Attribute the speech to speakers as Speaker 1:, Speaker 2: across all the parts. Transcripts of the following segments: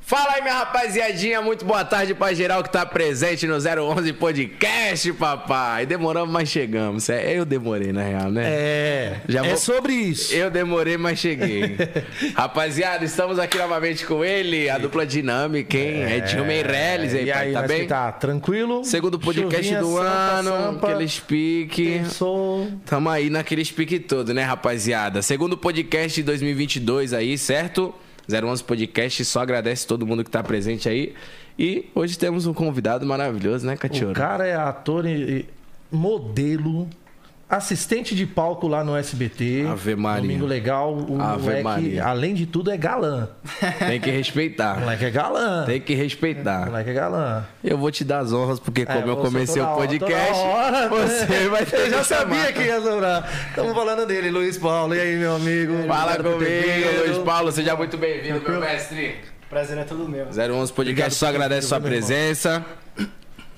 Speaker 1: Fala aí, minha rapaziadinha, muito boa tarde pra geral que tá presente no 011 Podcast, papai. Demoramos, mas chegamos. É, eu demorei, na real, né?
Speaker 2: É,
Speaker 1: Já
Speaker 2: é
Speaker 1: vou-
Speaker 2: sobre isso.
Speaker 1: Eu demorei, mas cheguei. Rapaziada, estamos aqui novamente com ele, a dupla dinâmica, hein? É, Edinho Meirelles,
Speaker 2: e
Speaker 1: aí, pai,
Speaker 2: aí,
Speaker 1: tá
Speaker 2: nós
Speaker 1: bem?
Speaker 2: que tá tranquilo?
Speaker 1: Segundo podcast
Speaker 2: Chuvinha,
Speaker 1: do
Speaker 2: sampa,
Speaker 1: ano,
Speaker 2: sampa,
Speaker 1: aquele speak.
Speaker 2: pensou.
Speaker 1: Tamo aí naquele pique todo, né, rapaziada? Segundo podcast de 2022 aí, certo? 011 Podcast, só agradece todo mundo que tá presente aí. E hoje temos um convidado maravilhoso, né,
Speaker 2: O
Speaker 1: Cachorro?
Speaker 2: cara é ator e e modelo, assistente de palco lá no SBT.
Speaker 1: Ave Maria.
Speaker 2: Domingo legal, o
Speaker 1: Ave
Speaker 2: moleque,
Speaker 1: Maria.
Speaker 2: além de tudo, é galã.
Speaker 1: Tem que
Speaker 2: O
Speaker 1: respeitar.
Speaker 2: moleque é galã.
Speaker 1: Tem que
Speaker 2: O
Speaker 1: respeitar.
Speaker 2: moleque é galã.
Speaker 1: Eu vou te dar as honras, porque como
Speaker 2: É,
Speaker 1: eu
Speaker 2: você
Speaker 1: comecei
Speaker 2: toda
Speaker 1: o
Speaker 2: hora-
Speaker 1: podcast,
Speaker 2: toda hora,
Speaker 1: você vai ter
Speaker 2: Eu já
Speaker 1: que chamar.
Speaker 2: sabia que ia sobrar. Estamos falando dele, Luiz Paulo. E aí, meu amigo?
Speaker 1: Fala
Speaker 2: Obrigado por
Speaker 1: comigo,
Speaker 2: ter vindo.
Speaker 1: Luiz Paulo, seja muito bem-vindo, meu mestre.
Speaker 3: Prazer é todo meu.
Speaker 1: 011 Podcast, só agradece sua presença.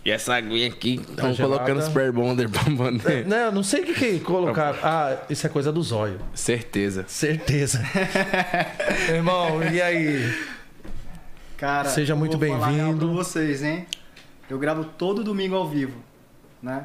Speaker 1: E essa aguinha aqui, estão
Speaker 2: Tá gelada.
Speaker 1: colocando Super Bonder pra manter.
Speaker 2: Não, eu não sei o que, que é colocar. Ah, isso é coisa do zóio.
Speaker 1: Certeza.
Speaker 2: Certeza. Irmão, e aí?
Speaker 3: Cara,
Speaker 2: Seja
Speaker 3: eu
Speaker 2: muito
Speaker 3: vou falar real
Speaker 2: bem-vindo.
Speaker 3: pra vocês, hein? Eu gravo todo domingo ao vivo, né?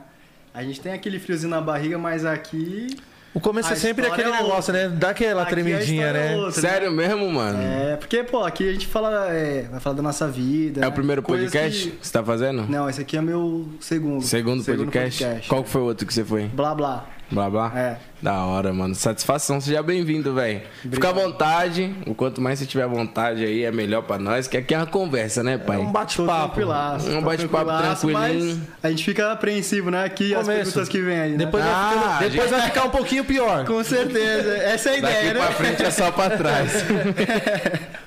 Speaker 3: A gente tem aquele friozinho na barriga, mas aqui.
Speaker 2: O começo
Speaker 3: A
Speaker 2: é sempre
Speaker 3: história
Speaker 2: aquele
Speaker 3: é
Speaker 2: negócio, né? Dá aquela
Speaker 3: aqui a
Speaker 2: tremidinha,
Speaker 3: história é
Speaker 2: né?
Speaker 3: outra,
Speaker 1: Sério mesmo, mano?
Speaker 3: É, porque, pô, aqui a gente fala, é, vai falar da nossa vida.
Speaker 1: É o primeiro
Speaker 3: coisas
Speaker 1: podcast que
Speaker 3: que-
Speaker 1: você tá fazendo?
Speaker 3: Não, esse aqui é meu segundo.
Speaker 1: Segundo, podcast? Qual que foi o outro que você foi?
Speaker 3: Blá blá.
Speaker 1: Blá blá?
Speaker 3: É.
Speaker 1: Da hora, mano. Satisfação, seja bem-vindo, velho. Fica à vontade. O quanto mais você tiver vontade aí, é melhor pra nós, que aqui é uma conversa, né, pai?
Speaker 2: Um
Speaker 3: Tô
Speaker 2: bate-papo.
Speaker 3: tranquilaço,
Speaker 1: Um
Speaker 3: tô
Speaker 1: bate-papo
Speaker 3: tranquilaço,
Speaker 1: tranquilinho.
Speaker 3: Mas a gente fica apreensivo, né? Aqui as
Speaker 2: Começo.
Speaker 3: perguntas que vem aí. Né?
Speaker 2: Depois,
Speaker 1: Ah,
Speaker 2: vai, ficando-
Speaker 1: gente.
Speaker 2: depois vai ficar um pouquinho pior.
Speaker 3: Com certeza. Essa é a
Speaker 1: Daqui
Speaker 3: ideia, né?
Speaker 1: pra frente é só pra trás.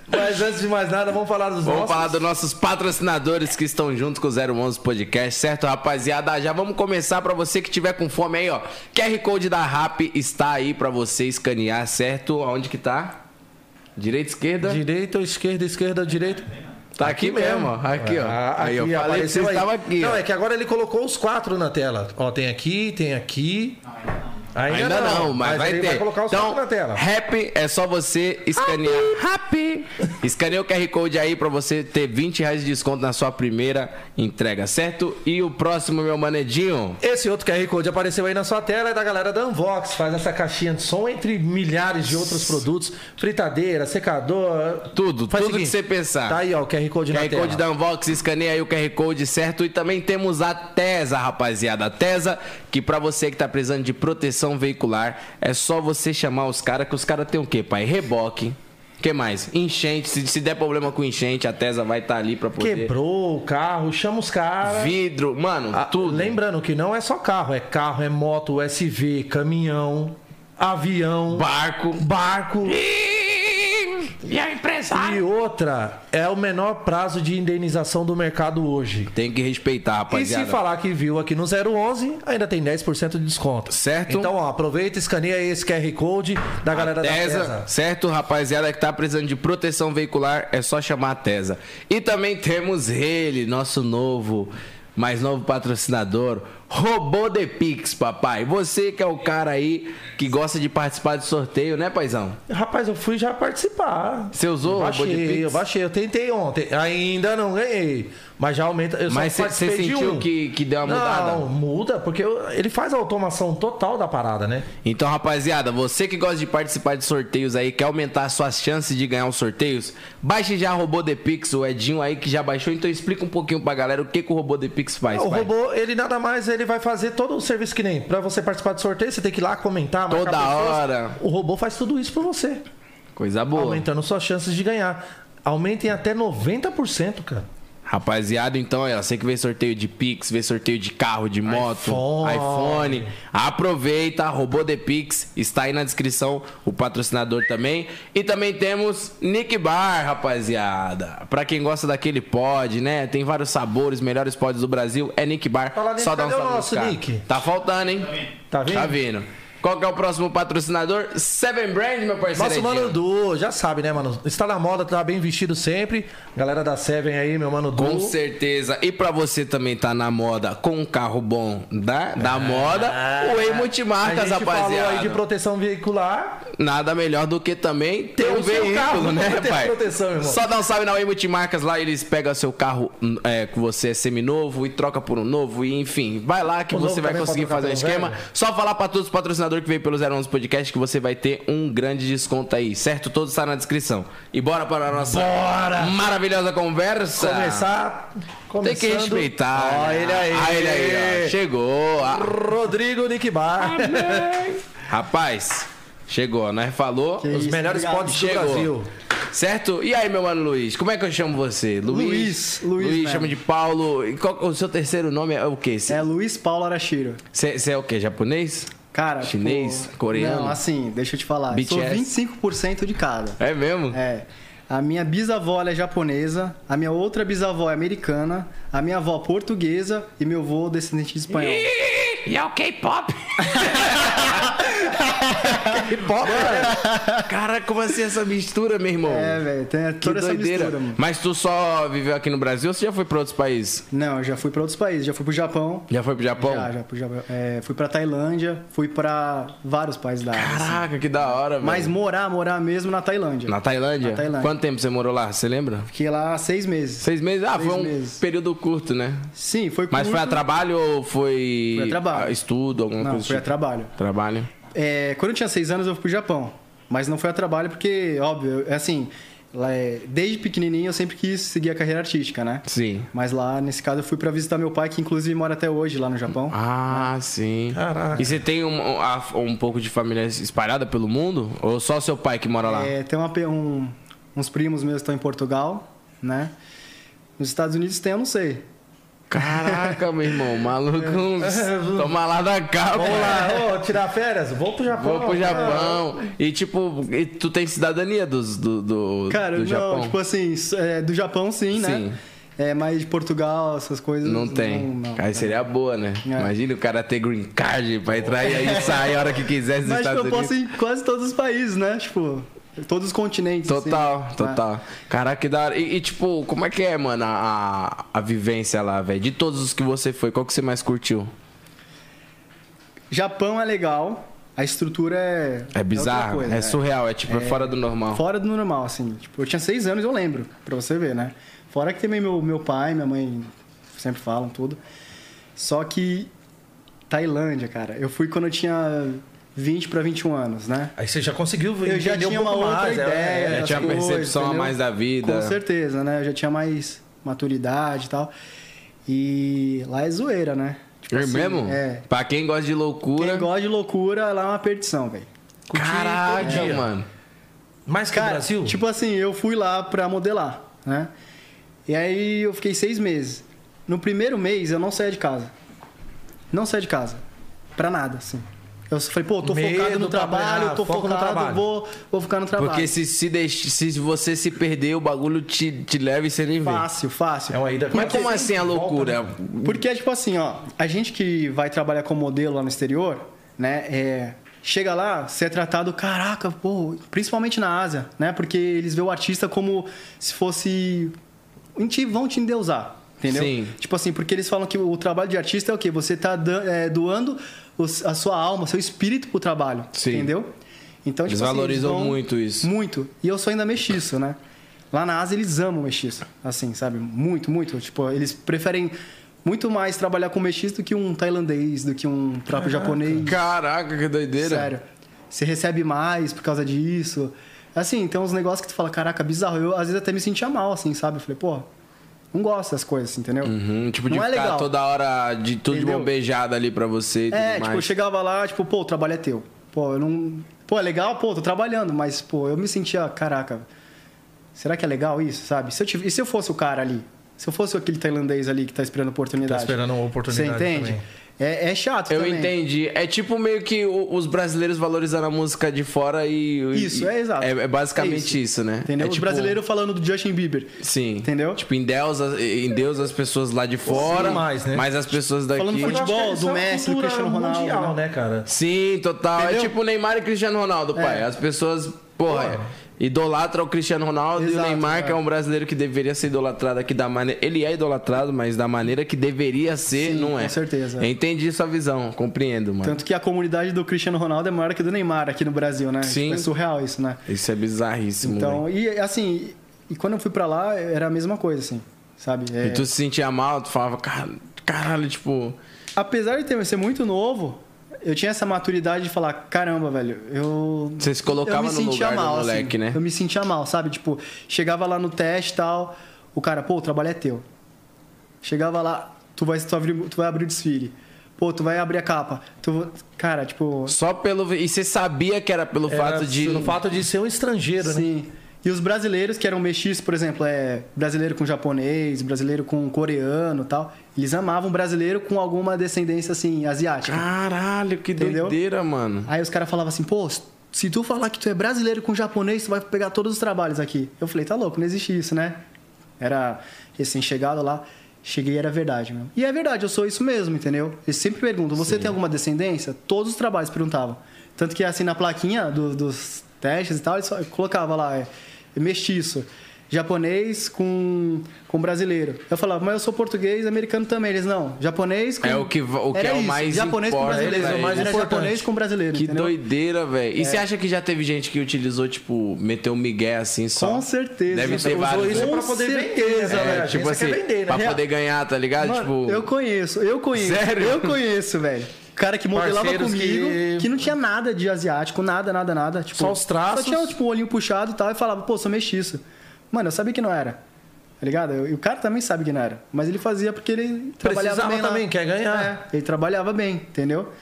Speaker 2: Mas antes de mais nada, vamos falar dos
Speaker 1: Vamos
Speaker 2: nossos.
Speaker 1: falar dos nossos patrocinadores que estão junto com o 011 Podcast, certo, rapaziada? Ah, Já vamos começar pra você que tiver com fome aí, ó. QR Code da RAP está aí pra você escanear, certo? Onde que tá? Direita, esquerda?
Speaker 2: Direita ou esquerda, esquerda ou direita?
Speaker 1: Tá aqui, mesmo, ó. Aqui, ó.
Speaker 2: Ah,
Speaker 1: aí, eu
Speaker 2: aqui,
Speaker 1: falei que você
Speaker 2: apareceu aí.
Speaker 1: estava aqui.
Speaker 2: Não,
Speaker 1: ó.
Speaker 2: é que agora ele colocou os quatro na tela. Ó, tem aqui, tem aqui. Ainda,
Speaker 1: Ainda não, mas, vai
Speaker 2: ele
Speaker 1: ter.
Speaker 2: vai colocar os
Speaker 1: então,
Speaker 2: quatro na tela.
Speaker 1: rap é só você escanear. Rap! Escaneia o QR Code aí pra você ter 20 reais de desconto na sua primeira entrega, certo? E o próximo, meu manedinho.
Speaker 2: Esse outro QR Code apareceu aí na sua tela é da galera da Unvox. Faz essa caixinha de som entre milhares de outros produtos. Fritadeira, secador.
Speaker 1: Tudo,
Speaker 2: Faz o
Speaker 1: tudo que você pensar.
Speaker 2: Tá aí, ó, o QR Code na
Speaker 1: QR
Speaker 2: tela.
Speaker 1: Code da Unbox, escaneia aí o QR Code, certo? E também temos a TESA, rapaziada. A TESA, que pra você que tá precisando de proteção veicular, é só você chamar os caras, que os caras tem o quê, pai? Reboque. que mais? Enchente. Se, se der problema com enchente, a TESA vai estar ali pra poder...
Speaker 2: Quebrou o carro, chama os caras.
Speaker 1: Vidro, mano,
Speaker 2: Ah,
Speaker 1: tudo.
Speaker 2: Lembrando que não é só carro, é carro, é moto, USV, caminhão, avião,
Speaker 1: Barco.
Speaker 2: barco.
Speaker 1: E a
Speaker 2: E
Speaker 1: empresário.
Speaker 2: outra, é o menor prazo de indenização do mercado hoje.
Speaker 1: Tem que respeitar,
Speaker 2: E se
Speaker 1: rapaziada.
Speaker 2: falar que viu aqui no 011, ainda tem 10% de desconto.
Speaker 1: Certo.
Speaker 2: Então, ó, aproveita, escaneia esse QR Code da galera da
Speaker 1: Tesa,
Speaker 2: Tesa.
Speaker 1: certo, rapaziada que tá precisando de proteção veicular, é só chamar a Tesa. E também temos ele, nosso novo, mais novo patrocinador, Robô The Pix, papai. Você que é o cara aí que gosta de participar de sorteio, né, paizão?
Speaker 2: Rapaz, eu fui já participar.
Speaker 1: Você usou o Robô The Pix?
Speaker 2: Baixei, eu baixei, eu tentei ontem. Ainda não ganhei. Mas já aumenta. Eu
Speaker 1: Mas você
Speaker 2: só participei de
Speaker 1: sentiu
Speaker 2: um.
Speaker 1: que, que deu uma mudada?
Speaker 2: Não, muda, porque eu- ele faz a automação total da parada, né?
Speaker 1: Então, rapaziada, você que gosta de participar de sorteios aí, quer aumentar as suas chances de ganhar os sorteios, baixe já o Robô The Pix, o Edinho aí que já baixou. Então, explica um pouquinho pra galera o que, que o Robô The Pix faz.
Speaker 2: É, o
Speaker 1: pai.
Speaker 2: robô, ele nada mais, ele vai fazer todo o serviço que nem. Pra você participar do sorteio, você tem que ir lá comentar, marcar
Speaker 1: Toda
Speaker 2: pessoas.
Speaker 1: hora.
Speaker 2: O robô faz tudo isso por você,
Speaker 1: Coisa boa.
Speaker 2: aumentando suas chances de ganhar. Aumentem até 90%, cara.
Speaker 1: Rapaziada, então, aí, ó, você que vê sorteio de Pix, vê sorteio de carro, de moto,
Speaker 2: iPhone.
Speaker 1: iPhone, aproveita, robô The Pix, está aí na descrição o patrocinador também. E também temos Nick Bar, rapaziada. Pra quem gosta daquele pod, né? Tem vários sabores, melhores pods do Brasil, é Nick Bar.
Speaker 2: Fala, Nick,
Speaker 1: Só dá um
Speaker 2: cadê o
Speaker 1: salve nos
Speaker 2: nosso,
Speaker 1: cara.
Speaker 2: Nick?
Speaker 1: Tá faltando, hein?
Speaker 2: Tá vindo?
Speaker 1: Tá vindo. Qual que é o próximo patrocinador? Seven Brand, meu parceiro.
Speaker 2: Nosso mano
Speaker 1: Edinho.
Speaker 2: Du, já sabe, né, mano? Está na moda, tá bem vestido sempre. Galera da Seven aí, meu mano Du.
Speaker 1: Com certeza. E pra você também tá na moda com um carro bom da, da moda, o Ei
Speaker 2: Ah. a
Speaker 1: Multimarcas,
Speaker 2: gente falou aí
Speaker 1: rapaziada.
Speaker 2: de proteção veicular.
Speaker 1: Nada melhor do que também ter
Speaker 2: Ter
Speaker 1: um
Speaker 2: o seu
Speaker 1: veículo,
Speaker 2: carro,
Speaker 1: né,
Speaker 2: pra ter
Speaker 1: pai?
Speaker 2: proteção, irmão.
Speaker 1: Só dá um salve na Ei Multimarcas lá, eles pegam seu carro hum, é, que você é seminovo e troca por um novo, e enfim, vai lá que
Speaker 2: O
Speaker 1: você
Speaker 2: novo
Speaker 1: vai
Speaker 2: também
Speaker 1: conseguir
Speaker 2: pode
Speaker 1: fazer um
Speaker 2: trocar
Speaker 1: esquema.
Speaker 2: pelo velho.
Speaker 1: Só falar pra todos os patrocinadores que veio pelo 011 Podcast que você vai ter um grande desconto aí, certo? Todos está na descrição. E bora para a nossa
Speaker 2: Bora!
Speaker 1: maravilhosa conversa.
Speaker 2: Começar.
Speaker 1: Tem
Speaker 2: Começando.
Speaker 1: que respeitar.
Speaker 2: Ó,
Speaker 1: né?
Speaker 2: ele aí.
Speaker 1: Ah, ele aí, ó. Chegou. Ah,
Speaker 2: Rodrigo Nick Bar.
Speaker 1: rapaz, chegou. Nós falou.
Speaker 4: Que
Speaker 2: Os
Speaker 4: isso,
Speaker 2: melhores
Speaker 4: obrigado.
Speaker 2: pods do
Speaker 1: Chegou.
Speaker 2: Brasil.
Speaker 1: Certo? E aí, meu mano Luiz? Como é que eu chamo você?
Speaker 4: Luiz,
Speaker 1: Luiz,
Speaker 4: Luiz mesmo.
Speaker 1: chama de Paulo. E qual- o seu terceiro nome é o quê? Você
Speaker 4: É Luiz Paulo Arashiro.
Speaker 1: você é o quê? Japonês?
Speaker 4: Cara,
Speaker 1: Chinês? Coreano?
Speaker 4: Não, assim, deixa eu te falar. eu Sou
Speaker 1: BTS.
Speaker 4: 25% de cada.
Speaker 1: É mesmo?
Speaker 4: É. A minha bisavó ela é japonesa, a minha outra bisavó é americana, a minha avó portuguesa e meu avô descendente de espanhol.
Speaker 1: Ih, E é o K-pop.
Speaker 2: K-pop.
Speaker 1: Cara, como assim essa mistura, meu irmão?
Speaker 4: É, velho, tem
Speaker 1: que
Speaker 4: toda essa
Speaker 1: doideira.
Speaker 4: mistura, mano.
Speaker 1: Mas tu só viveu aqui no Brasil ou você já foi pra outros países?
Speaker 4: Não, eu já fui pra outros países, já fui pro Japão.
Speaker 1: Já foi pro Japão?
Speaker 4: Já, já, pro Japão. É, fui pra Tailândia, fui pra vários países da Ásia. assim.
Speaker 1: Caraca, que da hora, velho.
Speaker 4: Mas morar, morar mesmo na Tailândia.
Speaker 1: Na Tailândia?
Speaker 4: Na Tailândia.
Speaker 1: Quanto tempo você morou lá? Você lembra?
Speaker 4: Fiquei lá seis meses.
Speaker 1: Seis meses? Ah,
Speaker 4: Seis
Speaker 1: foi um
Speaker 4: meses.
Speaker 1: período curto, né?
Speaker 4: Sim, foi
Speaker 1: Mas foi a
Speaker 4: curto.
Speaker 1: trabalho ou foi.
Speaker 4: Foi a trabalho.
Speaker 1: ah, Estudo, alguma
Speaker 4: Não,
Speaker 1: coisa
Speaker 4: foi a
Speaker 1: do tipo?
Speaker 4: trabalho.
Speaker 1: Trabalho.
Speaker 4: É, quando eu tinha seis anos, eu fui pro Japão. Mas não foi a trabalho porque, óbvio, é assim... lá é- Desde pequenininho, eu sempre quis seguir a carreira artística, né?
Speaker 1: Sim.
Speaker 4: Mas lá, nesse caso, eu fui pra visitar meu pai, que inclusive mora até hoje lá no Japão.
Speaker 1: Ah, sim.
Speaker 2: Caraca.
Speaker 1: E você tem um, a- um pouco de família espalhada pelo mundo? Ou só seu pai que mora lá?
Speaker 4: É, tem uma pe- um- uns primos meus que estão em Portugal, né? Nos Estados Unidos tem, eu não sei.
Speaker 1: Caraca, meu irmão, maluco.
Speaker 4: É.
Speaker 1: Toma lá da cá,
Speaker 2: Vamos
Speaker 1: pô.
Speaker 2: lá, ô, tirar férias? Vou pro Japão.
Speaker 1: Vou pro Japão. E tipo, e tu tem cidadania dos, do, do,
Speaker 4: Cara,
Speaker 1: do
Speaker 4: não,
Speaker 1: Japão?
Speaker 4: tipo assim, s- é, do Japão sim, né?
Speaker 1: Sim.
Speaker 4: É, mas de Portugal, essas coisas.
Speaker 1: Não tem.
Speaker 4: não,
Speaker 1: Aí seria boa, né?
Speaker 4: É.
Speaker 1: Imagina o cara ter green card pra entrar e aí sair a hora que quiser dos
Speaker 4: Mas tipo,
Speaker 1: Estados
Speaker 4: eu posso
Speaker 1: Unidos.
Speaker 4: ir em quase todos os países, né? Tipo, todos os continentes. assim.
Speaker 1: Total,
Speaker 4: Tá.
Speaker 1: total. Caraca, que da hora. E, e, tipo, como é que é, mano, a, a vivência lá, velho? De todos os que você foi, qual que você mais curtiu? É
Speaker 4: É Japão é legal, a estrutura é.
Speaker 1: É bizarro,
Speaker 4: outra
Speaker 1: é,
Speaker 4: coisa,
Speaker 1: surreal, é tipo, é fora do normal.
Speaker 4: Fora do normal, assim. Tipo, eu tinha seis anos, eu lembro, pra você ver, né? Fora que também meu, meu pai, minha mãe sempre falam tudo. Só que Tailândia, cara, eu fui quando eu tinha 20 pra 21 anos, né?
Speaker 2: Aí você já conseguiu
Speaker 4: Eu já
Speaker 2: entender
Speaker 4: tinha
Speaker 2: um
Speaker 4: uma
Speaker 2: pouco
Speaker 4: outra
Speaker 2: mais, é,
Speaker 4: ideia.
Speaker 2: é,
Speaker 1: Já
Speaker 4: das
Speaker 1: tinha uma
Speaker 4: coisas,
Speaker 1: percepção a
Speaker 4: entendeu?
Speaker 1: mais da vida.
Speaker 4: Com certeza, né? Eu já tinha mais maturidade e tal. E lá é zoeira, né?
Speaker 1: É
Speaker 4: assim,
Speaker 1: mesmo?
Speaker 4: é.
Speaker 1: Pra quem gosta de loucura.
Speaker 4: Quem gosta de loucura, lá é uma perdição, velho.
Speaker 2: Curtir
Speaker 1: Caraca,
Speaker 2: todo dia.
Speaker 1: mano.
Speaker 2: Mais que o
Speaker 4: Cara,
Speaker 2: Brasil?
Speaker 4: tipo assim, eu fui lá pra modelar, né? E aí eu fiquei seis meses. No primeiro mês eu não saía de casa. Não saía de casa. Pra nada, assim. Eu falei, pô, tô
Speaker 2: Medo
Speaker 4: focado no
Speaker 2: pra
Speaker 4: trabalho,
Speaker 2: apanhar,
Speaker 4: tô
Speaker 2: foco no
Speaker 4: focado,
Speaker 2: trabalho.
Speaker 4: Vou, vou ficar no trabalho.
Speaker 1: Porque se, se, deixa- se você se perder, o bagulho te, te leva e você nem vê.
Speaker 4: Fácil, fácil.
Speaker 2: É uma ida
Speaker 1: Mas como assim a loucura?
Speaker 4: Porque é tipo assim, ó, a gente que vai trabalhar como modelo lá no exterior, né, é, chega lá, você é tratado, caraca, pô, principalmente na Ásia, né, porque eles veem o artista como se fosse, em ti- vão te endeusar, entendeu?
Speaker 1: Sim.
Speaker 4: Tipo assim, porque eles falam que o trabalho de artista é o quê? Você tá dan- é, doando os- a sua alma, seu espírito pro trabalho,
Speaker 1: Sim.
Speaker 4: entendeu? Então,
Speaker 1: Eles
Speaker 4: tipo assim,
Speaker 1: valorizam
Speaker 4: vão-
Speaker 1: muito isso.
Speaker 4: muito. E eu sou ainda mestiço, né? Lá na Ásia eles amam mestiço, assim, sabe? Muito, muito. Tipo, eles preferem muito mais trabalhar com mestiço do que um tailandês, do que um próprio japonês.
Speaker 1: Caraca, que doideira.
Speaker 4: Sério. Você recebe mais por causa disso. Assim, tem uns negócios que tu fala, caraca, bizarro. Eu às vezes até me sentia mal, assim, sabe? Eu falei, pô, não gosto das coisas, entendeu?
Speaker 1: Uhum, tipo, de
Speaker 4: Não é
Speaker 1: ficar
Speaker 4: legal.
Speaker 1: toda hora de tudo de
Speaker 4: Entendeu?
Speaker 1: bombejado ali pra você e tudo
Speaker 4: É,
Speaker 1: mais.
Speaker 4: tipo, eu chegava lá, tipo, pô, o trabalho é teu. Pô, eu não. Pô, é legal, pô, tô trabalhando, mas, pô, eu me sentia, caraca, será que é legal isso, sabe? Se eu tive... E se eu fosse o cara ali? Se eu fosse aquele tailandês ali que tá esperando oportunidade?
Speaker 2: Tá esperando uma oportunidade
Speaker 4: Você entende?
Speaker 2: também.
Speaker 4: É, é chato
Speaker 1: Eu
Speaker 4: também.
Speaker 1: entendi. É tipo meio que o- os brasileiros valorizando a música de fora e. e-
Speaker 4: Isso, é exato.
Speaker 1: É, é basicamente
Speaker 4: É
Speaker 1: isso. né?
Speaker 4: Entendeu?
Speaker 1: É
Speaker 4: Os
Speaker 1: tipo-
Speaker 4: brasileiros falando do Justin Bieber.
Speaker 1: Sim.
Speaker 4: Entendeu?
Speaker 1: Tipo, em Deus, em Deus as pessoas lá de fora.
Speaker 2: Sim, mais, né?
Speaker 1: Mas as pessoas daqui.
Speaker 4: Falando
Speaker 2: Eu acho que isso
Speaker 4: Futebol,
Speaker 2: é
Speaker 4: do
Speaker 2: uma
Speaker 4: Messi, do
Speaker 2: cultura
Speaker 4: Cristiano Ronaldo,
Speaker 2: mundial, né, cara?
Speaker 1: Sim, total.
Speaker 4: Entendeu? É.
Speaker 1: É tipo Neymar e Cristiano Ronaldo, pai. As pessoas, porra, idolatram o Cristiano Ronaldo e
Speaker 4: Exato,
Speaker 1: o Neymar, que
Speaker 4: é.
Speaker 1: é um brasileiro que deveria ser idolatrado aqui da maneira. Ele é idolatrado, mas da maneira que deveria ser,
Speaker 4: Sim,
Speaker 1: não é.
Speaker 4: com certeza.
Speaker 1: Eu Entendi sua visão, compreendo, mano.
Speaker 4: Tanto que a comunidade do Cristiano Ronaldo é maior que a do Neymar aqui no Brasil, né?
Speaker 1: Sim.
Speaker 4: Tipo, é surreal isso, né?
Speaker 1: Isso é bizarríssimo.
Speaker 4: Então,
Speaker 1: velho.
Speaker 4: e assim, e quando eu fui pra lá, era a mesma coisa, assim, sabe? É,
Speaker 1: E tu se sentia mal, tu falava, "Cara- caralho, tipo.
Speaker 4: Apesar de ter, ser muito novo, eu tinha essa maturidade de falar, caramba, velho, eu...
Speaker 1: Você se colocava
Speaker 4: eu me
Speaker 1: no
Speaker 4: sentia
Speaker 1: lugar do
Speaker 4: mal,
Speaker 1: moleque,
Speaker 4: assim,
Speaker 1: né?
Speaker 4: Eu me sentia mal, sabe? Tipo, chegava lá no teste e tal, o cara, pô, o trabalho é teu. Chegava lá, tu vai, tu abrir, tu vai abrir o desfile. Pô, tu vai abrir a capa. Tu, cara, tipo...
Speaker 1: Só pelo. E você sabia que era pelo fato de.
Speaker 2: É, No fato de ser um estrangeiro, né?
Speaker 4: Sim. E os brasileiros que eram mestiços, por exemplo, é brasileiro com japonês, brasileiro com coreano e tal, eles amavam brasileiro com alguma descendência assim asiática.
Speaker 1: Caralho, que
Speaker 4: Entendeu?
Speaker 1: doideira, mano.
Speaker 4: Aí os caras falavam assim, pô, se tu falar que tu é brasileiro com japonês, tu vai pegar todos os trabalhos aqui. Eu falei, tá louco, não existe isso, né? Era recém-chegado lá. Cheguei e era verdade mesmo. E é verdade, eu sou isso mesmo, entendeu? Eles sempre perguntam, você tem alguma descendência? Todos os trabalhos perguntavam. Tanto que assim, na plaquinha do- dos testes e tal, eles só colocava lá, é, mestiço, japonês com, com brasileiro. Eu falava, mas eu sou português e americano também. Eles, não, japonês com...
Speaker 1: É o que va- o que
Speaker 4: Era
Speaker 1: é o
Speaker 4: isso,
Speaker 1: mais
Speaker 4: japonês com
Speaker 1: importa
Speaker 4: brasileiro.
Speaker 1: pra
Speaker 4: Era
Speaker 1: eles.
Speaker 4: japonês com brasileiro,
Speaker 1: Que
Speaker 4: entendeu? É.
Speaker 1: doideira, velho. E você acha que já teve gente que utilizou, tipo, meteu um migué assim só?
Speaker 4: Com certeza.
Speaker 1: Deve
Speaker 4: Usou
Speaker 1: ter vários.
Speaker 2: isso
Speaker 1: né?
Speaker 2: pra poder
Speaker 4: certeza,
Speaker 2: vender, né?
Speaker 1: É,
Speaker 2: velho? A
Speaker 1: tipo
Speaker 2: agência
Speaker 1: assim,
Speaker 2: quer vender, né?
Speaker 1: pra poder ganhar, tá ligado?
Speaker 4: é Mano,
Speaker 1: tipo,
Speaker 4: eu conheço, eu conheço.
Speaker 1: Sério?
Speaker 4: Eu conheço, velho. Cara que modelava
Speaker 2: Parceiros
Speaker 4: comigo,
Speaker 2: que-
Speaker 4: que... não tinha nada de asiático, nada, nada, nada. Tipo,
Speaker 2: Só os traços.
Speaker 4: Só tinha, tipo, o olhinho puxado e tal, e falava, pô, sou mestiço. Mano, eu sabia que não era. Tá ligado? Eu- E o cara também sabe que não era. Mas ele fazia porque ele trabalhava
Speaker 2: Precisava
Speaker 4: bem lá.
Speaker 2: também, quer ganhar.
Speaker 4: É, ele trabalhava bem, entendeu?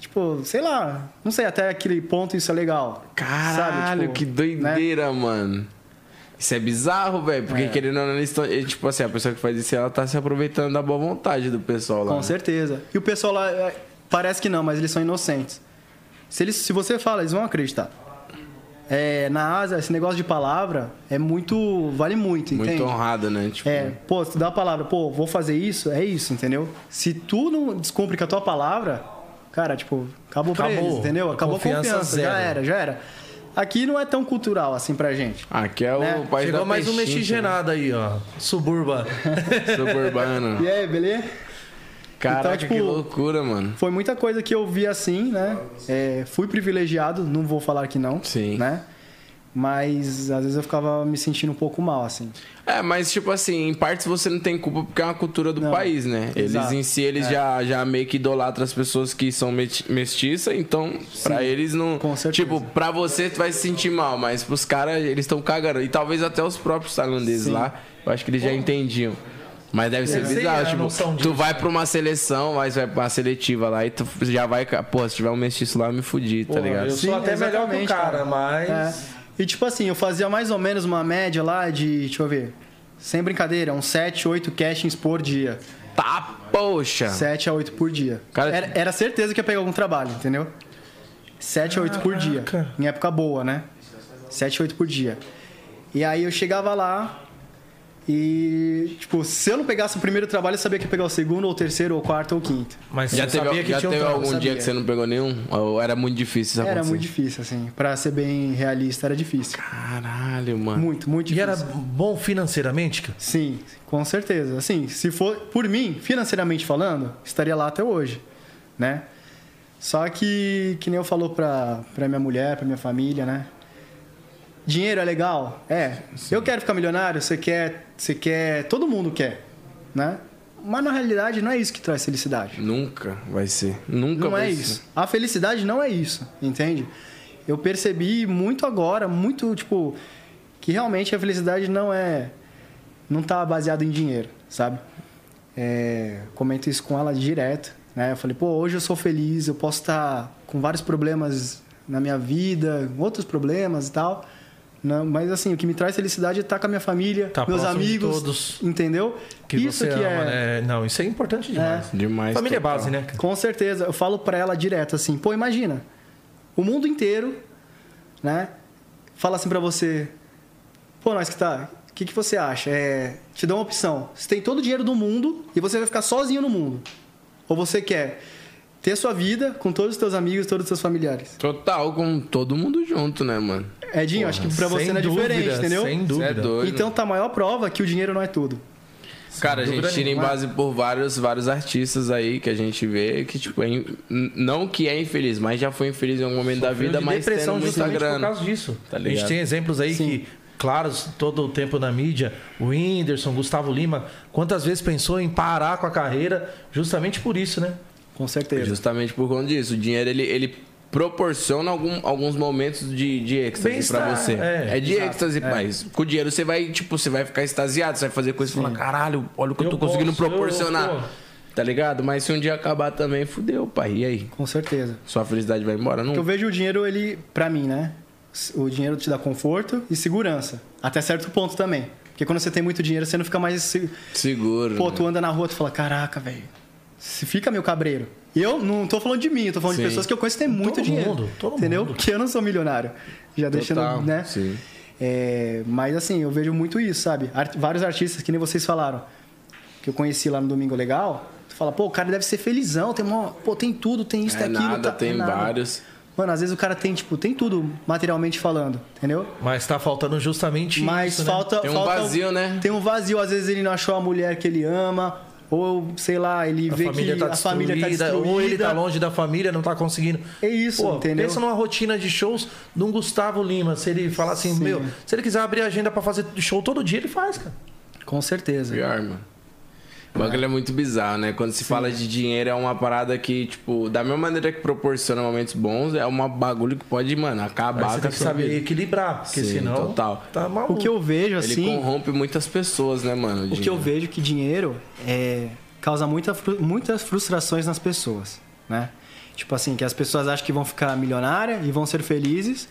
Speaker 4: Tipo, sei lá, não sei, até aquele ponto isso é legal.
Speaker 1: Caralho,
Speaker 4: Tipo,
Speaker 1: que
Speaker 4: né?
Speaker 1: doideira, mano. Isso é bizarro, velho. Porque
Speaker 4: É.
Speaker 1: querendo ou não, eles tão- e, tipo assim, a pessoa que faz isso, ela tá se aproveitando da boa vontade do pessoal lá.
Speaker 4: Com
Speaker 1: né?
Speaker 4: certeza. E o pessoal lá, é, parece que não, mas eles são inocentes. Se, eles, se você fala, eles vão acreditar. É, na Ásia, esse negócio de palavra é muito. vale muito,
Speaker 1: Muito
Speaker 4: entende?
Speaker 1: honrado, né? Tipo,
Speaker 4: É, pô, se tu dá a palavra, pô, vou fazer isso, é isso, entendeu? Se tu não descumpre com a tua palavra, cara, tipo, acabou pra
Speaker 2: Acabou.
Speaker 4: eles, entendeu? Acabou
Speaker 2: Confiança
Speaker 4: a confiança, já
Speaker 2: zero.
Speaker 4: era, já era. Aqui não é tão cultural assim pra gente.
Speaker 1: Aqui é o
Speaker 4: Né?
Speaker 1: país
Speaker 2: Chegou
Speaker 1: da
Speaker 2: mais um
Speaker 1: pechincha, né?
Speaker 2: mexigenado aí, ó. Suburba.
Speaker 1: Tá Suburbano.
Speaker 4: E aí, beleza?
Speaker 1: Caraca,
Speaker 4: Então, tipo,
Speaker 1: que loucura, mano.
Speaker 4: Foi muita coisa que eu vi assim, né? É, fui privilegiado, não vou falar que não.
Speaker 1: Sim.
Speaker 4: Né? Mas às vezes eu ficava me sentindo um pouco mal, assim.
Speaker 1: É, mas tipo assim, em partes você não tem culpa porque é uma cultura do
Speaker 4: Não.
Speaker 1: país, né? Eles
Speaker 4: Exato. É.
Speaker 1: em si, eles já, já meio que idolatram as pessoas que são meti- mestiça, então pra eles não...
Speaker 4: com certeza.
Speaker 1: Tipo, pra você tu vai se sentir mal, mas pros caras eles estão cagando. E talvez até os próprios tailandeses lá, eu acho que eles já entendiam. Mas deve
Speaker 4: É.
Speaker 1: ser
Speaker 2: sei
Speaker 1: bizarro,
Speaker 2: a noção
Speaker 1: tipo,
Speaker 2: disso,
Speaker 1: tu vai pra uma seleção, mas vai pra uma seletiva lá e tu já vai... ca- Pô, se tiver um mestiço lá, eu me fudi, tá
Speaker 2: Pô,
Speaker 1: ligado?
Speaker 2: eu sou até melhor que o
Speaker 4: exatamente,
Speaker 2: cara,
Speaker 4: É.
Speaker 2: mas.
Speaker 4: E tipo assim, eu fazia mais ou menos uma média lá de, deixa eu ver, sem brincadeira, uns 7, 8 castings por dia.
Speaker 1: Tá, poxa!
Speaker 4: 7 a 8 por dia.
Speaker 1: Cara-
Speaker 4: Era, era certeza que ia pegar algum trabalho, entendeu? 7 a 8 por dia.
Speaker 2: Caraca.
Speaker 4: Em época boa, né? 7 a 8 por dia. E aí eu chegava lá e, tipo, se eu não pegasse o primeiro trabalho, eu sabia que ia pegar o segundo, ou o terceiro, ou o quarto, ou o quinto.
Speaker 2: Mas
Speaker 1: Já
Speaker 2: você
Speaker 1: teve,
Speaker 2: sabia que
Speaker 1: já
Speaker 2: tinha um
Speaker 1: teve
Speaker 2: trampo,
Speaker 1: algum
Speaker 2: sabia?
Speaker 1: dia que você não pegou nenhum? Ou era muito difícil isso
Speaker 4: Era
Speaker 1: acontecer?
Speaker 4: muito difícil, assim. Pra ser bem realista, era difícil.
Speaker 1: Caralho, mano.
Speaker 4: Muito, muito
Speaker 2: E
Speaker 4: difícil.
Speaker 2: era bom financeiramente? cara?
Speaker 4: Sim, com certeza. Assim, se for por mim, financeiramente falando, estaria lá até hoje, né? Só que, que nem eu falou pra, pra minha mulher, pra minha família, né? Dinheiro é legal? É. Eu quero ficar milionário, você quer, você quer, todo mundo quer, né? Mas na realidade não é isso que traz felicidade.
Speaker 1: Nunca vai ser. Nunca
Speaker 4: Não
Speaker 1: vai
Speaker 4: é
Speaker 1: ser.
Speaker 4: isso.
Speaker 2: né?
Speaker 4: A felicidade não é isso, entende? Eu percebi muito agora, muito, tipo, que realmente a felicidade não é. Não tá baseada em dinheiro, sabe? É, comento isso com ela direto, né? Eu falei, pô, hoje eu sou feliz, eu tá posso estar com vários problemas na minha vida, outros problemas e tal, Não, mas assim, o que me traz felicidade é estar com a minha família,
Speaker 2: Tá
Speaker 4: meus
Speaker 2: próximo de
Speaker 4: amigos,
Speaker 2: todos
Speaker 4: entendeu?
Speaker 2: Que
Speaker 4: Isso
Speaker 2: você
Speaker 4: que
Speaker 2: ama,
Speaker 4: é
Speaker 2: né? Não, isso é importante demais.
Speaker 1: Demais,
Speaker 2: Família é
Speaker 1: total.
Speaker 2: base, né? cara?
Speaker 4: Com certeza, eu falo pra ela direto assim, pô, imagina, o mundo inteiro, né, fala assim pra você, pô, nós que tá, o que, que você acha? É, te dá uma opção, você tem todo o dinheiro do mundo e você vai ficar sozinho no mundo, ou você quer ter sua vida com todos os teus amigos, todos os seus familiares.
Speaker 1: Total, com todo mundo junto, né, mano?
Speaker 4: Edinho, acho que pra você
Speaker 2: Sem
Speaker 4: não é
Speaker 2: dúvida,
Speaker 4: diferente, entendeu?
Speaker 2: Sem
Speaker 1: Você é
Speaker 2: dúvida.
Speaker 1: doido.
Speaker 4: Então tá a maior prova que o dinheiro não é tudo.
Speaker 1: Cara, a gente
Speaker 2: dúvida
Speaker 1: tira em
Speaker 2: nenhuma.
Speaker 1: base por vários, vários artistas aí que a gente vê que, tipo, é in- n- não que é infeliz, mas já foi infeliz em algum momento da vida,
Speaker 2: de
Speaker 1: mas
Speaker 2: depressão
Speaker 1: tendo muita
Speaker 2: justamente por
Speaker 1: grana.
Speaker 2: causa disso.
Speaker 1: Tá
Speaker 2: a gente
Speaker 1: ligado?
Speaker 2: tem exemplos aí que, claros, todo o tempo na mídia, o Whindersson, Gustavo Lima, quantas vezes pensou em parar com a carreira justamente por isso, né?
Speaker 4: Com certeza.
Speaker 1: Justamente por conta disso. O dinheiro, ele, ele proporciona algum- alguns momentos de, de êxtase pra
Speaker 2: Bem-estar,
Speaker 1: você.
Speaker 2: é,
Speaker 1: É, de êxtase, mas com o dinheiro você vai, tipo, você vai ficar extasiado, você vai fazer coisa e falar, caralho, olha o que eu,
Speaker 2: Eu
Speaker 1: tô conseguindo
Speaker 2: posso, eu-
Speaker 1: proporcionar.
Speaker 2: pô.
Speaker 1: Tá ligado? Mas se um dia acabar também, fudeu, pai. E aí?
Speaker 4: Com certeza.
Speaker 1: Sua felicidade vai embora? Não
Speaker 4: Eu vejo o dinheiro, ele, pra mim, né? O dinheiro te dá conforto e segurança. Até certo ponto também. Porque quando você tem muito dinheiro, você não fica mais. se-
Speaker 1: seguro.
Speaker 4: Pô,
Speaker 1: né?
Speaker 4: tu anda na rua, tu fala, caraca, velho. Se fica meu cabreiro. Eu não tô falando de mim, eu tô falando de
Speaker 1: Sim.
Speaker 4: pessoas que eu conheço que têm muito
Speaker 2: Todo
Speaker 4: dinheiro.
Speaker 2: mundo, todo
Speaker 4: entendeu?
Speaker 2: mundo.
Speaker 4: Que eu não sou milionário. Já deixando, né?
Speaker 1: Sim.
Speaker 4: É, mas assim, eu vejo muito isso, sabe? Ar- vários artistas, que nem vocês falaram, que eu conheci lá no Domingo Legal, tu fala, pô, o cara deve ser felizão, tem, uma, pô, tem tudo, tem isso,
Speaker 1: É
Speaker 4: tem aquilo.
Speaker 1: nada,
Speaker 4: tá-
Speaker 1: tem
Speaker 4: nada.
Speaker 1: vários.
Speaker 4: Mano, às vezes o cara tem, tipo, tem tudo materialmente falando, entendeu?
Speaker 2: Mas tá faltando justamente
Speaker 4: Mas
Speaker 2: isso, né?
Speaker 4: falta.
Speaker 1: Tem um
Speaker 4: falta-
Speaker 1: vazio, né?
Speaker 4: Tem um vazio, às vezes ele não achou a mulher que ele ama, ou sei lá, ele
Speaker 2: A
Speaker 4: vê
Speaker 2: família,
Speaker 4: que
Speaker 2: tá
Speaker 4: a família tá
Speaker 2: destruída,
Speaker 4: destruída.
Speaker 2: ou ele tá longe da família, não tá conseguindo.
Speaker 4: É isso, entendeu?
Speaker 2: Pensa numa rotina de shows de um Gustavo Lima. Se ele falar assim,
Speaker 4: Sim.
Speaker 2: meu, se ele quiser abrir a agenda pra fazer show todo dia, ele faz, cara.
Speaker 4: Com certeza.
Speaker 1: Pior, mano. O bagulho é muito bizarro, né? Quando se fala de dinheiro, é uma parada que, tipo, da mesma maneira que proporciona momentos bons, é uma bagulho que pode, mano,
Speaker 2: Aí
Speaker 1: acabar
Speaker 2: você
Speaker 1: com
Speaker 2: tem
Speaker 1: a
Speaker 2: que
Speaker 1: sua
Speaker 2: saber
Speaker 1: vida.
Speaker 2: equilibrar, porque
Speaker 1: Sim,
Speaker 2: senão
Speaker 1: total.
Speaker 2: tá maluco.
Speaker 4: O que eu vejo,
Speaker 1: Ele
Speaker 4: assim.
Speaker 1: corrompe muitas pessoas, né, mano?
Speaker 4: O que eu vejo que dinheiro é, causa muita, fru- muitas frustrações nas pessoas, né? Tipo assim, que as pessoas acham que vão ficar milionária e vão ser felizes,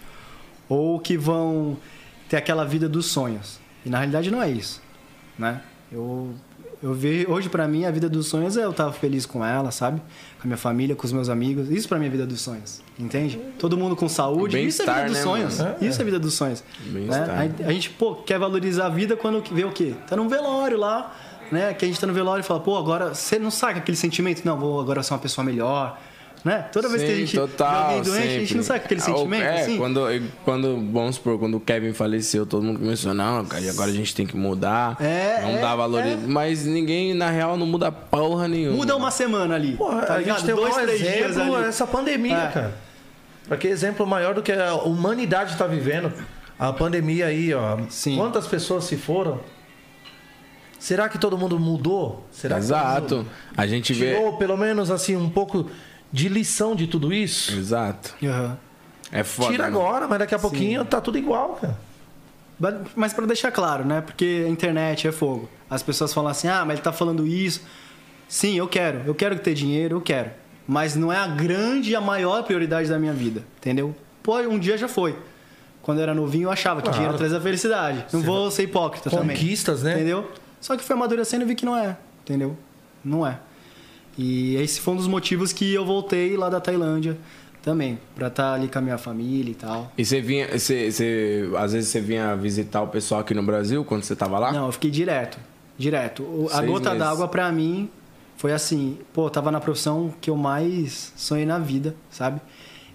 Speaker 4: ou que vão ter aquela vida dos sonhos. E na realidade não é isso, né? Eu, eu vejo, hoje pra mim a vida dos sonhos é eu estar feliz com ela, sabe? Com a minha família, com os meus amigos. Isso pra mim é vida dos sonhos, entende? Todo mundo com saúde, isso é vida
Speaker 1: Bem-estar,
Speaker 4: dos
Speaker 1: né,
Speaker 4: sonhos.
Speaker 2: mano? É,
Speaker 4: Isso é vida dos sonhos.
Speaker 1: Bem-estar.
Speaker 4: né? A- a gente, pô, quer valorizar a vida quando vê o quê? Tá num velório lá, né? Que a gente tá no velório e fala, pô, agora você não saca aquele sentimento, não, vou agora ser uma pessoa melhor, né? Toda vez que a gente vê alguém doente, a gente não saca aquele
Speaker 1: Ah, o-
Speaker 4: sentimento,
Speaker 1: É,
Speaker 4: assim?
Speaker 1: quando, quando, vamos supor, quando o Kevin faleceu, todo mundo começou, não, cara, e agora a gente tem que mudar,
Speaker 4: É,
Speaker 1: não
Speaker 4: é,
Speaker 1: dá valor.
Speaker 4: é.
Speaker 1: Mas ninguém, na real, não muda porra nenhuma.
Speaker 4: Muda um uma semana ali,
Speaker 2: Porra,
Speaker 4: tá
Speaker 2: a gente
Speaker 4: ligado?
Speaker 2: tem um
Speaker 4: Dois,
Speaker 2: maior
Speaker 4: três dias
Speaker 2: exemplo
Speaker 4: ali.
Speaker 2: essa pandemia,
Speaker 4: É.
Speaker 2: cara. Pra que exemplo maior do que a humanidade tá vivendo? A pandemia aí, ó.
Speaker 4: Sim.
Speaker 2: Quantas pessoas se foram? Será que todo mundo mudou? Será que todo
Speaker 1: Exato.
Speaker 2: mundo
Speaker 1: A gente vê.
Speaker 2: Tirou pelo menos assim um pouco de lição de tudo isso?
Speaker 1: Exato.
Speaker 4: Aham.
Speaker 1: É foda.
Speaker 2: Tira
Speaker 1: né?
Speaker 2: agora, mas daqui a pouquinho tá tudo igual, cara.
Speaker 4: Ba- Mas pra deixar claro, né? Porque a internet é fogo. As pessoas falam assim: ah, mas ele tá falando isso. Sim, eu quero. Eu quero ter dinheiro, eu quero. Mas não é a grande e a maior prioridade da minha vida, entendeu? Pô, um dia já foi. Quando eu era novinho, eu achava que
Speaker 2: Claro.
Speaker 4: dinheiro traz a felicidade. Não vou ser hipócrita também.
Speaker 2: Conquistas, né?
Speaker 4: Entendeu? Só que fui amadurecendo e vi que não é, entendeu? Não é. E esse foi um dos motivos que eu voltei lá da Tailândia também, pra estar ali com a minha família e tal.
Speaker 1: E você vinha. Você, você- às vezes você vinha visitar o pessoal aqui no Brasil quando você tava lá?
Speaker 4: Não, eu fiquei direto. Direto. O- a
Speaker 1: Seis
Speaker 4: gota
Speaker 1: meses.
Speaker 4: d'água pra mim foi assim, pô, eu tava na profissão que eu mais sonhei na vida, sabe?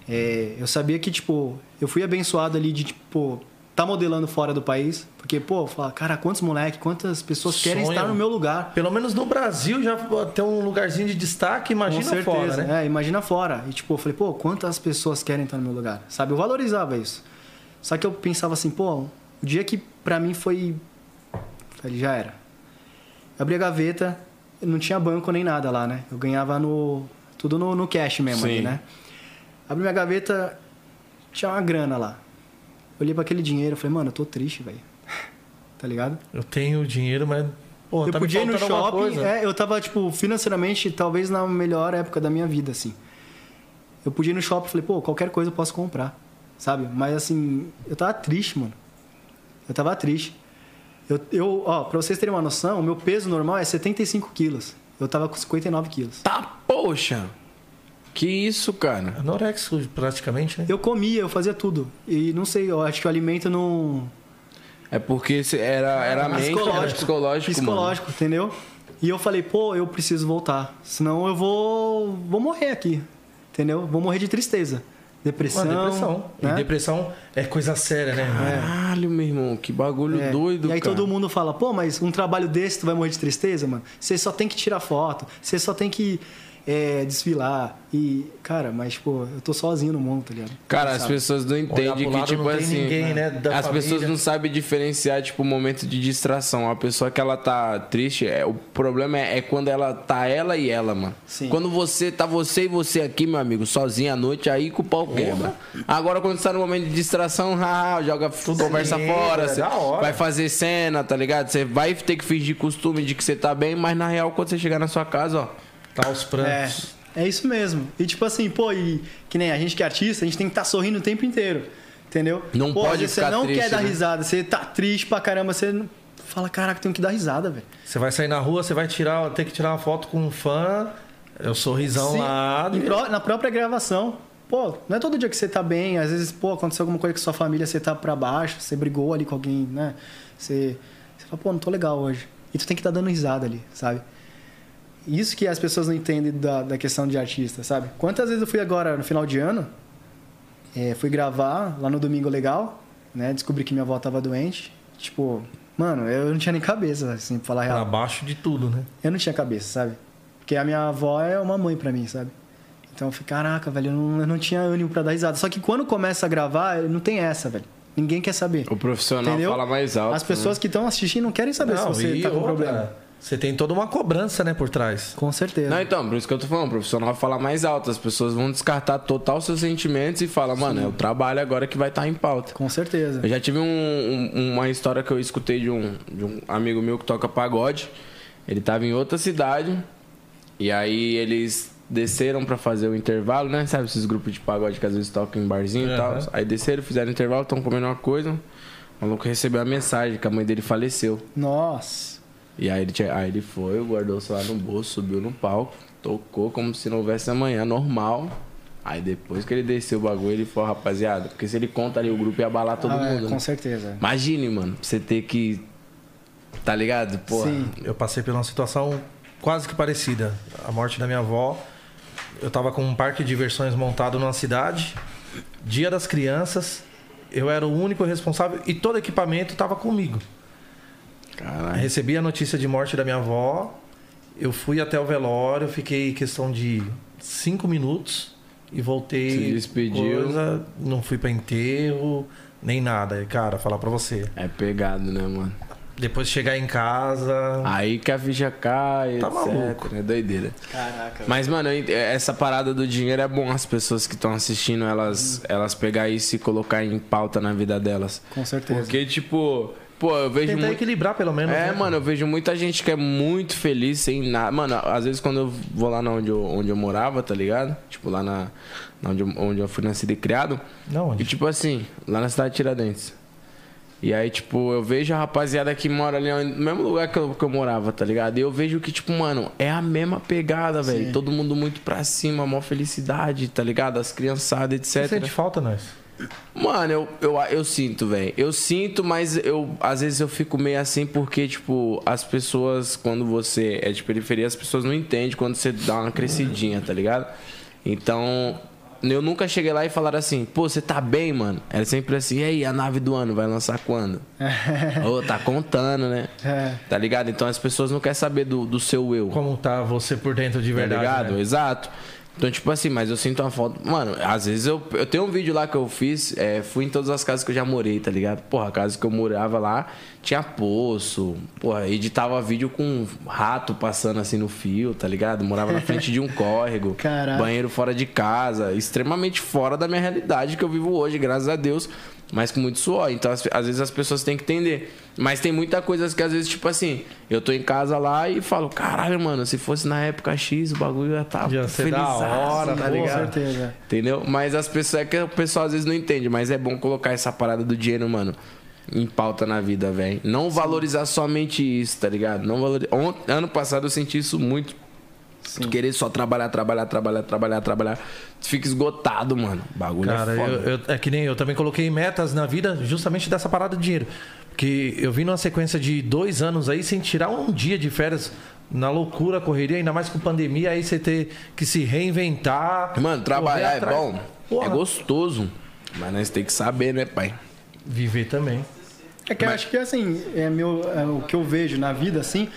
Speaker 4: É, eu sabia que, tipo, eu fui abençoado ali de, tipo, tá modelando fora do país, porque, pô, eu falava, cara, quantos moleque, quantas pessoas querem
Speaker 2: Sonho.
Speaker 4: estar no meu lugar.
Speaker 2: Pelo menos no Brasil já tem um lugarzinho de destaque,
Speaker 4: Com
Speaker 2: imagina
Speaker 4: certeza,
Speaker 2: fora, né?
Speaker 4: É, imagina fora. E tipo, eu falei, pô, quantas pessoas querem estar no meu lugar? Sabe, eu valorizava isso. Só que eu pensava assim, pô, o dia que pra mim foi. Falei, já era. Eu abri a gaveta, eu não tinha banco nem nada lá, né? Eu ganhava no. Tudo no, no cash mesmo ali,
Speaker 1: Sim.
Speaker 4: né? Abri minha gaveta, tinha uma grana lá. Olhei pra aquele dinheiro e falei, mano, eu tô triste, velho. tá ligado?
Speaker 2: Eu tenho dinheiro, mas pô,
Speaker 4: eu
Speaker 2: tá
Speaker 4: podia ir
Speaker 2: me
Speaker 4: no
Speaker 2: faltando alguma
Speaker 4: shopping.
Speaker 2: coisa.
Speaker 4: é, eu tava, tipo, financeiramente, talvez na melhor época da minha vida, assim. Eu podia ir no shopping e falei, pô, qualquer coisa eu posso comprar, sabe? Mas, assim, eu tava triste, mano. Eu tava triste. Eu, eu, ó, pra vocês terem uma noção, o meu peso normal é 75 quilos. Eu tava com 59 quilos.
Speaker 1: Tá, poxa! Que isso, cara?
Speaker 2: Anorexico, praticamente, né?
Speaker 4: Eu comia, eu fazia tudo. E não sei, eu acho que o alimento não.
Speaker 1: É porque se- era, era a mente, era psicológico, mano.
Speaker 4: Psicológico, entendeu? E eu falei, pô, eu preciso voltar. Senão eu vou. vou morrer aqui. Entendeu? Vou morrer de tristeza. Depressão.
Speaker 2: Uma depressão.
Speaker 4: né?
Speaker 2: E depressão é coisa séria, né? irmão?
Speaker 1: Caralho, meu irmão, que bagulho
Speaker 4: É.
Speaker 1: doido,
Speaker 4: E aí
Speaker 1: cara.
Speaker 4: todo mundo fala, pô, mas um trabalho desse tu vai morrer de tristeza, mano? Você só tem que tirar foto, você só tem que é, desfilar. E, cara, mas, pô, eu tô sozinho no mundo, tá ligado?
Speaker 1: Cara,
Speaker 4: Sabe?
Speaker 1: as pessoas não
Speaker 2: pro
Speaker 1: entendem que,
Speaker 2: lado
Speaker 1: tipo
Speaker 2: não tem
Speaker 1: assim.
Speaker 2: ninguém, né, da
Speaker 1: as
Speaker 2: família.
Speaker 1: pessoas não sabem diferenciar, tipo, o momento de distração. A pessoa que ela tá triste, é, o problema é, é quando ela tá ela e ela, mano.
Speaker 4: Sim.
Speaker 1: Quando você tá você e você aqui, meu amigo, sozinho à noite, aí que o pau quebra. Agora, quando você tá no momento de distração, ah, joga conversa
Speaker 2: bem,
Speaker 1: fora,
Speaker 2: é
Speaker 1: você
Speaker 2: da hora.
Speaker 1: vai fazer cena, tá ligado? Você vai ter que fingir costume de que você tá bem, mas na real, quando você chegar na sua casa, ó.
Speaker 2: Tá os
Speaker 4: É,
Speaker 2: prantos.
Speaker 4: é isso mesmo. E tipo assim, pô, e que nem a gente que é artista, a gente tem que estar sorrindo o tempo inteiro. Entendeu?
Speaker 1: Não
Speaker 4: pô,
Speaker 1: pode
Speaker 4: às vezes
Speaker 1: ficar
Speaker 4: você não
Speaker 1: triste,
Speaker 4: quer dar
Speaker 1: né?
Speaker 4: risada, você tá triste pra caramba, você não- fala, caraca, tenho que dar risada, velho.
Speaker 2: Você vai sair na rua, você vai tirar, ter que tirar uma foto com um fã, é o sorrisão
Speaker 4: Sim,
Speaker 2: lá.
Speaker 4: em pró- na própria gravação. Pô, não é todo dia que você tá bem, às vezes, pô, aconteceu alguma coisa com sua família, você tá pra baixo, você brigou ali com alguém, né? Você, você fala, pô, não tô legal hoje. E tu tem que estar dando risada ali, sabe? Isso que as pessoas não entendem da, da questão de artista, sabe? Quantas vezes eu fui agora, no final de ano, é, fui gravar lá no Domingo Legal, né? Descobri que minha avó tava doente. Tipo, mano, eu não tinha nem cabeça, assim, pra falar a real.
Speaker 2: Pra baixo de tudo, né?
Speaker 4: Eu não tinha cabeça, sabe? Porque a minha avó é uma mãe pra mim, sabe? Então eu falei, caraca, velho, eu não, eu não tinha ânimo pra dar risada. Só que quando começa a gravar, não tem essa, velho. Ninguém quer saber.
Speaker 1: O né? profissional
Speaker 4: Entendeu?
Speaker 1: fala mais alto.
Speaker 4: As pessoas que estão assistindo não querem saber se você
Speaker 2: e
Speaker 4: tá com
Speaker 2: outra,
Speaker 4: problema.
Speaker 2: Você tem toda uma cobrança, né, por trás.
Speaker 4: Com certeza.
Speaker 1: Não, então, por isso que eu tô falando, o profissional vai falar mais alto, as pessoas vão descartar total seus sentimentos e fala, mano, é o trabalho agora que vai estar em pauta.
Speaker 4: Com certeza.
Speaker 1: Eu já tive um- um- uma história que eu escutei de um, de um amigo meu que toca pagode. Ele tava em outra cidade e aí eles desceram pra fazer o intervalo, né? Sabe esses grupos de pagode que às vezes tocam em barzinho e tal.
Speaker 2: Aham.
Speaker 1: Aí desceram, fizeram intervalo, estão comendo uma coisa. O maluco recebeu a mensagem que a mãe dele faleceu.
Speaker 4: Nossa.
Speaker 1: E aí ele, tinha- aí ele foi, guardou o celular no bolso, subiu no palco, tocou como se não houvesse amanhã, normal. Aí depois que ele desceu o bagulho, ele falou, rapaziada, porque se ele conta ali, o grupo ia abalar todo
Speaker 4: Ah, é,
Speaker 1: mundo.
Speaker 4: com
Speaker 1: né?
Speaker 4: certeza.
Speaker 1: Imagine, mano, você ter que. Tá ligado? Porra.
Speaker 4: Sim.
Speaker 2: Eu passei por uma situação quase que parecida. A morte da minha avó. Eu tava com um parque de diversões montado numa cidade. Dia das crianças. Eu era o único responsável e todo equipamento estava comigo.
Speaker 1: Caralho.
Speaker 2: Recebi a notícia de morte da minha avó. Eu fui até o velório, fiquei questão de cinco minutos e voltei.
Speaker 1: Se despediu.
Speaker 2: Coisa, não fui pra enterro, nem nada. E, Cara, falar pra você.
Speaker 1: É pegado, né, mano?
Speaker 2: Depois chegar em casa.
Speaker 1: Aí que a ficha cai,
Speaker 2: Tá
Speaker 1: etc.
Speaker 2: maluco.
Speaker 1: É doideira.
Speaker 4: Caraca.
Speaker 1: Mas, mano, eu ent- essa parada do dinheiro é bom as pessoas que estão assistindo, elas, elas pegar isso e colocar em pauta na vida delas.
Speaker 4: Com certeza.
Speaker 1: Porque, tipo, pô, eu vejo
Speaker 2: Tentar
Speaker 1: muito.
Speaker 2: equilibrar pelo menos.
Speaker 1: É,
Speaker 2: né?
Speaker 1: mano, eu vejo muita gente que é muito feliz sem nada. Mano, às vezes quando eu vou lá na onde eu, onde eu morava, tá ligado? Tipo, lá na, na onde, eu, onde eu fui nascido e criado.
Speaker 2: Não,
Speaker 1: E
Speaker 2: onde?
Speaker 1: tipo assim, lá na cidade de Tiradentes. E aí, tipo, eu vejo a rapaziada que mora ali no mesmo lugar que eu, que eu morava, tá ligado? E eu vejo que, tipo, mano, é a mesma pegada, velho. Todo mundo muito pra cima, mó felicidade, tá ligado? As criançadas,
Speaker 2: Você
Speaker 1: etc.
Speaker 2: sente falta, nós?
Speaker 1: Mano, eu, eu, eu sinto, velho. Eu sinto, mas eu às vezes eu fico meio assim porque, tipo, as pessoas, quando você é de periferia, as pessoas não entendem quando você dá uma crescidinha, tá ligado? Então, eu nunca cheguei lá e falaram assim, pô, você tá bem, mano? Era sempre assim, e aí, a nave do ano vai lançar quando? Ô, tá contando, né?
Speaker 4: É.
Speaker 1: Tá ligado? Então as pessoas não querem saber do, do seu eu.
Speaker 2: Como tá você por dentro de
Speaker 1: Tá
Speaker 2: verdade?
Speaker 1: ligado?
Speaker 2: né?
Speaker 1: Exato. Então, tipo assim, mas eu sinto uma falta. Mano, às vezes eu, eu tenho um vídeo lá que eu fiz, é, fui em todas as casas que eu já morei, tá ligado? Porra, a casa que eu morava lá tinha poço, porra, editava vídeo com um rato passando assim no fio, tá ligado? Morava na frente de um córrego,
Speaker 4: Caraca.
Speaker 1: banheiro fora de casa, extremamente fora da minha realidade que eu vivo hoje, graças a Deus, mas com muito suor. Então, as- às vezes as pessoas têm que entender. Mas tem muita coisa que às vezes, tipo assim, eu tô em casa lá e falo, caralho, mano, se fosse na época X, o bagulho já tá
Speaker 2: Ia ser da hora, tá
Speaker 4: com
Speaker 2: ligado?
Speaker 4: certeza.
Speaker 1: Entendeu? Mas as pessoas é que o pessoal às vezes não entende, mas é bom colocar essa parada do dinheiro, mano. em pauta na vida, velho. Não valorizar somente isso, tá ligado? Não valori... Ont- Ano passado eu senti isso muito. Tu querer só trabalhar, trabalhar, trabalhar, trabalhar, trabalhar. Tu fica esgotado, mano. O bagulho
Speaker 2: Cara,
Speaker 1: é
Speaker 2: eu,
Speaker 1: foda.
Speaker 2: eu- é que nem eu também coloquei metas na vida justamente dessa parada de dinheiro. Porque eu vim numa sequência de dois anos aí sem tirar um dia de férias na loucura, correria, ainda mais com pandemia, aí você ter que se reinventar.
Speaker 1: Mano, trabalhar
Speaker 2: correr
Speaker 1: é
Speaker 2: atrás.
Speaker 1: bom, é
Speaker 2: Porra,
Speaker 1: gostoso. Mas nós tem que saber, né, pai?
Speaker 2: Viver também.
Speaker 3: É que eu acho que assim, é meu, é o que eu vejo na vida, assim,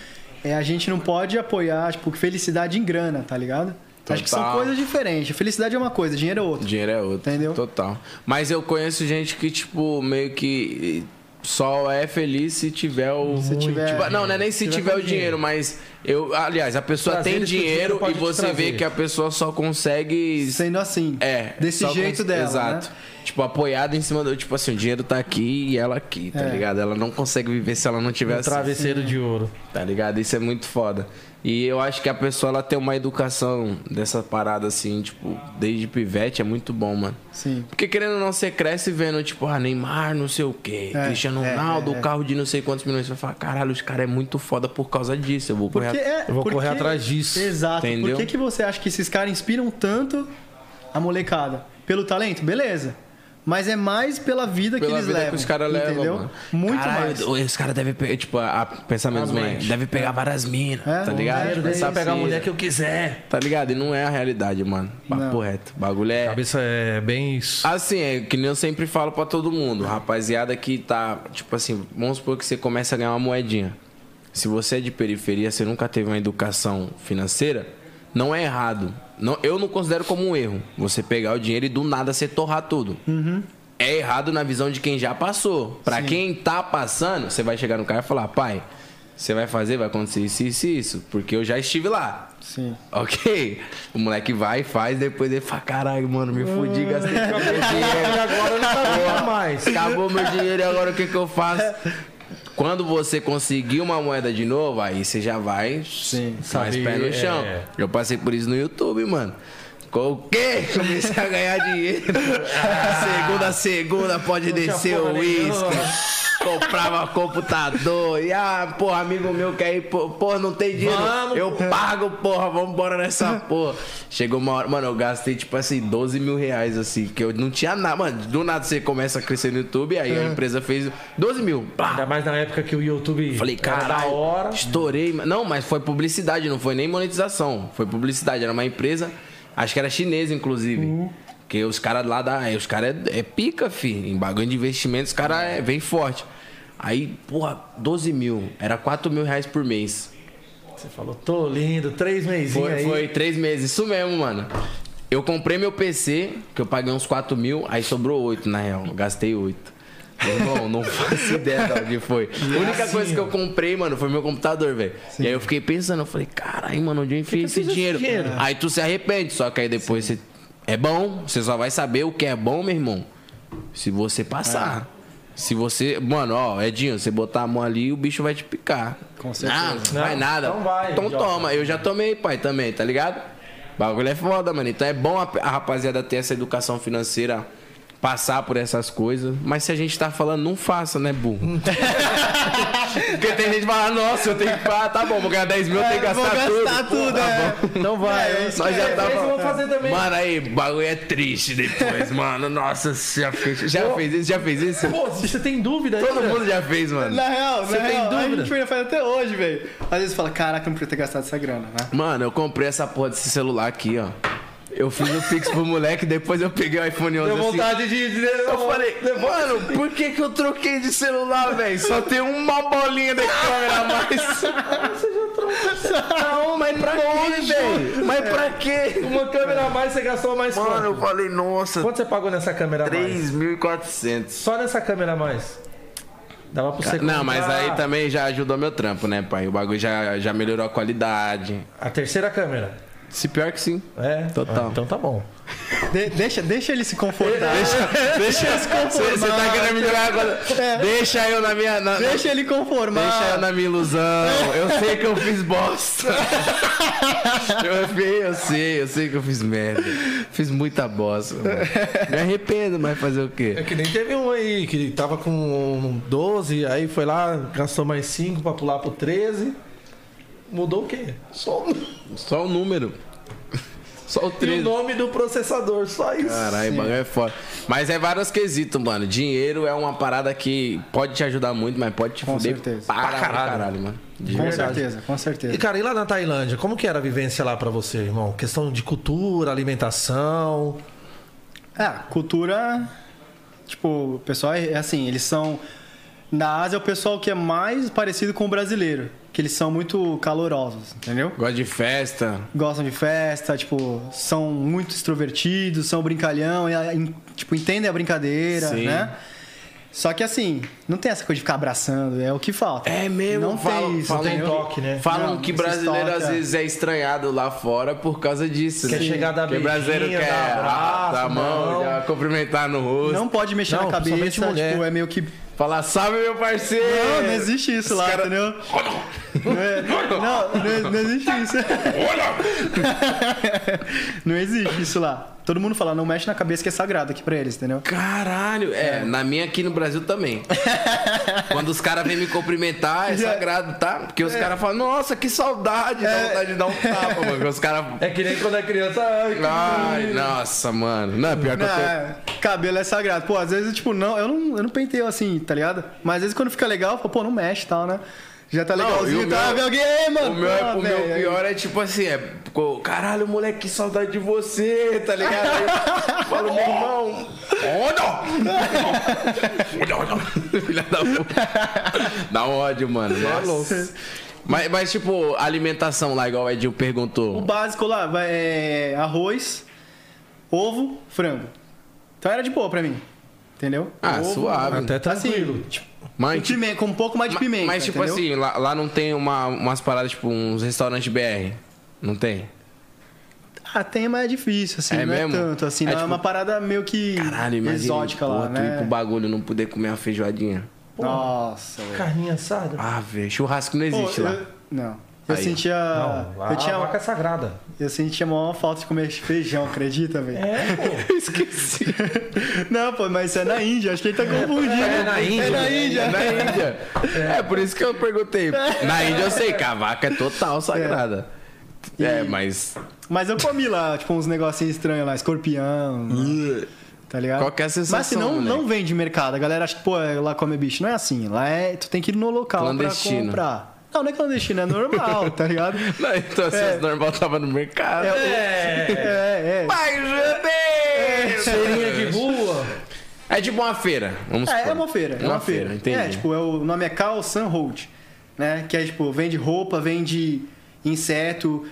Speaker 3: é a gente não pode apoiar, tipo, felicidade em grana, tá ligado? Acho que são
Speaker 1: Total.
Speaker 3: coisas diferentes. Felicidade é uma coisa, dinheiro é outra.
Speaker 1: Dinheiro é outro.
Speaker 3: Entendeu?
Speaker 1: Total. Mas eu conheço gente que, tipo, meio que só é feliz se tiver o.
Speaker 3: Se tiver-
Speaker 1: Tipo, não, não é nem se
Speaker 2: Se
Speaker 1: tiver,
Speaker 2: tiver
Speaker 1: o
Speaker 2: com
Speaker 1: dinheiro,
Speaker 2: dinheiro.
Speaker 1: mas eu. Aliás, a pessoa
Speaker 2: Prazeres
Speaker 1: tem
Speaker 2: que o dinheiro
Speaker 1: dinheiro e
Speaker 2: pode te
Speaker 1: você vê
Speaker 2: trazer.
Speaker 1: que a pessoa só consegue.
Speaker 3: Sendo assim.
Speaker 1: É.
Speaker 3: Desse
Speaker 1: só
Speaker 3: jeito
Speaker 1: cons-
Speaker 3: dela.
Speaker 1: Exato.
Speaker 3: né?
Speaker 1: Tipo, apoiada em cima do. Tipo assim, o dinheiro tá aqui e ela aqui, tá
Speaker 3: É.
Speaker 1: ligado? Ela não consegue viver se ela não tiver
Speaker 2: Um
Speaker 1: assim.
Speaker 2: travesseiro de ouro.
Speaker 1: Tá ligado? Isso é muito foda. E eu acho que a pessoa ela tem uma educação dessa parada assim, tipo, desde pivete é muito bom, mano.
Speaker 3: Sim.
Speaker 1: Porque querendo ou não, você cresce vendo, tipo, ah, Neymar, não sei o quê,
Speaker 3: É,
Speaker 1: Cristiano
Speaker 3: é,
Speaker 1: Ronaldo,
Speaker 3: é, é.
Speaker 1: carro de não sei quantos milhões. Você vai falar, caralho, os caras é muito foda por causa disso. Eu vou
Speaker 3: Porque
Speaker 1: correr.
Speaker 3: é,
Speaker 2: Eu vou
Speaker 3: porque-
Speaker 2: correr atrás disso.
Speaker 3: Exato.
Speaker 1: Entendeu?
Speaker 3: Por que, que você acha que esses caras inspiram tanto a molecada? Pelo talento? Beleza. Mas é mais pela vida que
Speaker 1: Pela
Speaker 3: eles
Speaker 1: vida
Speaker 3: levam.
Speaker 1: que os caras levam,
Speaker 3: Entendeu?
Speaker 1: mano.
Speaker 3: Muito
Speaker 1: Caralho,
Speaker 3: mais.
Speaker 1: Os caras devem pegar, tipo, a, a pensamento
Speaker 2: A
Speaker 1: ruim,
Speaker 2: mente.
Speaker 1: deve pegar várias minas,
Speaker 3: É, assim,
Speaker 1: tá
Speaker 3: o
Speaker 1: ligado?
Speaker 3: dinheiro
Speaker 1: Essa
Speaker 2: Começar a pegar a
Speaker 1: pira.
Speaker 2: mulher que eu quiser.
Speaker 1: Tá ligado? E não é a realidade, mano. Papo
Speaker 3: Não.
Speaker 1: reto. O bagulho é.
Speaker 2: Cabeça é bem isso.
Speaker 1: Assim, é que nem eu sempre falo pra todo mundo, rapaziada que tá, tipo assim, vamos supor que você começa a ganhar uma moedinha. Se você é de periferia, você nunca teve uma educação financeira, não é errado. Não, eu não considero como um erro você pegar o dinheiro e do nada você torrar tudo. É errado na visão de quem já passou. Pra quem tá passando, você vai chegar no cara e falar, pai, você vai fazer, vai acontecer isso, isso, e isso, porque eu já estive lá.
Speaker 3: Sim.
Speaker 1: Ok. O moleque vai, faz, depois ele fala, caralho, mano, me fudi, gastei todo meu dinheiro.
Speaker 2: agora eu não sabia mais.
Speaker 1: Acabou meu dinheiro e agora o que, que eu faço? Quando você conseguir uma moeda de novo, aí você já vai
Speaker 3: Sim,
Speaker 1: mais
Speaker 2: sabe,
Speaker 1: pé no chão.
Speaker 2: é.
Speaker 1: Eu passei por isso no YouTube, mano. Com o quê? Comecei a ganhar dinheiro. segunda, segunda, pode
Speaker 2: tinha
Speaker 1: descer
Speaker 2: porra
Speaker 1: o uísque.
Speaker 2: nenhuma.
Speaker 1: Comprava computador. E ah, porra, amigo meu quer ir. pô- Porra, não tem dinheiro.
Speaker 2: Vamos,
Speaker 1: eu pago, porra, vambora nessa porra. Chegou uma hora, mano, eu gastei tipo assim, 12 mil reais, assim, que eu não tinha nada. Mano, do nada você começa a crescer no YouTube, aí a empresa fez 12 mil. Pá,
Speaker 2: Ainda mais na época que o YouTube
Speaker 1: Falei,
Speaker 2: era da
Speaker 1: caralho,
Speaker 2: hora.
Speaker 1: estourei. Não, mas foi publicidade, não foi nem monetização. Foi publicidade, era uma empresa, acho que era chinesa, inclusive. Porque os caras lá da. Os caras é, é pica, fi. Em bagulho de investimento, os caras é, vem forte. Aí, porra, 12 mil. Era 4 mil reais por mês.
Speaker 2: Você falou, tô lindo, três meizinhos
Speaker 1: Foi,
Speaker 2: aí.
Speaker 1: foi três meses, isso mesmo, mano. Eu comprei meu PC, que eu paguei uns 4 mil, aí sobrou 8, na real. Eu Gastei 8. Irmão, não faço ideia de onde foi. A única
Speaker 2: assim,
Speaker 1: coisa que
Speaker 2: ó.
Speaker 1: eu comprei, mano, foi meu computador, velho. E aí eu fiquei pensando, eu falei, caralho, mano, onde eu enfiei
Speaker 2: eu
Speaker 1: esse
Speaker 2: fiz esse
Speaker 1: dinheiro?
Speaker 2: dinheiro?
Speaker 1: Aí tu se arrepende, só que aí depois você. É bom, você só vai saber o que é bom, meu irmão, se você passar. Se você. Mano, ó, Edinho, você botar a mão ali, o bicho vai te picar.
Speaker 3: Com certeza.
Speaker 1: Ah, não, vai
Speaker 2: Não,
Speaker 1: nada.
Speaker 2: então vai,
Speaker 1: então
Speaker 2: idiota.
Speaker 1: toma, eu já tomei, pai, também, tá ligado? Bagulho é foda, mano. Então é bom a, a rapaziada ter essa educação financeira, passar por essas coisas. Mas se a gente tá falando, não faça, né, burro? Porque tem gente que fala, nossa, eu tenho que. Ah, tá bom, vou ganhar 10 mil, eu tenho que
Speaker 3: É, vou
Speaker 1: gastar,
Speaker 3: gastar tudo,
Speaker 1: Pô, tá
Speaker 3: é.
Speaker 1: bom.
Speaker 3: Então vai. É, isso
Speaker 1: Nós
Speaker 3: que é.
Speaker 1: já tava...
Speaker 2: eu vou fazer também.
Speaker 1: Mano, aí, o bagulho é triste depois, mano. Nossa, você já fez, já fez isso? Já fez isso?
Speaker 2: Pô, se você tem dúvida
Speaker 1: Todo
Speaker 2: ainda,
Speaker 1: mundo já fez, mano.
Speaker 3: Na real,
Speaker 2: Você
Speaker 3: na
Speaker 2: tem
Speaker 3: real,
Speaker 2: dúvida?
Speaker 3: a gente ainda faz até hoje, velho. Às vezes fala, caraca, eu não podia ter gastado essa grana, né?
Speaker 1: Mano, eu comprei essa porra desse celular aqui, ó. Eu fiz o Pix pro moleque, depois eu peguei o iPhone 11
Speaker 2: Deu
Speaker 1: assim.
Speaker 2: vontade de... de-
Speaker 1: Eu falei, mano, por que que eu troquei de celular, velho? Só tem uma bolinha da câmera a mais. Não, mas pra quê, É. velho? Mas pra quê?
Speaker 2: Uma câmera a mais, você gastou mais
Speaker 1: Mano,
Speaker 2: quanto?
Speaker 1: eu falei, nossa,
Speaker 2: Quanto você pagou nessa câmera a mais?
Speaker 1: 3.400.
Speaker 2: Só nessa câmera a mais? Dava pra você
Speaker 1: Não, mas
Speaker 2: comprar
Speaker 1: aí tá- também já ajudou meu trampo, né, pai? O bagulho já, já melhorou a qualidade.
Speaker 2: A terceira câmera.
Speaker 1: Se pior que sim.
Speaker 2: É?
Speaker 1: Total.
Speaker 2: Ah, então tá bom.
Speaker 4: De- deixa, deixa ele se confortar.
Speaker 1: Deixa eu
Speaker 4: conformar.
Speaker 1: Você tá querendo me jogar agora?
Speaker 4: É.
Speaker 1: Deixa eu na minha. na-
Speaker 4: Deixa ele conformar.
Speaker 1: Deixa eu na minha ilusão. Eu sei que eu fiz bosta. Eu, fiz- eu sei, eu sei que eu fiz merda. Fiz muita bosta. mano. Me arrependo, mas fazer o
Speaker 2: É
Speaker 1: quê?
Speaker 2: que nem teve um aí que tava com 12, aí foi lá, gastou mais 5 pra pular pro 13. Mudou o quê? Só um.
Speaker 1: Só o número. Só o
Speaker 2: E o
Speaker 1: 13.
Speaker 2: nome do processador, só isso.
Speaker 1: Caralho, o bagulho é foda. Mas é vários quesitos, mano. Dinheiro é uma parada que pode te ajudar muito, mas pode te
Speaker 4: Com
Speaker 1: fuder
Speaker 4: certeza.
Speaker 1: para
Speaker 2: Pra caralho.
Speaker 1: caralho. caralho, mano. De
Speaker 4: Com
Speaker 1: verdade.
Speaker 4: certeza, com certeza.
Speaker 2: E cara, e lá na Tailândia, como que era a vivência lá pra você, irmão? Questão de cultura, alimentação.
Speaker 4: É, cultura. Tipo, o pessoal é é assim, eles são. Na Ásia é o pessoal que é mais parecido com o brasileiro, que eles são muito calorosos, entendeu?
Speaker 1: Gosto de festa.
Speaker 4: Gostam de festa, tipo, são muito extrovertidos, são brincalhão, e, a- en- tipo, entendem a brincadeira,
Speaker 1: Sim.
Speaker 4: né? Só que assim, não tem essa coisa de ficar abraçando, é o que falta.
Speaker 1: É mesmo,
Speaker 4: não
Speaker 1: falam-
Speaker 4: tem isso,
Speaker 1: falam
Speaker 4: entendeu?
Speaker 2: toque, né?
Speaker 1: Falam
Speaker 4: Não,
Speaker 1: que
Speaker 4: esses
Speaker 1: brasileiro
Speaker 4: toques,
Speaker 1: às
Speaker 4: é.
Speaker 1: vezes é estranhado lá fora por causa disso.
Speaker 2: Quer
Speaker 1: né?
Speaker 2: chegar da
Speaker 1: Porque brasileiro
Speaker 2: beijinho,
Speaker 1: quer
Speaker 2: dar abraço,
Speaker 1: dar a mão,
Speaker 2: não.
Speaker 1: já cumprimentar no rosto.
Speaker 4: Não pode mexer
Speaker 2: Não,
Speaker 4: na cabeça,
Speaker 2: principalmente
Speaker 4: tipo,
Speaker 2: mulher.
Speaker 4: é meio que
Speaker 1: Falar, salve meu parceiro!
Speaker 4: Não, não existe isso lá,
Speaker 1: cara-
Speaker 4: entendeu? Não, é- não, não- não existe isso. Não existe isso lá. Todo mundo fala, não mexe na cabeça que é sagrado aqui pra eles, entendeu?
Speaker 1: Caralho! É, na minha aqui no Brasil também. Quando os caras vêm me cumprimentar, é
Speaker 4: Já-
Speaker 1: sagrado, tá? Porque os caras falam, nossa, que saudade! Dá
Speaker 4: É.
Speaker 1: vontade de dar um tapa, mano. Porque os caras.
Speaker 2: É que nem quando é criança. ai, que-
Speaker 1: Ai, nossa, mano. Não, é pior que
Speaker 4: Não,
Speaker 1: eu tô.
Speaker 4: é, cabelo é sagrado. Pô, às vezes, tipo, não, eu não, eu não penteio assim, tá ligado? Mas às vezes quando fica legal, eu falo, pô, não mexe e tal, né? Já tá
Speaker 1: Não, e
Speaker 4: legalzinho,
Speaker 1: o
Speaker 4: tá?
Speaker 1: meu-
Speaker 4: Vem alguém, "Ei,
Speaker 1: O
Speaker 4: mano.
Speaker 1: meu,
Speaker 4: Ah,
Speaker 1: é, o meu
Speaker 4: velho, aí-
Speaker 1: pior é tipo assim, é. pô, Caralho, moleque, que saudade de você, tá ligado? Aí eu falo, meu irmão. Olha! Olha, Filha da puta. Dá um ódio, mano.
Speaker 4: Tá
Speaker 1: Nossa. Mas, mas, tipo, alimentação lá, igual o Edil
Speaker 4: O
Speaker 1: perguntou.
Speaker 4: básico lá vai- é arroz, ovo, frango. Então era de boa pra mim. Entendeu?
Speaker 1: Ah,
Speaker 4: ovo,
Speaker 1: suave.
Speaker 2: Até tranquilo.
Speaker 4: Assim, tipo,
Speaker 1: Mas,
Speaker 4: com, pime- com um pouco mais de
Speaker 1: ma-
Speaker 4: pimenta.
Speaker 1: mas, tipo
Speaker 4: entendeu?
Speaker 1: assim, lá, lá não tem uma, umas paradas, tipo, uns restaurantes BR. Não tem?
Speaker 4: Ah, tem, mas é difícil, assim.
Speaker 1: É
Speaker 4: não
Speaker 1: mesmo?
Speaker 4: é tanto, assim.
Speaker 1: É
Speaker 4: não é
Speaker 1: tipo-
Speaker 4: uma parada meio que
Speaker 1: Caralho, imagina.
Speaker 4: exótica
Speaker 1: pô,
Speaker 4: lá,
Speaker 1: tu ir pro
Speaker 4: né?
Speaker 1: bagulho e não poder comer uma feijoadinha.
Speaker 4: Nossa, velho.
Speaker 2: É. Carninha assada.
Speaker 1: Ah, velho, churrasco não
Speaker 4: Pô,
Speaker 1: existe lá.
Speaker 4: eu- Não. Eu
Speaker 1: Aí, ó.
Speaker 4: sentia.
Speaker 2: Não, lá
Speaker 4: eu, tinha,
Speaker 2: a vaca é sagrada.
Speaker 4: eu sentia a maior falta de comer feijão, acredita, velho?
Speaker 2: É, pô.
Speaker 4: Esqueci. Não, pô, mas isso é na Índia. Acho que ele tá confundindo.
Speaker 1: É na Índia.
Speaker 4: É na Índia.
Speaker 1: É na Índia. É, por isso que eu perguntei. Na Índia eu sei que a vaca é total sagrada. É, mas.
Speaker 4: Mas eu comi lá, tipo, uns negocinhos estranhos lá, escorpião, tá ligado?
Speaker 1: Qual que é a sensação,
Speaker 4: Mas se não,
Speaker 1: moleque?
Speaker 4: não vem de mercado, a galera acha que, pô, é lá come bicho. Não é assim, lá é, tu tem que ir no local pra
Speaker 1: Clandestino.
Speaker 4: comprar. Não, não é clandestino, é normal, tá ligado?
Speaker 1: Não, então assim,
Speaker 4: É.
Speaker 1: os normal tava no mercado.
Speaker 4: É, é, é.
Speaker 1: Pai, Judeu!
Speaker 2: Feirinha de rua.
Speaker 1: É tipo uma feira. Vamos
Speaker 4: É,
Speaker 1: supor.
Speaker 4: é uma feira, é uma, feira.
Speaker 1: entendi.
Speaker 4: É, tipo, é o o nome é Carl Sunhold, né? Que é, tipo, vende roupa, vende inseto,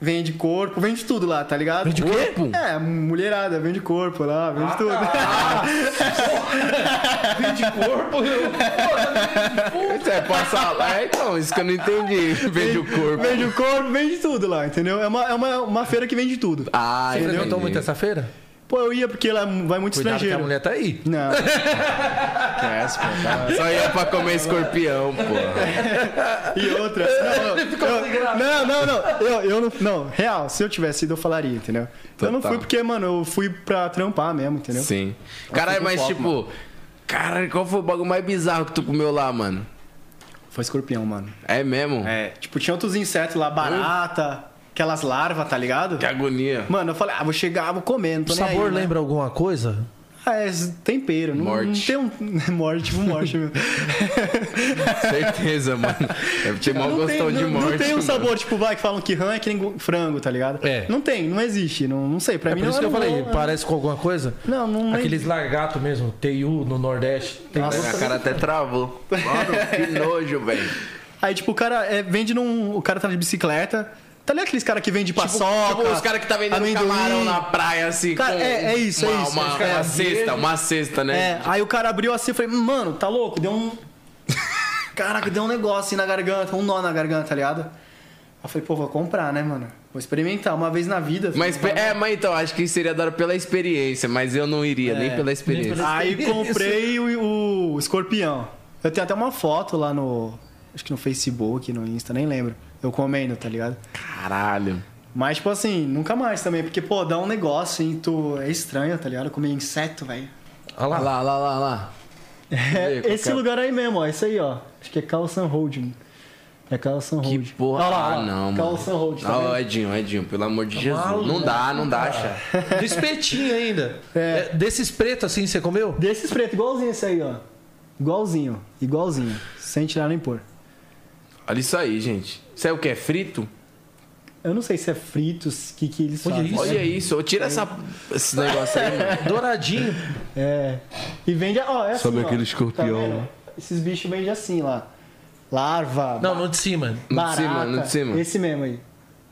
Speaker 4: vende corpo, vende tudo lá, tá ligado?
Speaker 1: Vende corpo?
Speaker 4: É, mulherada, vende corpo lá, vende
Speaker 2: Ah,
Speaker 4: tudo.
Speaker 2: tá. De corpo.
Speaker 1: Isso é passar lá. É, então, isso que eu não entendi. Vende o corpo.
Speaker 4: Vende o corpo, vende tudo lá, entendeu? É uma, é uma, uma feira que vende tudo.
Speaker 1: Ah,
Speaker 2: Você
Speaker 1: entendi.
Speaker 2: frequentou muito essa feira?
Speaker 4: Pô, eu ia porque lá vai
Speaker 2: Cuidado
Speaker 4: muito
Speaker 2: que a
Speaker 4: é estrangeiro.
Speaker 2: mulher tá aí.
Speaker 4: Não, tá?
Speaker 1: Só ia pra comer escorpião, pô.
Speaker 4: e outra. Não, eu- não, não, não. Eu, eu não. Não, real, se eu tivesse ido, eu falaria, entendeu? Eu não
Speaker 1: Total.
Speaker 4: fui porque, mano, eu fui pra trampar mesmo, entendeu?
Speaker 1: Sim. Caralho, mas tipo. Caralho, qual foi o bagulho mais bizarro que tu comeu lá, mano?
Speaker 4: Foi escorpião, mano.
Speaker 1: É mesmo?
Speaker 4: É, tipo, tinha outros insetos lá, barata, aquelas larvas, tá ligado?
Speaker 1: Que agonia.
Speaker 4: Mano, eu falei, ah, vou chegar, vou comer, não
Speaker 2: O
Speaker 4: tô nem
Speaker 2: sabor
Speaker 4: aí, né?
Speaker 2: lembra alguma coisa?
Speaker 4: Ah, é s- tempero. não-
Speaker 1: Morte.
Speaker 4: Não, tem um... morte, tipo morte mesmo.
Speaker 1: Certeza, mano. Deve ter mal
Speaker 4: não, tem,
Speaker 1: gostão de
Speaker 4: não-
Speaker 1: morte. né?
Speaker 4: não tem um
Speaker 1: mano.
Speaker 4: sabor, tipo, vai, que falam que rã é que nem go- frango, tá ligado?
Speaker 2: É.
Speaker 4: Não tem, não existe. Não, não sei, pra
Speaker 2: É
Speaker 4: mim
Speaker 2: por isso que
Speaker 4: não né?
Speaker 2: eu falei,
Speaker 4: não-
Speaker 2: parece com alguma coisa?
Speaker 4: Não, não
Speaker 2: Aqueles largato mesmo, TU no Nordeste. Tem
Speaker 4: Hum. Nossa.
Speaker 1: Minha cara até travou. Mano, que nojo, velho.
Speaker 4: Aí, tipo, o cara é, vende num. O cara tá de bicicleta. Tá ligado aqueles caras que vende paçoca?
Speaker 1: Tipo, os caras que tá vendendo
Speaker 4: amendoim.
Speaker 1: camarão na praia, assim.
Speaker 4: Cara,
Speaker 1: com
Speaker 4: é- é isso, é
Speaker 1: uma,
Speaker 4: isso. Os
Speaker 1: Uma,
Speaker 4: caras
Speaker 1: uma cesta, uma cesta, né?
Speaker 4: É, aí o cara abriu assim e falei, mano, tá louco? Deu um. Caraca, deu um negócio assim na garganta, um nó na garganta, tá ligado? Eu falei, pô, vou comprar, né, mano? Vou experimentar uma vez na vida. tá
Speaker 1: Mas,
Speaker 4: falei,
Speaker 1: é, mas então, acho que seria da hora pela experiência, mas eu não iria, nem
Speaker 4: É.
Speaker 1: pela experiência.
Speaker 5: pela-
Speaker 4: Aí comprei o, o escorpião. Eu tenho até uma foto lá no. Acho que no Facebook, no Insta, nem lembro. Eu comendo, tá ligado?
Speaker 1: Caralho.
Speaker 4: Mas, tipo assim, nunca mais também, porque, pô, dá um negócio, hein? Tu... É estranho, tá ligado? Comer inseto, velho.
Speaker 2: Olha lá.
Speaker 1: Olha lá, olha lá, olha lá.
Speaker 4: É,
Speaker 1: Vê, qual
Speaker 4: esse
Speaker 1: que é?
Speaker 4: lugar aí mesmo, ó. Esse aí, ó. Acho que é Carlson Holding. É Carlson Holding.
Speaker 1: Que porra.
Speaker 4: Olha lá, olha
Speaker 1: ah,
Speaker 4: lá.
Speaker 1: não,
Speaker 4: Carlson
Speaker 1: mano.
Speaker 4: Holding, tá
Speaker 1: Não,
Speaker 4: vendo? Tá
Speaker 1: Edinho, Edinho, pelo amor de Jesus. não dá, não dá, chá.
Speaker 2: Do espetinho ainda.
Speaker 4: É.
Speaker 2: É, Desses pretos assim, você comeu?
Speaker 4: Desses preto, igualzinho esse aí, ó. Igualzinho, igualzinho. Sem tirar nem pôr.
Speaker 1: Olha isso aí, gente. Isso é o que? É frito?
Speaker 4: Eu não sei se é fritos, o que, que eles
Speaker 2: Olha
Speaker 4: fazem.
Speaker 2: Isso.
Speaker 1: Olha isso. Ô, Tira essa, esse negócio aí, mano.
Speaker 2: Douradinho.
Speaker 4: É. E vende. Ó, é assim,
Speaker 1: Sabe
Speaker 4: ó.
Speaker 1: aquele escorpião,
Speaker 4: Tá vendo?
Speaker 1: né?
Speaker 4: Esses bichos vendem assim lá. Larva.
Speaker 2: Não, no de cima.
Speaker 1: no de
Speaker 4: barata,
Speaker 1: cima, no de cima.
Speaker 4: Esse mesmo aí.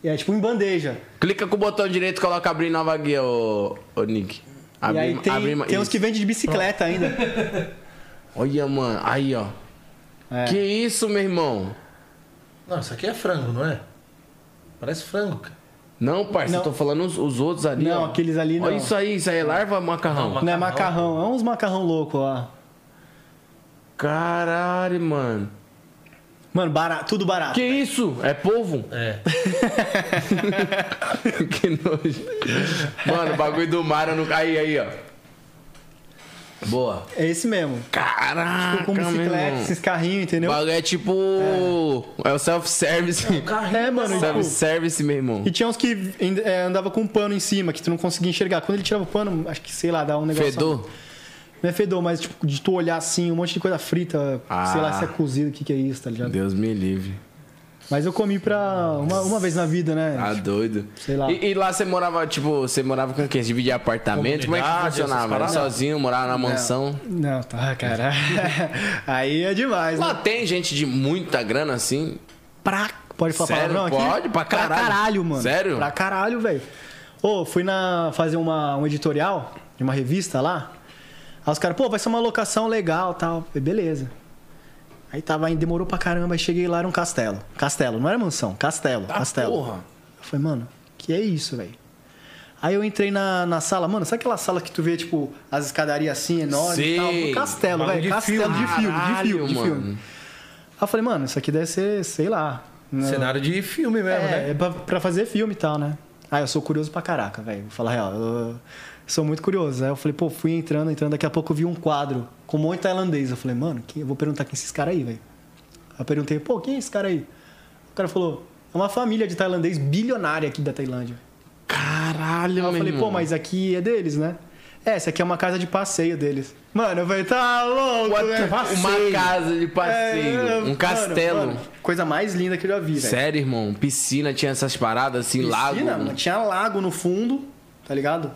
Speaker 4: E é tipo em bandeja.
Speaker 1: Clica com o botão direito e coloca abrir nova guia, ô, ô Nick. Abrir,
Speaker 4: e aí tem,
Speaker 1: abrir ma-
Speaker 4: tem uns
Speaker 1: isso.
Speaker 4: que vendem de bicicleta ainda.
Speaker 1: Olha, mano. Aí, ó.
Speaker 4: É.
Speaker 1: Que isso, meu irmão?
Speaker 2: Não, isso aqui é frango, não é? Parece frango, cara.
Speaker 1: Não, parça, eu tô falando os, os outros ali.
Speaker 4: Não,
Speaker 1: ó.
Speaker 4: aqueles ali não.
Speaker 1: Olha isso aí, isso aí é larva ou macarrão.
Speaker 2: Não,
Speaker 4: Não é macarrão, é uns macarrão louco lá.
Speaker 1: Caralho, mano.
Speaker 4: Mano, barato, tudo barato.
Speaker 1: Que isso? É polvo?
Speaker 2: É.
Speaker 1: que nojo. Mano, o bagulho do mar eu não. Aí, aí, ó. Boa.
Speaker 4: É esse mesmo.
Speaker 1: Caraca,
Speaker 4: Com
Speaker 1: meu
Speaker 4: bicicleta,
Speaker 1: irmão.
Speaker 4: esses carrinhos,
Speaker 1: O
Speaker 4: entendeu?
Speaker 1: bagulho é tipo. É, o self-service.
Speaker 4: É, mano. e, tipo,
Speaker 1: Self-service, meu irmão.
Speaker 4: E tinha uns que ainda- é, andava com um pano em cima, que tu não conseguia enxergar. Quando ele tirava o pano, acho que, sei lá, dá um negócio.
Speaker 1: Fedor.
Speaker 4: Não é fedor, mas tipo, de tu olhar assim, um monte de coisa frita,
Speaker 1: Ah.
Speaker 4: sei lá se é cozido, o que, que é isso, tá ligado?
Speaker 1: Deus me livre.
Speaker 4: Mas eu comi pra uma, uma vez na vida, né?
Speaker 1: Tá doido.
Speaker 4: sei lá.
Speaker 1: E, e lá você morava, tipo, você morava com quem? Você dividia apartamento? Como é que
Speaker 2: Comunidade,
Speaker 1: funcionava?
Speaker 2: essas
Speaker 1: Era
Speaker 2: paradas?
Speaker 1: sozinho, morava
Speaker 4: É.
Speaker 1: na mansão?
Speaker 4: Não, tá, cara. Aí é demais, né?
Speaker 1: Lá tem gente de muita grana assim.
Speaker 4: Pra... Pode falar
Speaker 1: Sério?
Speaker 4: palavrão aqui?
Speaker 1: Pode? Pra
Speaker 4: Pra
Speaker 1: caralho.
Speaker 4: caralho, mano.
Speaker 1: Sério?
Speaker 4: Pra caralho, velho. Ô, fui na fazer uma, um editorial de uma revista lá. Aí os caras, pô, vai ser uma locação legal tal. Falei, beleza. Aí tava aí, demorou pra caramba. Aí cheguei lá, era um castelo. Castelo, não era mansão, castelo, castelo.
Speaker 1: Tá porra.
Speaker 4: Eu falei, mano, que é isso, velho? Aí eu entrei na, na sala, mano, sabe aquela sala que tu vê, tipo, as escadarias assim, enormes e tal?
Speaker 1: Sei.
Speaker 4: Castelo,
Speaker 2: Bagulho
Speaker 4: velho,
Speaker 2: de
Speaker 4: castelo
Speaker 2: filme.
Speaker 4: de filme, de
Speaker 1: Caralho,
Speaker 4: filme, de filme.
Speaker 1: mano.
Speaker 4: Aí eu falei, mano, isso aqui deve ser, sei lá. né?
Speaker 2: Cenário de filme mesmo,
Speaker 4: é,
Speaker 2: né?
Speaker 4: é pra, pra fazer filme e tal, né? Ah, eu sou curioso pra caraca, velho. Vou falar a real. Eu sou muito curioso. Aí eu falei, pô, fui entrando, entrando. Daqui a pouco eu vi um quadro com um monte de tailandês. Eu falei, mano, quem- eu vou perguntar quem é esses caras aí, velho. Aí eu perguntei, pô, quem é esse cara aí? O cara falou, é uma família de tailandês bilionária aqui da Tailândia.
Speaker 1: Caralho,
Speaker 4: Aí eu
Speaker 1: meu
Speaker 4: falei,
Speaker 1: irmão.
Speaker 4: pô, mas aqui é deles, né? É, essa aqui é uma casa de passeio deles. Mano, eu falei, tá louco,
Speaker 1: What
Speaker 4: velho.
Speaker 1: the- Uma casa de passeio.
Speaker 4: É,
Speaker 1: um
Speaker 4: mano,
Speaker 1: castelo.
Speaker 4: mano, coisa mais linda que eu já vi, velho.
Speaker 1: Sério, irmão? Piscina tinha essas paradas assim, lago.
Speaker 4: Piscina, mano, tinha lago no fundo, tá ligado?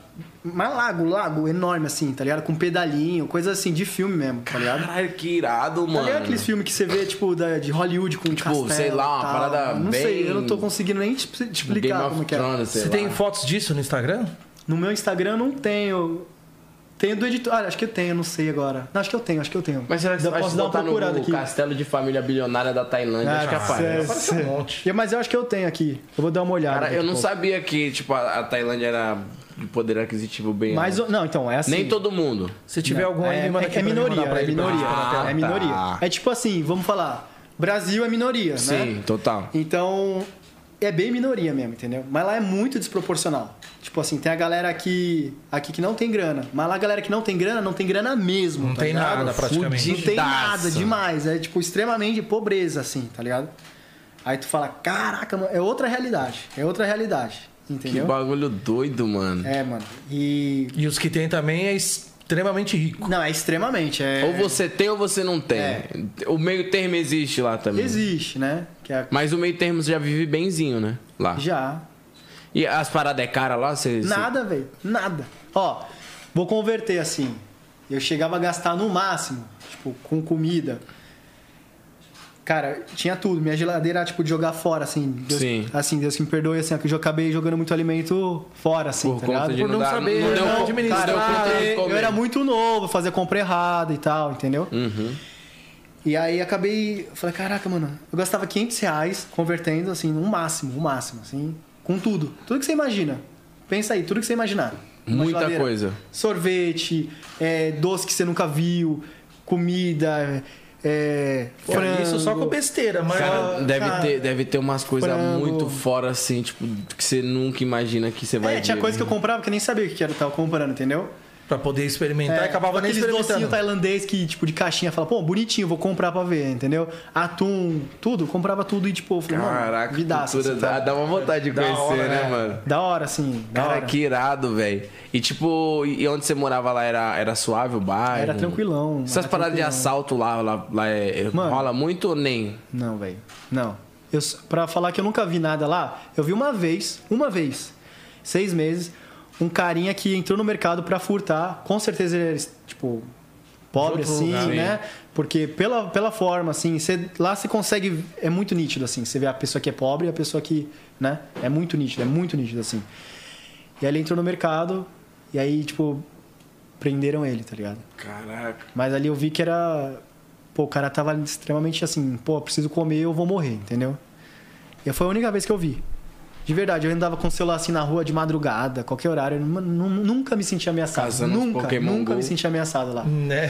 Speaker 4: Mas lago, lago enorme assim, tá ligado? Com pedalinho, coisa assim, de filme mesmo, tá ligado?
Speaker 1: Caralho, que irado,
Speaker 4: Tá
Speaker 1: mano.
Speaker 4: ligado aqueles filmes que você vê, tipo, da- de Hollywood com tipo, castelo
Speaker 1: sei lá, uma
Speaker 4: e tal?
Speaker 1: parada
Speaker 4: Não sei,
Speaker 1: bem-
Speaker 4: eu não tô conseguindo nem te te
Speaker 1: Tipo, Game
Speaker 4: explicar
Speaker 1: of
Speaker 4: como que é.
Speaker 1: Thrones, sei
Speaker 2: Você
Speaker 1: lá.
Speaker 2: tem fotos disso no Instagram?
Speaker 4: No meu Instagram não tenho... Tenho do editor... Ah, acho que eu tenho, não sei agora. Não, acho que eu tenho, acho que eu tenho.
Speaker 1: Mas será que
Speaker 4: eu
Speaker 1: você vai
Speaker 4: posso dar uma
Speaker 1: botar no
Speaker 4: procurada
Speaker 1: Google
Speaker 4: aqui?
Speaker 1: Castelo de Família Bilionária da Tailândia?
Speaker 4: Ah,
Speaker 1: acho que
Speaker 4: cara,
Speaker 1: aparece.
Speaker 4: sério.
Speaker 2: Apareceu um monte.
Speaker 4: É, Mas eu acho que eu tenho aqui. Eu vou dar uma olhada.
Speaker 1: Cara,
Speaker 4: daqui
Speaker 1: eu
Speaker 4: a
Speaker 1: não
Speaker 4: pouco.
Speaker 1: sabia que, tipo, a a Tailândia era de poder aquisitivo bem
Speaker 4: Mas,
Speaker 1: alto.
Speaker 4: não, então, é assim.
Speaker 1: Nem todo mundo.
Speaker 2: Se tiver algum aí,
Speaker 4: é,
Speaker 2: me manda
Speaker 4: é-
Speaker 2: aqui pra
Speaker 4: é
Speaker 2: mim
Speaker 4: minoria,
Speaker 2: mandar pra
Speaker 4: é
Speaker 2: ele, pra gente
Speaker 4: minoria.
Speaker 2: ver na tela.
Speaker 1: Ah,
Speaker 4: é minoria.
Speaker 1: tá.
Speaker 4: É tipo assim, vamos falar. Brasil é minoria,
Speaker 1: Sim,
Speaker 4: né?
Speaker 1: total.
Speaker 4: Então, é bem minoria mesmo, entendeu? Mas lá é muito desproporcional. Tipo assim, tem a galera aqui, aqui que não tem grana. Mas lá a galera que não tem grana, não tem grana mesmo.
Speaker 2: Não
Speaker 4: tá
Speaker 2: tem
Speaker 4: ligado?
Speaker 2: nada, praticamente.
Speaker 4: Não tem nada
Speaker 1: Fudidaço.
Speaker 4: demais. É tipo extremamente pobreza, assim, tá ligado? Aí tu fala, caraca, mano, é outra realidade. É outra realidade.
Speaker 1: Que
Speaker 4: Entendeu?
Speaker 1: bagulho doido, mano.
Speaker 4: é, mano. E.
Speaker 2: E os que tem também é extremamente rico.
Speaker 4: Não, é extremamente. É...
Speaker 1: Ou você tem ou você não tem.
Speaker 4: É.
Speaker 1: O meio termo existe lá também.
Speaker 4: Existe, né? Que é a-
Speaker 1: Mas o meio termo já vive benzinho, né? Lá.
Speaker 4: Já.
Speaker 1: E as paradas é cara lá? Você, você-
Speaker 4: Nada, velho. Nada. Ó, vou converter assim. Eu chegava a gastar no máximo, tipo, com comida. Cara, tinha tudo. Minha geladeira era, tipo, de jogar fora, assim. Deus,
Speaker 1: Sim.
Speaker 4: Assim, Deus que me perdoe, assim, ó, que eu já acabei jogando muito alimento fora, assim,
Speaker 1: Por
Speaker 4: tá
Speaker 1: conta
Speaker 4: ligado?
Speaker 1: de
Speaker 2: Por
Speaker 1: não,
Speaker 2: não
Speaker 1: dar-
Speaker 2: saber,
Speaker 1: não deu
Speaker 2: não
Speaker 1: co- não
Speaker 2: administrar,
Speaker 1: deu conta de
Speaker 4: né? Eu
Speaker 1: comer.
Speaker 4: era muito novo, fazia compra errada e tal, entendeu?
Speaker 1: Uhum.
Speaker 4: E aí acabei. Falei, caraca, mano, eu gastava 500 reais convertendo, assim, no máximo, o máximo, assim, com tudo. Tudo que você imagina. Pensa aí, tudo que você imaginar. Uma
Speaker 1: Muita
Speaker 4: geladeira,
Speaker 1: coisa.
Speaker 4: Sorvete, é, doce que você nunca viu, comida, é, frango.
Speaker 2: Isso só com besteira, mas.
Speaker 1: Cara, deve,
Speaker 4: cara.
Speaker 1: ter, deve ter umas coisas
Speaker 4: Frango.
Speaker 1: muito fora, assim, tipo, que você nunca imagina que você vai
Speaker 4: É, tinha
Speaker 1: ver.
Speaker 4: coisa que eu comprava que eu nem sabia o que era que eu tava comprando, entendeu?
Speaker 2: Pra poder experimentar, e Então acabava nem
Speaker 4: É, aqueles docinhos
Speaker 2: experimentando.
Speaker 4: tailandês que, tipo, de caixinha, fala, pô, bonitinho, vou comprar pra ver, entendeu? Atum, tudo, eu comprava tudo e, tipo, eu falei,
Speaker 1: Caraca,
Speaker 4: mano, vidaço.
Speaker 1: cultura,
Speaker 4: assim,
Speaker 1: dá,
Speaker 4: sabe?
Speaker 1: dá uma vontade de
Speaker 2: Da
Speaker 1: conhecer, né,
Speaker 2: hora, né?
Speaker 1: mano?
Speaker 4: Da hora, assim, da
Speaker 1: Cara,
Speaker 4: hora.
Speaker 1: que irado, velho. E tipo, e onde você morava lá era, era suave o bairro?
Speaker 4: Era tranquilão.
Speaker 1: Essas
Speaker 4: era
Speaker 1: paradas de
Speaker 4: tranquilão.
Speaker 1: assalto lá, lá, lá é-
Speaker 4: Mano.
Speaker 1: rola muito ou nem?
Speaker 4: Não, velho. Não. Eu, s- pra falar que eu nunca vi nada lá, eu vi uma vez, uma vez, seis meses, um carinha que entrou no mercado pra furtar. Com certeza ele era, tipo, pobre,
Speaker 2: outro
Speaker 4: assim,
Speaker 2: lugar,
Speaker 4: né? Porque pela, pela forma, assim, cê- lá você consegue. É muito nítido, assim. Você vê a pessoa que é pobre e a pessoa que. né? É muito nítido, é muito nítido, assim. E aí ele entrou no mercado, e aí, tipo, prenderam ele, tá ligado?
Speaker 1: Caraca.
Speaker 4: Mas ali eu vi que era. Pô, o cara tava extremamente assim, pô, preciso comer, eu vou morrer, entendeu? E foi a única vez que eu vi. De verdade, eu andava com o celular assim na rua de madrugada, qualquer horário. eu nu- nu- nunca me senti ameaçado.
Speaker 1: Caçando uns
Speaker 4: nunca,
Speaker 1: Pokémon
Speaker 4: nunca
Speaker 1: Go.
Speaker 4: me senti ameaçado lá.
Speaker 2: Né?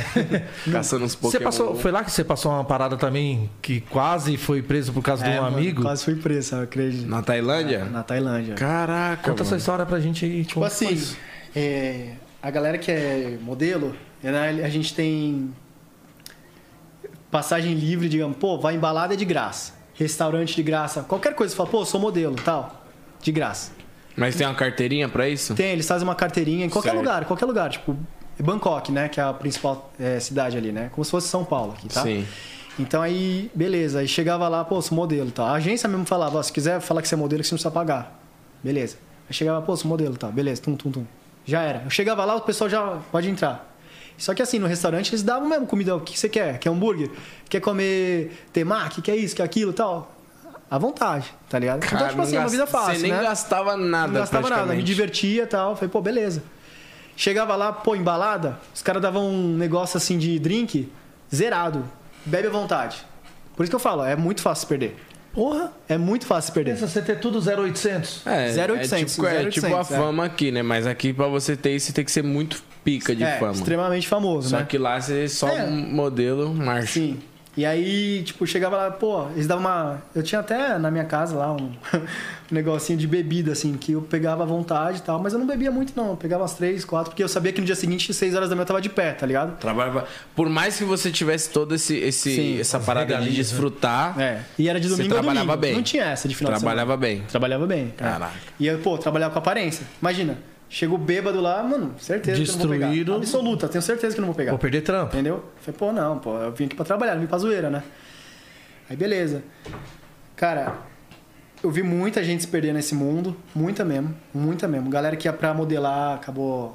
Speaker 1: Caçando uns Pokémon.
Speaker 2: Você passou, foi lá que você passou uma parada também que quase foi preso por causa de
Speaker 4: É,
Speaker 2: um
Speaker 4: mano,
Speaker 2: amigo?
Speaker 4: Quase fui preso, eu acredito.
Speaker 1: Na Tailândia?
Speaker 4: Na Tailândia.
Speaker 1: Caraca,
Speaker 2: Conta essa
Speaker 1: mano.
Speaker 2: história pra gente aí.
Speaker 4: Tipo assim, é, a galera que é modelo, né, a gente tem passagem livre, digamos, pô, vai em balada é de graça, restaurante de graça, qualquer coisa, você fala, pô, sou modelo, tal, de graça.
Speaker 1: Mas tem uma carteirinha pra isso?
Speaker 4: Tem, eles fazem uma carteirinha em qualquer
Speaker 1: Certo.
Speaker 4: lugar, qualquer lugar, tipo Bangkok, né, que é a principal é, cidade ali, né, como se fosse São Paulo aqui, tá?
Speaker 1: Sim.
Speaker 4: Então aí, beleza, aí chegava lá, pô, sou modelo, tá? A agência mesmo falava, ó, se quiser falar que você é modelo, que você não precisa pagar. Beleza. Aí chegava, pô, sou modelo, tá? Beleza, tum, tum, tum. Já era. Eu chegava lá, o pessoal já pode entrar. Só que assim, no restaurante eles davam mesmo comida, o que que você quer? Quer hambúrguer? Quer comer temaki? Quer isso, quer aquilo e tal? À vontade, tá ligado? então, tipo
Speaker 1: não
Speaker 4: assim, é uma
Speaker 1: gas-
Speaker 4: vida fácil,
Speaker 1: Você nem
Speaker 4: né?
Speaker 1: gastava nada,
Speaker 4: não gastava nada, me
Speaker 1: praticamente.
Speaker 4: divertia e tal. Falei, pô, beleza. Chegava lá, pô, embalada, os caras davam um negócio assim de drink zerado. Bebe à vontade. Por isso que eu falo, é muito fácil se perder.
Speaker 2: Porra,
Speaker 4: É muito fácil se perder.
Speaker 2: pensa você ter tudo 0800.
Speaker 1: É,
Speaker 4: 0800,
Speaker 1: é tipo, é tipo
Speaker 4: 0800,
Speaker 1: a
Speaker 4: é.
Speaker 1: fama aqui, né? Mas aqui pra você ter isso, tem que ser muito pica de
Speaker 4: é,
Speaker 1: fama.
Speaker 4: extremamente famoso,
Speaker 1: Só
Speaker 4: né?
Speaker 1: que lá você é só
Speaker 4: É.
Speaker 1: um modelo, marcha.
Speaker 4: Sim. E aí, tipo, chegava lá, pô, eles davam uma. Eu tinha até na minha casa lá um, um negocinho de bebida, assim, que eu pegava à vontade e tal, mas eu não bebia muito, não. Eu pegava umas três, quatro, porque eu sabia que no dia seguinte, seis horas da manhã, eu tava de pé, tá ligado?
Speaker 1: Trabalhava. Por mais que você tivesse todo esse, esse
Speaker 4: Sim,
Speaker 1: essa
Speaker 2: as
Speaker 1: parada de
Speaker 2: regalias, né?
Speaker 1: desfrutar,
Speaker 4: É. E era de
Speaker 1: Você
Speaker 4: domingo a
Speaker 1: trabalhava
Speaker 4: domingo.
Speaker 1: bem.
Speaker 4: Não tinha essa de final
Speaker 1: trabalhava bem.
Speaker 4: de semana. Trabalhava bem. cara.
Speaker 1: Caraca.
Speaker 4: E eu, pô, trabalhava com aparência. Imagina, chego bêbado lá, mano, certeza que eu não vou
Speaker 2: Destruído.
Speaker 4: pegar. Absoluta, tenho certeza que eu não vou pegar.
Speaker 2: Vou perder trampo.
Speaker 4: Entendeu? Falei, pô, não, pô, eu vim aqui pra trabalhar, não vim pra zoeira, né? Aí beleza. Cara, eu vi muita gente se perder nesse mundo, muita mesmo, muita mesmo. Galera que ia pra modelar acabou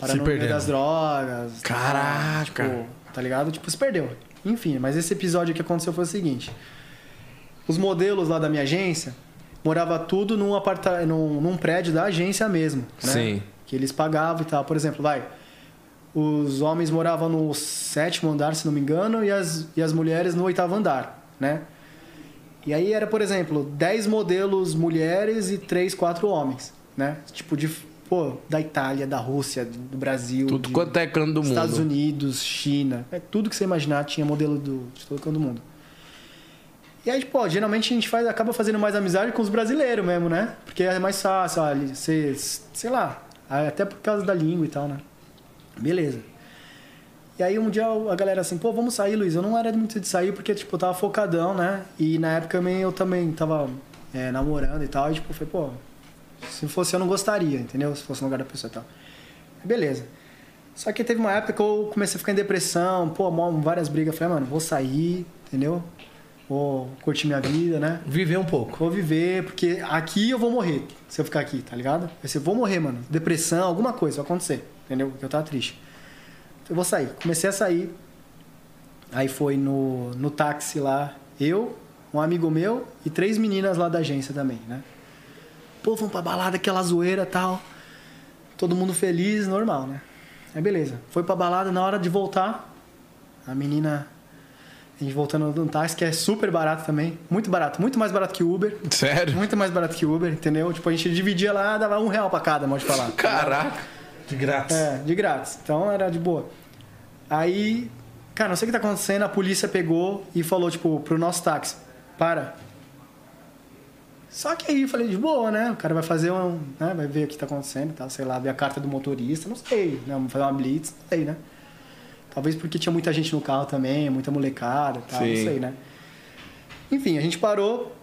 Speaker 4: parando
Speaker 2: Se
Speaker 4: no meio
Speaker 2: perdendo.
Speaker 4: das drogas. tá?
Speaker 1: Caraca.
Speaker 4: Tipo, tá ligado? Tipo, se perdeu. Enfim, mas esse episódio que aconteceu foi o seguinte. Os modelos lá da minha agência morava tudo num, aparta... num, num prédio da agência mesmo. Né?
Speaker 1: Sim.
Speaker 4: Que eles pagavam e tal. Por exemplo, vai. Os homens moravam no sétimo andar, se não me engano, e as, e as mulheres no oitavo andar, né? E aí era, por exemplo, 10 modelos mulheres e 3, 4 homens, né? Tipo de, pô, da Itália, da Rússia, do Brasil,
Speaker 1: tudo
Speaker 4: de-
Speaker 1: quanto é canto do mundo.
Speaker 4: Estados Unidos, China, é tudo que você imaginar tinha modelo do, de todo canto do mundo. E aí, pô, geralmente a gente faz, acaba fazendo mais amizade com os brasileiros mesmo, né? Porque é mais fácil, olha, você, sei lá, ah, até por causa da língua e tal, né? Beleza. E aí um dia a galera assim, pô, vamos sair, Luiz. Eu não era muito de sair porque, tipo, eu tava focadão, né? E na época também eu também tava é, namorando e tal. E, tipo, eu falei, pô, se fosse eu não gostaria, entendeu? Se fosse no lugar da pessoa e tal. Beleza. Só que teve uma época que eu comecei a ficar em depressão, pô, mó- várias brigas. Eu Falei, mano, vou sair, entendeu? Vou curtir minha vida, né?
Speaker 2: Viver um pouco.
Speaker 4: Vou viver, porque aqui eu vou morrer se eu ficar aqui, tá ligado? Eu sei, vou morrer, mano. Depressão, alguma coisa vai acontecer, entendeu? Porque eu tava triste. Eu vou sair. Comecei a sair. Aí foi no, no táxi lá, eu, um amigo meu e três meninas lá da agência também, né? Pô, vamos pra balada, aquela zoeira e tal. Todo mundo feliz, normal, né? Aí beleza. Foi pra balada, na hora de voltar, a menina A gente voltando no táxi, que é super barato também. Muito barato. Muito mais barato que Uber.
Speaker 1: Sério?
Speaker 4: Muito mais barato que Uber, entendeu? Tipo, a gente dividia lá, dava um real pra cada, mal de falar.
Speaker 1: Caraca.
Speaker 2: De grátis.
Speaker 4: É, de grátis. Então era de boa. Aí, cara, não sei o que tá acontecendo, a polícia pegou e falou, tipo, pro nosso táxi, para. Só que aí eu falei, de boa, né? O cara vai fazer um. Né? Vai ver o que tá acontecendo, tá? Sei lá, ver a carta do motorista, não sei, né? Vai fazer uma blitz, não sei, né? Talvez porque tinha muita gente no carro também, muita molecada e tal, não
Speaker 1: Sim.
Speaker 4: sei, né? Enfim, a gente parou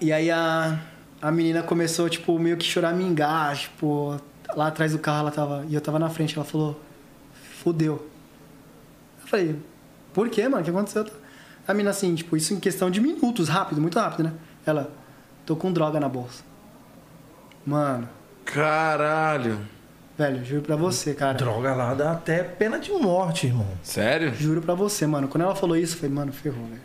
Speaker 4: e aí a, a menina começou, tipo, meio que choramingar, tipo, lá atrás do carro ela tava. E eu tava na frente, ela falou, fudeu. Eu falei, por quê, mano? O que aconteceu? A menina assim, tipo, isso em questão de minutos, rápido, muito rápido, né? Ela, tô com droga na bolsa. Mano,
Speaker 1: Caralho.
Speaker 4: velho, juro pra você, cara.
Speaker 2: Droga lá dá até pena de morte, irmão.
Speaker 1: Sério?
Speaker 4: Juro pra você, mano. Quando ela falou isso, eu falei, mano, ferrou, velho.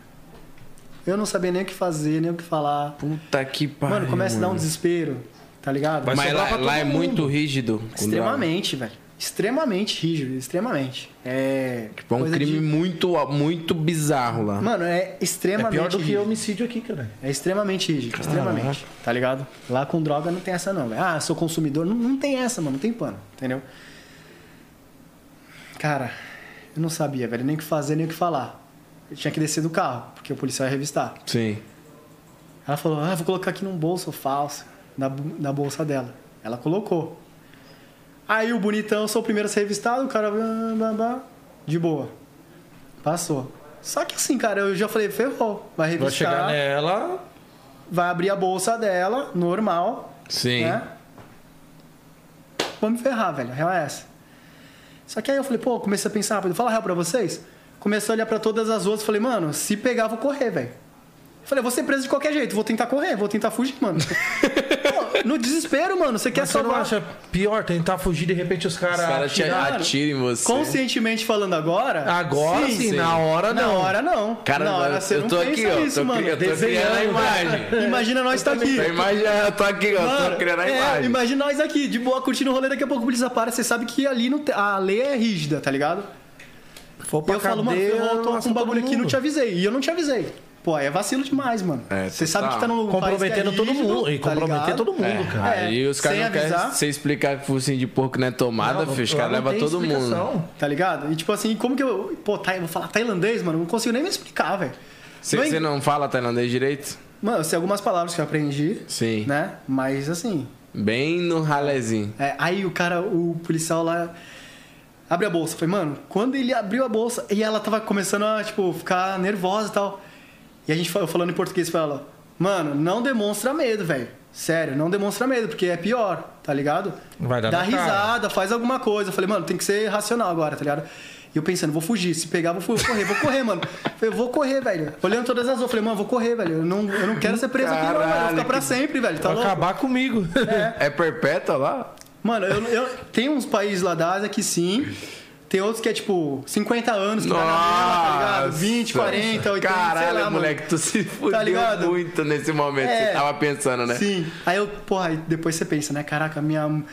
Speaker 4: Eu não sabia nem o que fazer, nem o que falar.
Speaker 1: Puta que pariu.
Speaker 4: Mano, começa a dar um desespero, tá ligado?
Speaker 2: Vai
Speaker 1: Mas
Speaker 2: sobrar
Speaker 1: lá,
Speaker 2: pra todo
Speaker 1: lá é
Speaker 2: mundo.
Speaker 1: muito rígido. com
Speaker 4: Extremamente, velho. Extremamente rígido, extremamente. É.
Speaker 1: droga. É um
Speaker 4: coisa
Speaker 1: crime
Speaker 4: de-
Speaker 1: muito, muito bizarro lá.
Speaker 4: Mano, é
Speaker 2: É
Speaker 4: extremamente
Speaker 2: pior do que
Speaker 4: rígido.
Speaker 2: homicídio aqui, cara.
Speaker 4: É extremamente rígido, extremamente. Tá ligado? Lá com droga não tem essa, não. velho. Ah, sou consumidor. Não, não tem essa, mano. Não tem pano, entendeu? Cara, eu não sabia, velho. Nem o que fazer, nem o que falar. Eu tinha que descer do carro, porque o policial ia revistar.
Speaker 1: Sim.
Speaker 4: Ela falou, ah, vou colocar aqui num bolso falso, na, bu- na bolsa dela. Ela colocou. Aí o bonitão, sou o primeiro a ser revistado, o cara, blá, blá, blá, de boa. Passou. Só que assim, cara, eu já falei, ferrou, vai
Speaker 2: Vai
Speaker 4: revistar,
Speaker 2: chegar nela,
Speaker 4: vai abrir a bolsa dela, normal,
Speaker 1: Sim.
Speaker 4: né? Vamos me ferrar, velho. A real é essa. Só que aí eu falei, pô, comecei a pensar rápido. Fala a real pra vocês. Comecei a olhar pra todas as outras. Falei, mano, se pegar, vou correr, velho. Falei, vou ser preso de qualquer jeito. Vou tentar correr, vou tentar fugir, mano. Pô, no desespero, mano. Você quer
Speaker 2: Mas você não
Speaker 4: salvar...
Speaker 2: acha pior tentar fugir de repente os caras.
Speaker 1: Os caras te
Speaker 2: atiram?
Speaker 4: atiraram.
Speaker 1: atiram em você.
Speaker 4: Conscientemente falando agora...
Speaker 2: Agora sim,
Speaker 1: sim.
Speaker 2: na hora
Speaker 4: Na
Speaker 2: não.
Speaker 4: hora, não.
Speaker 1: Cara,
Speaker 4: na hora, você
Speaker 1: eu
Speaker 4: não
Speaker 1: tô
Speaker 4: pensa
Speaker 1: aqui, ó.
Speaker 4: nisso,
Speaker 1: tô,
Speaker 4: mano.
Speaker 1: cri- eu tô criando a
Speaker 2: Desenhando.
Speaker 1: imagem.
Speaker 4: Imagina nós tá aqui.
Speaker 1: A imagem, eu tô aqui, ó.
Speaker 4: Mano,
Speaker 1: tô criando a
Speaker 4: é,
Speaker 1: imagem.
Speaker 4: imagina nós aqui, de boa, curtindo o rolê, daqui a pouco o polícia para, você sabe que ali não te- a lei é rígida, tá ligado?
Speaker 2: For
Speaker 4: E
Speaker 2: pra
Speaker 4: eu falo, mano,
Speaker 2: cadeia,
Speaker 4: eu
Speaker 2: lasca
Speaker 4: tô com um
Speaker 2: todo
Speaker 4: bagulho aqui e não
Speaker 2: mundo.
Speaker 4: te avisei. E eu não te avisei. Pô, aí é vacilo demais, mano.
Speaker 1: É,
Speaker 4: Você
Speaker 1: total.
Speaker 4: sabe que tá num país
Speaker 2: Comprometendo
Speaker 4: que é
Speaker 2: todo
Speaker 4: rígido,
Speaker 2: mundo. E
Speaker 4: tá
Speaker 2: comprometer
Speaker 4: ligado?
Speaker 2: todo mundo,
Speaker 1: É,
Speaker 2: cara.
Speaker 4: É,
Speaker 1: Aí os
Speaker 4: sem
Speaker 1: caras não querem
Speaker 4: avisar.
Speaker 1: você explicar que focinho de porco não é tomada, filho. Os
Speaker 2: lá
Speaker 1: caras
Speaker 2: não
Speaker 1: levam
Speaker 2: tem
Speaker 1: todo
Speaker 2: explicação.
Speaker 1: mundo.
Speaker 4: Tá ligado? E tipo assim, como que eu. Pô, tá, eu vou falar tailandês, mano, eu não consigo nem me explicar, velho.
Speaker 1: Você
Speaker 4: Não é-
Speaker 1: você não fala tailandês direito?
Speaker 4: Mano, eu sei algumas palavras que eu aprendi,
Speaker 1: Sim.
Speaker 4: né? Mas assim,
Speaker 1: Bem no ralezinho.
Speaker 4: É, aí o cara, o policial lá abre a bolsa. Falei, mano, quando ele abriu a bolsa e ela tava começando a, tipo, ficar nervosa e tal. E a gente fa- eu falando em português pra ela, mano, não demonstra medo, velho. Sério, não demonstra medo, porque é pior, tá ligado?
Speaker 2: Vai dar
Speaker 4: Dá
Speaker 2: na cara.
Speaker 4: risada, faz alguma coisa. Eu falei, mano, tem que ser racional agora, tá ligado? E eu pensando, vou fugir, se pegar, vou, fu- vou correr, vou correr, mano. Eu Falei, vou correr, velho. Olhando todas as outras, falei, mano, vou correr, velho. Eu não, eu não quero ser preso aqui, não, velho. Eu vou
Speaker 1: Caralho,
Speaker 4: ficar pra sempre, velho. Tá
Speaker 2: Vai
Speaker 4: louco?
Speaker 2: acabar comigo.
Speaker 1: É perpétua lá?
Speaker 4: Mano, eu, eu- tem uns países lá da Ásia que sim. Tem outros que é tipo 50 anos, que vai na mesma, tá ligado? 20, 40, 80,
Speaker 1: Caralho,
Speaker 4: sei lá, Tá
Speaker 1: moleque, tu se fudeu
Speaker 4: ligado?
Speaker 1: muito nesse momento.
Speaker 4: É.
Speaker 1: Você tava pensando, né?
Speaker 4: mano. Sim. Aí eu, porra, aí depois você pensa, né? Caraca, minha,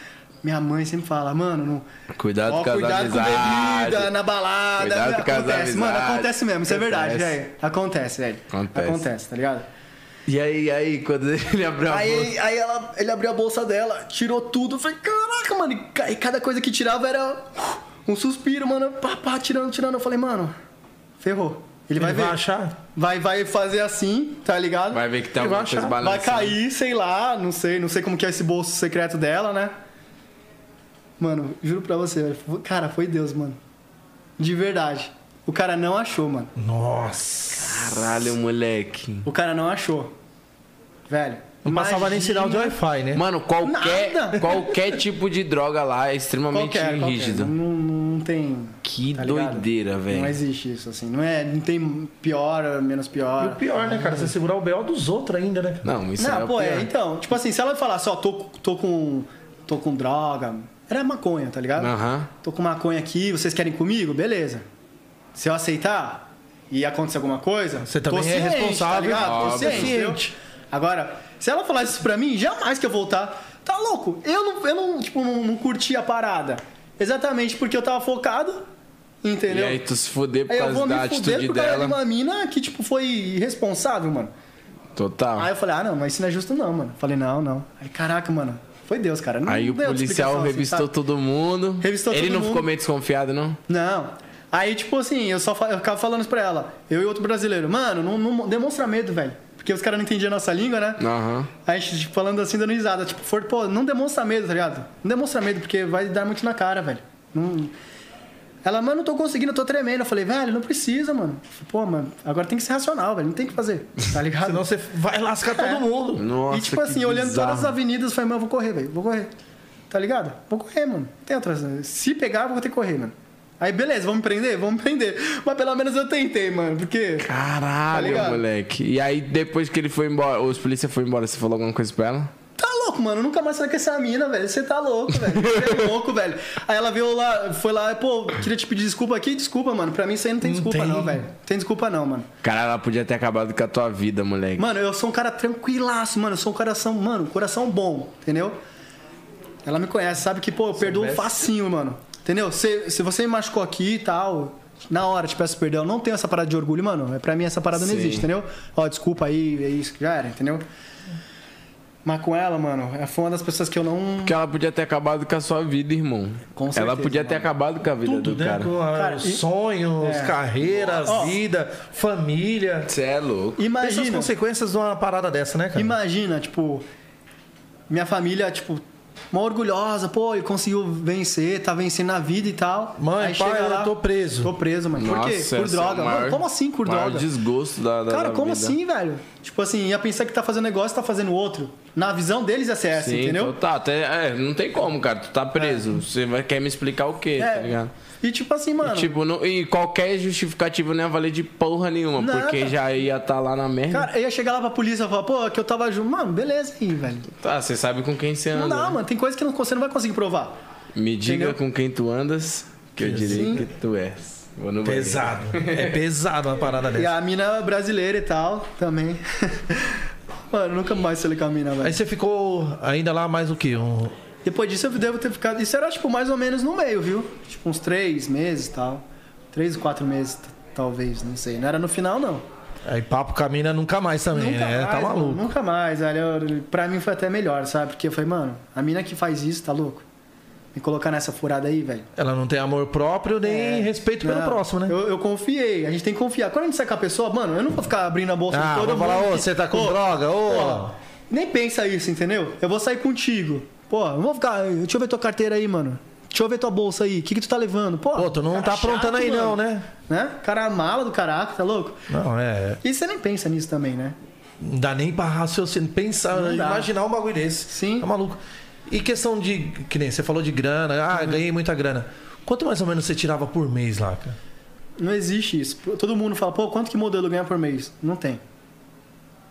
Speaker 4: minha mãe sempre fala, mano, não.
Speaker 1: Cuidado
Speaker 4: Ó,
Speaker 1: com as
Speaker 4: cuidado com
Speaker 1: amizades.
Speaker 4: bebida, né? na balada.
Speaker 1: Cuidado com as
Speaker 4: acontece, mano,
Speaker 1: amizades.
Speaker 4: acontece mesmo, isso é verdade,
Speaker 1: Acontece.
Speaker 4: velho. Acontece, velho.
Speaker 1: Acontece.
Speaker 4: Acontece, tá ligado?
Speaker 1: E aí, aí, quando ele abriu a bolsa...
Speaker 4: Aí, aí ela, ele abriu a bolsa dela, tirou tudo. Eu falei, caraca, mano. E ca- E cada coisa que tirava era um suspiro, mano. Pá, pá, tirando, tirando. Eu falei, mano, ferrou. Ele vai
Speaker 2: Vai
Speaker 4: ver.
Speaker 2: vai achar?
Speaker 4: Vai, vai fazer assim, tá ligado?
Speaker 1: Vai ver que tem
Speaker 4: Ele
Speaker 1: alguma coisa
Speaker 4: achar. Vai
Speaker 1: balançando.
Speaker 4: cair, sei lá, não sei, não sei como que é esse bolso secreto dela, né? Mano, juro pra você, velho, fo- cara, foi Deus, mano. De verdade. O cara não achou, mano.
Speaker 2: Nossa.
Speaker 1: Caralho, moleque.
Speaker 4: O cara não achou. Velho.
Speaker 2: Não passava nem sinal de
Speaker 4: imagina-
Speaker 2: Wi-Fi, né?
Speaker 1: Mano, qualquer,
Speaker 4: É Nada.
Speaker 1: qualquer tipo de droga lá é extremamente
Speaker 4: Qualquer, qualquer.
Speaker 1: rígido.
Speaker 4: Não, não tem.
Speaker 1: Que
Speaker 4: tá ligado?
Speaker 1: doideira, velho.
Speaker 4: Não existe isso, assim. Não, é, não tem pior, menos pior.
Speaker 2: E o pior, né, cara? Você segurar o B.O. dos outros ainda, né?
Speaker 1: Não, isso
Speaker 4: não,
Speaker 1: é o
Speaker 4: pô, é,
Speaker 1: pior.
Speaker 4: então. Tipo assim, se ela falasse, ó, tô, tô com. tô com droga. Era maconha, tá ligado?
Speaker 1: Aham.
Speaker 4: Tô com maconha aqui, vocês querem comigo? Beleza. Se eu aceitar e acontecer alguma coisa,
Speaker 2: Você
Speaker 4: tô
Speaker 2: também é
Speaker 4: ciente,
Speaker 2: responsável,
Speaker 4: Tá ligado? Tô
Speaker 1: óbvio.
Speaker 4: ciente, entendeu? Agora, se ela falasse isso pra mim, jamais que eu voltar. Tá louco? Eu não, eu não, tipo, não, não curti a parada. Exatamente porque eu tava focado
Speaker 1: E
Speaker 4: Entendeu?
Speaker 1: aí tu se fuder por
Speaker 4: Aí eu
Speaker 1: causa
Speaker 4: vou
Speaker 1: da
Speaker 4: me fuder
Speaker 1: atitude
Speaker 4: por causa de
Speaker 1: dela.
Speaker 4: uma mina que, tipo, foi irresponsável, mano.
Speaker 1: Total.
Speaker 4: Aí eu falei, ah, não, mas isso não é justo não, mano. Falei, não, não. Aí, caraca, mano, foi Deus, cara. Não
Speaker 1: Aí o
Speaker 4: deu outra
Speaker 1: policial
Speaker 4: explicação, assim,
Speaker 1: revistou
Speaker 4: sabe?
Speaker 1: todo mundo.
Speaker 4: Revistou
Speaker 1: Ele
Speaker 4: todo
Speaker 1: não
Speaker 4: mundo.
Speaker 1: ficou meio desconfiado, não?
Speaker 4: Não. Aí, tipo assim, eu só fa- eu ficava falando isso pra ela. Eu e outro brasileiro. Mano, não, não demonstra medo, velho. Porque os caras não entendiam a nossa língua, né?
Speaker 1: Aham.
Speaker 4: Aí, tipo, falando assim, dando risada. Tipo, for, pô, não demonstra medo, tá ligado? Não demonstra medo, porque vai dar muito na cara, velho. Não... Ela, mano, não tô conseguindo, eu tô tremendo. Eu falei, velho, não precisa, mano. Eu falei, Pô, mano, agora tem que ser racional, velho. Não tem o que fazer, tá ligado?
Speaker 2: Senão você vai
Speaker 4: É.
Speaker 2: lascar todo mundo.
Speaker 1: Nossa,
Speaker 4: e tipo assim,
Speaker 1: que
Speaker 4: olhando
Speaker 1: bizarro.
Speaker 4: todas as avenidas, eu falei, mano, eu vou correr, velho, vou correr. Tá ligado? Vou correr, mano. Não Tem outras. Se pegar, eu vou ter que correr, mano. Aí, beleza, vamos prender? Vamos prender. Mas pelo menos eu tentei, mano, porque. Tá
Speaker 1: Caralho,
Speaker 4: ligado?
Speaker 1: moleque. E aí, depois que ele foi embora, os polícia foi embora, você falou alguma coisa pra ela?
Speaker 4: Tá louco, mano. Eu nunca mais saio com essa mina, velho. Você tá louco, velho. Você é louco, velho. Aí ela veio lá, foi lá, pô, queria te pedir desculpa aqui. Desculpa, mano. Pra mim isso aí não tem desculpa,
Speaker 2: tem.
Speaker 4: não, velho. Não Tem desculpa, não, mano.
Speaker 1: Caralho, ela podia ter acabado com a tua vida, moleque.
Speaker 4: Mano, eu sou um cara tranquilaço, mano. Eu sou um coração, mano, coração bom, entendeu? Ela me conhece, sabe que, pô, eu perdoo
Speaker 2: mestre.
Speaker 4: facinho, mano. Entendeu? Se, se você me machucou aqui e tal, na hora te peço perdão. Não tenho essa parada de orgulho, mano. É, Pra mim essa parada
Speaker 1: Sim.
Speaker 4: não existe, entendeu? Ó, desculpa aí, é isso, já era, entendeu? Mas com ela, mano, ela foi uma das pessoas que eu não.
Speaker 1: Porque ela podia ter acabado com a sua vida, irmão.
Speaker 4: Com
Speaker 1: ela
Speaker 4: certeza,
Speaker 1: podia ter
Speaker 4: mano.
Speaker 1: acabado com a vida
Speaker 2: Tudo,
Speaker 1: do
Speaker 2: né?
Speaker 1: cara.
Speaker 2: Com a-
Speaker 4: Cara, e-
Speaker 2: sonhos,
Speaker 4: É.
Speaker 2: carreira,
Speaker 4: Ó.
Speaker 2: vida, família.
Speaker 1: Você é louco.
Speaker 2: Pensa as
Speaker 4: Imagina.
Speaker 2: consequências de uma parada dessa, né, cara?
Speaker 4: Imagina, tipo, minha família, tipo, mó orgulhosa, pô, ele conseguiu vencer, tá vencendo na vida e tal.
Speaker 2: Mãe,
Speaker 4: Aí
Speaker 2: pai,
Speaker 4: chega
Speaker 2: eu tô preso.
Speaker 4: Tô preso, mano. Por quê?
Speaker 1: Nossa,
Speaker 4: Por
Speaker 1: essa é
Speaker 4: droga.
Speaker 1: o maior-
Speaker 4: mano, como assim por
Speaker 1: maior
Speaker 4: droga?
Speaker 1: desgosto da, da
Speaker 4: Cara,
Speaker 1: da
Speaker 4: como
Speaker 1: vida.
Speaker 4: assim, velho? Tipo assim, ia pensar que tá fazendo negócio, tá fazendo outro. Na visão deles é CS,
Speaker 1: Sim,
Speaker 4: entendeu? É.
Speaker 1: Tá, até, é, não tem como, cara. Tu tá preso. Você vai, quer me explicar o quê, tá ligado?
Speaker 4: E tipo assim, É. mano.
Speaker 1: Tipo, não, e qualquer justificativo não ia valer de porra nenhuma,
Speaker 4: Nada.
Speaker 1: porque já ia estar tá lá na merda.
Speaker 4: Cara, eu ia chegar lá pra polícia e falar, pô, que eu tava junto. Mano, beleza aí, velho.
Speaker 1: tá, você sabe com quem você anda.
Speaker 4: Não dá,
Speaker 1: né?
Speaker 4: mano. Tem coisa que não- você não vai conseguir provar.
Speaker 1: Me diga
Speaker 4: Entendeu? assim?
Speaker 1: com quem tu andas, que eu direi
Speaker 4: Sim.
Speaker 1: que tu és. Vou no banheiro.
Speaker 2: Pesado. É pesado uma parada
Speaker 4: E
Speaker 2: dessa.
Speaker 4: a mina é brasileira e tal, também. Mano, nunca mais falei com a mina,
Speaker 2: Aí
Speaker 4: velho.
Speaker 2: você ficou ainda lá mais o quê? Um...
Speaker 4: Depois disso eu devo ter ficado. Isso era tipo mais ou menos no meio, viu? Tipo uns três meses e tal. Três ou quatro meses, t- talvez, não sei. Não era no final, não.
Speaker 2: Aí papo com a mina nunca mais também,
Speaker 4: nunca
Speaker 2: né?
Speaker 4: mais,
Speaker 2: tá
Speaker 4: mano,
Speaker 2: maluco.
Speaker 4: nunca mais, velho. Eu- Pra mim foi até melhor, sabe? Porque eu falei, mano, a mina que faz isso, tá louco? Me colocar nessa furada aí, velho.
Speaker 2: Ela não tem amor próprio nem
Speaker 4: É.
Speaker 2: respeito pelo
Speaker 4: Não,
Speaker 2: próximo, né?
Speaker 4: Eu, eu confiei, a gente tem que confiar. Quando a gente sai com a pessoa, mano, eu não vou ficar abrindo a bolsa
Speaker 2: Ah,
Speaker 4: de todo
Speaker 2: vou falar,
Speaker 4: mundo
Speaker 2: ô,
Speaker 4: que-
Speaker 2: você tá com droga, ô.
Speaker 4: Porra, nem pensa isso, entendeu? Eu vou sair contigo. Pô, eu vou ficar. Deixa eu ver tua carteira aí, mano. Deixa eu ver tua bolsa aí. O que, que tu tá levando? Pô,
Speaker 2: Pô, tu não
Speaker 4: cara
Speaker 2: tá aprontando
Speaker 4: chato,
Speaker 2: aí não,
Speaker 4: mano.
Speaker 2: né?
Speaker 4: Né? Cara mala do caraca, tá louco?
Speaker 2: Não, é.
Speaker 4: E você nem pensa nisso também, né?
Speaker 2: Não dá nem pra raciocinar, pensar,
Speaker 4: Não dá.
Speaker 2: imaginar um bagulho desse.
Speaker 4: Sim.
Speaker 2: Tá maluco. E questão de. Que nem você falou de grana, ah,
Speaker 4: Uhum.
Speaker 2: ganhei muita grana. Quanto mais ou menos você tirava por mês lá, cara?
Speaker 4: Não existe isso. Todo mundo fala, pô, quanto que modelo ganha por mês? Não tem.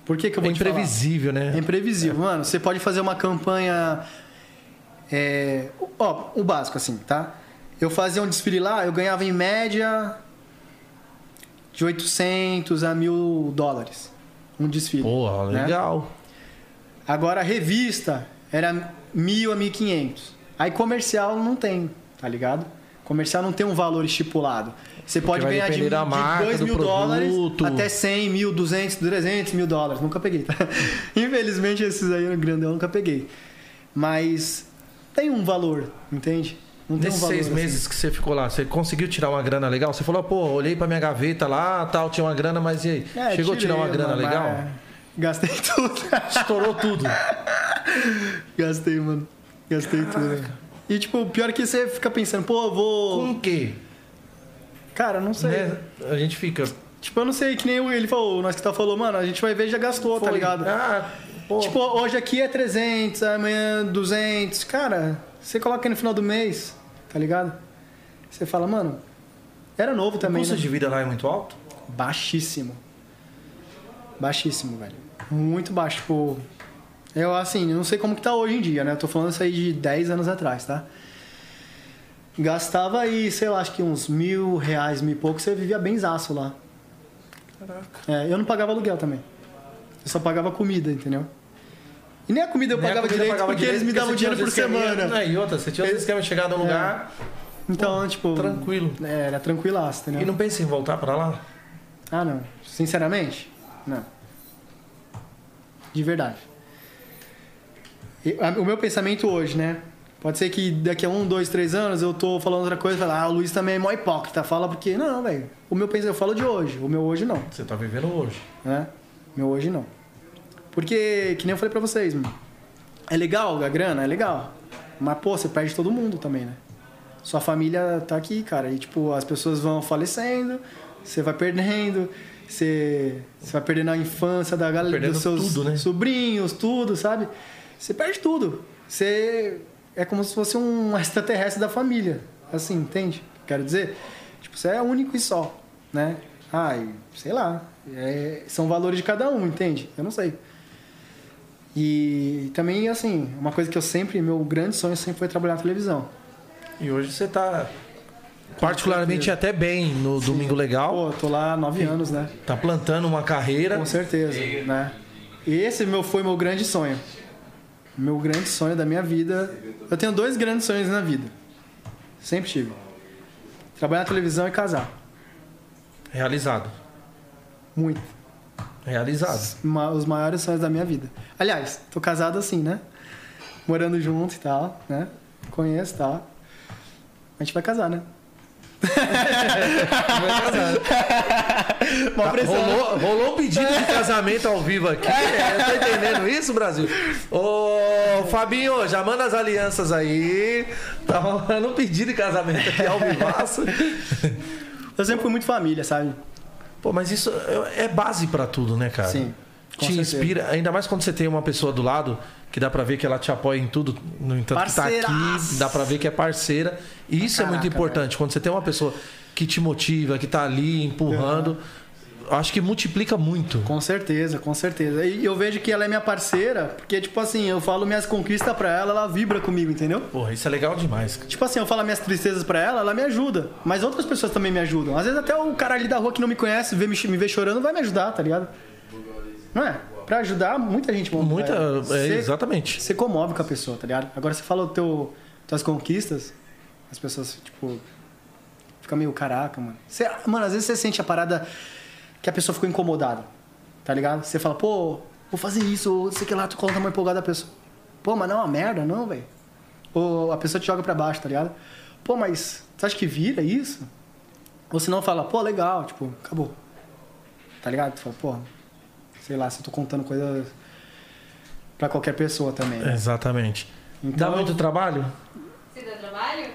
Speaker 4: Por que, que eu
Speaker 2: É
Speaker 4: vou te falar?
Speaker 2: imprevisível,
Speaker 4: É
Speaker 2: né?
Speaker 4: imprevisível, mano. Você pode fazer uma campanha. é, ó, o básico, assim, tá? Eu fazia um desfile lá, eu ganhava em média de 800 a mil dólares. Um desfile.
Speaker 2: Porra,
Speaker 4: né?
Speaker 2: legal.
Speaker 4: Agora, a revista era mil a 1.500. Aí, comercial não tem, tá ligado? Comercial não tem um valor estipulado. Você pode
Speaker 2: vai
Speaker 4: ganhar de,
Speaker 2: depender da marca,
Speaker 4: de 2
Speaker 2: do
Speaker 4: mil dólares
Speaker 2: produto.
Speaker 4: até 100 mil, 200, 300 mil dólares. Nunca peguei. tá? Infelizmente, esses aí no grandão eu nunca peguei. Mas tem um valor, entende? Não tem
Speaker 2: Nesses
Speaker 4: um valor.
Speaker 2: seis
Speaker 4: assim.
Speaker 2: meses que você ficou lá, você conseguiu tirar uma grana legal? Você falou, pô, olhei pra minha gaveta lá, tal, tinha uma grana, mas e aí?
Speaker 4: É,
Speaker 2: Chegou a tirar uma
Speaker 4: tirei,
Speaker 2: grana
Speaker 4: mano,
Speaker 2: legal?
Speaker 4: mas é. Gastei tudo.
Speaker 2: Estourou tudo.
Speaker 4: Gastei, mano. Gastei tudo. né? E, tipo, o pior é que você fica pensando, pô, eu vou.
Speaker 2: Com o quê?
Speaker 4: Cara, eu não sei.
Speaker 2: Né? A gente fica.
Speaker 4: Tipo, eu não sei, que nem o- ele falou, nós que tá falou, mano, a gente vai ver e já gastou, tá
Speaker 2: foi,
Speaker 4: ligado?
Speaker 2: Ah, pô.
Speaker 4: Tipo, hoje aqui é 300, amanhã 200. Cara, você coloca aí no final do mês, tá ligado? Você fala, mano, era novo
Speaker 2: o
Speaker 4: também,
Speaker 2: custo
Speaker 4: né?
Speaker 2: de vida lá é muito alto?
Speaker 4: Baixíssimo. Baixíssimo, velho. Muito baixo, tipo... Eu, assim, eu não sei como que tá hoje em dia, né? Eu tô falando isso aí de 10 anos atrás, tá? Gastava aí, sei lá, acho que uns mil reais, mil e pouco, você vivia benzaço lá. É, eu não pagava aluguel também. Eu só pagava comida, entendeu? E nem a comida eu
Speaker 2: Nem a
Speaker 4: pagava
Speaker 2: comida
Speaker 4: direito,
Speaker 2: pagava
Speaker 4: porque
Speaker 2: direito,
Speaker 4: eles me davam
Speaker 2: você tinha né?
Speaker 4: dinheiro por
Speaker 2: os esqueminha-
Speaker 4: semana.
Speaker 2: Não, e outra, você tinha os
Speaker 4: Eles- É.
Speaker 2: esquemas de chegar num lugar,
Speaker 4: Então, tipo.
Speaker 2: né? Tranquilo.
Speaker 4: É, era tranquilaço, entendeu?
Speaker 2: E não pensa em voltar pra lá?
Speaker 4: Ah, não. Sinceramente, não. De verdade. E, a- o meu pensamento hoje, né? Pode ser que daqui a um, dois, três anos eu tô falando outra coisa e falar, ah, o Luiz também é mó hipócrita. Fala porque. Não, não, velho. O meu pensamento, eu falo de hoje. O meu hoje não,
Speaker 2: Você tá vivendo hoje.
Speaker 4: né? Meu hoje não. Porque, que nem eu falei pra vocês, mano. É legal a grana, é legal. Mas, pô, você perde todo mundo também, né? Sua família tá aqui, cara. E, tipo, as pessoas vão falecendo, você vai perdendo, você, você vai perdendo a infância da galera,
Speaker 2: Perdendo
Speaker 4: dos seus
Speaker 2: tudo, né?
Speaker 4: sobrinhos, tudo, sabe? Você perde tudo. Você é como se fosse um extraterrestre da família. Assim, entende? Quero dizer, tipo, você é único e só, né? Ai, sei lá. É- são valores de cada um, entende? Eu não sei. E também, assim, uma coisa que eu sempre, meu grande sonho sempre foi trabalhar na televisão.
Speaker 2: E hoje você tá particularmente é até bem no Domingo Legal.
Speaker 4: Pô, tô lá há nove anos, né?
Speaker 2: Tá plantando uma carreira.
Speaker 4: Com certeza, né? E esse meu, foi meu grande sonho. Meu grande sonho da minha vida. Eu tenho dois grandes sonhos na vida. Sempre tive. Trabalhar na televisão e casar.
Speaker 2: Realizado.
Speaker 4: Muito.
Speaker 2: Realizado.
Speaker 4: Ma- os maiores sonhos da minha vida. Aliás, tô casado assim, né? Morando junto e tal, né? Conheço e tal. A gente vai casar, né? Mó pressão, né?
Speaker 2: Tá, Rolou, rolou um pedido de casamento ao vivo aqui. né? Eu tô entendendo isso, Brasil. Ô, Fabinho, já manda as alianças aí. Tá rolando um pedido de casamento aqui ao vivaço.
Speaker 4: Eu sempre fui muito família, sabe?
Speaker 2: Pô, mas isso é é base pra tudo, né, cara?
Speaker 4: Sim, com
Speaker 2: Te
Speaker 4: certeza.
Speaker 2: inspira, ainda mais quando você tem uma pessoa do lado que dá pra ver que ela te apoia em tudo, no entanto que tá aqui,
Speaker 4: Parceiraça!
Speaker 2: dá pra ver que é parceira. E isso é muito
Speaker 4: Caraca,
Speaker 2: importante, quando você tem uma pessoa que te motiva, que tá ali empurrando, acho que multiplica muito.
Speaker 4: Com certeza, com certeza. E eu vejo que ela é minha parceira, porque, tipo assim, eu falo minhas conquistas pra ela, ela vibra comigo, entendeu?
Speaker 2: Porra, isso é legal demais, cara.
Speaker 4: Tipo assim, eu falo minhas tristezas pra ela, ela me ajuda. Mas outras pessoas também me ajudam. Às vezes até o cara ali da rua que não me conhece, vê, me, me vê chorando, vai me ajudar, tá ligado? Não é? Pra ajudar, muita gente monta.
Speaker 2: Muita, é, exatamente.
Speaker 4: Você comove com a pessoa, tá ligado? Agora você fala o teu, tuas conquistas, as pessoas, tipo, fica meio caraca, mano. Você, mano, às vezes você sente a parada que a pessoa ficou incomodada, tá ligado? Você fala, pô, vou fazer isso, ou sei que lá, tu coloca a mão empolgada da pessoa. Pô, mas não é uma merda, não, velho. Ou a pessoa te joga pra baixo, tá ligado? Pô, mas você acha que vira isso? Ou se não fala, pô, legal, tipo, acabou. Tá ligado? Tu fala, pô, sei lá, se eu tô contando coisa pra qualquer pessoa também. né?
Speaker 2: Exatamente.
Speaker 4: Então-
Speaker 2: Dá muito trabalho?
Speaker 6: Você dá trabalho?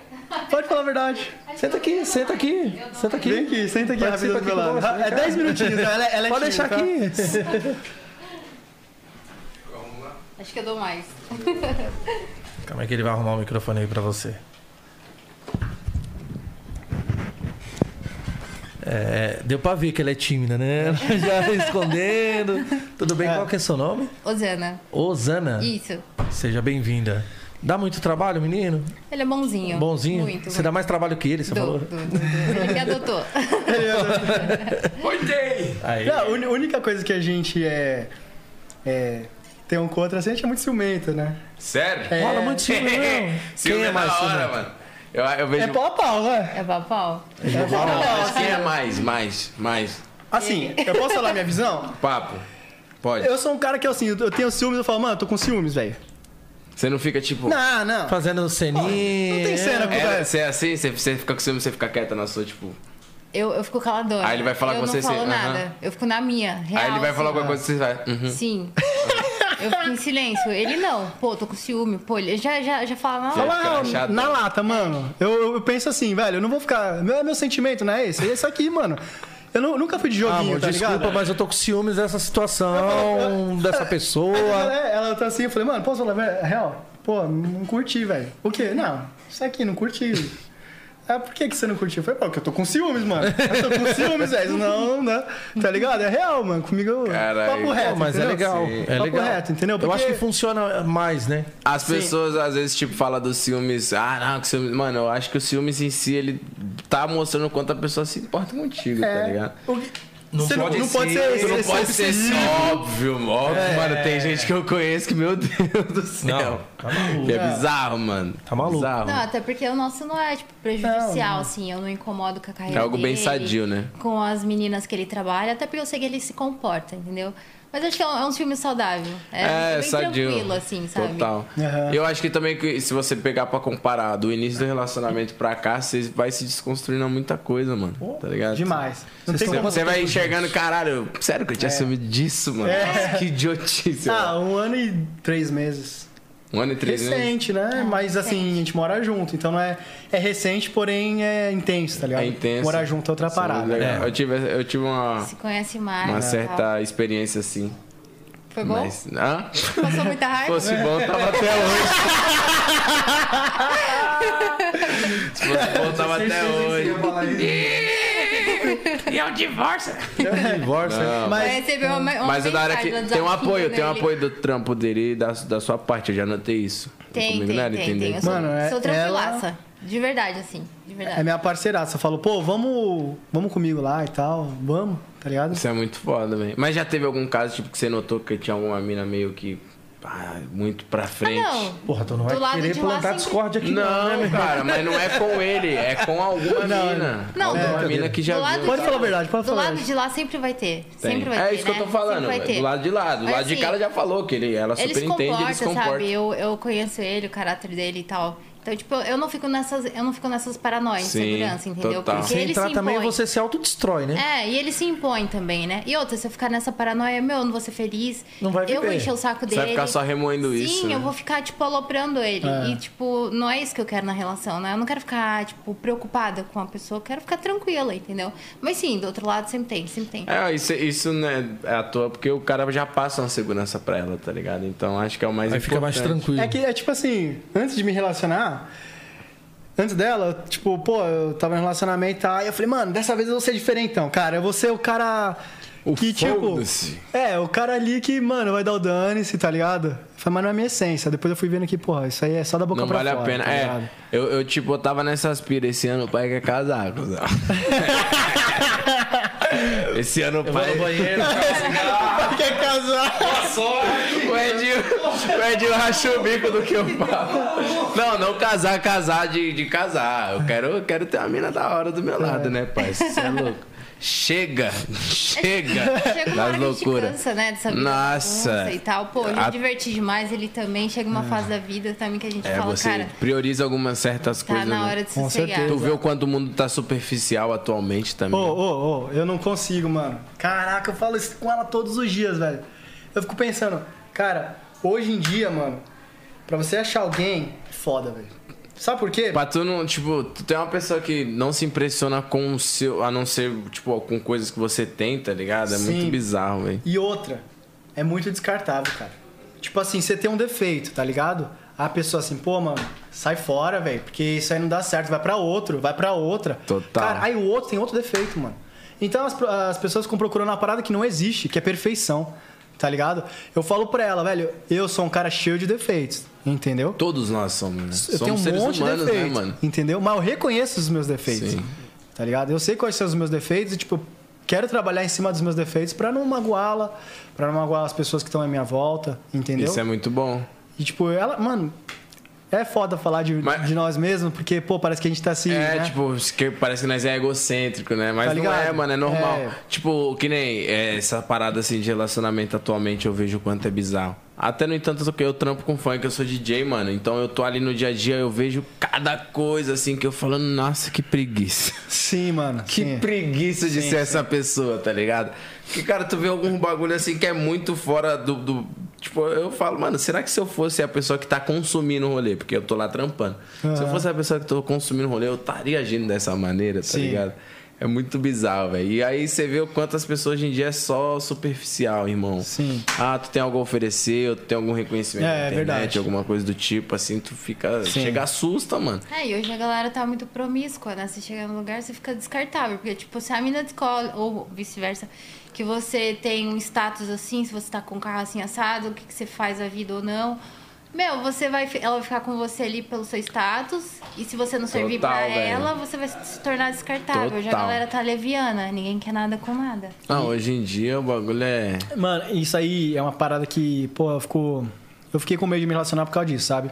Speaker 4: Pode falar a verdade.
Speaker 2: Senta aqui, senta aqui, senta aqui.
Speaker 4: Vem aqui, senta aqui
Speaker 2: Participa
Speaker 4: rápido do meu
Speaker 2: aqui
Speaker 4: lado.
Speaker 2: com você,
Speaker 4: É 10 minutinhos, ela, ela é
Speaker 2: Pode deixar
Speaker 4: tímida, tá?
Speaker 2: aqui.
Speaker 6: Acho que eu dou mais.
Speaker 2: Como é que ele vai arrumar o microfone aí pra você? É, deu pra ver que ela é tímida, né? Ela já escondendo. Tudo bem?
Speaker 4: É.
Speaker 2: Qual que é seu nome?
Speaker 6: Osana.
Speaker 2: Osana.
Speaker 6: Isso.
Speaker 2: Seja bem-vinda. Dá muito trabalho, menino?
Speaker 6: Ele é bonzinho.
Speaker 2: Bonzinho?
Speaker 6: Muito.
Speaker 2: você dá mais trabalho que ele, você falou?
Speaker 6: dou, dou, dou, dou. Ele é me adotou.
Speaker 2: Aí.
Speaker 4: tá? Não, a uni- única coisa que a gente é, é tem um contra assim, a gente é muito ciumento, né?
Speaker 1: Sério?
Speaker 4: É.
Speaker 2: Rola muito ciúme, não.
Speaker 1: Ciúme
Speaker 2: Quem é mais
Speaker 1: da hora,
Speaker 2: ciumento?
Speaker 1: mano. Eu, eu vejo.
Speaker 4: É pau a pau, né?
Speaker 6: É pau pau?
Speaker 4: É pau a pau.
Speaker 1: Mas Quem é mais, mais, mais?
Speaker 4: Assim, eu posso falar minha visão?
Speaker 1: Papo. Pode.
Speaker 4: Eu sou um cara que, assim, eu tenho ciúmes, eu falo, mano, eu tô com ciúmes, velho.
Speaker 1: Você não fica tipo.
Speaker 4: Não, não.
Speaker 2: Fazendo ceninho.
Speaker 4: Não tem cena com
Speaker 1: É,
Speaker 4: velho.
Speaker 1: você é assim, você, você fica com ciúme, você fica quieta na sua, tipo.
Speaker 6: Eu, eu fico caladona.
Speaker 1: Ah, ele vai falar
Speaker 6: eu
Speaker 1: com você,
Speaker 6: Eu não falo
Speaker 1: sim.
Speaker 6: nada.
Speaker 1: Aham.
Speaker 6: Eu fico na minha. Real,
Speaker 1: Aí ele vai falar
Speaker 6: assim.
Speaker 1: alguma coisa, você vai. Uhum.
Speaker 6: Sim. Eu fico em silêncio. Ele não. Pô, tô com ciúme. Pô, ele já, já, já fala na hora.
Speaker 2: é
Speaker 1: Fica
Speaker 4: Fala
Speaker 1: chato.
Speaker 4: na lata, mano. Eu, eu- eu penso assim, velho, eu não vou ficar. Meu, meu sentimento não é esse, é isso aqui, mano. Eu nu- nunca fui de
Speaker 2: Ah,
Speaker 4: joguinho,
Speaker 2: amor,
Speaker 4: tá
Speaker 2: desculpa,
Speaker 4: ligado?
Speaker 2: mas eu tô com ciúmes dessa situação, dessa
Speaker 4: Ela,
Speaker 2: pessoa.
Speaker 4: ela tá assim, eu falei, mano, posso falar, velho? É Real, pô, não curti, velho. O quê? Não, isso aqui, não curti. Ah, por que, que você não curtiu? Eu falei, pô, porque eu tô com ciúmes, mano. Eu tô com ciúmes, velho. Não, não. Tá ligado? É real, mano. Comigo.
Speaker 1: Caralho.
Speaker 4: Papo reto.
Speaker 2: Pô, mas é
Speaker 4: entendeu?
Speaker 2: legal.
Speaker 1: Sim.
Speaker 2: É
Speaker 4: Papo
Speaker 2: legal.
Speaker 4: reto, entendeu?
Speaker 2: Eu
Speaker 4: Porque-
Speaker 2: acho que funciona mais, né?
Speaker 1: As pessoas às vezes, tipo, falam dos ciúmes. Ah, não, que ciúmes. Mano, eu acho que o ciúmes em si, ele tá mostrando o quanto a pessoa se importa contigo, tá
Speaker 4: É.
Speaker 1: ligado?
Speaker 4: O que-
Speaker 2: Não
Speaker 4: Você não-
Speaker 2: pode
Speaker 4: não
Speaker 2: ser.
Speaker 4: pode ser esse, é
Speaker 1: Não
Speaker 4: esse-
Speaker 1: pode
Speaker 4: esse
Speaker 1: ser
Speaker 4: livro.
Speaker 1: só óbvio, óbvio, mano. Tem gente que eu conheço que, meu Deus do
Speaker 2: Não,
Speaker 1: céu.
Speaker 2: tá maluco.
Speaker 1: É bizarro, mano.
Speaker 2: Tá maluco.
Speaker 1: Bizarro.
Speaker 6: Não, até porque o nosso não é, tipo, prejudicial, assim. Eu não incomodo com a carreira
Speaker 1: É algo bem
Speaker 6: dele,
Speaker 1: sadio, né?
Speaker 6: Com as meninas que ele trabalha, até porque eu sei que ele se comporta, entendeu? Mas acho que é um, é um filme saudável. É, bem tranquilo, assim, sabe?
Speaker 1: Total.
Speaker 4: Aham.
Speaker 1: Eu acho que também, que se você pegar pra comparar do início do relacionamento pra cá, você vai se desconstruindo muita coisa, mano. Tá ligado?
Speaker 4: Demais. Não
Speaker 1: Você,
Speaker 4: tem como.
Speaker 1: você vai enxergando, caralho, sério que eu tinha assumido disso, mano? Nossa, que idiotice.
Speaker 4: É. Ah, um ano e três meses.
Speaker 1: mano. um ano e três meses.
Speaker 4: Recente, né? Mas assim, a gente mora junto, então não é, é recente, porém é intenso, tá ligado?
Speaker 1: É intenso.
Speaker 4: Morar junto é outra
Speaker 1: Isso é muito
Speaker 4: parada.
Speaker 1: legal. Eu tive, eu tive uma,
Speaker 6: Se conhece mais.
Speaker 1: uma
Speaker 6: e
Speaker 1: certa experiência assim.
Speaker 6: tal. Foi bom?
Speaker 1: Mas. Hã? Se
Speaker 6: Passou muita raiva?
Speaker 1: fosse bom, tava até hoje. Se fosse bom, tava até hoje. E é o divórcio.
Speaker 2: Divórcio.
Speaker 1: Não,
Speaker 6: Vai
Speaker 4: Mas
Speaker 6: receber uma, uma
Speaker 1: Mas é da hora
Speaker 6: mensagem
Speaker 1: que
Speaker 6: no
Speaker 1: tem um
Speaker 6: WhatsApp
Speaker 1: apoio, tem um
Speaker 6: dele.
Speaker 1: apoio do trampo dele e da, da sua parte, eu já notei isso.
Speaker 6: Tem,
Speaker 1: Comigo,
Speaker 6: tem,
Speaker 1: né,
Speaker 6: tem,
Speaker 1: entendeu?
Speaker 6: tem. Eu sou,
Speaker 4: Mano, é-
Speaker 6: sou tranquilaça. De verdade, assim. De
Speaker 4: é
Speaker 6: verdade.
Speaker 4: minha parceiraça. Falou, pô, vamos, vamos comigo lá e tal. Vamos, tá ligado?
Speaker 1: Isso é muito foda, velho. Mas já teve algum caso, tipo, que você notou que tinha alguma mina meio que pá, muito pra frente?
Speaker 6: ah, não.
Speaker 2: É. Porra, tu não
Speaker 6: Do
Speaker 2: vai
Speaker 6: lado
Speaker 2: querer
Speaker 6: de lá
Speaker 2: plantar
Speaker 6: sempre-
Speaker 2: discórdia aqui, não, né,
Speaker 1: Não,
Speaker 2: meu?
Speaker 1: cara, mas não é com ele, é com alguma mina.
Speaker 6: Não,
Speaker 1: alguma
Speaker 2: É,
Speaker 6: do-
Speaker 1: mina que já
Speaker 6: do lado
Speaker 1: viu.
Speaker 4: Pode
Speaker 6: de-
Speaker 4: falar a verdade, pode
Speaker 6: do
Speaker 4: falar a
Speaker 6: lado
Speaker 4: verdade.
Speaker 6: de lá sempre vai ter.
Speaker 1: Tem.
Speaker 6: Sempre vai
Speaker 1: é
Speaker 6: ter.
Speaker 1: isso que eu tô
Speaker 6: né?
Speaker 1: falando,
Speaker 6: Sempre vai
Speaker 1: velho.
Speaker 6: ter.
Speaker 1: do lado de lá. Do
Speaker 6: Mas,
Speaker 1: lado de
Speaker 6: assim,
Speaker 1: cara já falou que ele, ela
Speaker 6: Ele
Speaker 1: super
Speaker 6: se
Speaker 1: entende, ele se
Speaker 6: comporta,
Speaker 1: comporta.
Speaker 6: sabe? Eu, eu conheço ele, o caráter dele e tal. Então, tipo, eu não fico nessas, eu não fico nessas paranoias
Speaker 1: Sim,
Speaker 6: de segurança, entendeu?
Speaker 1: total.
Speaker 6: Porque
Speaker 1: Se
Speaker 2: Se
Speaker 6: ele
Speaker 2: entrar
Speaker 6: se
Speaker 2: também,
Speaker 6: impõe.
Speaker 2: você se autodestrói, né?
Speaker 6: É, e ele se impõe também, né? E outra, se eu ficar nessa paranoia, meu, eu não vou ser feliz.
Speaker 2: Não vai
Speaker 6: eu vou
Speaker 2: viver.
Speaker 6: encher o saco
Speaker 1: Você
Speaker 6: dele.
Speaker 1: vai ficar só remoendo
Speaker 6: Sim,
Speaker 1: isso,
Speaker 6: eu
Speaker 1: né?
Speaker 6: vou ficar, tipo, aloprando ele. E, tipo, não é isso que eu quero na relação, né? Eu não quero ficar, tipo, preocupada com a pessoa. Eu quero ficar tranquila, entendeu? Mas sim, do outro lado sempre tem, sempre tem.
Speaker 1: É, isso, isso né, é à toa porque o cara já passa uma segurança pra ela, tá ligado? Então acho que é o mais
Speaker 2: Aí fica mais
Speaker 1: importante.
Speaker 2: tranquilo.
Speaker 4: É que é tipo assim, antes de me relacionar, antes dela, tipo, pô, eu tava em relacionamento e tal, e eu falei, mano, dessa vez eu vou ser diferentão, cara. Eu vou ser o cara
Speaker 1: O
Speaker 4: que, tipo.
Speaker 1: foda-se.
Speaker 4: É, o cara ali que, mano, vai dar o dane-se, tá ligado? Foi, mas não é a minha essência. Depois eu fui vendo que, porra, isso aí é só da boca
Speaker 1: Não
Speaker 4: pra
Speaker 1: vale
Speaker 4: fora.
Speaker 1: a pena.
Speaker 4: tá
Speaker 1: é,
Speaker 4: ligado?
Speaker 1: eu, eu, tipo, eu tava nessas piras esse ano, o pai quer casar. cuzão. esse ano o pai.
Speaker 2: banheiro.
Speaker 4: Quer casar?
Speaker 1: O Edil, o Edil rachou o bico do que eu falo. Não, não casar, casar de, de casar. Eu quero, eu quero ter uma mina da hora do meu lado, né, pai? Você é louco. Chega, chega
Speaker 6: Chega uma
Speaker 1: das
Speaker 6: hora que a gente
Speaker 1: loucuras.
Speaker 6: cansa, né? Dessa vida
Speaker 1: Nossa.
Speaker 6: bagunça E tal. Pô, eu já
Speaker 1: A-
Speaker 6: diverti demais ele também. Chega uma fase da vida também que a gente
Speaker 1: É,
Speaker 6: fala,
Speaker 1: você
Speaker 6: cara,
Speaker 1: prioriza algumas certas
Speaker 6: tá
Speaker 1: coisas.
Speaker 6: na
Speaker 1: né?
Speaker 6: hora de
Speaker 4: Com
Speaker 6: sossegar.
Speaker 1: Tu vê o quanto o mundo tá superficial atualmente
Speaker 4: Ô,
Speaker 1: também.
Speaker 4: ô, ô, eu não consigo, mano. Caraca, eu falo isso com ela todos os dias, velho. Eu fico pensando, cara, hoje em dia, mano, pra você achar alguém, foda, velho. Sabe por quê?
Speaker 1: Pra tu não, tipo, tu tem uma pessoa que não se impressiona com o seu, a não ser, tipo, com coisas que você tem, tá ligado? É muito
Speaker 4: Sim.
Speaker 1: bizarro, velho.
Speaker 4: E outra, é muito descartável, cara. Tipo assim, você tem um defeito, tá ligado? A pessoa assim, pô, mano, sai fora, velho, porque isso aí não dá certo. Vai pra outro, vai pra outra.
Speaker 1: Total.
Speaker 4: Cara, aí o outro tem outro defeito, mano. Então as, pro- as pessoas ficam procurando uma parada que não existe, que é perfeição, tá ligado? Eu falo pra ela, velho, eu sou um cara cheio de defeitos, entendeu?
Speaker 1: Todos nós somos, né?
Speaker 4: Eu
Speaker 1: somos
Speaker 4: tenho um
Speaker 1: seres
Speaker 4: monte
Speaker 1: humanos,
Speaker 4: de
Speaker 1: né,
Speaker 4: defeito,
Speaker 1: mano?
Speaker 4: entendeu? Mas eu reconheço os meus defeitos,
Speaker 1: Sim.
Speaker 4: tá ligado? Eu sei quais são os meus defeitos e, tipo, quero trabalhar em cima dos meus defeitos pra não magoá-la, pra não magoar as pessoas que estão à minha volta, entendeu?
Speaker 1: Isso é muito bom.
Speaker 4: E, tipo, ela, mano, é foda falar de,
Speaker 1: Mas-
Speaker 4: de nós mesmos, porque, pô, parece que a gente tá se...
Speaker 1: É,
Speaker 4: né?
Speaker 1: tipo, que parece que nós é egocêntrico, né? Mas
Speaker 4: Tá
Speaker 1: não
Speaker 4: ligado?
Speaker 1: é, mano, é normal.
Speaker 4: É.
Speaker 1: Tipo, que nem é, essa parada assim de relacionamento atualmente eu vejo o quanto é bizarro. Até no entanto, eu- eu trampo com funk, eu sou DJ, mano. Então eu tô ali no dia a dia, eu vejo cada coisa assim que eu falando, nossa, que preguiça.
Speaker 4: Sim, mano.
Speaker 1: Que
Speaker 4: sim.
Speaker 1: preguiça de ser essa pessoa, tá ligado? Porque, cara, tu vê algum bagulho assim que é muito fora do, do- Tipo, eu falo, mano, será que se eu fosse a pessoa que tá consumindo o rolê? Porque eu tô lá trampando. Se eu fosse a pessoa que tô consumindo o rolê, eu estaria agindo dessa maneira, tá
Speaker 4: Sim.
Speaker 1: ligado? É muito bizarro, velho. E aí você vê o quanto as pessoas hoje em dia é só superficial, irmão.
Speaker 4: Sim.
Speaker 1: Ah, tu tem algo a oferecer, ou tu tem algum reconhecimento
Speaker 4: É,
Speaker 1: na
Speaker 4: é
Speaker 1: internet,
Speaker 4: verdade.
Speaker 1: alguma coisa do tipo, assim, tu fica.
Speaker 4: Sim.
Speaker 1: Chega assusta, mano.
Speaker 6: É, e hoje a galera tá muito promíscua, né? Você chega no lugar, você fica descartável. Porque, tipo, se a mina descobre, ou vice-versa, que você tem um status assim, se você tá com um carro assim assado, o que, que você faz a vida ou não. Meu, você vai, fi- ela vai ficar com você ali pelo seu status. E se você não servir
Speaker 1: Total,
Speaker 6: pra
Speaker 1: velho.
Speaker 6: ela, você vai se tornar descartável. Já a
Speaker 1: Total.
Speaker 6: galera tá leviana, ninguém quer nada com nada.
Speaker 1: Não, Ah, hoje em dia o bagulho é.
Speaker 4: Mano, isso aí é uma parada que, pô, ficou. Eu fiquei com medo de me relacionar por causa disso, sabe?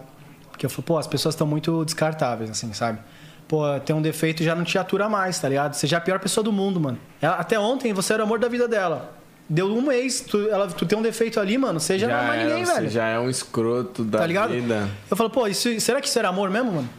Speaker 4: Porque eu falei, pô, as pessoas estão muito descartáveis, assim, sabe? Pô, tem um defeito já não te atura mais, tá ligado? Você já é a pior pessoa do mundo, mano. Ela- até ontem você era o amor da vida dela. Deu um mês, tu, ela, tu tem um defeito ali, mano, você já, não é mais
Speaker 1: era,
Speaker 4: ninguém,
Speaker 1: você
Speaker 4: velho.
Speaker 1: já é um escroto da
Speaker 4: tá ligado?
Speaker 1: vida.
Speaker 4: Eu falo, pô, isso, será que isso era amor mesmo, mano?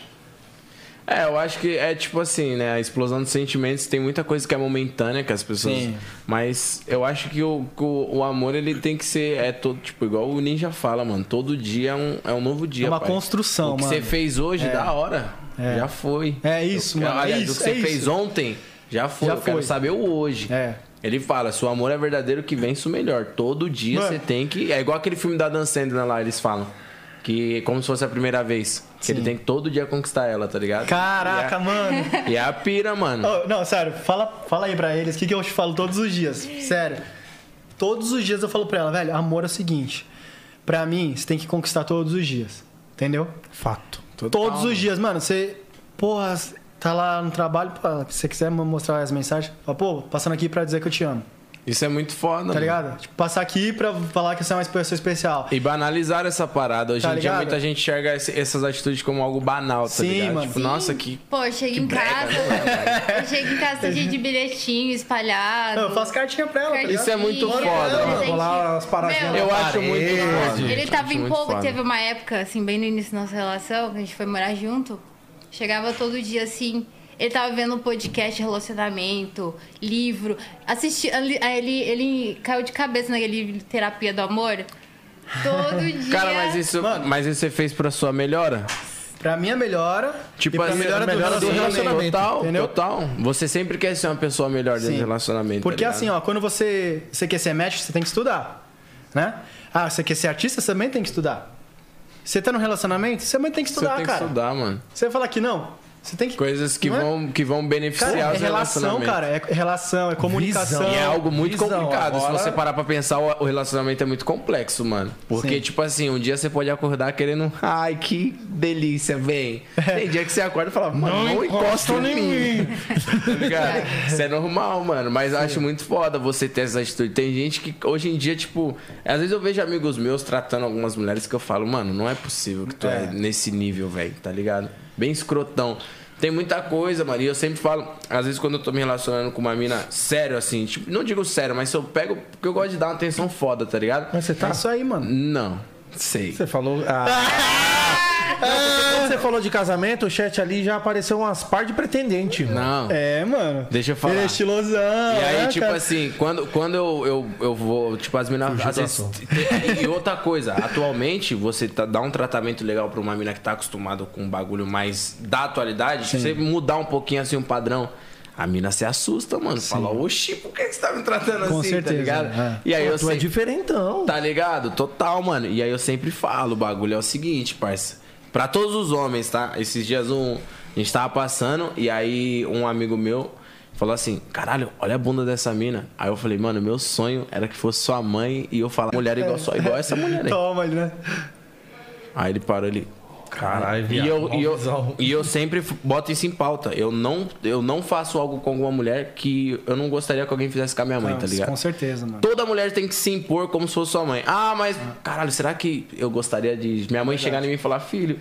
Speaker 1: É, eu acho que é tipo assim, né? A explosão de sentimentos tem muita coisa que é momentânea que as pessoas.
Speaker 4: Sim.
Speaker 1: Mas eu acho que o, que o, o amor ele tem que ser. É todo, tipo, igual o Ninja fala, mano. Todo dia é um, é um novo dia.
Speaker 4: É uma
Speaker 1: pai.
Speaker 4: construção,
Speaker 1: O que
Speaker 4: mano.
Speaker 1: você fez hoje, da hora.
Speaker 4: É.
Speaker 1: Já foi.
Speaker 4: É isso,
Speaker 1: Eu-
Speaker 4: mano, é
Speaker 1: aliás,
Speaker 4: isso,
Speaker 1: o que você
Speaker 4: é isso.
Speaker 1: fez ontem, já foi.
Speaker 4: Já
Speaker 1: eu quero
Speaker 4: foi.
Speaker 1: saber o hoje.
Speaker 4: É.
Speaker 1: Ele fala, se o amor é verdadeiro, que vence o melhor. Todo dia
Speaker 4: Mano.
Speaker 1: você tem que. É igual aquele filme da Dan Sandler lá, eles falam. Que é como se fosse a primeira vez. Que ele tem que todo dia conquistar ela, tá ligado?
Speaker 4: Caraca, mano.
Speaker 1: E é, e é a pira, mano.
Speaker 4: Ô, não, sério, fala, fala aí pra eles o que, que eu te falo todos os dias. Sério. Todos os dias eu falo pra ela, velho, amor é o seguinte. Pra mim, você tem que conquistar todos os dias. Entendeu?
Speaker 2: Fato.
Speaker 4: todos os dias, mano. Você, porra, tá lá no trabalho, pô, se você quiser me mostrar as mensagens, fala, pô, passando aqui pra dizer que eu te amo.
Speaker 1: Isso é muito foda,
Speaker 4: Tá
Speaker 1: mano.
Speaker 4: ligado? Tipo, passar aqui pra falar que você é uma pessoa especial.
Speaker 1: E banalizar essa parada. Hoje
Speaker 4: Tá
Speaker 1: em dia
Speaker 4: ligado?
Speaker 1: muita gente enxerga esse- essas atitudes como algo banal, tá
Speaker 4: Sim,
Speaker 1: ligado?
Speaker 4: mano.
Speaker 1: Tipo,
Speaker 6: Sim.
Speaker 1: nossa, que. né?
Speaker 6: Pô, eu chego em casa. eu chego em casa cheio de bilhetinho espalhado.
Speaker 4: Não, eu faço cartinha pra ela, tá ligado?
Speaker 1: Isso é muito
Speaker 6: Cartinha,
Speaker 1: foda, mano.
Speaker 6: presente.
Speaker 2: Rolar as paradinhas
Speaker 6: Meu,
Speaker 1: Eu acho muito
Speaker 2: Parede.
Speaker 1: foda.
Speaker 6: Ele
Speaker 1: gente,
Speaker 6: tava
Speaker 1: acho
Speaker 6: em
Speaker 1: muito
Speaker 6: pouco,
Speaker 1: foda.
Speaker 6: teve uma época, assim, bem no início da nossa relação, que a gente foi morar junto. Chegava todo dia assim. Ele tava vendo um podcast, de relacionamento, livro. Assisti, ali- aí ele, ele caiu de cabeça naquele terapia do amor. Todo dia.
Speaker 1: Cara, mas isso,
Speaker 4: Mano.
Speaker 1: mas isso você fez pra sua melhora?
Speaker 4: Pra mim é melhora.
Speaker 1: Tipo,
Speaker 4: e pra
Speaker 1: assim,
Speaker 4: melhora,
Speaker 2: melhora
Speaker 4: do,
Speaker 2: do
Speaker 4: relacionamento.
Speaker 2: relacionamento,
Speaker 1: Total,
Speaker 4: entendeu?
Speaker 1: total. Você sempre quer ser uma pessoa melhor dentro
Speaker 4: Sim.
Speaker 1: do relacionamento.
Speaker 4: Porque
Speaker 1: tá ligado?
Speaker 4: assim, ó, quando você, você quer ser médico, você tem que estudar, né? Ah, você quer ser artista, você também tem que estudar. Você tá num relacionamento, você também tem que
Speaker 1: Você
Speaker 4: estudar,
Speaker 1: tem que
Speaker 4: cara.
Speaker 1: estudar, mano.
Speaker 4: Você vai falar que não, você tem que...
Speaker 1: Coisas que,
Speaker 4: Não é?
Speaker 1: vão, que vão beneficiar
Speaker 4: Cara, é
Speaker 1: os
Speaker 4: relação,
Speaker 1: relacionamentos.
Speaker 4: cara, é relação, é comunicação.
Speaker 2: Visão.
Speaker 1: E é algo muito
Speaker 2: Visão,
Speaker 1: complicado.
Speaker 2: agora-
Speaker 1: Se você parar pra pensar, o o relacionamento é muito complexo, mano. Porque,
Speaker 4: Sim.
Speaker 1: tipo assim, um dia você pode acordar querendo. Ai, que delícia, vem. Tem dia que você acorda e fala, mano, não, encosta em mim. Tá ligado? Isso é normal, mano. Mas eu acho muito foda você ter essa atitude. Tem gente que hoje em dia, tipo, às vezes eu vejo amigos meus tratando algumas mulheres que eu falo, mano, não é possível que tu é, nesse nível, velho, tá ligado? Bem escrotão. Tem muita coisa, mano. E eu sempre falo, às vezes quando eu tô me relacionando com uma mina sério, assim, tipo, não digo sério, mas se eu pego, porque eu gosto de dar uma atenção foda, tá ligado?
Speaker 2: Mas você tá.
Speaker 4: É isso aí, mano.
Speaker 1: Não, sei.
Speaker 2: Você falou. Ah. Não, quando você falou de casamento, o chat ali já apareceu umas par de pretendente. mano.
Speaker 1: Não.
Speaker 4: É, mano.
Speaker 1: Deixa eu falar.
Speaker 4: Ele é estilosão,
Speaker 1: E aí,
Speaker 4: né,
Speaker 1: tipo
Speaker 4: cara?
Speaker 1: assim, quando, quando eu, eu, eu vou, tipo, as minas. às
Speaker 2: do
Speaker 1: vezes- é, e outra coisa, atualmente, você tá- dá um tratamento legal pra uma mina que tá acostumada com um bagulho mais da atualidade, se você mudar um pouquinho assim o padrão. A mina se assusta, mano. Fala, oxi, por que que você tá me tratando
Speaker 4: Com
Speaker 1: assim,
Speaker 4: certeza,
Speaker 1: tá ligado?
Speaker 4: é.
Speaker 1: E aí eu
Speaker 2: tu é
Speaker 1: sempre-
Speaker 2: diferentão.
Speaker 1: Tá ligado? Total, mano. E aí eu sempre falo, o bagulho é o seguinte, parça. Pra todos os homens, tá? Esses dias um, a gente tava passando e aí um amigo meu falou assim: "Caralho, olha a bunda dessa mina". Aí eu falei: "Mano, meu sonho era que fosse sua mãe e eu falar mulher igual só igual essa mulher aí".
Speaker 4: Toma, ele, né?
Speaker 1: Aí ele parou ele
Speaker 2: Caralho,
Speaker 1: e
Speaker 2: viado,
Speaker 1: eu,
Speaker 2: mó
Speaker 1: e, eu,
Speaker 2: visão.
Speaker 1: e eu sempre f- boto isso em pauta. Eu não, eu não faço algo com alguma mulher que eu não gostaria que alguém fizesse com a minha mãe, tá ligado?
Speaker 4: Com certeza, mano.
Speaker 1: Toda mulher tem que se impor como se fosse sua mãe. Ah, mas caralho, será que eu gostaria de minha mãe chegar em mim e falar, filho,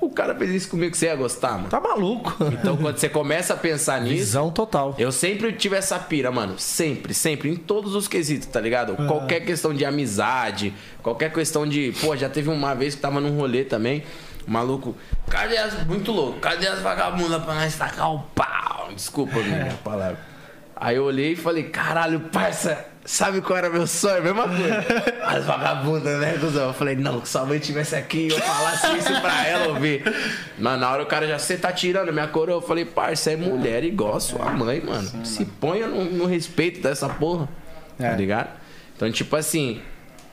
Speaker 1: o cara fez isso comigo, você ia gostar, mano?
Speaker 2: Tá maluco.
Speaker 1: Então quando você começa a pensar nisso,
Speaker 2: Visão total.
Speaker 1: eu sempre tive essa pira, mano. Sempre, sempre. Em todos os quesitos, tá ligado? Qualquer questão de amizade, qualquer questão de. Pô, já teve uma vez que tava num rolê também. o Maluco, cadê as. Muito louco, cadê as vagabundas pra nós tacar o pau? Desculpa, minha palavra. Aí eu olhei e falei, caralho, parça, sabe qual era meu sonho? Mesma coisa. As vagabundas, né, cuzão? Eu falei, não, que sua mãe tivesse aqui e eu falasse isso pra ela ouvir. Mas na hora o cara já, você tá tirando minha coroa. Eu falei, parça, é mulher igual a sua mãe, mano. Se ponha no, no respeito dessa porra. Tá
Speaker 4: É.
Speaker 1: ligado? Então, tipo assim,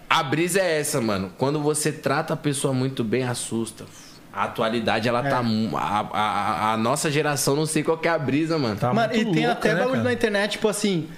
Speaker 1: a brisa é essa, mano. Quando você trata a pessoa muito bem, assusta. A atualidade, ela tá. mu- A, a- a- a nossa geração, não sei qual que é a brisa, mano.
Speaker 2: Tá
Speaker 4: mano, e
Speaker 2: muito
Speaker 4: tem
Speaker 2: louca,
Speaker 4: até
Speaker 2: né,
Speaker 4: bagulho
Speaker 2: cara?
Speaker 4: na internet, tipo assim.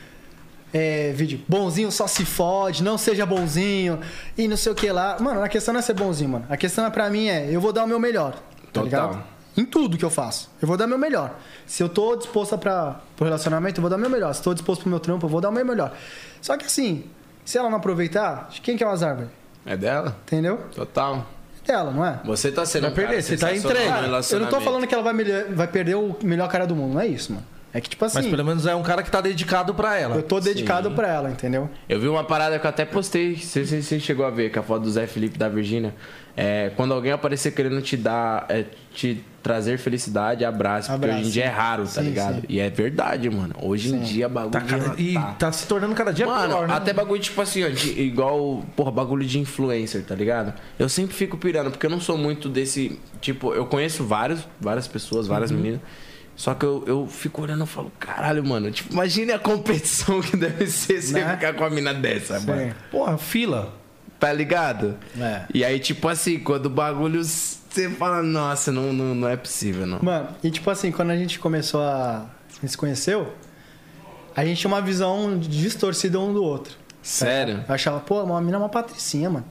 Speaker 4: é, vídeo, bonzinho só se fode, não seja bonzinho e não sei o que lá. Mano, a questão não é ser bonzinho, mano. A questão é, pra mim é eu vou dar o meu melhor. Tá
Speaker 1: Total.
Speaker 4: ligado? Em tudo que eu faço. Eu vou dar o meu melhor. Se eu tô disposto para pro relacionamento, eu vou dar o meu melhor. Se tô disposto pro meu trampo, eu vou dar o meu melhor. Só que assim, se ela não aproveitar, de quem que é o azar, velho?
Speaker 1: É dela?
Speaker 4: Entendeu?
Speaker 1: Total.
Speaker 4: É dela, não é?
Speaker 1: Você tá sendo
Speaker 2: Vai
Speaker 1: um
Speaker 2: perder,
Speaker 1: cara
Speaker 2: você tá
Speaker 1: sensacional
Speaker 2: entregue.
Speaker 1: no
Speaker 2: Cara, eu
Speaker 4: Eu não
Speaker 1: relacionamento.
Speaker 4: tô falando que ela vai, melhor- vai perder o melhor cara do mundo, não é isso, mano. É que, tipo assim,
Speaker 2: Mas pelo menos é um cara que tá dedicado pra ela.
Speaker 4: eu tô dedicado pra ela, entendeu?
Speaker 1: Eu vi uma parada que eu até postei, se você chegou a ver, que é a foto do Zé Felipe e da Virgínia. É, quando alguém aparecer querendo te dar, é, te trazer felicidade, abraço, porque
Speaker 4: Abraço.
Speaker 1: hoje em dia é raro, tá
Speaker 4: Sim,
Speaker 1: ligado?
Speaker 4: sim.
Speaker 1: E é verdade, mano. Hoje em dia bagulho
Speaker 2: Tá cada- E
Speaker 1: tá-
Speaker 2: tá se tornando cada
Speaker 4: é
Speaker 2: dia
Speaker 1: Mano,
Speaker 2: pior, né?
Speaker 1: até bagulho tipo assim, ó, de- igual, porra, bagulho de influencer, tá ligado? Eu sempre fico pirando, porque eu não sou muito desse. Tipo, eu conheço vários, várias pessoas,
Speaker 4: Uhum.
Speaker 1: várias meninas. Só que eu, eu fico olhando e falo, caralho, mano, tipo, imagine a competição que deve ser você
Speaker 4: Né?
Speaker 1: ficar com a mina dessa, mano.
Speaker 2: Porra, fila.
Speaker 1: Tá ligado?
Speaker 4: É.
Speaker 1: E aí, tipo assim, quando o bagulho. Você fala, nossa, não, não, não é possível, não.
Speaker 4: Mano, e tipo assim, quando a gente começou a. A gente se conheceu, a gente tinha uma visão distorcida um do outro.
Speaker 1: Sério?
Speaker 4: Eu achava, pô, uma mina é uma patricinha, mano.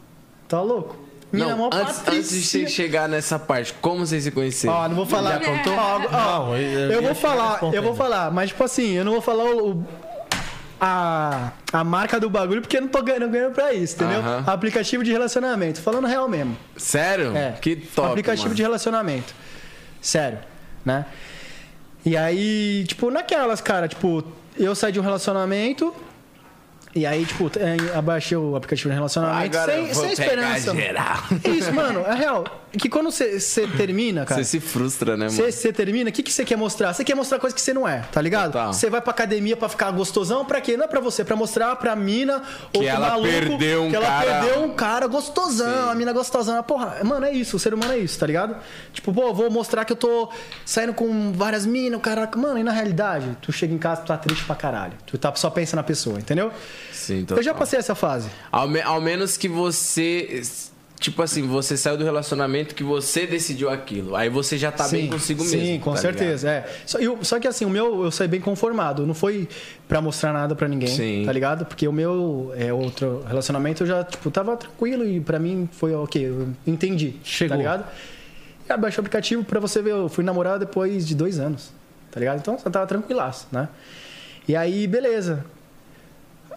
Speaker 4: Tá louco? Mina é
Speaker 1: Não,
Speaker 4: uma
Speaker 1: antes, antes de
Speaker 4: patricinha.
Speaker 1: você chegar nessa parte, como vocês se conheceram?
Speaker 4: Ó, não vou falar.
Speaker 6: Já contou?
Speaker 4: Ó, ó,
Speaker 2: Não, eu-
Speaker 4: eu,
Speaker 2: eu
Speaker 4: vou
Speaker 2: ia chegar nesse
Speaker 4: falar,
Speaker 2: ponto
Speaker 4: eu vou
Speaker 2: ainda.
Speaker 4: falar, mas tipo assim, eu não vou falar o. o- a, a marca do bagulho, porque eu não tô ganhando, ganhando pra isso, entendeu?
Speaker 1: Aham.
Speaker 4: Aplicativo de relacionamento, falando real mesmo.
Speaker 1: Sério?
Speaker 4: É.
Speaker 1: Que top.
Speaker 4: Aplicativo
Speaker 1: mano.
Speaker 4: de relacionamento. Sério, né? E aí, tipo, naquelas, cara, tipo, eu saí de um relacionamento. E aí, tipo, eh, abaixei o aplicativo de relacionamento
Speaker 1: Agora
Speaker 4: sem,
Speaker 1: eu vou
Speaker 4: sem
Speaker 1: pegar
Speaker 4: esperança. mano.
Speaker 1: geral.
Speaker 4: É isso, mano. É real. Que quando você termina, cara.
Speaker 1: Você se frustra, né, mano?
Speaker 4: Você termina, o que você quer mostrar? Você quer mostrar coisa que você não é, tá
Speaker 1: Total.
Speaker 4: ligado? Você vai pra academia pra ficar gostosão, pra quê? Não é pra você, é pra mostrar pra mina ou
Speaker 1: Que
Speaker 4: pro
Speaker 1: ela
Speaker 4: maluco
Speaker 1: perdeu um
Speaker 4: que ela
Speaker 1: cara-
Speaker 4: perdeu um cara gostosão,
Speaker 1: Sim.
Speaker 4: a mina gostosão. Porra, mano, é isso, o ser humano é isso, tá ligado? Tipo, pô, vou mostrar que eu tô saindo com várias minas, caraca. Mano, e na realidade, tu chega em casa, tu tá triste pra caralho. Tu tá só pensa na pessoa, entendeu?
Speaker 1: Sim, total.
Speaker 4: Eu já passei essa fase.
Speaker 1: Ao, me- ao menos que você. Tipo assim, você saiu do relacionamento que você decidiu aquilo. Aí você já tá bem consigo mesmo.
Speaker 4: Sim, com
Speaker 1: tá
Speaker 4: certeza. É. Só, eu- só que assim, o meu eu saí bem conformado. Não foi pra mostrar nada pra ninguém,
Speaker 1: Sim.
Speaker 4: tá ligado? Porque o meu é outro relacionamento, eu já, tipo, tava tranquilo e pra mim foi ok. Eu entendi.
Speaker 2: Chegou.
Speaker 4: Tá ligado? E abaixei o aplicativo pra você ver. Eu fui namorar depois de dois anos, tá ligado? Então você tava tranquilaço, né? E aí, beleza.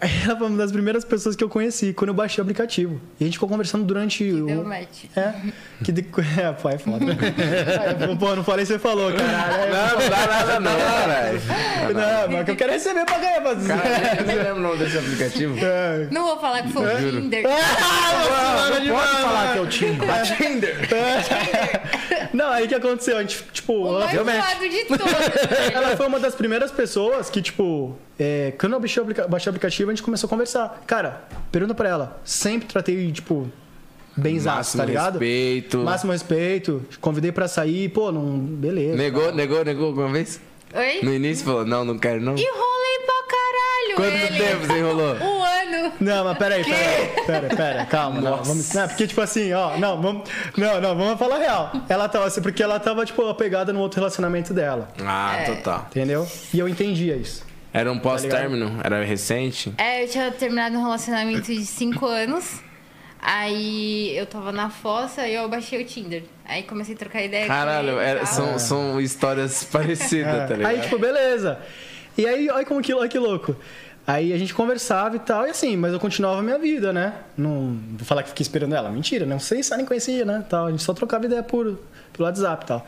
Speaker 4: Aí Ela foi uma das primeiras pessoas que eu conheci quando eu baixei o aplicativo. E a gente ficou conversando durante. o-
Speaker 6: Deu match.
Speaker 4: é. Que de... É, pô, é foda. Aí, Pô, não falei, você falou, caralho.
Speaker 1: Ligado? Não, não dá nada não, caralho.
Speaker 4: Não, mas é que eu quero receber pra ganhar, pra
Speaker 1: Cara, eu nem lembro o nome desse aplicativo.
Speaker 4: É.
Speaker 6: Não vou falar que foi o Tinder.
Speaker 1: Ah,
Speaker 4: Ah, não pode falar que eu tinha.
Speaker 1: A é Tinder.
Speaker 4: né? É. Não, aí o que aconteceu? A gente, tipo,
Speaker 6: O
Speaker 4: ela,
Speaker 6: mais zoado de todos.
Speaker 4: ela foi uma das primeiras pessoas que, tipo, é, quando eu baixei o, aplica- baixei o aplicativo, a gente começou a conversar. Cara, pergunta pra ela. Sempre tratei, tipo, bem zaço,
Speaker 1: Máximo
Speaker 4: tá ligado?
Speaker 1: respeito.
Speaker 4: Máximo respeito. Convidei pra sair, pô, não. Beleza.
Speaker 1: Negou, negou, negou alguma vez?
Speaker 6: Oi?
Speaker 1: No início falou, não, não quero não.
Speaker 6: Enrolei pra caralho
Speaker 1: Quanto
Speaker 6: ele.
Speaker 1: tempo você enrolou?
Speaker 6: Um ano.
Speaker 4: Não, mas peraí, peraí, pera, pera, calma. Não,
Speaker 1: Nossa.
Speaker 4: vamos, não, porque, tipo assim, ó, não, vamos, não, não, vamos falar real. Ela tava assim, porque ela tava, tipo, apegada no outro relacionamento dela,
Speaker 1: Ah,
Speaker 6: É.
Speaker 1: total.
Speaker 4: entendeu? E eu entendia isso.
Speaker 1: Era um pós-término? Era recente?
Speaker 6: É, eu tinha terminado um relacionamento de 5 anos. Aí eu tava na fossa e eu baixei o Tinder. Aí comecei a trocar ideia. com
Speaker 1: Caralho,
Speaker 6: ele e
Speaker 1: era-
Speaker 6: tal.
Speaker 1: são, são histórias parecidas, tá ligado?
Speaker 4: Aí, tipo, beleza. E aí, olha como que, olha que louco. Aí a gente conversava e tal, e assim, mas eu continuava a minha vida, né? Não vou falar que fiquei esperando ela, mentira, não sei se nem conhecia, né? Tal, a gente só trocava ideia por, pelo WhatsApp e tal.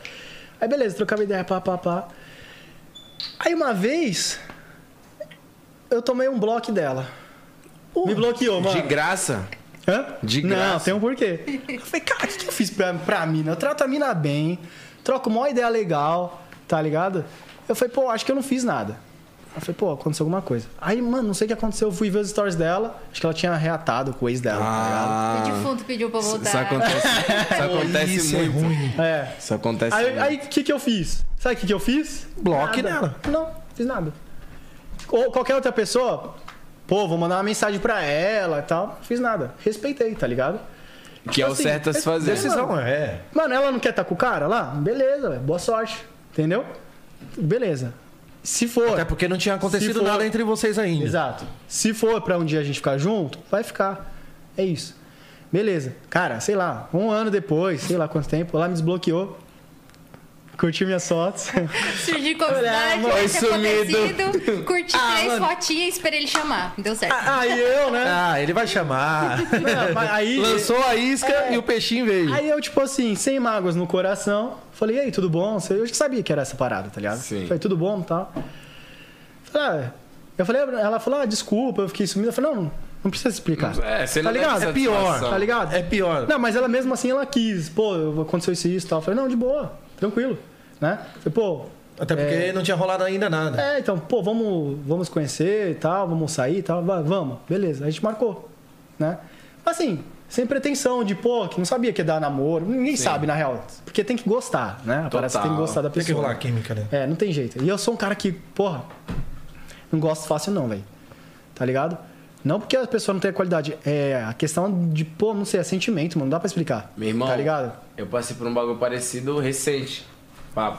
Speaker 4: Aí, beleza, trocava ideia, pá, pá, pá. Aí uma vez, eu tomei um bloco dela. Me bloqueou, mano.
Speaker 1: De graça?
Speaker 4: Hã?
Speaker 1: De
Speaker 4: Não,
Speaker 1: graça.
Speaker 4: tem um porquê. Eu falei, cara, o que, que eu fiz pra, pra mina? Eu trato a mina bem, troco uma ideia legal, tá ligado? Eu falei, pô, acho que eu não fiz nada. Eu falei, pô, aconteceu alguma coisa. Aí, mano, não sei o que aconteceu, eu fui ver os stories dela, acho que ela tinha reatado com o ex dela, tá ligado?
Speaker 6: O
Speaker 1: Ah,
Speaker 6: defunto pediu pra voltar.
Speaker 1: isso acontece, isso acontece
Speaker 2: Isso é
Speaker 1: muito.
Speaker 2: ruim.
Speaker 4: É.
Speaker 1: Isso acontece
Speaker 4: Aí,
Speaker 1: muito.
Speaker 4: aí, o que que eu fiz? Sabe o que que eu fiz?
Speaker 2: Bloque
Speaker 4: nada. Não, fiz nada. Ou qualquer outra pessoa, pô, vou mandar uma mensagem pra ela e tal. Fiz nada. Respeitei, tá ligado?
Speaker 1: que é o
Speaker 4: assim,
Speaker 1: certo a se fazer.
Speaker 2: Decisão, é.
Speaker 4: tá Mano, ela não quer estar com o cara lá? Beleza, velho. Boa sorte. Entendeu? Beleza. Se for.
Speaker 2: Até porque não tinha acontecido
Speaker 4: for-
Speaker 2: nada entre vocês ainda.
Speaker 4: Exato. Se for pra um dia a gente ficar junto, vai ficar. É isso. Beleza. Cara, sei lá, um ano depois, sei lá quanto tempo, ela me desbloqueou. Curtiu minhas fotos.
Speaker 6: Surgiu curiosidade,
Speaker 4: Olha,
Speaker 6: foi
Speaker 1: foi
Speaker 6: acontecido. Curti
Speaker 4: Ah,
Speaker 6: três
Speaker 4: mano.
Speaker 6: fotinhas e esperei ele chamar. Deu certo.
Speaker 4: Aí eu, né?
Speaker 2: Ah, ele vai chamar.
Speaker 4: Não, mas aí,
Speaker 2: Lançou a isca
Speaker 4: É.
Speaker 2: e o peixinho veio.
Speaker 4: aí eu, tipo assim, sem mágoas no coração, falei, e aí, tudo bom? Você- Eu já sabia que era essa parada, tá ligado?
Speaker 1: Sim.
Speaker 4: Falei, tudo bom e tal. Falei, ah, eu falei, ela falou, ah, desculpa, eu fiquei sumida. Eu falei, não, não precisa explicar.
Speaker 1: É, você
Speaker 4: tá
Speaker 1: não deve
Speaker 4: ligado?
Speaker 1: ter
Speaker 4: É pior,
Speaker 1: satisfação.
Speaker 4: tá ligado?
Speaker 2: É pior.
Speaker 4: Não, mas ela mesmo assim ela quis. Pô, aconteceu isso e isso e tal. Eu falei, não, de boa, tranquilo. Né? Falei, pô.
Speaker 2: Até porque
Speaker 4: É,
Speaker 2: não tinha rolado ainda nada.
Speaker 4: é, então, pô, vamos, vamos conhecer e tal, vamos sair e tal. vai, vamos, beleza. A gente marcou. Né? Assim, sem pretensão de, pô, que não sabia que ia dar namoro. Ninguém sabe, na real. Porque tem que gostar, né? A parada, você tem que gostar da
Speaker 2: Tem
Speaker 4: pessoa.
Speaker 2: que rolar a química, né?
Speaker 4: É, não tem jeito. E eu sou um cara que, porra, não gosto fácil não, velho. Tá ligado? Não porque a pessoa não tem qualidade. É a questão de, pô, não sei, é sentimento, mano. Não dá pra explicar.
Speaker 1: Meu irmão,
Speaker 4: Tá ligado?
Speaker 1: eu passei por um bagulho parecido recente. Papo.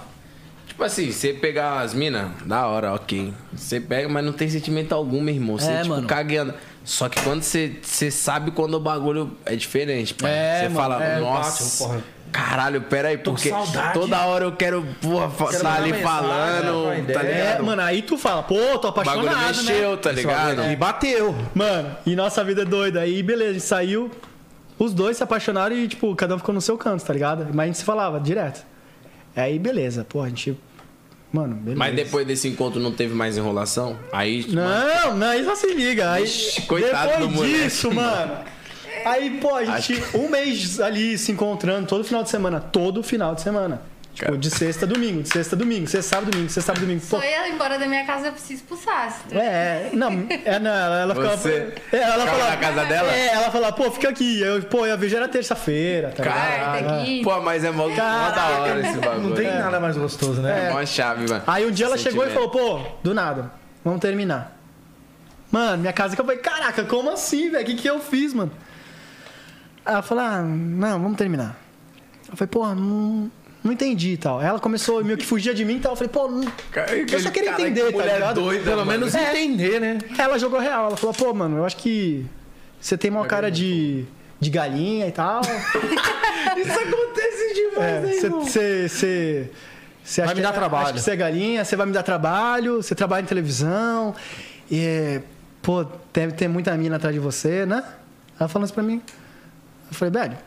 Speaker 1: Tipo assim, você pegar as minas, da hora, ok. Você pega, mas não tem sentimento algum, meu irmão. Você,
Speaker 7: É,
Speaker 1: tipo,
Speaker 7: mano.
Speaker 1: caga e anda. Só que quando você, você sabe quando o bagulho é diferente, pai.
Speaker 4: É,
Speaker 1: você
Speaker 4: mano,
Speaker 1: fala,
Speaker 4: é,
Speaker 1: nossa,
Speaker 2: bate, porra.
Speaker 1: caralho, pera aí,
Speaker 2: Tô com
Speaker 1: porque
Speaker 2: saudade.
Speaker 1: toda hora eu quero, porra, fa-
Speaker 2: Quero
Speaker 1: tá
Speaker 2: mandar
Speaker 1: ali
Speaker 2: mensagem,
Speaker 1: falando,
Speaker 2: trocar
Speaker 1: tá
Speaker 2: ideia.
Speaker 1: ligado?
Speaker 4: É, mano, aí tu fala, pô, tô
Speaker 1: o
Speaker 4: apaixonado,
Speaker 1: bagulho mexeu,
Speaker 4: né?
Speaker 1: tá ligado?
Speaker 2: E bateu.
Speaker 4: Mano, e nossa vida é doida. Aí, beleza, a gente saiu. Os dois se apaixonaram e, tipo, cada um ficou no seu canto, tá ligado? Mas a gente se falava direto. Aí, beleza, pô, a gente. Mano, beleza.
Speaker 1: Mas depois desse encontro não teve mais enrolação? Aí, tipo,
Speaker 4: Não, não, isso não se liga. Aí,
Speaker 1: Ixi, coitado
Speaker 4: depois
Speaker 1: do moleque,
Speaker 4: disso, mano. Aí, pô, a gente um mês ali se encontrando todo final de semana, todo final de semana. Tipo,
Speaker 1: Cara.
Speaker 4: de sexta a domingo, de sexta a domingo, sexta sábado domingo, sexta sábado domingo. Pô,
Speaker 6: Só ia embora da minha casa pra se expulsar. se tu-
Speaker 4: é, não, é, não, ela, ela ficava.
Speaker 1: Você
Speaker 4: é, ela
Speaker 1: ficava
Speaker 4: falava,
Speaker 1: na casa dela?
Speaker 4: É, ela falava, pô, fica aqui. Eu, pô, eu vejo era terça-feira, tá ligado?
Speaker 6: Quarta, quinta.
Speaker 1: Pô, mas é mó, mó da hora esse bagulho.
Speaker 2: Não tem
Speaker 1: é.
Speaker 2: nada mais gostoso, né?
Speaker 1: É mó chave, mano.
Speaker 4: Aí um dia ela chegou e falou,
Speaker 1: Sentimento.
Speaker 4: pô, do nada, vamos terminar. Mano, minha casa que eu falei, caraca, como assim, velho? O que, que eu fiz, mano? Aí ela falou, ah, não, vamos terminar. Eu falei, pô, não, não entendi e tal. Aí ela começou meio que fugia de mim e tal. Eu falei, pô, não...
Speaker 1: Cara,
Speaker 4: eu só queria
Speaker 1: cara,
Speaker 4: entender,
Speaker 1: que
Speaker 4: tá
Speaker 1: mulher
Speaker 4: ligado?
Speaker 1: doida,
Speaker 2: Pelo
Speaker 1: mano.
Speaker 2: menos entender, né?
Speaker 4: Ela jogou real, ela falou, pô, mano, eu acho que você tem uma cara de, de galinha e tal.
Speaker 2: Isso acontece demais,
Speaker 4: Você. você- você- você acha
Speaker 2: me
Speaker 4: que-
Speaker 2: dar trabalho.
Speaker 4: acha que você é galinha, você vai me dar trabalho, você trabalha em televisão. E, é, pô, deve ter muita mina atrás de você, né? Ela falou isso pra mim. Eu falei, velho,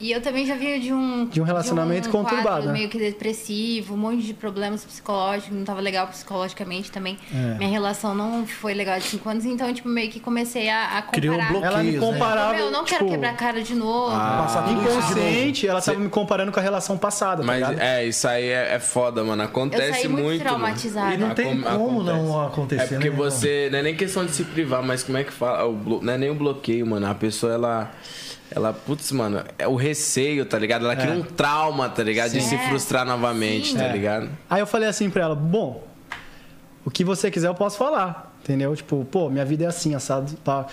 Speaker 6: E eu também já vinha de um...
Speaker 4: De um relacionamento
Speaker 6: de um quadro
Speaker 4: conturbado, né?
Speaker 6: meio que depressivo, um monte de problemas psicológicos, não tava legal psicologicamente também.
Speaker 4: É.
Speaker 6: Minha relação não foi legal de cinco anos, então, tipo, meio que comecei a, a comparar.
Speaker 2: Criou um bloqueio,
Speaker 4: ela me
Speaker 2: né?
Speaker 4: comparava.
Speaker 6: Meu, eu não quero
Speaker 4: tipo, Ah,
Speaker 6: quebrar a cara de novo.
Speaker 2: Passar tudo isso de novo.
Speaker 4: Inconsciente, ela tava me comparando com a relação passada, tá
Speaker 1: Mas
Speaker 4: ligado?
Speaker 1: é, isso aí é, é foda, mano.
Speaker 6: eu
Speaker 1: Acontece
Speaker 6: saí muito,
Speaker 1: muito. né? mano.
Speaker 6: traumatizada.
Speaker 2: E não tem
Speaker 1: Acon-
Speaker 2: como não
Speaker 1: É
Speaker 2: acontecer,
Speaker 1: porque
Speaker 2: né,
Speaker 1: você. Não é nem questão de se privar, mas como é que fala? O blo- Não é nem o bloqueio, mano. A pessoa, ela. Ela, putz, mano, é o receio, tá ligado? Ela
Speaker 4: É.
Speaker 1: cria um trauma, tá ligado? De se
Speaker 6: É.
Speaker 1: frustrar novamente,
Speaker 6: Sim.
Speaker 1: tá
Speaker 6: É.
Speaker 1: ligado?
Speaker 4: Aí eu falei assim pra ela, bom, o que você quiser eu posso falar, entendeu? Tipo, pô, minha vida é assim, assado, pá.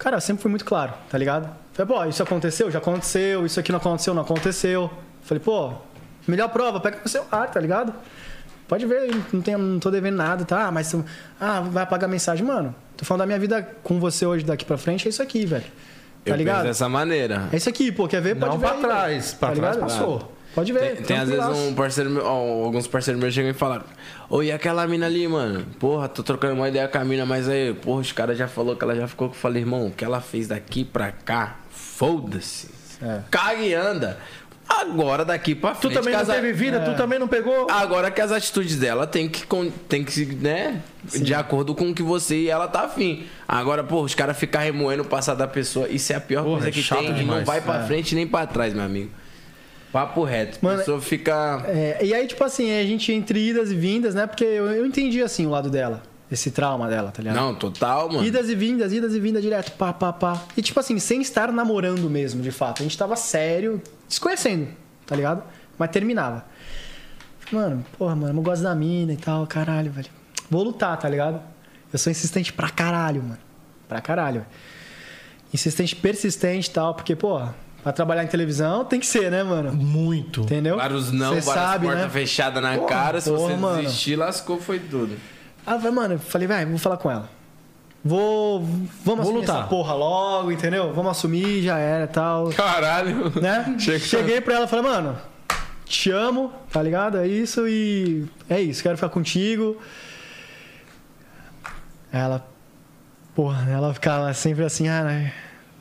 Speaker 4: Cara, eu sempre fui muito claro, tá ligado? Falei, pô, isso aconteceu, já aconteceu, isso aqui não aconteceu, não aconteceu. Falei, pô, melhor prova, pega no celular, tá ligado? Pode ver, eu não, tenho, não tô devendo nada, tá? Ah, Mas, ah, vai apagar a mensagem. Mano, tô falando da minha vida com você hoje, daqui pra frente, é isso aqui, velho. Tá
Speaker 1: eu penso
Speaker 4: ligado?
Speaker 1: dessa maneira.
Speaker 4: É isso aqui, pô, quer ver? Pode
Speaker 2: Não
Speaker 4: ver.
Speaker 2: pra
Speaker 4: aí,
Speaker 2: trás,
Speaker 4: velho. Tá
Speaker 2: pra trás
Speaker 4: ligado?
Speaker 2: passou.
Speaker 4: Pode ver.
Speaker 1: Tem, tem às vezes
Speaker 4: tranquilaço.
Speaker 1: um parceiro meu, ó, alguns parceiros meus chegam e falam: Ô, e aquela mina ali, mano? Porra, tô trocando uma ideia com a mina, mas aí, porra, os caras já falou que ela já ficou. que Eu falei, irmão, o que ela fez daqui pra cá, foda-se. Caga e anda. Agora daqui pra
Speaker 2: Tu
Speaker 1: frente.
Speaker 2: também não
Speaker 1: casa-
Speaker 2: teve vida, tu também não pegou.
Speaker 1: Agora que as atitudes dela tem que, con- tem que se, né? De acordo com o que você e ela tá afim. Agora, pô, os caras ficam remoendo o passado da pessoa. Isso é a pior
Speaker 2: Porra,
Speaker 1: coisa
Speaker 2: é
Speaker 1: que
Speaker 2: chato
Speaker 1: tem. E não
Speaker 2: demais.
Speaker 1: vai pra
Speaker 2: É.
Speaker 1: frente nem pra trás, meu amigo. Papo reto. A
Speaker 4: Mano,
Speaker 1: pessoa fica.
Speaker 4: É, e aí, tipo assim, a gente entre idas e vindas, né? Porque eu, eu entendi, assim, o lado dela. Esse trauma dela, tá ligado?
Speaker 1: Não, total, mano.
Speaker 4: Idas e vindas, idas e vindas direto, pá, pá, pá. E tipo assim, sem estar namorando mesmo, de fato. A gente tava sério, desconhecendo, tá ligado? Mas terminava. Mano, porra, mano, eu gosto da mina e tal, caralho, velho. Vou lutar, tá ligado? Eu sou insistente pra caralho, mano. Pra caralho. velho. Insistente, persistente e tal, porque, porra, Pra trabalhar em televisão tem que ser, né, mano?
Speaker 2: Muito.
Speaker 4: Entendeu?
Speaker 1: Vários não,
Speaker 4: Cê né?
Speaker 1: várias portas fechadas na cara. Se
Speaker 4: porra,
Speaker 1: você
Speaker 4: mano.
Speaker 1: desistir, lascou, foi tudo.
Speaker 4: Ah, vai, mano, eu falei, vai, vou falar com ela. Vou. Vamos
Speaker 2: Vou
Speaker 4: assumir
Speaker 2: lutar.
Speaker 4: essa porra logo, entendeu? Vamos assumir, já era tal.
Speaker 1: Caralho.
Speaker 4: Né?
Speaker 1: Chega-
Speaker 4: Cheguei pra ela e falei, mano, te amo, tá ligado? É isso e. É isso, quero ficar contigo. Aí Ela. Porra, ela ficava sempre assim, ah, né?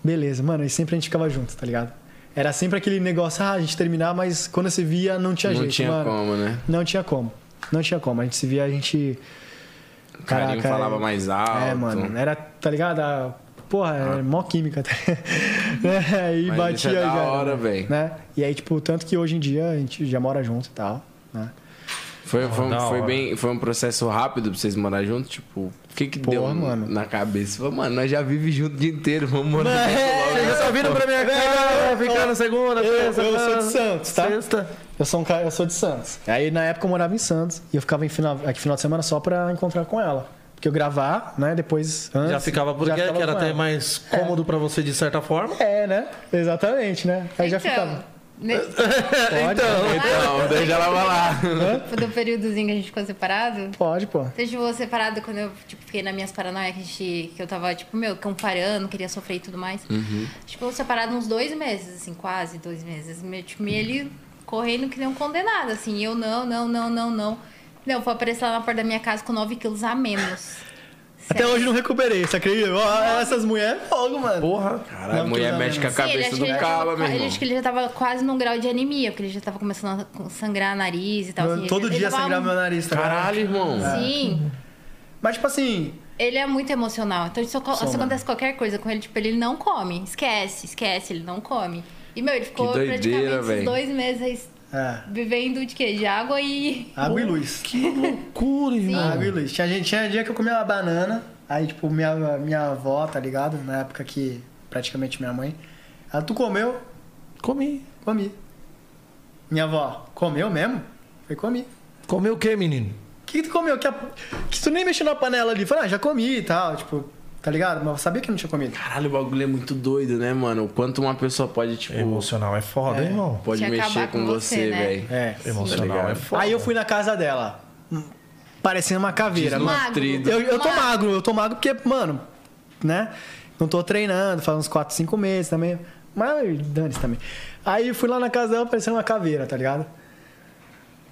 Speaker 4: Beleza, mano, e sempre a gente ficava junto, tá ligado? Era sempre aquele negócio, ah, a gente terminar, mas quando você via, não tinha
Speaker 1: Não
Speaker 4: jeito,
Speaker 1: tinha
Speaker 4: mano.
Speaker 1: como, né?
Speaker 4: Não tinha como. Não tinha como. A gente se via, a gente.
Speaker 1: O carinho
Speaker 4: Caraca,
Speaker 1: falava
Speaker 4: é-
Speaker 1: mais alto. Ah.
Speaker 4: É, mano. Era, tá ligado? A- Porra, era mó química. tá? né? Aí
Speaker 1: Mas
Speaker 4: batia
Speaker 1: isso é da
Speaker 4: já,
Speaker 1: hora, velho.
Speaker 4: Né? E aí, tipo, tanto que hoje em dia a gente já mora junto e tal. Né?
Speaker 1: Foi, foi,
Speaker 2: da
Speaker 1: foi
Speaker 2: hora.
Speaker 1: bem, foi um processo rápido pra vocês morarem juntos? Tipo, o que que
Speaker 4: Porra,
Speaker 1: deu
Speaker 4: mano.
Speaker 1: na cabeça? Falou, mano, nós já vivemos junto o dia inteiro, vamos morar junto logo.
Speaker 2: É,
Speaker 4: é,
Speaker 2: Vocês já estão vindo pra minha casa, ficando é, segunda,
Speaker 4: eu-
Speaker 2: terça,
Speaker 4: eu sou de
Speaker 2: quarta,
Speaker 4: Santos, tá?
Speaker 2: Sexta.
Speaker 4: Eu sou um cara, eu sou de Santos. Aí na época eu morava em Santos e eu ficava em final, aqui final de semana só pra encontrar com ela. Porque eu gravar, né? Depois. Antes,
Speaker 2: Já ficava porque
Speaker 4: ficava
Speaker 2: que era
Speaker 4: com
Speaker 2: até
Speaker 4: ela.
Speaker 2: mais cômodo pra você de certa forma.
Speaker 4: É, né? Exatamente, né? Aí já
Speaker 6: Então,
Speaker 2: Então.
Speaker 4: ficava.
Speaker 6: ne-
Speaker 4: Pode,
Speaker 1: Então, deixa ela falar.
Speaker 6: do períodozinho que a gente ficou separado,
Speaker 4: pode, pô.
Speaker 6: Você ficou separado quando eu tipo, fiquei nas minhas paranoias que, a gente- que eu tava, tipo, meu, comparando, queria sofrer e tudo mais.
Speaker 1: Uhum.
Speaker 6: A gente ficou separado uns dois meses, assim, quase dois meses. Meu time, ele correndo que nem um condenado, assim. E Eu não, não, não, não, não. Não, vou aparecer lá na porta da minha casa com 9 quilos a menos.
Speaker 4: Até hoje não recuperei, você acredita? Ó, essas mulheres é fogo, mano.
Speaker 2: Porra.
Speaker 1: Caralho, a mulher mexe com a
Speaker 6: Sim, ele
Speaker 1: cabeça
Speaker 6: acho
Speaker 1: do
Speaker 6: que ele já
Speaker 1: cala,
Speaker 6: tava-
Speaker 1: meu
Speaker 6: ele
Speaker 1: irmão.
Speaker 6: acho que ele já tava quase num grau de anemia, porque ele já tava começando a sangrar nariz e tal. assim.
Speaker 4: Todo
Speaker 6: Ele-
Speaker 4: dia
Speaker 6: ele tava-
Speaker 4: sangrar meu nariz, tá ligado?
Speaker 1: Caralho, irmão.
Speaker 6: Sim.
Speaker 4: Mas, tipo assim,
Speaker 6: Ele é muito emocional. Então, se, aco- se
Speaker 4: Sou,
Speaker 6: acontece qualquer coisa com ele, tipo, ele não come. Esquece, esquece, ele não come. E, meu, ele ficou
Speaker 1: Que doideira,
Speaker 6: praticamente esses
Speaker 1: véi.
Speaker 6: dois meses
Speaker 4: é,
Speaker 6: vivendo de quê? De água e...
Speaker 4: água e luz.
Speaker 2: Cura, irmão.
Speaker 4: Água e luz. Tinha, gente, tinha dia que eu comia uma banana, aí, tipo, minha, minha avó, tá ligado? Na época que praticamente minha mãe. Ela, tu comeu?
Speaker 2: Comi.
Speaker 4: Comi. Minha avó, comeu mesmo? Foi comi.
Speaker 2: Comeu o que, menino?
Speaker 4: O que, que tu comeu? Que, a- que tu nem mexeu na panela ali? Falei, ah, já comi e tal, tipo, tá ligado? Mas eu sabia que eu não tinha comido.
Speaker 1: Caralho, o bagulho é muito doido, né, mano? O quanto uma pessoa pode, tipo,
Speaker 2: Emocional é foda, hein, irmão.
Speaker 1: pode
Speaker 6: Te acabar
Speaker 1: mexer com,
Speaker 6: com você,
Speaker 1: você,
Speaker 6: né?
Speaker 1: velho.
Speaker 4: É.
Speaker 1: Tá
Speaker 2: Emocional
Speaker 1: ligado?
Speaker 2: é foda.
Speaker 4: Aí eu fui na casa dela, hum, parecendo uma caveira, mano.
Speaker 1: Desnutrido.
Speaker 4: Eu, eu tô magro, eu tô magro porque, mano, né? Não tô treinando, faz uns 4, 5 meses também. Mas dane-se também. Aí eu fui lá na casa dela parecendo uma caveira, tá ligado?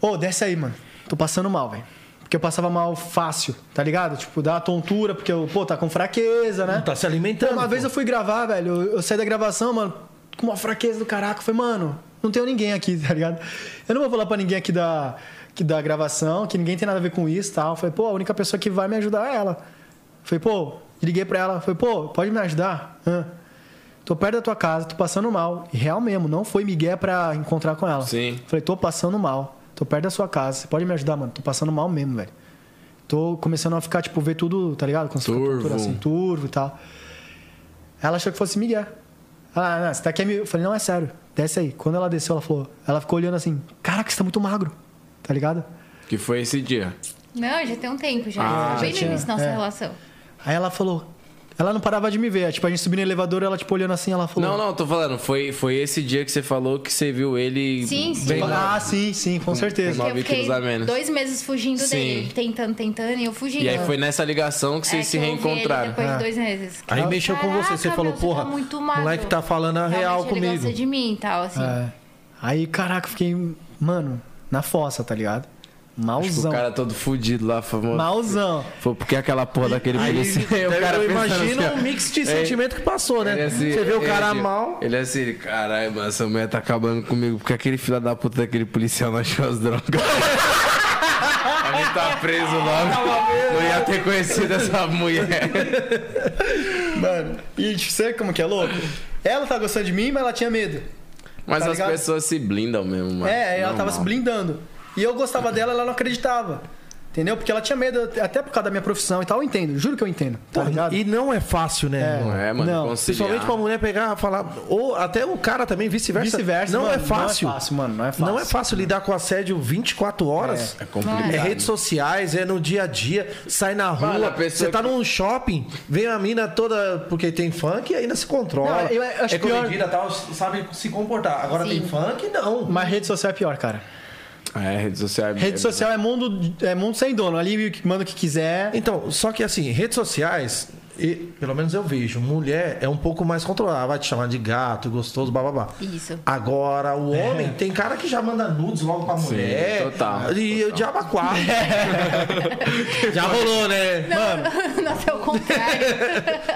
Speaker 4: Ô, desce aí, mano. Tô passando mal, velho. Porque eu passava mal fácil, tá ligado? Tipo, dá uma tontura, porque eu, pô, tá com fraqueza, né?
Speaker 2: Não tá se alimentando.
Speaker 4: Uma vez eu fui gravar, velho. Eu, eu saí da gravação, mano, com uma fraqueza do caraca. Eu Falei, mano, não tenho ninguém aqui, tá ligado? Eu não vou falar pra ninguém aqui da, que da gravação, que ninguém tem nada a ver com isso e tal. Eu Falei, pô, a única pessoa que vai me ajudar é ela. Eu Falei, pô, liguei pra ela. Eu Falei, pô, pode me ajudar? Hã? Tô perto da tua casa, tô passando mal. E real mesmo, não foi migué pra encontrar com ela.
Speaker 1: Sim.
Speaker 4: Falei, tô passando mal. Tô perto da sua casa. Você pode me ajudar, mano? Tô passando mal mesmo, velho. Tô começando a ficar, tipo, ver tudo, tá ligado? Com
Speaker 1: Turvo.
Speaker 4: tontura, assim, turvo e tal. Ela achou que fosse Miguel. Ela, não, você tá aqui. é mi-" Eu falei, não, é sério. Desce aí. Quando ela desceu, ela falou, ela ficou olhando assim, caraca, você tá muito magro. Tá ligado?
Speaker 1: Que foi esse dia.
Speaker 6: Não, já tem um tempo já.
Speaker 1: Ah,
Speaker 6: bem
Speaker 4: já
Speaker 6: no
Speaker 4: tinha,
Speaker 6: início da nossa
Speaker 4: é.
Speaker 6: relação.
Speaker 4: Aí ela falou. Ela não parava de me ver. Tipo, a gente subindo no elevador, ela, tipo, olhando assim, ela falou.
Speaker 1: Não, não, tô falando. Foi, foi esse dia que você falou que você viu ele.
Speaker 6: Sim, sim.
Speaker 1: bem lá.
Speaker 4: Ah, sim, sim, com certeza.
Speaker 6: Porque eu
Speaker 1: Nove
Speaker 6: fiquei
Speaker 1: quilos a menos.
Speaker 6: dois meses fugindo
Speaker 1: Sim.
Speaker 6: dele. Ele tentando, tentando, e eu fugindo.
Speaker 1: E aí foi nessa ligação que
Speaker 6: É,
Speaker 1: vocês se
Speaker 6: que eu ouvi ele
Speaker 1: reencontraram.
Speaker 6: Depois de dois meses.
Speaker 2: Ah. Aí mexeu com você, você
Speaker 6: Caraca,
Speaker 2: falou,
Speaker 6: meu,
Speaker 2: porra,
Speaker 6: tá muito
Speaker 2: o
Speaker 6: magro.
Speaker 2: moleque tá falando a
Speaker 6: Realmente
Speaker 2: real
Speaker 6: Ele gosta
Speaker 2: comigo.
Speaker 6: de mim e tal, assim.
Speaker 4: É. Aí, caraca, eu fiquei, mano, na fossa, tá ligado?
Speaker 1: Tipo,
Speaker 4: Malzão.
Speaker 1: o cara todo fudido lá, famoso.
Speaker 4: Malzão.
Speaker 1: Foi porque é aquela porra daquele merecia.
Speaker 2: Deve-
Speaker 1: O cara
Speaker 2: eu
Speaker 1: pensando
Speaker 2: imagino
Speaker 1: assim, ó.
Speaker 2: um mix de
Speaker 1: É,
Speaker 2: sentimento que passou, né?
Speaker 1: ele assim,
Speaker 2: você vê o
Speaker 1: ele
Speaker 2: cara
Speaker 1: assim,
Speaker 2: mal.
Speaker 1: Ele assim, caralho, mano, essa mulher tá acabando comigo porque aquele filho da puta daquele policial não achou as drogas. A gente tá preso logo. Não ia ter conhecido essa mulher.
Speaker 4: Mano, e tipo, você como que é louco? Ela tá gostando de mim, mas ela tinha medo.
Speaker 1: Mas as
Speaker 4: Tá ligado?
Speaker 1: pessoas se blindam mesmo, mano.
Speaker 4: É, ela tava
Speaker 1: Normal.
Speaker 4: se blindando. E eu gostava dela, ela não acreditava. Entendeu? Porque ela tinha medo, até por causa da minha profissão e tal, eu entendo, juro que eu entendo, tá ligado?
Speaker 2: E não é fácil, né? irmão?
Speaker 1: É, mano,
Speaker 4: Não,
Speaker 1: conciliar.
Speaker 2: Principalmente pra mulher pegar, falar. Ou até o cara também, vice-versa.
Speaker 4: Vice-versa,
Speaker 2: Não
Speaker 4: mano,
Speaker 2: é fácil.
Speaker 4: Não é fácil, mano, não é fácil.
Speaker 2: Não é fácil lidar com assédio 24 horas.
Speaker 1: É complicado.
Speaker 2: É redes sociais, é no dia a dia, sai na rua,
Speaker 1: Olha, a pessoa
Speaker 2: você tá
Speaker 1: que-
Speaker 2: num shopping, vem a mina toda porque tem funk e ainda se controla.
Speaker 4: Não, eu acho
Speaker 2: é
Speaker 4: pior-
Speaker 2: comedida, tal, sabe se comportar. Agora
Speaker 6: Sim.
Speaker 2: tem funk, não.
Speaker 4: Mas rede social é pior, cara.
Speaker 1: É, rede social. é-
Speaker 4: Rede social é mundo, é mundo sem dono. Ali manda o que quiser.
Speaker 2: Então, só que assim, redes sociais, e, pelo menos eu vejo, mulher é um pouco mais controlada, vai te chamar de gato, gostoso, bababá.
Speaker 6: Isso.
Speaker 2: Agora, o
Speaker 1: É.
Speaker 2: homem, tem cara que já manda nudes logo pra mulher.
Speaker 1: total,
Speaker 2: E o diabo a quatro.
Speaker 4: Já rolou, né? Mano,
Speaker 6: Nossa, é o contrário.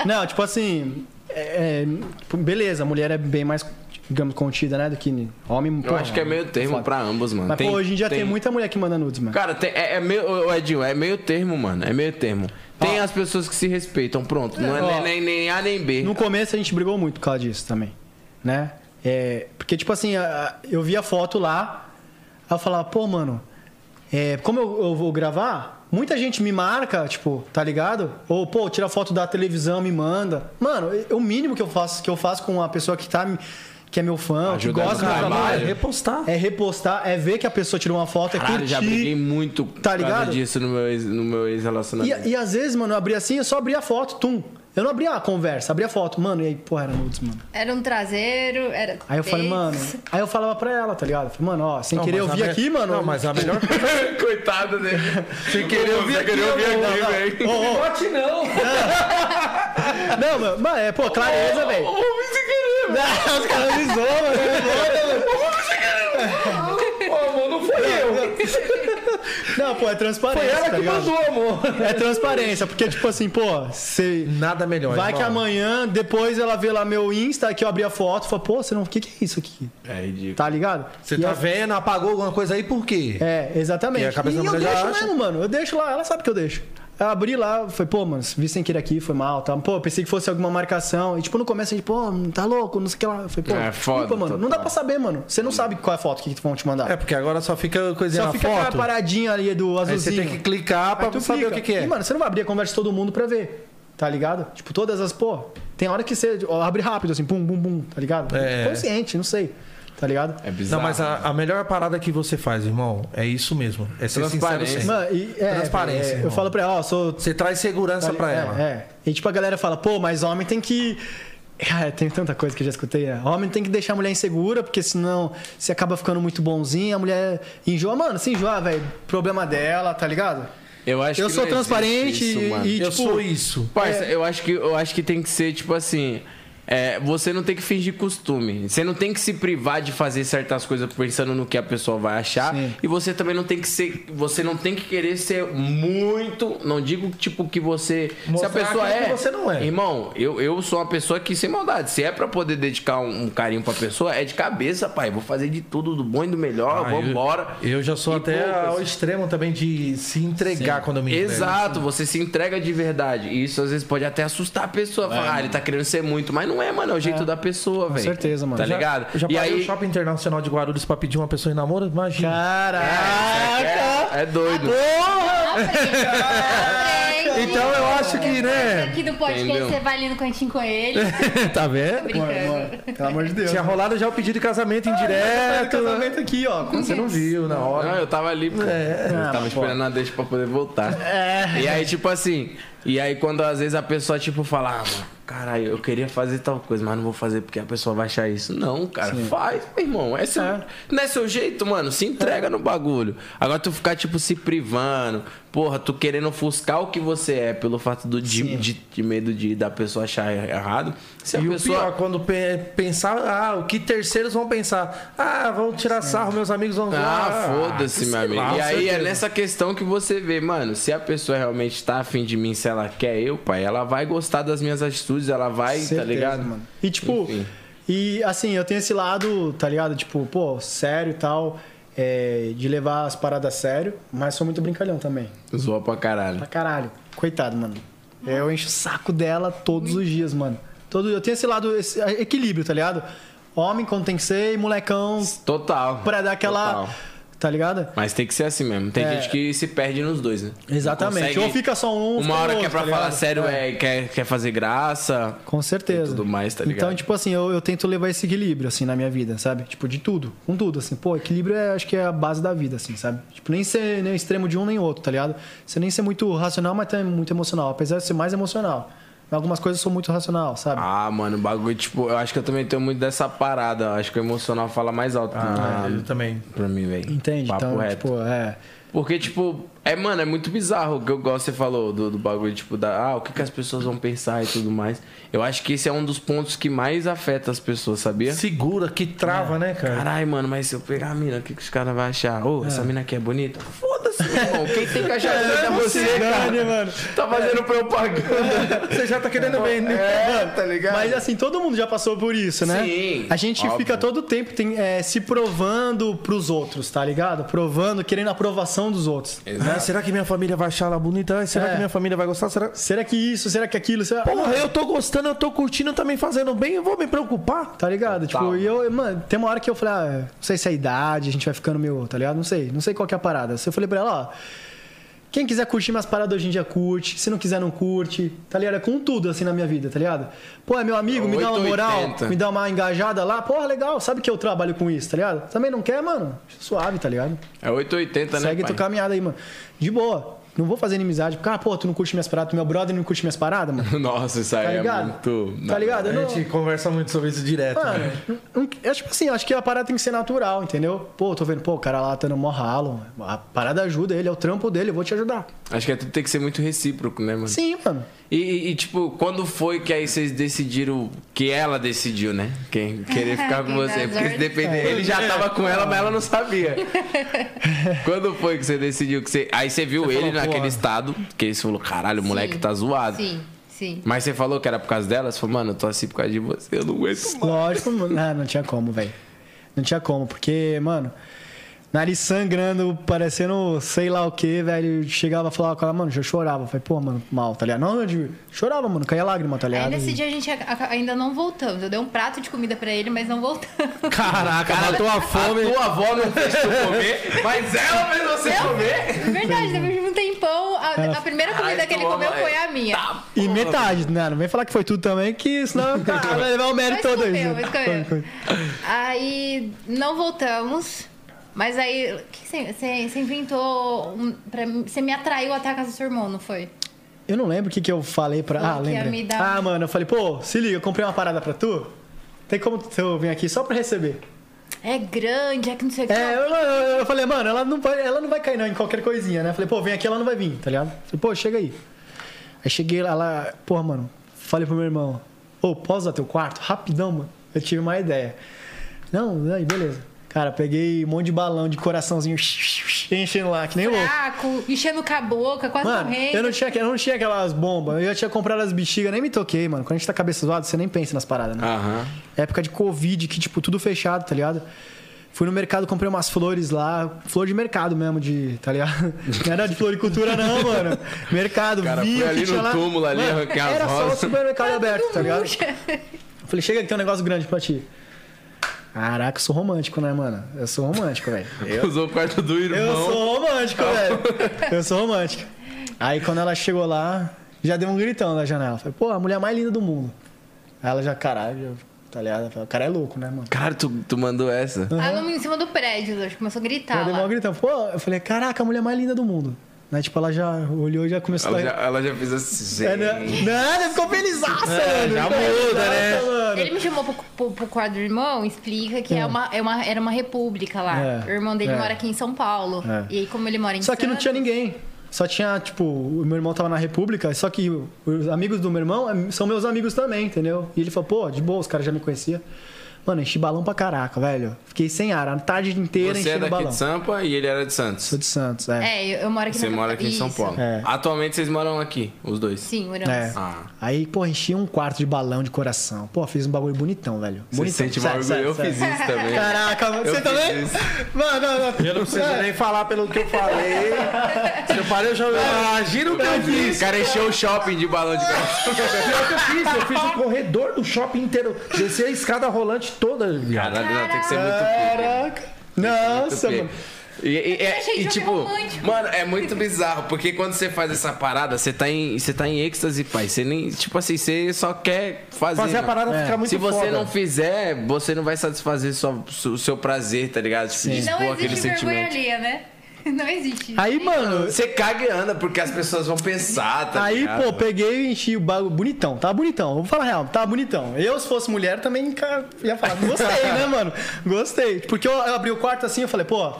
Speaker 4: não, tipo assim. é, é, tipo, beleza, a mulher é bem mais, digamos, contida, né? Do que homem.
Speaker 1: Eu acho que é meio termo pra ambos, mano.
Speaker 4: Mas,
Speaker 1: Tem-
Speaker 4: pô, hoje em dia tem,
Speaker 1: tem-
Speaker 4: muita mulher que manda nudes, mano.
Speaker 1: Cara, tem- é, é meio. ô, Edinho, é meio termo, mano. É meio termo. Tem as pessoas que se respeitam, pronto. Não é
Speaker 4: Ó,
Speaker 1: nem, nem- nem A nem B.
Speaker 4: No começo a gente brigou muito por causa disso também, né? É, porque, tipo assim, a- eu vi a foto lá, aí eu falava, pô, mano, é, como eu, eu vou gravar, muita gente me marca, tipo, tá ligado? Ou, pô, tira foto da televisão, me manda. Mano, é- é o mínimo que eu faço, que eu faço com uma pessoa que tá, me- que é meu fã, que
Speaker 1: Ajuda
Speaker 4: gosta do
Speaker 1: no
Speaker 4: trabalho,
Speaker 1: trabalho.
Speaker 2: Repostar.
Speaker 4: é repostar, é ver que a pessoa tirou uma foto, é
Speaker 1: Caralho,
Speaker 4: curtir.
Speaker 1: já briguei muito por causa
Speaker 4: ligado?
Speaker 1: disso no meu, ex- no meu ex-relacionamento.
Speaker 4: E, e às vezes, mano, eu abria assim, eu só abria a foto, tum. Eu não abria a conversa, abria a foto. Mano, e aí, porra, era nudes, mano.
Speaker 6: Era um traseiro, era.
Speaker 4: Aí eu falei, mano. Aí eu falava pra ela, tá ligado? Eu Falei, mano, ó, sem
Speaker 2: Não,
Speaker 4: querer eu
Speaker 2: mas a
Speaker 4: vi
Speaker 2: me-
Speaker 4: aqui, mano.
Speaker 2: Não, mas a melhor
Speaker 1: Coitado dele. Sem querer eu vi aqui, velho.
Speaker 4: Ô, ô,
Speaker 2: parte não.
Speaker 4: Não, mano, mas é, pô, clareza, velho. Não, Os caras me zoam, mano. né?
Speaker 2: amor, não foi eu.
Speaker 4: Não, pô, é transparência.
Speaker 2: Foi ela
Speaker 4: tá
Speaker 2: que
Speaker 4: ligado?
Speaker 2: mandou, amor.
Speaker 4: É transparência, porque, tipo assim, pô, você.
Speaker 2: Nada melhor.
Speaker 4: Vai
Speaker 2: irmão.
Speaker 4: que amanhã, depois ela vê lá meu Insta, que eu abri a foto, fala, pô, você não. O que, que é isso aqui?
Speaker 1: É ridículo.
Speaker 4: Tá ligado?
Speaker 2: Você
Speaker 4: E
Speaker 2: tá
Speaker 4: eu-
Speaker 2: vendo, apagou alguma coisa aí, por quê?
Speaker 4: É, exatamente.
Speaker 2: E a cabeça da
Speaker 4: eu
Speaker 2: mulher já
Speaker 4: deixo
Speaker 2: acha.
Speaker 4: mesmo, mano. Eu deixo lá, ela sabe que eu deixo. Eu abri lá, foi, pô, mano, vi sem querer aqui, foi mal, tá? Pô, pensei que fosse alguma marcação. E tipo, no começo a gente, pô, tá louco, não sei o que lá. Foi, pô,
Speaker 1: É, foda,
Speaker 4: desculpa, mano. Não dá
Speaker 1: total.
Speaker 4: pra saber, mano. Você não sabe qual é a foto que vão te mandar.
Speaker 2: É, porque agora só fica coisinha
Speaker 4: Só
Speaker 2: na
Speaker 4: fica
Speaker 2: foto.
Speaker 4: aquela paradinha ali do
Speaker 2: Aí você
Speaker 4: azulzinho.
Speaker 2: tem que clicar pra
Speaker 4: Aí tu
Speaker 2: saber
Speaker 4: clica.
Speaker 2: o que, que é.
Speaker 4: E, mano, você não vai abrir a conversa de todo mundo pra ver, tá ligado? Tipo, todas as, pô, tem hora que você ó, abre rápido, assim, pum, bum, bum, tá ligado?
Speaker 2: É.
Speaker 4: Consciente, não sei, tá ligado?
Speaker 1: É bizarro.
Speaker 2: não, mas a, a melhor parada que você faz, irmão, é isso mesmo. É ser sincero
Speaker 1: Transparência.
Speaker 2: sempre.
Speaker 4: Mano, e, é,
Speaker 2: Transparência,
Speaker 4: é, eu
Speaker 2: irmão.
Speaker 4: falo pra ela, ó, sou
Speaker 2: Você traz segurança pra
Speaker 4: é,
Speaker 2: ela.
Speaker 4: É. E tipo, a galera fala, pô, mas homem tem que. Cara, tem tanta coisa que eu já escutei. Né? Homem tem que deixar a mulher insegura, porque senão você acaba ficando muito bonzinho, a mulher enjoa. Mano, se enjoar, velho, problema dela, tá ligado?
Speaker 1: Eu acho
Speaker 4: eu
Speaker 1: que
Speaker 4: sou
Speaker 1: não existe
Speaker 4: transparente
Speaker 1: isso,
Speaker 4: e-
Speaker 1: mano.
Speaker 4: e,
Speaker 2: Eu
Speaker 4: tipo,
Speaker 2: sou isso.
Speaker 1: Parça, eu, acho que, eu acho que tem que ser, tipo assim. é, você não tem que fingir costume. Você não tem que se privar de fazer certas coisas pensando no que a pessoa vai achar.
Speaker 4: Sim.
Speaker 1: E você também não tem que ser. Você não tem que querer ser muito. Não digo, tipo, que você.
Speaker 2: Mostrar
Speaker 1: se a pessoa
Speaker 2: aquilo
Speaker 1: é.
Speaker 2: que você não é.
Speaker 1: Irmão, eu, eu sou uma pessoa que, sem maldade, se é pra poder dedicar um, um carinho pra pessoa, é de cabeça, pai. Vou fazer de tudo, do bom e do melhor.
Speaker 2: Ah, eu-
Speaker 1: vambora.
Speaker 2: Eu já sou
Speaker 1: E
Speaker 2: até
Speaker 1: poucas.
Speaker 2: ao extremo também de se entregar quando eu me entrego.
Speaker 1: Exato, você se entrega de verdade. E isso às vezes pode até assustar a pessoa. falar, ah, ele tá querendo ser muito. Mas não é, mano. É o jeito da pessoa, velho.
Speaker 4: certeza, mano.
Speaker 1: Tá
Speaker 4: Já-
Speaker 1: ligado?
Speaker 2: Eu já
Speaker 1: e
Speaker 2: parei no
Speaker 1: aí.
Speaker 2: shopping internacional de Guarulhos pra pedir uma pessoa em namoro? Imagina.
Speaker 1: É, é doido.
Speaker 6: Na frente, na frente.
Speaker 2: Então eu acho que, né?
Speaker 6: Aqui do podcast
Speaker 1: Entendeu?
Speaker 6: você vai ali no cantinho com ele.
Speaker 2: tá vendo?
Speaker 1: é
Speaker 6: brincando.
Speaker 4: pelo amor de Deus. É,
Speaker 2: Tinha rolado já o pedido de casamento indireto.
Speaker 4: casamento aqui, ó. com-
Speaker 2: Você não viu na hora.
Speaker 1: Não, eu tava ali, pô.
Speaker 2: É. Ah,
Speaker 1: eu tava esperando a deixa pra poder voltar. E aí, tipo assim, e aí quando às vezes a pessoa, tipo, fala, ah, mano, caralho, eu queria fazer tal coisa, mas não vou fazer porque a pessoa vai achar isso. Não, cara, faz, meu irmão. É seu, Não é seu jeito, mano. Se
Speaker 2: É.
Speaker 1: entrega no bagulho. Agora tu ficar, tipo, se privando, porra, tu querendo ofuscar o que você é pelo fato do, de, de- de medo de da pessoa achar errado. Se a
Speaker 2: E o
Speaker 1: pessoa.
Speaker 2: pior, quando pe- pensar, ah, o que terceiros vão pensar? Ah, vão tirar sarro, meus amigos vão
Speaker 1: Ah, foda-se,
Speaker 2: sei
Speaker 1: meu amigo.
Speaker 2: lá,
Speaker 1: e
Speaker 2: com
Speaker 1: aí é
Speaker 2: certeza.
Speaker 1: nessa questão que você vê, mano, se a pessoa realmente tá afim de mim, se ela quer eu, pai, ela vai gostar das minhas atitudes, ela vai, tá
Speaker 4: Certeza,
Speaker 1: ligado?
Speaker 4: mano. E tipo,
Speaker 1: Enfim.
Speaker 4: e assim, eu tenho esse lado, tá ligado? Tipo, pô, sério e tal, é, de levar as paradas a sério, mas sou muito brincalhão também.
Speaker 1: Zoa pra caralho.
Speaker 4: Pra caralho. Coitado, mano. Eu encho o saco dela todos os dias, mano. Todo, eu tenho esse lado, esse é, equilíbrio, tá ligado? Homem quando tem que ser e molecão
Speaker 1: Total.
Speaker 4: pra dar aquela.
Speaker 1: Total.
Speaker 4: Tá tá ligado?
Speaker 1: Mas tem que ser assim mesmo. Tem
Speaker 4: É.
Speaker 1: gente que se perde nos dois, né? Não
Speaker 4: Exatamente.
Speaker 1: consegue-
Speaker 4: Ou fica só um, fica
Speaker 1: Uma hora que é
Speaker 4: outro,
Speaker 1: pra
Speaker 4: tá
Speaker 1: falar
Speaker 4: ligado?
Speaker 1: sério, é. quer, quer fazer graça.
Speaker 4: Com certeza.
Speaker 1: E tudo mais, tá ligado?
Speaker 4: Então, tipo assim, eu, eu tento levar esse equilíbrio, assim, na minha vida, sabe? Tipo, de tudo. Com tudo, assim. Pô, equilíbrio é, acho que é a base da vida, assim, sabe? Tipo, nem ser nem o extremo de um nem outro, tá ligado? Você nem ser muito racional, mas também muito emocional. Apesar de ser mais emocional. Em algumas coisas eu sou muito racional, sabe?
Speaker 1: Ah, mano, o bagulho, tipo, eu acho que eu também tenho muito dessa parada. Eu acho que o emocional fala mais alto
Speaker 2: Ah,
Speaker 1: ah,
Speaker 2: eu também.
Speaker 1: pra mim, velho.
Speaker 4: Entende?
Speaker 1: Papo
Speaker 4: então,
Speaker 1: reto.
Speaker 4: tipo, é.
Speaker 1: Porque, tipo, é, mano, é muito bizarro o que eu gosto, você falou do, do bagulho, tipo, da, ah, o que, que as pessoas vão pensar e tudo mais. Eu acho que esse é um dos pontos que mais afeta as pessoas, sabia?
Speaker 2: Segura, que trava, né, cara?
Speaker 1: Caralho, mano, mas se eu pegar a mina, o que, que os caras vão achar? Ô, essa mina aqui é bonita? Foda-se, meu irmão. Quem tem que achar bonita é você, cara.
Speaker 4: mano.
Speaker 1: Tá fazendo propaganda.
Speaker 2: Você já tá querendo bem, né?
Speaker 1: É, tá ligado?
Speaker 4: Mas assim, todo mundo já passou por isso, né?
Speaker 1: Sim,
Speaker 4: A gente
Speaker 1: óbvio.
Speaker 4: fica todo tempo tem, é, se provando pros outros, tá ligado? Provando, querendo a aprovação dos outros.
Speaker 2: Ah, será que minha família vai achar ela bonita? Ah, será
Speaker 4: É.
Speaker 2: que minha família vai gostar? Será...
Speaker 4: Será que isso? Será que aquilo? Será...
Speaker 2: Porra, eu tô gostando, eu tô curtindo, tá me fazendo bem, eu vou me preocupar?
Speaker 4: Tá ligado?
Speaker 1: Total,
Speaker 4: tipo, e eu, mano, tem uma hora que eu falei, ah, não sei se é a idade, a gente vai ficando meio, tá ligado? Não sei, não sei qual que é a parada. Se eu falei pra ela, ó, quem quiser curtir minhas paradas hoje em dia, curte. Se não quiser, não curte. Tá ligado? É com tudo, assim, na minha vida, tá ligado? Pô, é meu amigo, me dá uma moral,
Speaker 1: 880.
Speaker 4: me dá uma engajada lá. Porra, legal, sabe que eu trabalho com isso, tá ligado? Também não quer, mano? Suave, tá ligado?
Speaker 1: É 880, né?
Speaker 4: Segue
Speaker 1: pai?
Speaker 4: tua caminhada aí, mano. De boa. Não vou fazer inimizade, porque, ah, pô, tu não curte minhas paradas, tu meu brother não curte minhas paradas, mano.
Speaker 1: Nossa, isso aí
Speaker 4: Tá
Speaker 1: é
Speaker 4: ligado?
Speaker 1: muito.
Speaker 4: Tá ligado?
Speaker 2: A
Speaker 4: Eu não-
Speaker 2: gente conversa muito sobre isso direto.
Speaker 4: Mano, não- é tipo assim, acho que a parada tem que ser natural, entendeu? Pô, tô vendo, pô, o cara lá tá no mó ralo. A parada ajuda ele, é o trampo dele, eu vou te ajudar.
Speaker 1: Acho que é tudo tem que ser muito recíproco, né, mano?
Speaker 4: Sim, mano.
Speaker 1: E, e- e, tipo, quando foi que aí vocês decidiram que ela decidiu, né? Quem querer ficar com
Speaker 6: Quem
Speaker 1: você?
Speaker 6: dá
Speaker 1: Porque se
Speaker 6: azar.
Speaker 1: depender, ele já tava com ela, mas ela não sabia. quando foi que você decidiu que você aí você viu ele
Speaker 2: falou,
Speaker 1: naquele
Speaker 2: "Porra."
Speaker 1: estado, que aí você falou, caralho, o moleque
Speaker 6: Sim.
Speaker 1: tá zoado.
Speaker 6: Sim, sim.
Speaker 1: Mas você falou que era por causa dela, você falou, mano, eu tô assim por causa de você, eu não aguento.
Speaker 4: Lógico, mano. Ah, não tinha como, velho. Não tinha como, porque, mano, nariz sangrando, parecendo sei lá o que, velho. Chegava falava com ela, mano, já chorava. Falei, pô, mano, mal, tá ligado? Não, eu digo, chorava, mano, caía lágrima, tá
Speaker 6: Aí
Speaker 4: ligado?
Speaker 6: nesse
Speaker 4: E-
Speaker 6: dia a gente a- a- ainda não voltamos. Eu dei um prato de comida pra ele, mas não voltamos.
Speaker 2: Caraca, matou a
Speaker 1: A tua avó não fez tu comer, mas ela fez você comer.
Speaker 6: É Verdade, depois de um tempão, a, a primeira comida que ele comeu foi
Speaker 1: é.
Speaker 6: a minha.
Speaker 1: Tá,
Speaker 4: E metade, né? Não vem falar que foi tudo também, que senão cara, vai levar o mérito
Speaker 6: Mas
Speaker 4: todo aí.
Speaker 6: comeu, mas comeu. Aí não voltamos. Mas aí, o que que você, você- você inventou? um- pra mim- você me atraiu até a casa do seu irmão, não foi?
Speaker 4: Eu não lembro o que, que eu falei pra.
Speaker 6: Falou
Speaker 4: ah,
Speaker 6: que ia
Speaker 4: lembra?
Speaker 6: me dar- um
Speaker 4: Ah, mano, eu falei, pô, se liga, eu comprei uma parada pra tu. Tem como tu vir aqui só pra receber?
Speaker 6: É grande, é que não sei o que.
Speaker 4: É, eu, eu- eu falei, mano, ela não, vai, ela não vai cair não, em qualquer coisinha, né? Eu Falei, pô, vem aqui, ela não vai vir, tá ligado? Falei, pô, chega aí. Aí cheguei lá, ela, porra, mano, falei pro meu irmão, ô, posso usar teu quarto? Rapidão, mano. Eu tive uma ideia. Não, aí, beleza. Cara, peguei um monte de balão de coraçãozinho, enchendo lá, que nem louco.
Speaker 6: Fraco, enchendo com a boca, quase
Speaker 4: Mano,
Speaker 6: morrendo.
Speaker 4: eu não, tinha, eu não tinha aquelas bombas. Eu já tinha comprado as bexigas, nem me toquei, mano. Quando a gente tá cabeça zoada, você nem pensa nas paradas, né?
Speaker 1: Aham.
Speaker 4: Época de Covid, que, tipo, tudo fechado, tá ligado? Fui no mercado, comprei umas flores lá. Flor de mercado mesmo, de, tá ligado? Não era de floricultura, não, mano. Mercado,
Speaker 1: Cara,
Speaker 4: vi
Speaker 1: foi
Speaker 4: o que
Speaker 1: ali no
Speaker 4: tinha lá.
Speaker 1: túmulo, ali,
Speaker 4: Mano,
Speaker 1: arranquei as
Speaker 4: Era só o
Speaker 1: rosas.
Speaker 4: supermercado aberto, tá ligado?
Speaker 6: Puxa.
Speaker 4: Eu falei, chega que tem um negócio grande pra ti. Caraca, eu sou romântico, né, mano? Eu sou romântico, velho.
Speaker 1: Usou o quarto do irmão.
Speaker 4: Eu sou romântico, velho. Eu sou romântico. Aí quando ela chegou lá, já deu um gritão na janela. Falei, pô, a mulher mais linda do mundo. Aí ela já, caralho, tá ligado? Falei, O cara é louco, né, mano?
Speaker 1: Cara, tu, tu mandou essa.
Speaker 4: Uhum.
Speaker 6: Ah, não, em cima do prédio, eu acho que começou a
Speaker 4: Eu
Speaker 6: gritar.
Speaker 4: dei um
Speaker 6: Tá Lá.
Speaker 4: gritão. Pô, eu falei, caraca, a mulher mais linda do mundo. Né? Tipo, ela já olhou e já começou
Speaker 1: Ela
Speaker 4: a.
Speaker 1: já, ela já fez assim.
Speaker 4: É, né? Nada, ficou felizaça,
Speaker 1: É,
Speaker 4: mano.
Speaker 2: já
Speaker 4: Ficou
Speaker 2: muda,
Speaker 4: felizaça, mano.
Speaker 6: Ele me chamou pro, pro, pro quadro irmão, explica que é. uma, é uma, era uma república lá.
Speaker 4: É.
Speaker 6: O irmão dele
Speaker 4: É.
Speaker 6: mora aqui em São Paulo.
Speaker 4: É.
Speaker 6: E aí, como ele mora em
Speaker 4: Só que não tinha
Speaker 6: Santos-
Speaker 4: ninguém. Só tinha, tipo, o meu irmão tava na República, só que os amigos do meu irmão eh, são meus amigos também, entendeu? E ele falou, pô, de boa, os caras já me conheciam. Mano, enchi balão pra caraca, velho. Fiquei sem ar, a tarde inteira
Speaker 1: Você é
Speaker 4: enchendo
Speaker 1: daqui
Speaker 4: balão.
Speaker 1: de Sampa e ele era de Santos.
Speaker 4: Sou de Santos, é.
Speaker 6: É, eu, eu moro aqui
Speaker 1: Você
Speaker 6: na
Speaker 1: mora aqui em São
Speaker 6: Isso.
Speaker 1: Paulo.
Speaker 4: É.
Speaker 1: Atualmente vocês moram aqui, os dois.
Speaker 6: Sim, moramos.
Speaker 4: É.
Speaker 1: Ah.
Speaker 4: Aí, pô, enchi um quarto de balão de coração. Pô, fiz um bagulho bonitão, velho.
Speaker 1: Você
Speaker 4: bonitão.
Speaker 1: sente mal
Speaker 4: sério,
Speaker 1: orgulho. Eu
Speaker 4: sério,
Speaker 1: fiz
Speaker 4: sério.
Speaker 1: isso também.
Speaker 4: Caraca, mano,
Speaker 1: Eu
Speaker 4: você
Speaker 1: fiz
Speaker 4: também?
Speaker 1: isso.
Speaker 4: Mano, não, não.
Speaker 2: Eu não preciso nem falar pelo que eu falei. Se eu falei, eu já. Ah, gira o que eu
Speaker 1: O
Speaker 2: fiz.
Speaker 1: cara encheu o shopping de balão de gás.
Speaker 2: Pior que eu fiz. Eu fiz o corredor do shopping inteiro. Desci a escada rolante toda, viado.
Speaker 1: Caralho, não, tem que ser muito pica.
Speaker 4: Caraca. Nossa,
Speaker 1: Muito
Speaker 4: mano.
Speaker 1: pica. E, e-
Speaker 6: Eu
Speaker 1: é-
Speaker 6: achei
Speaker 1: e,
Speaker 6: jogo
Speaker 1: tipo,
Speaker 6: romântico.
Speaker 1: mano, é muito bizarro, porque quando você faz essa parada, você tá em, você tá em êxtase, pai. Você nem, tipo assim, você só quer fazer. né?
Speaker 2: Fazer a
Speaker 1: mano.
Speaker 2: parada
Speaker 4: É.
Speaker 2: ficar muito
Speaker 1: Se você
Speaker 2: foda.
Speaker 1: não fizer, você não vai satisfazer sua- o seu prazer, tá ligado? Se
Speaker 6: E
Speaker 1: dispor
Speaker 6: não
Speaker 1: aquele
Speaker 6: existe vergonha
Speaker 1: sentimento.
Speaker 6: alheia, né? Não existe.
Speaker 4: Aí, mano,
Speaker 1: Você caga e anda, porque as pessoas vão pensar, tá
Speaker 4: aí,
Speaker 1: ligado?
Speaker 4: pô, peguei e enchi o bagulho bonitão. Tava bonitão, vou falar a real, tava bonitão. Eu, se fosse mulher, também cara, ia falar, gostei, né, mano? Gostei. Porque eu, eu abri o quarto assim, eu falei, pô,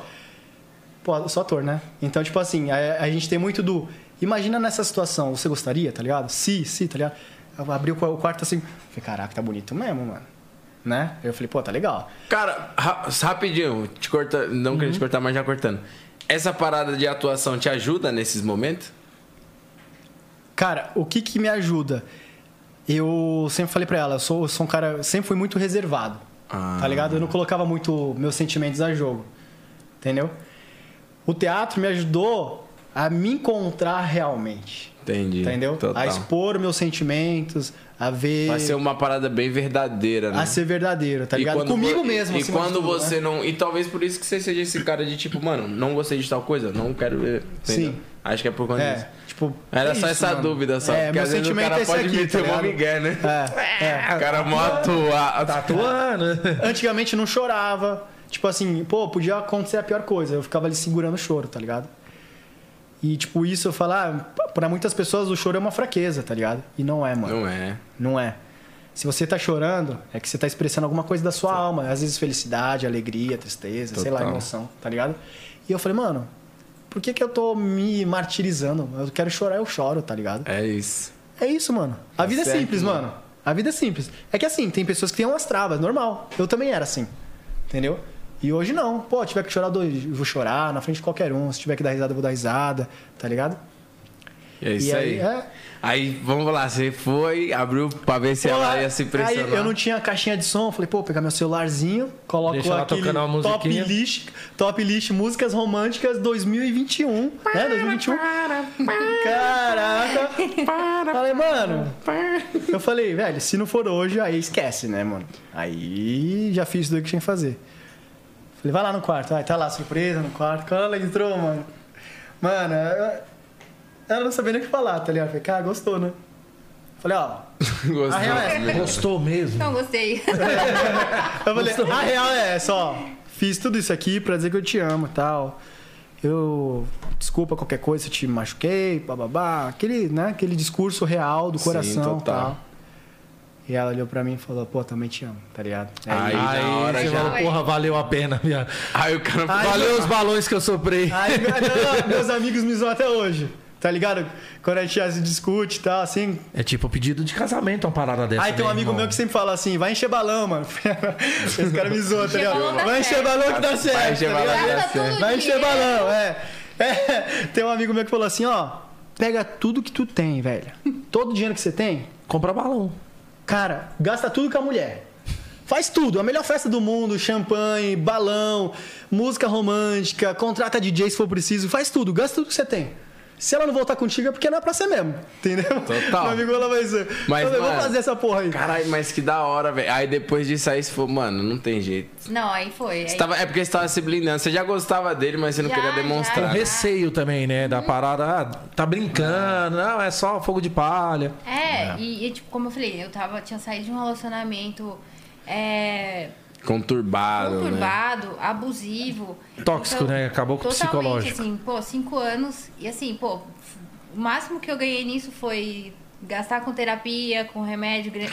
Speaker 4: pô, eu sou ator, né? Então, tipo assim, a, a gente tem muito do. Imagina nessa situação, você gostaria, tá ligado? Se, se, tá ligado? Eu abri o qua- o quarto assim, falei, caraca, tá bonito mesmo, mano. Né? Eu falei, pô, tá legal.
Speaker 1: Cara, ra- rapidinho, te corta, não queria te cortar, mas já cortando. Essa parada de atuação te ajuda nesses momentos?
Speaker 4: Cara, o que que me ajuda? Eu sempre falei pra ela, eu sou, eu sou um cara, eu sempre fui muito reservado.
Speaker 1: Ah.
Speaker 4: Tá ligado? Eu não colocava muito meus sentimentos a jogo. Entendeu? O teatro me ajudou a me encontrar realmente.
Speaker 1: Entendi.
Speaker 4: Entendeu? A expor meus sentimentos, a ver.
Speaker 1: Vai ser uma parada bem verdadeira, né?
Speaker 4: A ser verdadeiro, tá
Speaker 1: E
Speaker 4: ligado?
Speaker 1: quando
Speaker 4: Comigo
Speaker 1: vo-
Speaker 4: mesmo,
Speaker 1: E
Speaker 4: acima de
Speaker 1: quando
Speaker 4: tudo,
Speaker 1: você
Speaker 4: né?
Speaker 1: não. E talvez por isso que você seja esse cara de tipo, mano, não gostei de tal coisa, não quero ver. entendeu?
Speaker 4: Sim.
Speaker 1: Acho que é por conta disso.
Speaker 4: É, tipo.
Speaker 1: Era
Speaker 4: é
Speaker 1: só
Speaker 4: isso,
Speaker 1: essa
Speaker 4: mano.
Speaker 1: dúvida só.
Speaker 4: É,
Speaker 1: porque
Speaker 4: meu
Speaker 1: às vezes o
Speaker 4: sentimento
Speaker 1: cara
Speaker 4: é esse
Speaker 1: pode
Speaker 4: aqui,
Speaker 1: meter
Speaker 4: tá
Speaker 1: mó
Speaker 4: ligado?
Speaker 1: migué, né?
Speaker 4: É, Tá é.
Speaker 1: O cara mó atua.
Speaker 2: Tatuando.
Speaker 4: Antigamente eu não chorava. Tipo assim, pô, podia acontecer a pior coisa. Eu ficava ali segurando o choro, tá ligado? E, tipo, isso eu falar, ah, pra muitas pessoas o choro é uma fraqueza, tá ligado? E não é, mano.
Speaker 1: Não é.
Speaker 4: Não, é. Se você tá chorando, é que você tá expressando alguma coisa da sua alma. Às vezes felicidade, alegria, tristeza, sei lá,
Speaker 1: Total.
Speaker 4: emoção, tá ligado? E eu falei, mano, por que que eu tô me martirizando? Eu quero chorar, eu choro, tá ligado?
Speaker 1: É isso.
Speaker 4: É isso, mano. A
Speaker 1: Tá
Speaker 4: vida
Speaker 1: certo,
Speaker 4: é simples,
Speaker 1: mano.
Speaker 4: mano. A vida é simples. É que assim, tem pessoas que têm umas travas, normal. Eu também era assim. Entendeu? E hoje não. Pô, tiver que chorar, eu dou- eu vou chorar na frente de qualquer um. Se tiver que dar risada, eu vou dar risada. Tá ligado?
Speaker 1: É isso aí.
Speaker 4: aí, é.
Speaker 1: Aí, vamos lá, você foi, abriu pra ver se
Speaker 4: Pô,
Speaker 1: ela ia se pressionar.
Speaker 4: Aí eu não tinha caixinha de som. Falei, pô, vou pegar meu celularzinho, coloco
Speaker 2: Deixa lá
Speaker 4: aquele
Speaker 2: tocando uma
Speaker 4: top
Speaker 2: musiquinha.
Speaker 4: list, top list músicas românticas 2021. né? 2021. Caraca. Falei, mano. Eu falei, velho, se não for hoje, aí esquece, né, mano? Aí já fiz tudo o que tinha que fazer. Falei, vai lá no quarto. Aí tá lá, surpresa no quarto. Quando ela entrou, mano. Mano, eu- ela não sabia nem o que falar, tá ligado? Falei, cara, gostou, né? Falei, ó.
Speaker 1: Gostou.
Speaker 4: A real é essa.
Speaker 2: Gostou mesmo?
Speaker 6: Não gostei.
Speaker 4: Eu falei, a real é essa, ó. Fiz tudo isso aqui pra dizer que eu te amo e tal. Eu. Desculpa qualquer coisa, se eu te machuquei, bababá. Aquele, né? Aquele discurso real do
Speaker 1: Sim,
Speaker 4: coração e
Speaker 1: total.
Speaker 4: tal. E ela olhou pra mim e falou, pô, também te amo, tá ligado? É
Speaker 1: Aí,
Speaker 4: isso.
Speaker 1: na hora
Speaker 2: você
Speaker 1: já.
Speaker 2: falou, porra, valeu a pena, minha.
Speaker 1: Aí o cara
Speaker 4: Ai,
Speaker 1: falou.
Speaker 2: Valeu os balões que eu soprei.
Speaker 4: Aí, meu- não, não, meus amigos me zoam até hoje. Tá ligado? Quando a gente já se discute e tal, assim.
Speaker 2: É tipo pedido de casamento, uma parada dessa.
Speaker 4: Aí tem um
Speaker 2: né,
Speaker 4: amigo
Speaker 2: irmão?
Speaker 4: meu que sempre fala assim, vai encher balão, mano. Esse cara me zoa, tá
Speaker 6: Encher balão
Speaker 4: ligado?
Speaker 6: dá
Speaker 4: Vai encher
Speaker 6: certo.
Speaker 4: balão que dá certo. tá
Speaker 1: encher
Speaker 4: ligado?
Speaker 1: balão que dá
Speaker 6: Gasta todo
Speaker 4: Vai
Speaker 6: o
Speaker 4: encher
Speaker 6: dinheiro.
Speaker 4: balão, é. É, Tem um amigo meu que falou assim, ó, pega tudo que tu tem, velho. Todo o dinheiro que você tem,
Speaker 2: Compra balão.
Speaker 4: cara, gasta tudo com a mulher. Faz tudo, a melhor festa do mundo, champanhe, balão, música romântica, contrata DJ se for preciso, faz tudo, gasta tudo que você tem. Se ela não voltar contigo é porque não é pra ser mesmo, entendeu?
Speaker 1: Total.
Speaker 4: Meu amigo, ela vai ser.
Speaker 1: Mas,
Speaker 4: eu falei,
Speaker 1: mano,
Speaker 4: vou fazer essa porra aí.
Speaker 1: Caralho, mas que da hora, velho. Aí depois disso aí você falou, mano, não tem jeito.
Speaker 6: Não, aí foi.
Speaker 1: Você
Speaker 6: Aí...
Speaker 1: tava- é porque você tava se blindando. Você já gostava dele, mas você não
Speaker 6: Já,
Speaker 1: queria
Speaker 6: já.
Speaker 2: Com
Speaker 1: demonstrar.
Speaker 2: um receio também, né? Da parada, ah, tá brincando, não, é só fogo de palha.
Speaker 6: É, E, e, tipo, como eu falei, eu tava, tinha saído de um relacionamento é,
Speaker 1: Conturbado, né?
Speaker 6: conturbado, abusivo. Então,
Speaker 2: Tóxico, né? Acabou com o
Speaker 6: totalmente,
Speaker 2: psicológico.
Speaker 6: assim, pô, cinco anos. E assim, pô, o máximo que eu ganhei nisso foi gastar com terapia, com remédio, gra-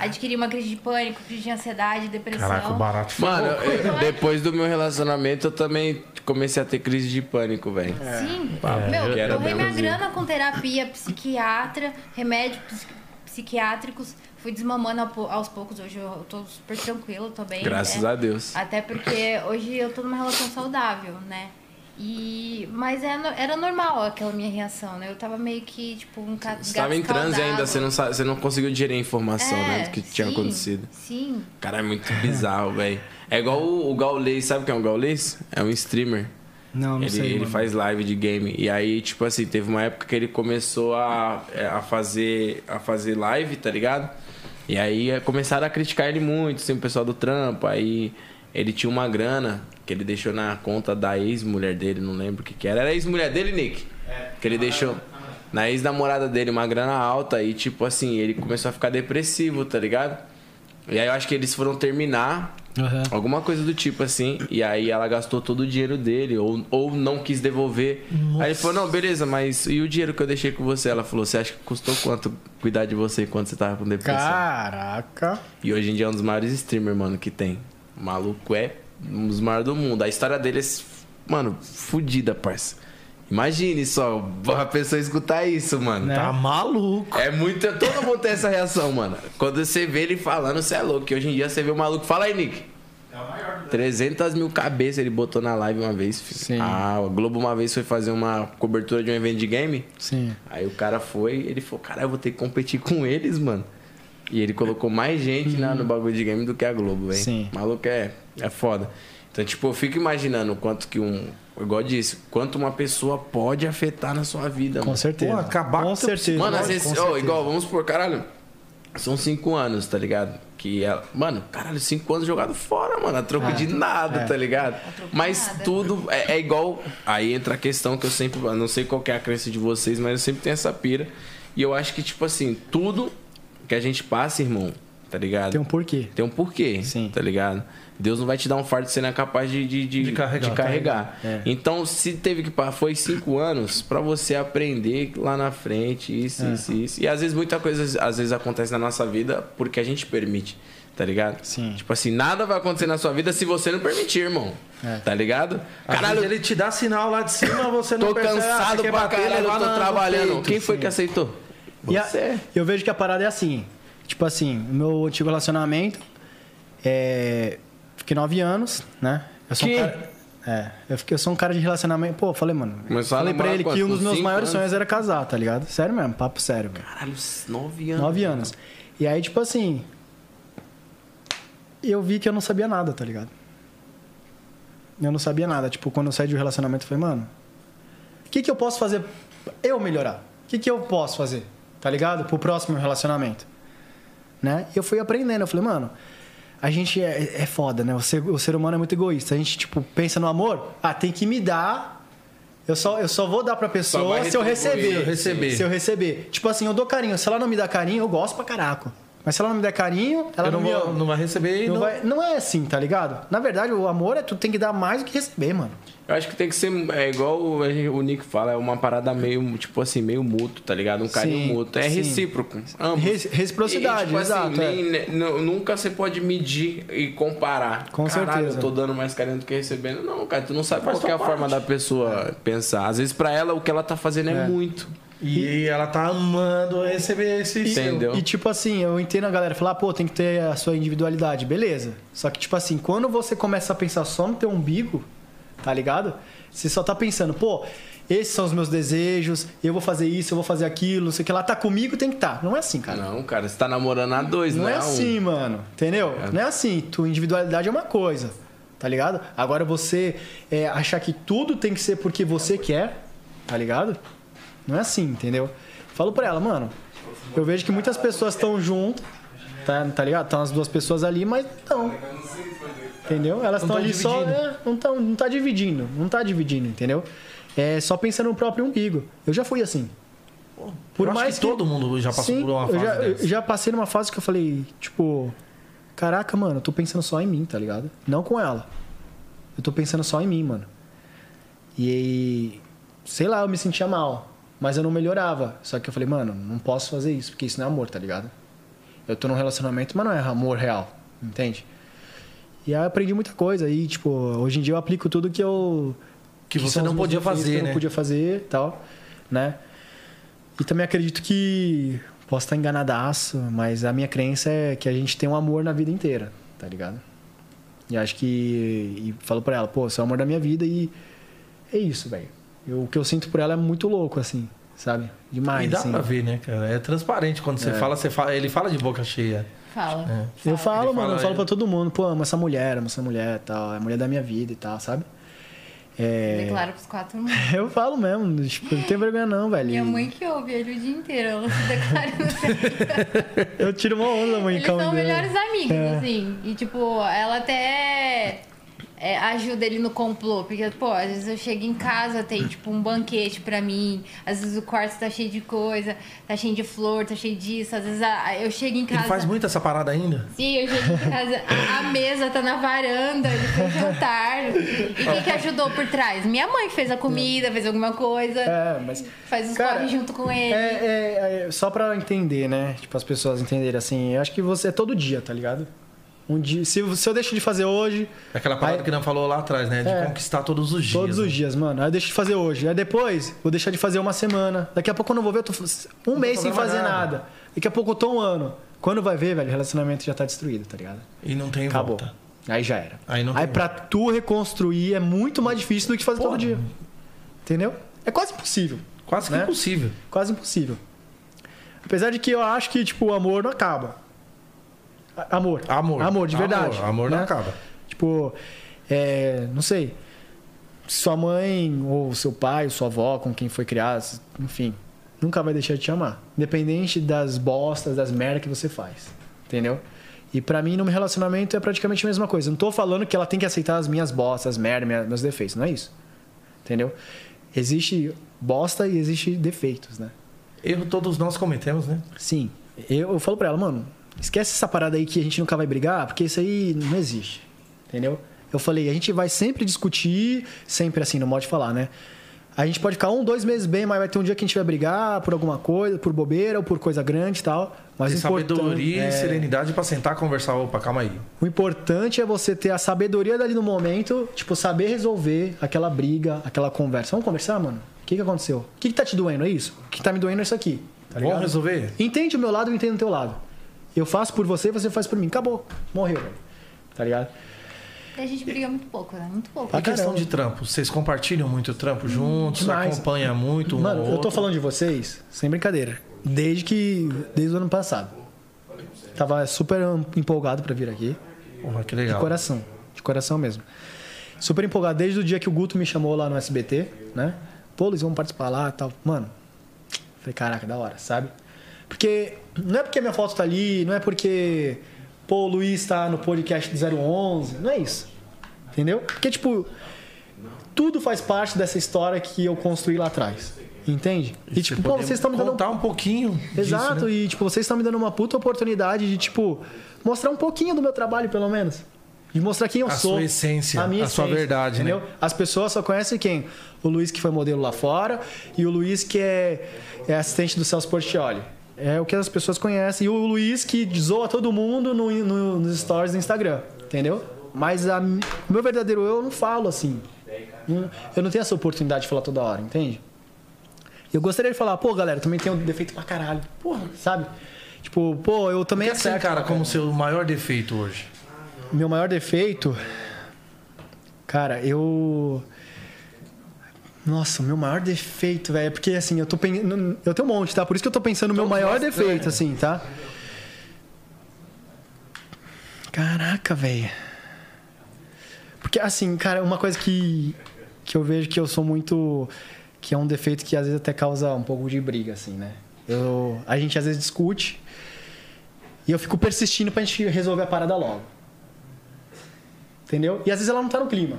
Speaker 6: adquirir uma crise de pânico, crise de ansiedade, depressão.
Speaker 2: Caraca, o barato foi.
Speaker 1: Mano, eu- depois do meu relacionamento, eu também comecei a ter crise de pânico, velho.
Speaker 6: Sim.
Speaker 1: eu
Speaker 2: É.
Speaker 6: Meu,
Speaker 1: quero
Speaker 6: eu torrei minha
Speaker 1: abduzir.
Speaker 6: grana com terapia, psiquiatra, remédios ps- psiquiátricos. Fui desmamando ao po- aos poucos. Hoje eu tô super tranquilo, tô bem.
Speaker 1: Graças
Speaker 6: é.
Speaker 1: a Deus.
Speaker 6: Até porque hoje eu tô numa relação saudável, né? E... Mas é no- era normal aquela minha reação, né? Eu tava meio que, tipo, um ca...
Speaker 1: Você tava em transe ainda, você não, sa- você não conseguiu digerir a informação, né? Do que tinha
Speaker 6: É, sim,
Speaker 1: acontecido.
Speaker 6: Sim.
Speaker 1: Cara, é muito bizarro, velho. É igual o, o Gaules, sabe quem é o Gaules? É um streamer.
Speaker 4: Não, não
Speaker 1: ele,
Speaker 4: sei,
Speaker 1: ele
Speaker 4: mano.
Speaker 1: faz live de game. E aí, tipo assim, teve uma época que ele começou a, é, a, fazer, a fazer live, tá ligado? E aí é, começaram a criticar ele muito, assim, o pessoal do trampo. Aí Ele tinha uma grana que ele deixou na conta da ex-mulher dele, não lembro o que, que era. Era a ex-mulher dele, Nick? É. Que ele deixou na ex-namorada dele uma grana alta e, tipo assim, ele começou a ficar depressivo, tá ligado? E aí eu acho que eles foram terminar. Alguma coisa do tipo assim. E aí ela gastou todo o dinheiro dele, ou, ou não quis devolver. Aí ele falou: Não, beleza, mas e o dinheiro que eu deixei com você? Ela falou: Você acha que custou quanto cuidar de você quando você tava com depressão?
Speaker 4: Caraca.
Speaker 1: E hoje em dia é um dos maiores streamers, mano, que tem. O maluco é um dos maiores do mundo. A história dele é, mano, fodida, parça. Imagine só, a pessoa escutar isso, mano.
Speaker 4: Né?
Speaker 2: Tá maluco.
Speaker 1: É muito. Todo mundo tem essa reação, mano. Quando você vê ele falando, você é louco. Que hoje em dia você vê o maluco. Fala aí, Nick. 300 mil cabeças ele botou na live uma vez. filho.
Speaker 4: Sim.
Speaker 1: Ah, a Globo uma vez foi fazer uma cobertura de um evento de game.
Speaker 4: Sim.
Speaker 1: Aí o cara foi, ele falou, cara, eu vou ter que competir com eles, mano. E ele colocou mais gente na- no bagulho de game do que a Globo, velho.
Speaker 4: Sim.
Speaker 1: Maluco é, é foda. Então, tipo, eu fico imaginando o quanto que um. Igual eu disse, quanto uma pessoa pode afetar na sua vida,
Speaker 4: Com
Speaker 1: mano.
Speaker 4: certeza.
Speaker 2: Pô, acabar
Speaker 4: com
Speaker 2: com teu
Speaker 4: certeza.
Speaker 1: Mano, às
Speaker 2: Lógico,
Speaker 1: vezes,
Speaker 2: com
Speaker 1: ó,
Speaker 2: certeza.
Speaker 1: igual, vamos por caralho. São cinco anos, tá ligado? Que ela. Mano, caralho, cinco anos jogado fora, mano. A
Speaker 4: É,
Speaker 1: troco de nada, tá ligado? Mas
Speaker 6: nada.
Speaker 1: tudo é, é igual. Aí entra a questão que eu sempre. eu Não sei qual que é a crença de vocês, mas eu sempre tenho essa pira. E eu acho que, tipo assim, tudo que a gente passa, irmão, tá ligado?
Speaker 4: Tem um porquê.
Speaker 1: Tem um porquê,
Speaker 4: Sim.
Speaker 1: tá ligado? Deus não vai te dar um fardo que você não é capaz de, de, de,
Speaker 2: De carregar. tá
Speaker 1: de carregar.
Speaker 4: É.
Speaker 1: Então, se teve que passar, foi cinco anos pra você aprender lá na frente, isso,
Speaker 2: É.
Speaker 1: isso, isso. E às vezes muita coisa às vezes acontece na nossa vida porque a gente permite, tá ligado?
Speaker 4: Sim.
Speaker 1: Tipo assim, nada vai acontecer na sua vida se você não permitir, irmão. Tá ligado?
Speaker 2: Caralho,
Speaker 1: Caralho,
Speaker 2: É. ele te dá sinal lá de cima, você não
Speaker 1: tô
Speaker 2: percebe. Ah, você
Speaker 1: cansado
Speaker 2: quer
Speaker 1: pra
Speaker 2: bater, ele
Speaker 1: caralho,
Speaker 2: lá
Speaker 1: tô
Speaker 2: na- no
Speaker 1: trabalhando.
Speaker 2: peito.
Speaker 1: Quem foi que aceitou?
Speaker 4: E a-
Speaker 1: Você.
Speaker 4: eu vejo que a parada é assim. Tipo assim, o meu antigo relacionamento. é, Fiquei nove anos, né? Eu sou
Speaker 1: Que?
Speaker 4: um cara. É, eu, fiquei, eu sou um cara de relacionamento. Pô, eu falei, mano.
Speaker 1: Começou a
Speaker 4: falei pra
Speaker 1: namorar
Speaker 4: ele
Speaker 1: quanto?
Speaker 4: que um dos
Speaker 1: Com
Speaker 4: meus
Speaker 1: cinco
Speaker 4: maiores
Speaker 1: anos?
Speaker 4: sonhos era casar, tá ligado? Sério mesmo, papo sério, velho.
Speaker 1: Caralho, nove anos.
Speaker 4: Nove anos. E aí, tipo assim. Eu vi que eu não sabia nada, tá ligado? Eu não sabia nada. Tipo, quando eu saí de um relacionamento, eu falei, mano, o que, que eu posso fazer pra eu melhorar? O que, que eu posso fazer, tá ligado? Pro próximo relacionamento. Né? E eu fui aprendendo. Eu falei, mano, a gente é, é foda, né? O ser, o ser humano é muito egoísta. A gente, tipo, pensa no amor, ah, tem que me dar. Eu só, eu só vou dar pra pessoa
Speaker 1: vai
Speaker 4: se eu
Speaker 1: retribuir,
Speaker 4: receber.
Speaker 2: receber.
Speaker 4: Se eu receber. Tipo assim, eu dou carinho. Se ela não me dá carinho, eu gosto pra caraco. Mas se ela não me der carinho, ela
Speaker 2: Eu
Speaker 4: não,
Speaker 2: não,
Speaker 4: me
Speaker 2: vou,
Speaker 4: ama.
Speaker 2: não vai receber e um
Speaker 4: Não
Speaker 2: não,
Speaker 4: vai- não é assim, tá ligado? Na verdade, o amor é tu tem que dar mais do que receber, mano.
Speaker 1: Eu acho que tem que ser é igual o, o Nick fala, é uma parada meio, tipo assim, meio mútuo, tá ligado? Um carinho
Speaker 4: Sim,
Speaker 1: mútuo. É
Speaker 4: sim.
Speaker 1: recíproco. Ambos. tipo
Speaker 4: Re- reciprocidade, exato, é.
Speaker 1: assim, nem- nu- nunca você pode medir e comparar.
Speaker 4: Com
Speaker 1: Caralho,
Speaker 4: certeza.
Speaker 1: eu tô dando mais carinho do que recebendo. Não, cara, tu não sabe
Speaker 2: Faz
Speaker 1: qual que é a
Speaker 2: tua
Speaker 1: forma da
Speaker 4: É.
Speaker 1: pessoa pensar. Às vezes pra ela o que ela tá fazendo é, muito.
Speaker 2: E ela tá amando receber esse
Speaker 1: Entendeu?
Speaker 4: E tipo assim, eu entendo a galera falar, pô, tem que ter a sua individualidade, beleza. Só que tipo assim, quando você começa a pensar só no teu umbigo, tá ligado? Você só tá pensando, pô, esses são os meus desejos, eu vou fazer isso, eu vou fazer aquilo, não sei o que lá, tá comigo, tem que tá. Não é assim, cara.
Speaker 1: Não, cara, você tá namorando a dois,
Speaker 4: Não,
Speaker 1: né?
Speaker 4: é assim, mano. Entendeu? Não é assim. Tua individualidade é uma coisa, tá ligado? Agora você é, achar que tudo tem que ser porque você quer, tá ligado? Não é assim, entendeu? Falo pra ela, mano. Eu vejo que muitas pessoas estão junto, tá, tá ligado? Estão as duas pessoas ali, mas não. Entendeu? Elas
Speaker 2: Não
Speaker 4: estão
Speaker 2: tão
Speaker 4: ali só.
Speaker 2: dividindo.
Speaker 4: é, não, tão, não tá dividindo. Não tá dividindo, entendeu? É só pensando no próprio umbigo. Eu já fui assim.
Speaker 2: Por mais que, todo mundo já passou
Speaker 4: Sim,
Speaker 2: por uma
Speaker 4: eu
Speaker 2: fase
Speaker 4: já, eu
Speaker 2: dessa.
Speaker 4: já passei numa fase que eu falei, tipo, caraca, mano, eu tô pensando só em mim, tá ligado? Não com ela. Eu tô pensando só em mim, mano. E aí, sei lá, eu me sentia mal, mas eu não melhorava. Só que eu falei, mano, não posso fazer isso, porque isso não é amor, tá ligado? Eu tô num relacionamento, mas não é amor real, entende? E aí eu aprendi muita coisa e tipo, hoje em dia eu aplico tudo que eu
Speaker 2: Que você
Speaker 4: são os
Speaker 2: não
Speaker 4: meus
Speaker 2: podia
Speaker 4: defeitos
Speaker 2: fazer,
Speaker 4: que eu não
Speaker 2: né?
Speaker 4: podia fazer, e tal, né? E também acredito que posso estar enganadaço, mas a minha crença é que a gente tem um amor na vida inteira, tá ligado? E acho que. E falo pra ela, pô, você é o amor da minha vida e. É isso, velho. Eu- O que eu sinto por ela é muito louco, assim, sabe? Demais,
Speaker 2: E dá
Speaker 4: assim.
Speaker 2: pra ver, né, cara? É transparente quando você fala, você fala, ele fala de boca cheia.
Speaker 6: Fala.
Speaker 4: Eu falo,
Speaker 2: Ele
Speaker 4: mano,
Speaker 2: fala,
Speaker 4: eu falo pra
Speaker 2: é.
Speaker 4: todo mundo, pô, amo essa mulher, amo essa mulher e tal, é a mulher da minha vida e tal, sabe?
Speaker 6: Eu declaro pros quatro mundos.
Speaker 4: Eu falo mesmo, tipo, não tem vergonha não, velho.
Speaker 6: Minha mãe que ouve ele o dia inteiro, ela se declara no
Speaker 4: Eu tiro uma onda, mãe.
Speaker 6: Eles
Speaker 4: calma
Speaker 6: são
Speaker 4: dela.
Speaker 6: melhores amigos,
Speaker 4: É.
Speaker 6: assim. E, tipo, ela até é, ajuda ele no complô. Porque, pô, às vezes eu chego em casa, tem, tipo, um banquete pra mim. Às vezes o quarto tá cheio de coisa, tá cheio de flor, tá cheio disso. Às vezes a- eu chego em
Speaker 2: Ele
Speaker 6: casa...
Speaker 2: faz muito essa parada ainda?
Speaker 6: Sim, eu chego em casa, a, a mesa tá na varanda, ele fez jantar. E quem que ajudou por trás? Minha mãe que fez a comida, fez alguma coisa.
Speaker 4: É, mas.
Speaker 6: Faz os
Speaker 4: Cara,
Speaker 6: corre junto com
Speaker 4: É,
Speaker 6: ele.
Speaker 4: é, é, só pra entender, né? Tipo, as pessoas entenderem assim. Eu acho que você é todo dia, tá ligado? Um dia. Se, eu- se eu deixo de fazer hoje,
Speaker 2: Aquela parada
Speaker 4: Aí-
Speaker 2: que não falou lá atrás, né? De
Speaker 4: É.
Speaker 2: conquistar todos os dias. né?
Speaker 4: todos os dias, mano. Aí eu deixo de fazer hoje. Aí depois, vou deixar de fazer uma semana. Daqui a pouco eu não vou ver, eu tô f- um mês sem
Speaker 2: fazendo
Speaker 4: fazer
Speaker 2: nada.
Speaker 4: nada. Daqui a pouco eu tô um ano. Quando vai ver, velho, o relacionamento já tá destruído, tá ligado?
Speaker 2: E não tem
Speaker 4: Acabou.
Speaker 2: volta.
Speaker 4: Aí já era.
Speaker 2: Aí não tem
Speaker 4: pra tu reconstruir é muito mais difícil do que fazer
Speaker 2: Porra.
Speaker 4: todo dia. Entendeu? É quase impossível.
Speaker 2: Quase que
Speaker 4: Né?
Speaker 2: impossível.
Speaker 4: Quase impossível. Apesar de que eu acho que, tipo, o amor não acaba. A- Amor.
Speaker 2: Amor.
Speaker 4: Amor, de verdade.
Speaker 2: Amor, amor não
Speaker 4: né?
Speaker 2: acaba.
Speaker 4: Tipo, é, não sei. Sua mãe, ou seu pai, ou sua avó, com quem foi criado, enfim, nunca vai deixar de te amar. Independente das bostas, das merdas que você faz. Entendeu? E pra mim, no meu relacionamento, é praticamente a mesma coisa. Eu não tô falando que ela tem que aceitar as minhas bostas, as merdas, minha- meus defeitos. Não é isso. Entendeu? Existe bosta e existe defeitos, né?
Speaker 2: Erro todos nós cometemos, né?
Speaker 4: Sim. Eu, eu falo pra ela, mano, esquece essa parada aí que a gente nunca vai brigar, porque isso aí não existe. Entendeu? Eu falei, a gente vai sempre discutir, sempre assim, no modo de falar, né? A gente pode ficar um, dois meses bem, mas vai ter um dia que a gente vai brigar por alguma coisa, por bobeira ou por coisa grande e tal. Mas
Speaker 2: Ter
Speaker 4: o importante-
Speaker 2: sabedoria
Speaker 4: é,
Speaker 2: e serenidade pra sentar conversar. Opa, calma aí.
Speaker 4: o importante é você ter a sabedoria dali no momento, tipo, saber resolver aquela briga, aquela conversa. Vamos conversar, mano? O que, que aconteceu? O que, que tá te doendo? É isso? O que tá me doendo é isso aqui. Tá
Speaker 2: Vamos
Speaker 4: ligado?
Speaker 2: resolver?
Speaker 4: Entende o meu lado, eu entendo o teu lado. Eu faço por você, você faz por mim. Acabou. Morreu, velho. Tá ligado?
Speaker 6: E a gente briga muito pouco, né? Muito pouco.
Speaker 4: Pra
Speaker 2: E questão
Speaker 4: caramba. Hum,
Speaker 2: de trampo? Vocês compartilham muito o trampo juntos?
Speaker 4: demais.
Speaker 2: Acompanha muito um ao
Speaker 4: Mano, eu tô
Speaker 2: outro?
Speaker 4: falando de vocês, sem brincadeira. Desde que. Desde o ano passado. Tava super empolgado pra vir aqui.
Speaker 2: Porra, que
Speaker 4: De
Speaker 2: legal.
Speaker 4: coração. De coração mesmo. Super empolgado desde o dia que o Guto me chamou lá no SBT, né? Pô, Luiz, vamos participar lá e tal. Mano, falei, caraca, da hora, sabe? Porque não é porque minha foto tá ali, não é porque, pô, o Luiz tá no podcast do 011, não é isso. Entendeu? Porque, tipo, tudo faz parte dessa história que eu construí lá atrás. Entende? E, tipo, pô,
Speaker 2: Podemos
Speaker 4: vocês estão me dando
Speaker 2: contar um pouquinho disso,
Speaker 4: Exato,
Speaker 2: né?
Speaker 4: e tipo, vocês estão me dando uma puta oportunidade de, tipo, mostrar um pouquinho do meu trabalho, pelo menos. De mostrar quem eu
Speaker 2: A
Speaker 4: sou.
Speaker 2: sua essência, a sua verdade, né?
Speaker 4: As pessoas só conhecem quem? O Luiz que foi modelo lá fora e o Luiz que é, é assistente do Celso Portioli. É o que as pessoas conhecem. E o Luiz que zoa todo mundo no, no- nos stories do Instagram, entendeu? Mas a mi- o meu verdadeiro eu, eu não falo assim. Não- Eu não tenho essa oportunidade de falar toda hora, entende? Eu gostaria de falar, pô, galera, eu também tenho defeito pra caralho. Porra, sabe? Tipo, pô, eu
Speaker 2: O
Speaker 4: também
Speaker 2: que você
Speaker 4: acerto.
Speaker 2: encara assim, como seu maior defeito hoje?
Speaker 4: Meu maior defeito. Cara, eu. Nossa, o meu maior defeito, velho. É porque assim, eu tô pensando. Eu tenho um monte, tá? Por isso que eu tô pensando no meu maior defeito, assim, tá? Caraca, velho. Porque assim, cara, uma coisa que, que eu vejo que eu sou muito. que é um defeito que às vezes até causa um pouco de briga, assim, né? Eu, a gente às vezes discute e eu fico persistindo pra gente resolver a parada logo. Entendeu? E às vezes ela não tá no clima.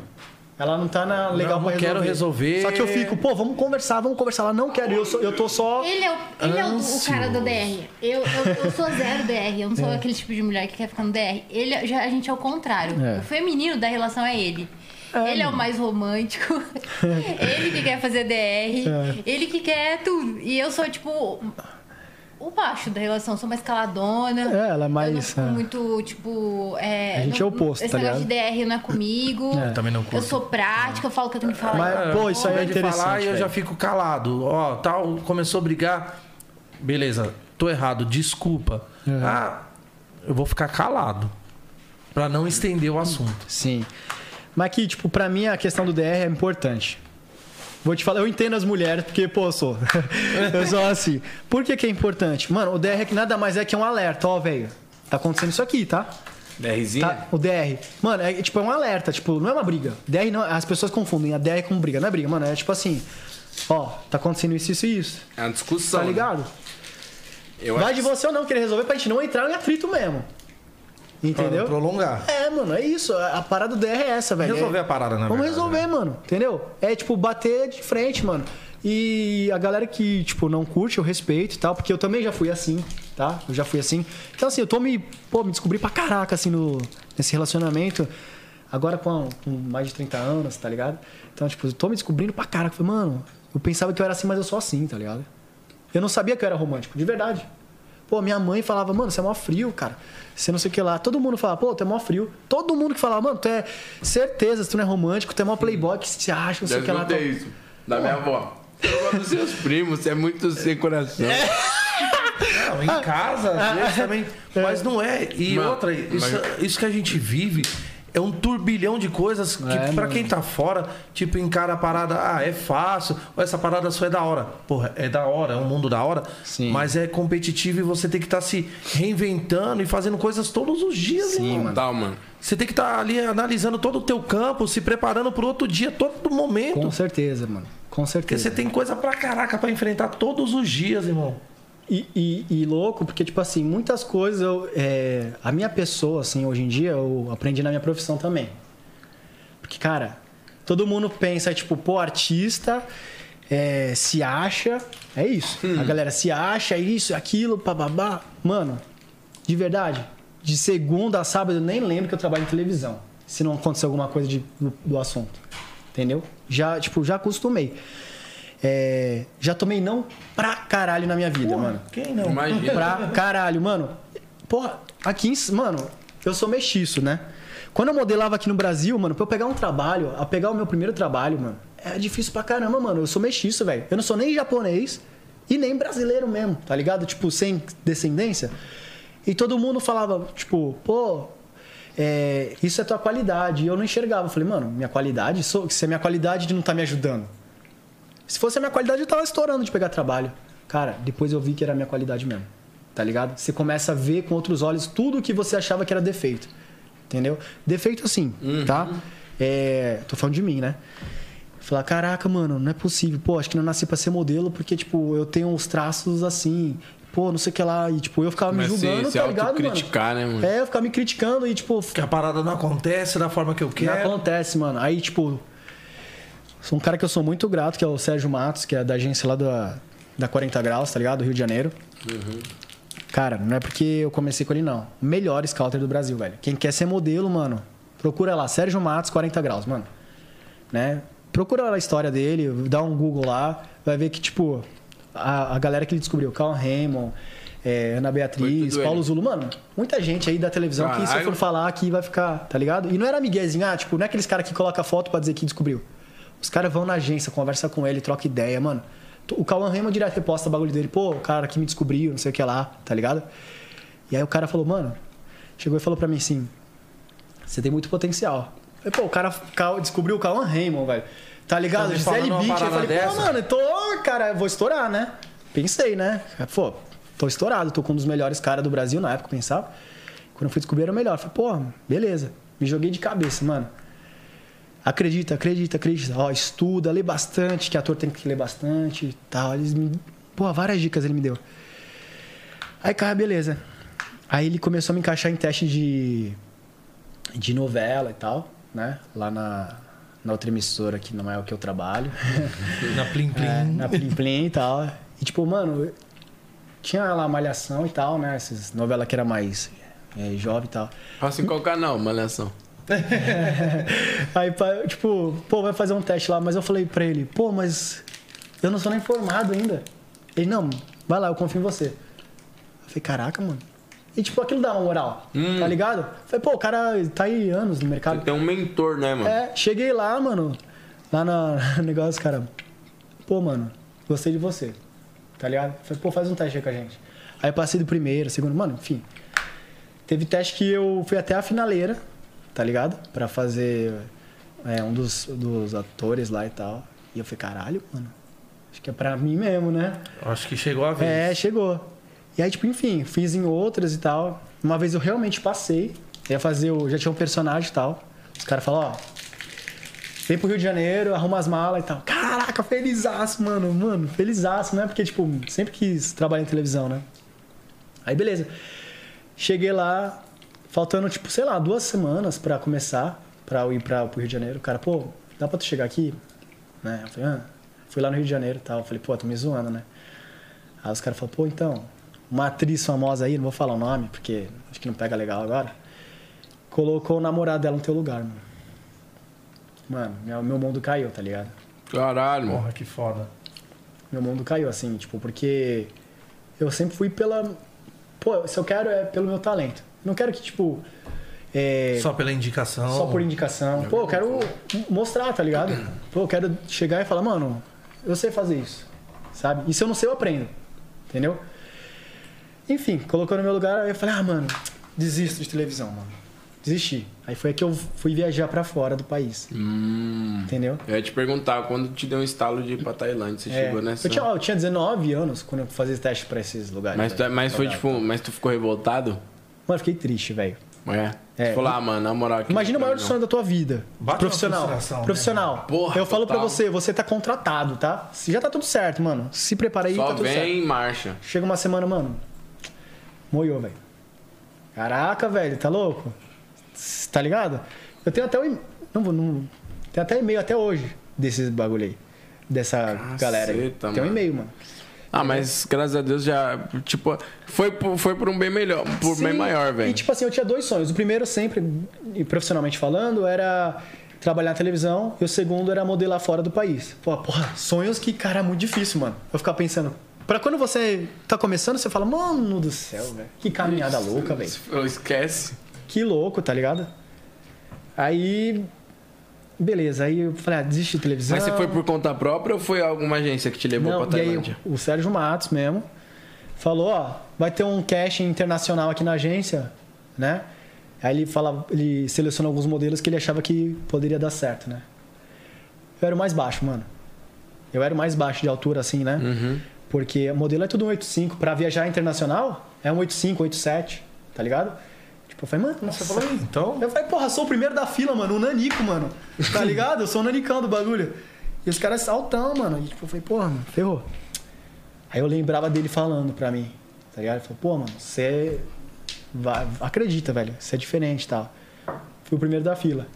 Speaker 4: Ela não tá na legal
Speaker 2: Não,
Speaker 4: pra
Speaker 2: não
Speaker 4: resolver.
Speaker 2: quero resolver.
Speaker 4: Só que eu fico, pô, vamos conversar, vamos conversar. Ela não quero, eu, sou- eu tô só.
Speaker 6: Ele é o, ele é o, o cara do DR. Eu, eu, eu sou zero DR. Eu não
Speaker 4: É.
Speaker 6: sou aquele tipo de mulher que quer ficar no DR. Ele, é- já, a gente é o contrário.
Speaker 4: É.
Speaker 6: O feminino da relação é ele. ele é o mais romântico. ele que quer fazer DR.
Speaker 4: É.
Speaker 6: Ele que quer tudo. E eu sou, tipo, o baixo da relação. Eu sou mais caladona.
Speaker 4: É, ela é
Speaker 6: Eu não
Speaker 4: mais,
Speaker 6: fico
Speaker 4: é.
Speaker 6: muito, tipo... É,
Speaker 4: A gente
Speaker 6: não-
Speaker 4: é o oposto,
Speaker 6: Esse
Speaker 4: tá
Speaker 6: negócio de DR não é comigo.
Speaker 4: É. Eu
Speaker 2: também não
Speaker 6: Eu
Speaker 2: curto.
Speaker 6: sou prática, eu falo o que eu tenho que falar.
Speaker 4: Mas,
Speaker 6: Eu
Speaker 4: pô,
Speaker 6: vou.
Speaker 4: isso aí
Speaker 2: Ao
Speaker 4: é
Speaker 2: invés de falar,
Speaker 4: interessante,
Speaker 2: eu já
Speaker 4: velho.
Speaker 2: fico calado. Ó, tal, começou a brigar. Beleza, tô errado, desculpa.
Speaker 4: Uhum.
Speaker 2: Ah, eu vou ficar calado. Pra não estender o assunto.
Speaker 4: Sim. Mas que, tipo, pra mim a questão do DR é importante. Vou te falar, eu entendo as mulheres, porque, pô, eu sou. eu sou assim. Por que, que é importante? Mano, o DR é que nada mais é que um alerta, ó, velho. Tá acontecendo isso aqui, tá?
Speaker 1: DRzinho?
Speaker 4: Tá? O DR. Mano, é tipo, é um alerta, tipo, não é uma briga. DR não, as pessoas confundem a DR com briga, não é briga, mano. É tipo assim, ó, tá acontecendo isso, isso e isso.
Speaker 1: É uma discussão.
Speaker 4: Tá ligado?
Speaker 1: né? Eu
Speaker 4: Vai
Speaker 1: acho-
Speaker 4: de você ou não querer resolver pra gente não entrar em atrito mesmo.
Speaker 2: Pra não
Speaker 4: Entendeu?
Speaker 2: prolongar.
Speaker 4: É, mano, é isso. A a parada do DR é essa, velho.
Speaker 2: Resolver
Speaker 4: É-
Speaker 2: a parada, na
Speaker 4: Vamos
Speaker 2: verdade, né?
Speaker 4: resolver, mano. Entendeu? É, tipo, bater de frente, mano. E a galera que, tipo, não curte, eu respeito e tal, porque eu também já fui assim, tá? Eu já fui assim. Então, assim, eu tô me, pô, me descobri pra caraca, assim, no, nesse relacionamento. Agora com, com mais de 30 anos, tá ligado? Então, tipo, eu tô me descobrindo pra caraca. Falei, mano, eu pensava que eu era assim, mas eu sou assim, tá ligado? Eu não sabia que eu era romântico, de verdade. Pô, minha mãe falava, mano, você é mó frio, cara. Você não sei o que lá. Todo mundo falava, pô, tu é mó frio. Todo mundo que falava, mano, tu é certeza, tu não é romântico, tu é mó playboy que se acha, não
Speaker 1: Já
Speaker 4: sei o que tá- lá.
Speaker 1: escutei
Speaker 4: Tô...
Speaker 1: isso. Da minha avó. Eu gosto dos seus primos, você é muito sem coração.
Speaker 4: É.
Speaker 2: Não,
Speaker 4: Ah.
Speaker 2: em casa, às vezes também. Mas não é. E
Speaker 1: Mano,
Speaker 2: outra, isso, isso que a gente vive é um turbilhão de coisas que,
Speaker 4: É,
Speaker 2: pra
Speaker 4: mano.
Speaker 2: quem tá fora, tipo, encara a parada, ah, é fácil, ou essa parada só é da hora. Porra, é da hora, é um mundo da hora.
Speaker 4: Sim.
Speaker 2: Mas é competitivo e você tem que estar se reinventando e fazendo coisas todos os dias, Sim, mano.
Speaker 1: Tal, mano.
Speaker 2: Você tem que estar ali analisando todo o teu campo, se preparando pro outro dia, todo momento.
Speaker 4: Com certeza, mano. Com
Speaker 2: Porque você
Speaker 4: certeza.
Speaker 2: tem coisa pra caraca pra enfrentar todos os dias, irmão.
Speaker 4: E, e- e louco, porque, tipo assim, muitas coisas eu. é, A minha pessoa, assim, hoje em dia, eu aprendi na minha profissão também. Porque, cara, todo mundo pensa, tipo, pô, artista é, se acha. É isso. A galera se acha, é isso, é aquilo, bababá. Mano, de verdade, de segunda a sábado eu nem lembro que eu trabalho em televisão. Se não acontecer alguma coisa de- do, do assunto. Entendeu? Já, tipo, já acostumei. É, já tomei não pra caralho na minha vida, mano.
Speaker 2: Quem não?
Speaker 1: Imagina.
Speaker 4: Pra caralho, mano. Porra, aqui em. Mano, eu sou mestiço, né? Quando eu modelava aqui no Brasil, mano, pra eu pegar um trabalho, a pegar o meu primeiro trabalho, mano, é difícil pra caramba, mano. Eu sou mestiço, velho. Eu não sou nem japonês e nem brasileiro mesmo, tá ligado? Tipo, sem descendência. E todo mundo falava, tipo, pô, é, isso é tua qualidade. E eu não enxergava. Eu falei, mano, minha qualidade, sou, se é minha qualidade de não tá me ajudando. Se fosse a minha qualidade, eu tava estourando de pegar trabalho. Cara, depois eu vi que era a minha qualidade mesmo. Tá ligado? Você começa a ver com outros olhos tudo que você achava que era defeito. Entendeu? Defeito assim, tá? É, tô falando de mim, né? Falar, caraca, mano, não é possível. Pô, acho que não nasci pra ser modelo porque, tipo, eu tenho uns traços assim. Pô, não sei o que lá. E, tipo, eu ficava
Speaker 1: Começa
Speaker 4: me
Speaker 1: a se-
Speaker 4: julgando,
Speaker 1: se
Speaker 4: tá ligado, mano?
Speaker 1: autocriticar, né, mano?
Speaker 4: É, eu ficava me criticando e, tipo,
Speaker 2: Que a parada não acontece da forma que eu
Speaker 4: não
Speaker 1: É.
Speaker 2: quero.
Speaker 4: acontece, mano. Aí, tipo, sou um cara que eu sou muito grato, que é o Sérgio Matos, que é da agência lá da, da 40 Graus, tá ligado? Do Rio de Janeiro.
Speaker 1: Uhum.
Speaker 4: Cara, não é porque eu comecei com ele, não. O Melhor scouter do Brasil, velho. Quem quer ser modelo, mano, procura lá. Sérgio Matos, 40 Graus, mano. Né? Procura lá a história dele, dá um Google lá, vai ver que, tipo, a, a galera que ele descobriu, Carl Raymond, é, Ana
Speaker 1: Foi
Speaker 4: Beatriz,
Speaker 1: tudo
Speaker 4: Paulo
Speaker 1: ele.
Speaker 4: Zulu, mano, muita gente aí da televisão que se eu
Speaker 1: Caralho.
Speaker 4: for falar aqui vai ficar, tá ligado? E não era miguezinho, ah, tipo, não é aqueles caras que coloca foto pra dizer que descobriu. Os caras vão na agência, conversa com ele, troca ideia, mano. O Cauan Raymond direto reposta o bagulho dele, pô, o cara que me descobriu, não sei o que lá, tá ligado? E aí o cara falou, mano, chegou e falou pra mim assim, você tem muito potencial. Eu, É, pô, o cara ca- descobriu o Cauan Raymond, velho. Tá
Speaker 2: Tá
Speaker 4: ligado?
Speaker 2: me
Speaker 4: Gisele
Speaker 2: falando uma
Speaker 4: Beach. Eu
Speaker 2: parada
Speaker 4: falei, pô,
Speaker 2: dessa?
Speaker 4: mano, eu tô, cara, eu vou estourar, né? Pensei, né? Pô, tô estourado, tô com um dos melhores caras do Brasil na época, eu pensava. Quando eu fui descobrir era o melhor. Falei, pô, beleza. Me joguei de cabeça, mano. Acredita, acredita, acredita. Ó, estuda, lê bastante, que ator tem que ler bastante e tal. Eles me... Pô, várias dicas ele me deu. Aí, cara, beleza. Aí ele começou a me encaixar em teste de, de novela e tal, né? Lá na, na outra emissora que não é o que eu trabalho.
Speaker 2: Na Plim Plim.
Speaker 4: É, na Plim Plim e tal. E tipo, mano, eu- tinha lá Malhação e tal, né? Essas novelas que era mais é, jovem e tal.
Speaker 1: Passa em assim, qual canal, malhação?
Speaker 4: Aí, pa- tipo, pô, vai fazer um teste lá. Mas eu falei pra ele, pô, mas eu não sou nem formado ainda. Ele, não, vai lá, eu confio em você. Eu falei, caraca, mano. E, tipo, aquilo dá uma moral, tá ligado? Eu falei, pô, o cara tá aí anos no mercado.
Speaker 1: Tem um mentor, né, mano?
Speaker 4: É, cheguei lá, mano. Lá na- no negócio, cara. Pô, mano, gostei de você. Tá ligado? Falei, pô, faz um teste aí com a gente. Aí eu passei do primeiro, segundo, mano, enfim. Teve teste que eu fui até a finaleira, tá ligado? Pra fazer é, um dos, dos atores lá e tal. E eu falei, caralho, mano. Acho que é pra mim mesmo, né?
Speaker 2: Acho que chegou a vez.
Speaker 4: É, chegou. E aí, tipo, enfim, fiz em outras e tal. Uma vez eu realmente passei, Eu ia fazer o. Já tinha um personagem e tal. Os caras falaram, ó. Vem pro Rio de Janeiro, arruma as malas e tal. Caraca, felizaço, mano. Mano, felizaço, né? Porque, tipo, sempre quis trabalhar em televisão, né? Aí, beleza. Cheguei lá, faltando, tipo, sei lá, duas semanas pra começar, pra eu ir pra, pro Rio de Janeiro. O cara, pô, dá pra tu chegar aqui? Né? Eu falei, ah, fui lá no Rio de Janeiro e tal. Eu falei, pô, tô me zoando, né? Aí os caras falaram, pô, então, uma atriz famosa aí, não vou falar o nome, porque acho que não pega legal agora, colocou o namorado dela no teu lugar, mano. Mano, meu, meu mundo caiu, tá ligado?
Speaker 1: Caralho, mano.
Speaker 2: Porra, que foda.
Speaker 4: Meu mundo caiu, assim, tipo, porque eu sempre fui pela. Pô, se eu quero é pelo meu talento. Não quero que, tipo. é,
Speaker 2: Só pela indicação.
Speaker 4: só por indicação. Pô, eu quero mostrar, tá ligado? Pô, eu quero chegar e falar, mano, eu sei fazer isso, sabe? E se eu não sei, eu aprendo, entendeu? Enfim, colocou no meu lugar, aí eu falei, ah, mano, desisto de televisão, mano. Desisti. Aí foi que eu fui viajar pra fora do país,
Speaker 1: Hum.
Speaker 4: entendeu?
Speaker 1: Eu ia te perguntar, quando te deu um estalo de ir pra Tailândia, você
Speaker 4: É,
Speaker 1: chegou nessa.
Speaker 4: eu, tinha, eu tinha 19 anos quando eu fazia esse teste pra esses lugares.
Speaker 1: Mas, tu,
Speaker 4: velho. Tá
Speaker 1: mas foi tipo, mas tu ficou revoltado?
Speaker 4: Mano, eu fiquei triste, velho.
Speaker 1: É.
Speaker 4: É.
Speaker 1: Tu falou, ah, mano, na moral. aqui tá
Speaker 4: Imagina o
Speaker 1: não
Speaker 4: maior
Speaker 1: quero,
Speaker 4: sonho da tua vida.
Speaker 2: Bate uma
Speaker 4: profissional.
Speaker 2: frustração, né?
Speaker 4: Profissional.
Speaker 1: Porra,
Speaker 4: eu falo pra
Speaker 1: total.
Speaker 4: você, você tá contratado, tá? Se- Já tá tudo certo, mano. Se prepara aí,
Speaker 1: não. Só
Speaker 4: tá tudo
Speaker 1: vem
Speaker 4: certo.
Speaker 1: em marcha.
Speaker 4: Chega uma semana, mano. Moiou, velho. Caraca, velho, tá louco? S- Tá ligado? Eu tenho até o. e- Não vou. Não... Tem até e-mail até hoje desses bagulho aí. Dessa galera aí.
Speaker 1: Caceta,
Speaker 4: Tem um
Speaker 1: mano.
Speaker 4: e-mail, mano.
Speaker 1: Ah, mas graças a Deus já. Tipo, foi por, foi por um bem melhor, por
Speaker 4: Sim,
Speaker 1: bem maior,
Speaker 4: E
Speaker 1: velho.
Speaker 4: tipo assim, eu tinha dois sonhos. O primeiro, sempre, e profissionalmente falando, era trabalhar na televisão. E o segundo era modelar fora do país. Pô, porra, sonhos que, cara, é muito difícil, mano. Eu ficar pensando. Pra quando você tá começando, você fala, mano do céu, velho. Que caminhada louca, velho.
Speaker 1: Eu Esquece.
Speaker 4: Que louco, tá ligado? Aí. Beleza, aí eu falei, ah, desiste de televisão.
Speaker 1: Mas você foi por conta própria ou foi alguma agência que te levou
Speaker 4: Não,
Speaker 1: pra
Speaker 4: e aí
Speaker 1: Tailândia?
Speaker 4: o Sérgio Matos mesmo falou, ó, vai ter um casting internacional aqui na agência, né? Aí ele falava, ele selecionou alguns modelos que ele achava que poderia dar certo, né? Eu era o mais baixo, mano. Eu era o mais baixo de altura, assim, né?
Speaker 1: Uhum.
Speaker 4: Porque modelo é tudo 185. Pra viajar internacional, é um 85, 87, tá ligado? Tipo, eu falei, mano,
Speaker 2: Você
Speaker 4: nossa,
Speaker 2: falou, "Ih, então.
Speaker 4: eu falei, porra, sou o primeiro da fila, mano, o nanico, mano. Tá ligado? Eu sou o nanicão do bagulho. E os caras saltão, mano. E tipo, eu falei, porra, mano, ferrou. Aí eu lembrava dele falando pra mim, tá ligado? Ele falou, pô, mano, você. vai- Acredita, velho, você é diferente e tal. Fui o primeiro da fila.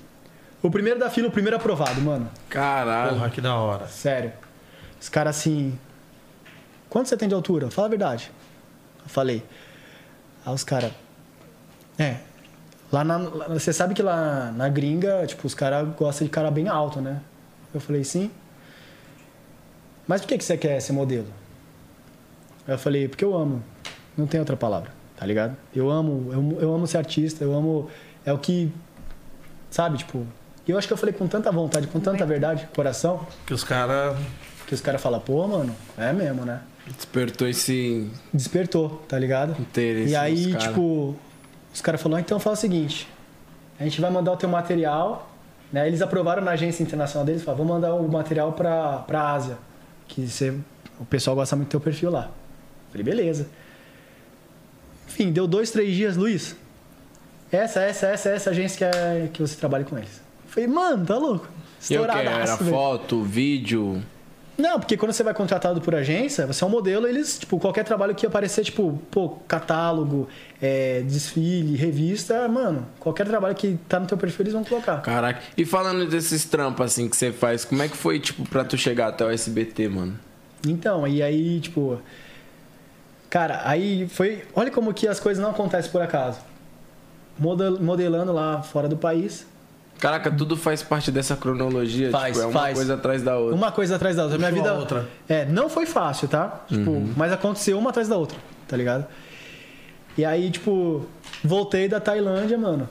Speaker 4: O primeiro da fila, o primeiro aprovado, mano.
Speaker 1: Caralho.
Speaker 2: Porra, que da hora.
Speaker 4: Sério. Os caras assim. Quanto você tem de altura? Fala a verdade. Eu falei. Aí os caras. É. Lá na. lá- Você sabe que lá na gringa, tipo, os caras gostam de cara bem alto, né? Eu falei, sim. Mas por que, que você quer ser modelo? Eu falei, porque eu amo. Não tem outra palavra, tá ligado? Eu amo, eu, eu amo ser artista, eu amo. É o que. Sabe, tipo. E eu acho que eu falei com tanta vontade, com tanta verdade, coração,
Speaker 2: Que os caras.
Speaker 4: que os caras falam, pô, mano, é mesmo, né?
Speaker 1: Despertou esse
Speaker 4: Despertou, tá ligado?
Speaker 1: interesse.
Speaker 4: e
Speaker 1: nos
Speaker 4: aí,
Speaker 1: é cara.
Speaker 4: tipo, os caras falaram, então fala o seguinte, a gente vai mandar o teu material, né? Eles aprovaram na agência internacional deles, falaram, vamos mandar o material pra, pra Ásia, que você, o pessoal gosta muito do teu perfil lá. Falei, beleza. Enfim, deu dois, três dias, Luiz, essa, essa, essa, essa agência que, é, que você trabalha com eles. Falei, mano, tá louco?
Speaker 1: E o que? Era
Speaker 4: Estouradaço, velho.
Speaker 1: foto, vídeo.
Speaker 4: Não, porque quando você vai contratado por agência, você é um modelo, eles, tipo, qualquer trabalho que aparecer, tipo, pô, catálogo, é, desfile, revista, mano, qualquer trabalho que tá no teu perfil, eles vão colocar.
Speaker 1: Caraca. E falando desses trampos assim que você faz, como é que foi, tipo, pra tu chegar até o SBT, mano?
Speaker 4: Então, e aí, tipo. Cara, aí foi. Olha como que as coisas não acontecem por acaso. Model- modelando lá fora do país.
Speaker 1: Caraca, tudo faz parte dessa cronologia.
Speaker 4: Faz,
Speaker 1: tipo, é uma
Speaker 4: faz.
Speaker 1: coisa atrás da outra.
Speaker 4: Uma coisa atrás da outra. Minha
Speaker 2: Uma
Speaker 4: vida.
Speaker 2: outra.
Speaker 4: É, não foi fácil, tá? Tipo, mas aconteceu uma atrás da outra, tá ligado? E aí, tipo, voltei da Tailândia, mano.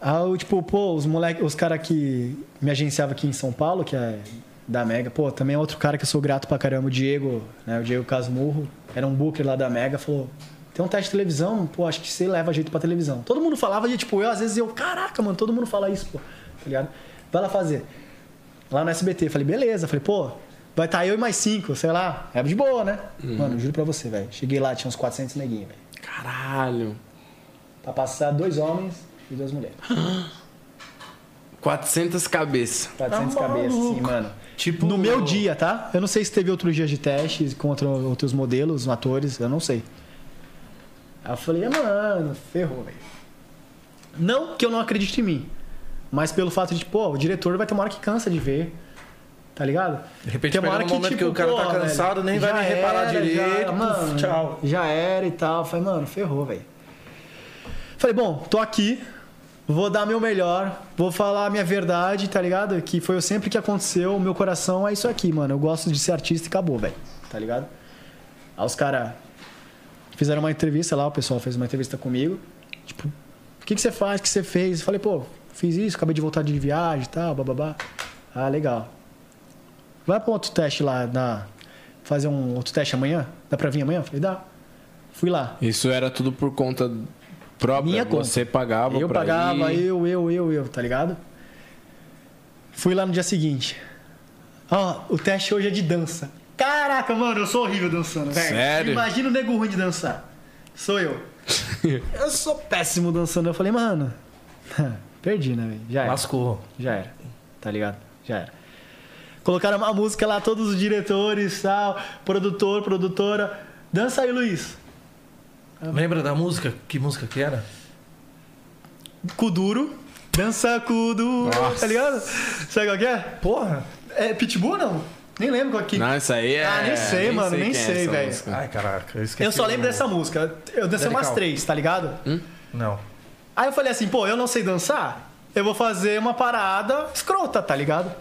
Speaker 4: Aí eu, tipo, pô, os moleque, os cara que me agenciava aqui em São Paulo, que é da Mega, pô, também é outro cara que eu sou grato pra caramba, o Diego, né? O Diego Casmurro, era um booker lá da Mega, falou. Tem um teste de televisão, pô, acho que você leva jeito pra televisão. Todo mundo falava e, tipo, eu às vezes eu, caraca, mano, todo mundo fala isso, pô, tá ligado? Vai lá fazer lá no SBT. Falei, beleza. Falei, pô, vai estar eu e mais cinco, sei lá. É de boa, né? Mano, juro pra você, velho. Cheguei lá, tinha uns 400 neguinhos, velho.
Speaker 1: Caralho.
Speaker 4: Pra passar dois homens e duas mulheres.
Speaker 1: 400 cabeças.
Speaker 4: 400 cabeças, assim, mano.
Speaker 2: Tipo,
Speaker 4: No meu dia, tá? Eu não sei se teve outros dias de teste contra outros modelos, atores, eu não sei. Aí eu falei, ah, mano, ferrou, velho. Não que eu não acredite em mim, mas pelo fato de, pô, o diretor vai ter uma hora que cansa de ver, tá ligado?
Speaker 2: De repente,
Speaker 4: tem uma
Speaker 2: pega
Speaker 4: hora
Speaker 2: um
Speaker 4: que,
Speaker 2: momento
Speaker 4: tipo,
Speaker 2: que o cara tá
Speaker 4: pô,
Speaker 2: cansado,
Speaker 4: velho,
Speaker 2: nem vai
Speaker 4: já
Speaker 2: nem reparar
Speaker 4: era,
Speaker 2: direito,
Speaker 4: já,
Speaker 2: puf,
Speaker 4: mano,
Speaker 2: tchau.
Speaker 4: Já era e tal. Eu Falei, mano, ferrou, velho. Falei, bom, tô aqui, vou dar meu melhor, vou falar a minha verdade, tá ligado? Que foi sempre que aconteceu, o meu coração é isso aqui, mano. Eu gosto de ser artista e acabou, velho. Tá ligado? Aí os caras fizeram uma entrevista lá, o pessoal fez uma entrevista comigo. Tipo, o que, que você faz, o que você fez? Eu falei, pô, fiz isso, acabei de voltar de viagem e tal, bababá. Ah, legal. Vai pra um outro teste lá, na... fazer um outro teste amanhã? Dá pra vir amanhã? Eu falei, dá. Fui lá.
Speaker 1: Isso era tudo por conta própria.
Speaker 4: Minha conta.
Speaker 1: Você pagava
Speaker 4: eu
Speaker 1: pra
Speaker 4: pagava,
Speaker 1: ir.
Speaker 4: eu, eu, eu, eu, tá ligado? Fui lá no dia seguinte. Ó, o teste hoje é de dança. Caraca, mano, eu sou horrível dançando, velho.
Speaker 1: Sério?
Speaker 4: Imagina o nego ruim de dançar. Sou eu. eu sou péssimo dançando. Eu falei, mano, perdi, né, velho? Já era.
Speaker 2: É. Lascou.
Speaker 4: Já era. Tá ligado? Já era. Colocaram uma música lá, todos os diretores, tal, produtor, produtora. Dança aí, Luiz. É.
Speaker 2: Lembra da música? Que música que era?
Speaker 4: Kuduro. Dança Kuduro. Tá ligado? Sabe qual que é?
Speaker 2: Porra!
Speaker 4: É Pitbull, não? Nem lembro qual que
Speaker 1: Não, isso aí é.
Speaker 4: Ah, nem sei, mano,
Speaker 1: quem
Speaker 4: nem
Speaker 1: é
Speaker 4: sei,
Speaker 1: essa
Speaker 4: velho.
Speaker 1: música.
Speaker 2: É. Ai, caraca, eu esqueci.
Speaker 4: Eu só
Speaker 2: o
Speaker 4: lembro
Speaker 2: nome.
Speaker 4: dessa música. Eu dancei umas
Speaker 2: Radical.
Speaker 4: três, tá ligado?
Speaker 2: Não.
Speaker 4: Aí eu falei assim, pô, eu não sei dançar, eu vou fazer uma parada escrota, tá ligado?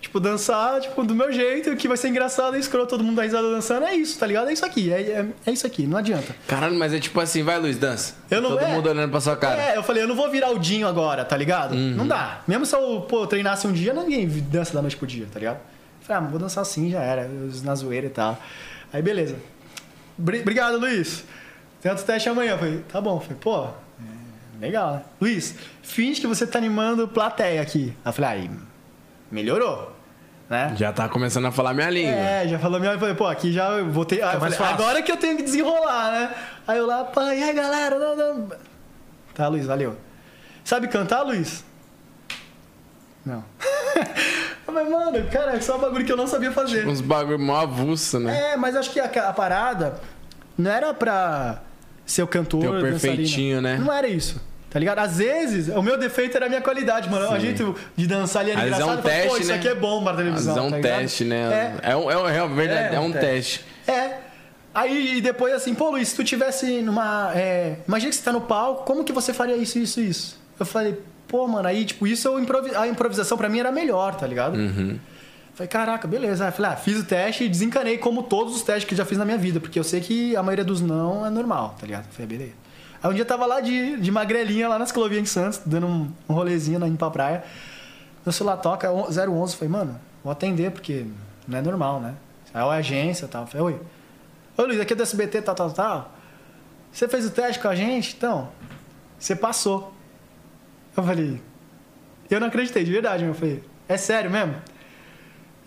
Speaker 4: Tipo, dançar, tipo, do meu jeito, que vai ser engraçado e escroto, todo mundo dá risada dançando, é isso, tá ligado? É isso aqui, é, é, é isso aqui, não adianta.
Speaker 1: Caralho, mas é tipo assim, vai Luiz, dança.
Speaker 4: Eu não-
Speaker 1: Todo
Speaker 4: é.
Speaker 1: mundo olhando pra sua cara.
Speaker 4: É, eu falei, eu não vou virar o Dinho agora, tá ligado? Não dá. Mesmo se eu, pô, treinasse um dia, ninguém dança da noite pro dia, tá ligado? Eu falei, ah, mas vou dançar assim, já era, eu- na zoeira e tal. Aí, beleza. Bri- Obrigado, Luiz. Tem outro teste amanhã. Eu falei, tá bom. Eu falei, pô, é, legal, né? Luiz, finge que você tá animando plateia aqui. Aí eu falei, aí, melhorou, né?
Speaker 1: Já tá começando a falar minha língua.
Speaker 4: É, já falou minha. Eu falei, pô, aqui já eu vou ter. Aí eu
Speaker 2: mais
Speaker 4: falei,
Speaker 2: fácil.
Speaker 4: agora que eu tenho que desenrolar, né? Aí eu lá, pô, e aí galera? Não, não. Tá, Luiz, valeu. Sabe cantar, Luiz? Não. Mas, mano, cara, é só um bagulho que eu não sabia fazer.
Speaker 1: Uns bagulho mó avulso, né?
Speaker 4: É, mas acho que a, a parada não era pra ser o cantor.
Speaker 1: Ter o
Speaker 4: dançarino.
Speaker 1: perfeitinho, né?
Speaker 4: Não era isso. Tá ligado? Às vezes, o meu defeito era a minha qualidade, mano. O
Speaker 1: Sim.
Speaker 4: jeito de dançar ali era
Speaker 1: Às vezes é
Speaker 4: engraçado.
Speaker 1: um
Speaker 4: eu falava, pô,
Speaker 1: teste,
Speaker 4: isso
Speaker 1: né?
Speaker 4: aqui é bom pra
Speaker 1: Mas
Speaker 4: televisão.
Speaker 1: é um
Speaker 4: tá ligado?
Speaker 1: teste, né? É, um- é, um- é um- verdade, é um teste.
Speaker 4: É. Aí e depois assim, pô, Luiz, se tu tivesse numa. é, imagina que você tá no palco, como que você faria isso, isso, isso? Eu falei, pô, mano, aí, tipo, isso eu improvi- a improvisação pra mim era melhor, tá ligado? Falei, caraca, beleza. Aí falei, ah, fiz o teste e desencanei como todos os testes que eu já fiz na minha vida, porque eu sei que a maioria dos não é normal, tá ligado? Falei, beleza. Aí um dia eu tava lá de, de magrelinha, lá nas clovinhas de Santos, dando um, um rolezinho, né, indo pra praia. Meu celular toca on- 011, falei, mano, vou atender, porque não é normal, né? Aí é a agência e tal. Falei, oi. Oi, Luiz, aqui é do SBT, tal, tal, tal. Você fez o teste com a gente? Então, você passou. Eu falei, eu não acreditei, de verdade, meu. Eu falei, é sério mesmo?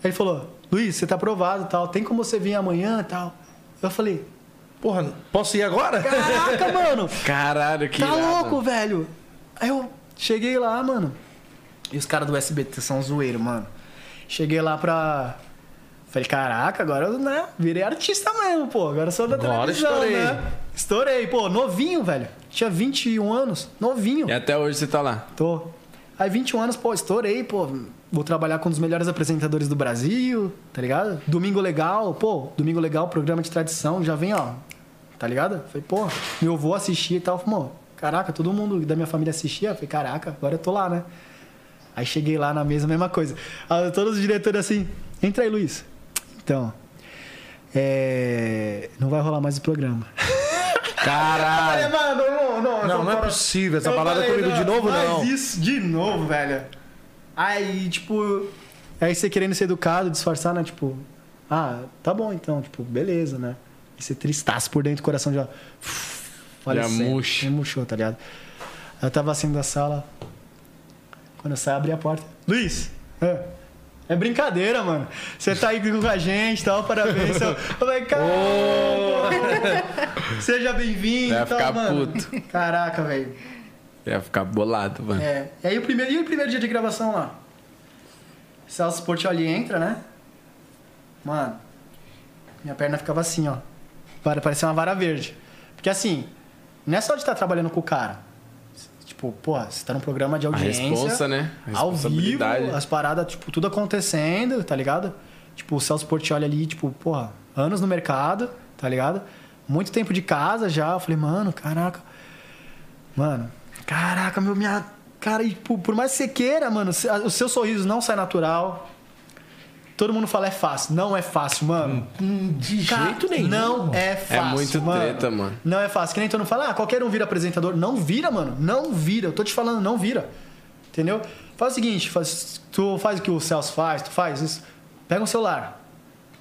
Speaker 4: Ele falou, Luiz, você tá aprovado tal, tem como você vir amanhã tal. Eu falei,
Speaker 2: Porra, posso ir agora?
Speaker 4: caraca, mano!
Speaker 1: Caralho, que.
Speaker 4: tá
Speaker 1: irado.
Speaker 4: louco, velho. Aí eu cheguei lá, mano. E os caras do SBT são zoeiro, mano. Cheguei lá pra. Falei, caraca, agora eu né, virei artista mesmo, pô. Agora eu sou da
Speaker 2: Agora
Speaker 4: televisão,
Speaker 2: estourei.
Speaker 4: né? Estourei, pô, novinho, velho. Tinha 21 anos, novinho.
Speaker 1: E até hoje você tá lá.
Speaker 4: Tô. Aí 21 anos, pô, estourei, pô. Vou trabalhar com um dos melhores apresentadores do Brasil, tá ligado? Domingo Legal, pô, Domingo Legal, programa de tradição, já vem, ó. Tá ligado? Falei, pô, meu avô assistia e tal. Falei, mano, caraca, todo mundo da minha família assistia. Falei, caraca, agora eu tô lá, né? Aí cheguei lá na mesa, mesma coisa. Aí todos os diretores assim, entra aí, Luiz. Então, é... não vai rolar mais o programa.
Speaker 1: Caralho.
Speaker 4: mano, não,
Speaker 2: Não, não é possível. Essa balada
Speaker 4: falei,
Speaker 2: comigo de novo,
Speaker 4: faz
Speaker 2: não.
Speaker 4: isso de novo, velho. Aí, tipo. Aí você querendo ser educado, disfarçar, né? Tipo, ah, tá bom então, tipo, beleza, né? E você tristaço por dentro, o coração já. falecendo.
Speaker 1: murcha.
Speaker 4: Já murchou, tá ligado? Aí Eu tava saindo da sala. Quando eu saio, abri a porta. Luiz! É, É brincadeira, mano. Você tá aí com a gente e tal, parabéns. Eu falei, caramba! Seja bem-vindo
Speaker 1: Vai
Speaker 4: e tal,
Speaker 1: ficar
Speaker 4: mano. Caraca, velho.
Speaker 1: Ia ficar bolado, mano.
Speaker 4: É. E aí o primeiro, e o primeiro dia de gravação lá? Celso Portioli entra, né? Mano, minha perna ficava assim, ó. Para- Parecia uma vara verde. Porque assim, não é só de estar trabalhando com o cara. Tipo, porra, você tá num programa de
Speaker 1: A
Speaker 4: audiência.
Speaker 1: responsa, né? A
Speaker 4: Ao vivo,
Speaker 1: responsabilidade.
Speaker 4: as paradas, tipo, tudo acontecendo, tá ligado? Tipo, o Celso Portioli ali, tipo, porra, anos no mercado, tá ligado? Muito tempo de casa já. Eu falei, mano, caraca. Mano, caraca, meu, minha. Cara, e por, por mais que você queira, mano, se- a- o seu sorriso não sai natural. Todo mundo fala é fácil. Não é fácil,
Speaker 1: Hum.
Speaker 4: mano.
Speaker 2: Hum, De
Speaker 4: Ca-
Speaker 2: jeito nenhum.
Speaker 4: Não é fácil.
Speaker 1: muito
Speaker 4: mano.
Speaker 1: treta, mano.
Speaker 4: Não é fácil. Que nem todo mundo fala, ah, qualquer um vira apresentador. Não vira, mano. Não vira. Eu tô te falando, não vira. Entendeu? Faz o seguinte, faz- tu faz o que o Celso faz, tu faz isso. Pega um celular.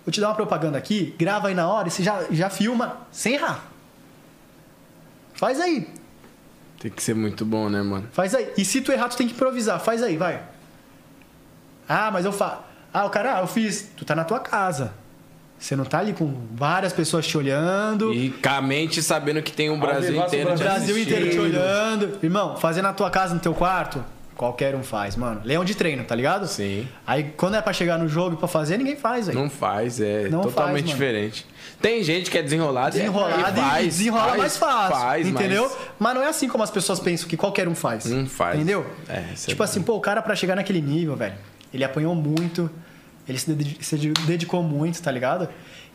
Speaker 4: Vou te dar uma propaganda aqui, grava aí na hora e você já, já filma sem errar. Faz aí.
Speaker 1: Tem que ser muito bom, né, mano?
Speaker 4: Faz aí. E se tu errar, tu tem que improvisar. Faz aí, vai. Ah, mas eu faço. Ah, o cara, ah, eu fiz. Tu tá na tua casa. Você não tá ali com várias pessoas te olhando.
Speaker 1: E com a mente sabendo que tem um Brasil
Speaker 2: vivaço,
Speaker 1: inteiro te
Speaker 4: O Brasil
Speaker 1: assistindo.
Speaker 4: inteiro te olhando. Irmão, fazer na tua casa, no teu quarto, qualquer um faz, mano. Leão de treino, tá ligado?
Speaker 1: Sim.
Speaker 4: Aí quando é pra chegar no jogo e pra fazer, ninguém faz, velho.
Speaker 1: Não faz, é
Speaker 4: Não faz,
Speaker 1: totalmente
Speaker 4: mano.
Speaker 1: diferente. Tem gente que é desenrolada, e-
Speaker 4: Desenrolado e,
Speaker 1: faz,
Speaker 4: desenrola
Speaker 1: faz,
Speaker 4: mais fácil.
Speaker 1: faz,
Speaker 4: entendeu?
Speaker 1: mas-
Speaker 4: Mas... não é assim como as pessoas pensam que qualquer um faz.
Speaker 1: Um faz.
Speaker 4: Entendeu?
Speaker 1: É, isso é
Speaker 4: tipo assim, pô, o cara pra chegar naquele nível, velho, ele apanhou muito, ele se dedi- se dedicou muito, tá ligado?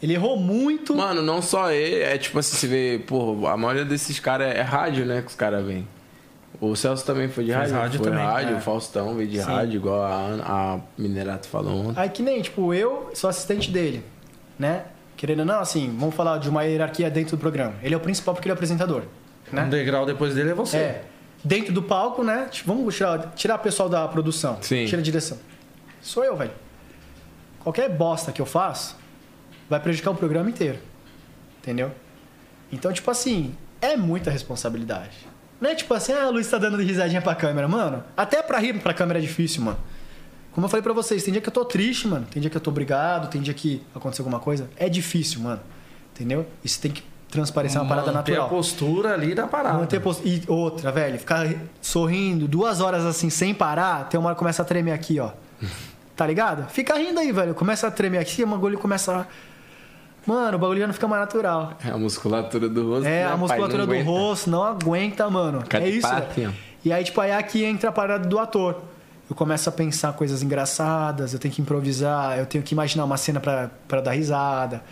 Speaker 4: Ele errou muito.
Speaker 1: Mano, não só ele, é tipo assim, se vê, pô, a maioria desses caras é, é rádio, né, que os caras vêm. O Celso também foi de
Speaker 2: Fez
Speaker 1: rádio,
Speaker 2: rádio
Speaker 1: foi
Speaker 2: também,
Speaker 1: rádio,
Speaker 2: é.
Speaker 1: o Faustão veio de rádio, igual a, Ana- a Minerato falou ontem.
Speaker 4: Aí que nem, tipo, eu sou assistente dele, né? Querendo ou não, assim, vamos falar de uma hierarquia dentro do programa. Ele é o principal porque ele é o apresentador. Né?
Speaker 2: Um degrau depois dele é você.
Speaker 4: É. Dentro do palco, né? Tipo, vamos tirar, tirar o pessoal da produção.
Speaker 1: Sim.
Speaker 4: Tira a direção. Sou eu, velho. Qualquer bosta que eu faço vai prejudicar o programa inteiro. Entendeu? Então, tipo assim, é muita responsabilidade. Não é tipo assim, ah, a Luiz tá dando risadinha pra câmera. Mano, até pra rir pra câmera é difícil, mano. Como eu falei pra vocês, tem dia que eu tô triste, mano. Tem dia que eu tô brigado, tem dia que aconteceu alguma coisa. É difícil, mano. Entendeu? Isso tem que transparecer uma parada
Speaker 2: Manter
Speaker 4: natural.
Speaker 2: a postura ali da
Speaker 1: Ah,
Speaker 2: parada.
Speaker 4: Manter post- E outra, velho, ficar sorrindo duas horas assim sem parar, tem uma hora que começa a tremer aqui, ó. Tá ligado? Fica rindo aí, velho. Começa a tremer aqui, o bagulho começa a. Mano, o bagulho já não fica mais natural.
Speaker 1: É a musculatura do rosto.
Speaker 4: É,
Speaker 1: né,
Speaker 4: a
Speaker 1: pai?
Speaker 4: musculatura
Speaker 1: Não
Speaker 4: do
Speaker 1: aguenta.
Speaker 4: rosto não aguenta, mano.
Speaker 1: Fica
Speaker 4: é
Speaker 1: de assim,
Speaker 4: isso.
Speaker 1: pato,
Speaker 4: velho.
Speaker 1: hein,
Speaker 4: E aí, tipo, aí aqui entra a parada do ator. Eu começo a pensar coisas engraçadas, eu tenho que improvisar, eu tenho que imaginar uma cena pra, pra dar risada.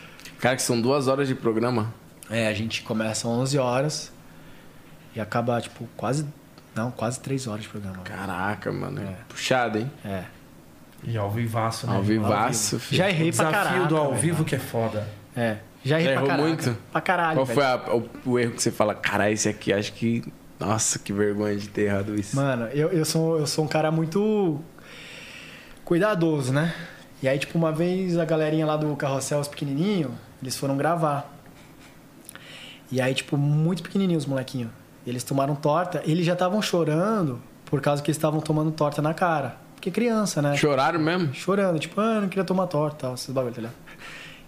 Speaker 1: Cara, que são duas horas de programa.
Speaker 4: É, a gente começa às 11 horas e acaba, tipo, quase. Não, quase 3 horas de programa.
Speaker 1: Caraca, mano. Puxado, hein?
Speaker 4: É.
Speaker 2: E ao vivaço, né?
Speaker 1: Ao vivaço, filho.
Speaker 4: Já é errei
Speaker 2: O desafio
Speaker 4: pra caraca.
Speaker 2: do ao
Speaker 4: velho.
Speaker 2: vivo que é foda.
Speaker 4: É. Já errei
Speaker 1: Já
Speaker 4: pra
Speaker 1: errou
Speaker 4: caraca.
Speaker 1: muito?
Speaker 4: Pra caralho.
Speaker 1: Qual
Speaker 4: velho.
Speaker 1: foi a- o, o erro que você fala? Cara, esse aqui, acho que... Nossa, que vergonha de ter errado isso.
Speaker 4: Mano, eu, eu, sou, eu sou um cara muito cuidadoso, né? E aí, tipo, uma vez a galerinha lá do Carrossel, os pequenininhos, eles foram gravar. E aí, tipo, muito pequenininhos os molequinhos. Eles tomaram torta, eles já estavam chorando por causa que eles estavam tomando torta na cara. Porque criança, né?
Speaker 1: Choraram mesmo?
Speaker 4: chorando, tipo, ah, não queria tomar torta, tal, esses bagulho, tá ligado?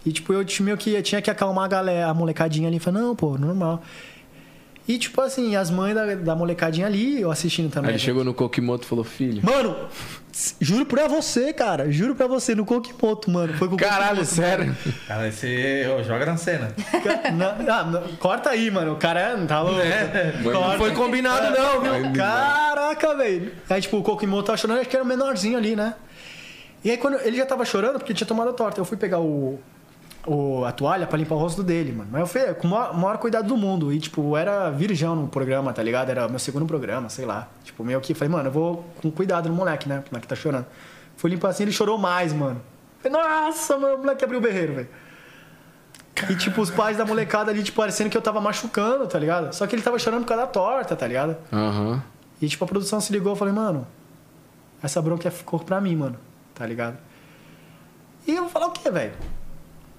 Speaker 4: E, tipo, eu tinha meio que eu tinha que acalmar a galera, a molecadinha ali, falei, não, pô, normal. E, tipo, assim, as mães da, da molecadinha ali, eu assistindo
Speaker 1: Aí
Speaker 4: também.
Speaker 1: ele
Speaker 4: né?
Speaker 1: chegou no Kokimoto e falou, filho...
Speaker 4: Mano, juro pra você, cara, juro pra você, no Kokimoto, mano. Foi com o
Speaker 1: Caralho,
Speaker 4: Kokimoto.
Speaker 1: sério?
Speaker 2: Cara, você ó, joga na cena.
Speaker 4: Na- ah, na- corta aí, mano, o cara não tá louco.
Speaker 1: É.
Speaker 2: Não foi combinado, não, viu?
Speaker 4: Caraca, velho. Aí, tipo, o Kokimoto tava chorando, acho que era o menorzinho ali, né? E aí, quando ele já tava chorando, porque tinha tomado a torta. Eu fui pegar o, o- a toalha pra limpar o rosto dele, mano. Mas eu fui com o maior, o maior cuidado do mundo. E, tipo, eu era virgão no programa, tá ligado? Era meu segundo programa, sei lá. Tipo, meio que falei, mano, eu vou com cuidado no moleque, né? O moleque tá chorando. Fui limpar assim, ele chorou mais, mano. Falei, nossa, mano, o moleque abriu o berreiro, velho. E, tipo, os pais da molecada ali, tipo, parecendo que eu tava machucando, tá ligado? Só que ele tava chorando por causa da torta, tá ligado?
Speaker 1: Aham.
Speaker 4: E tipo, a produção se ligou, eu falei, mano, essa bronca ficou pra mim, mano. Tá ligado? E eu vou falar o quê, velho?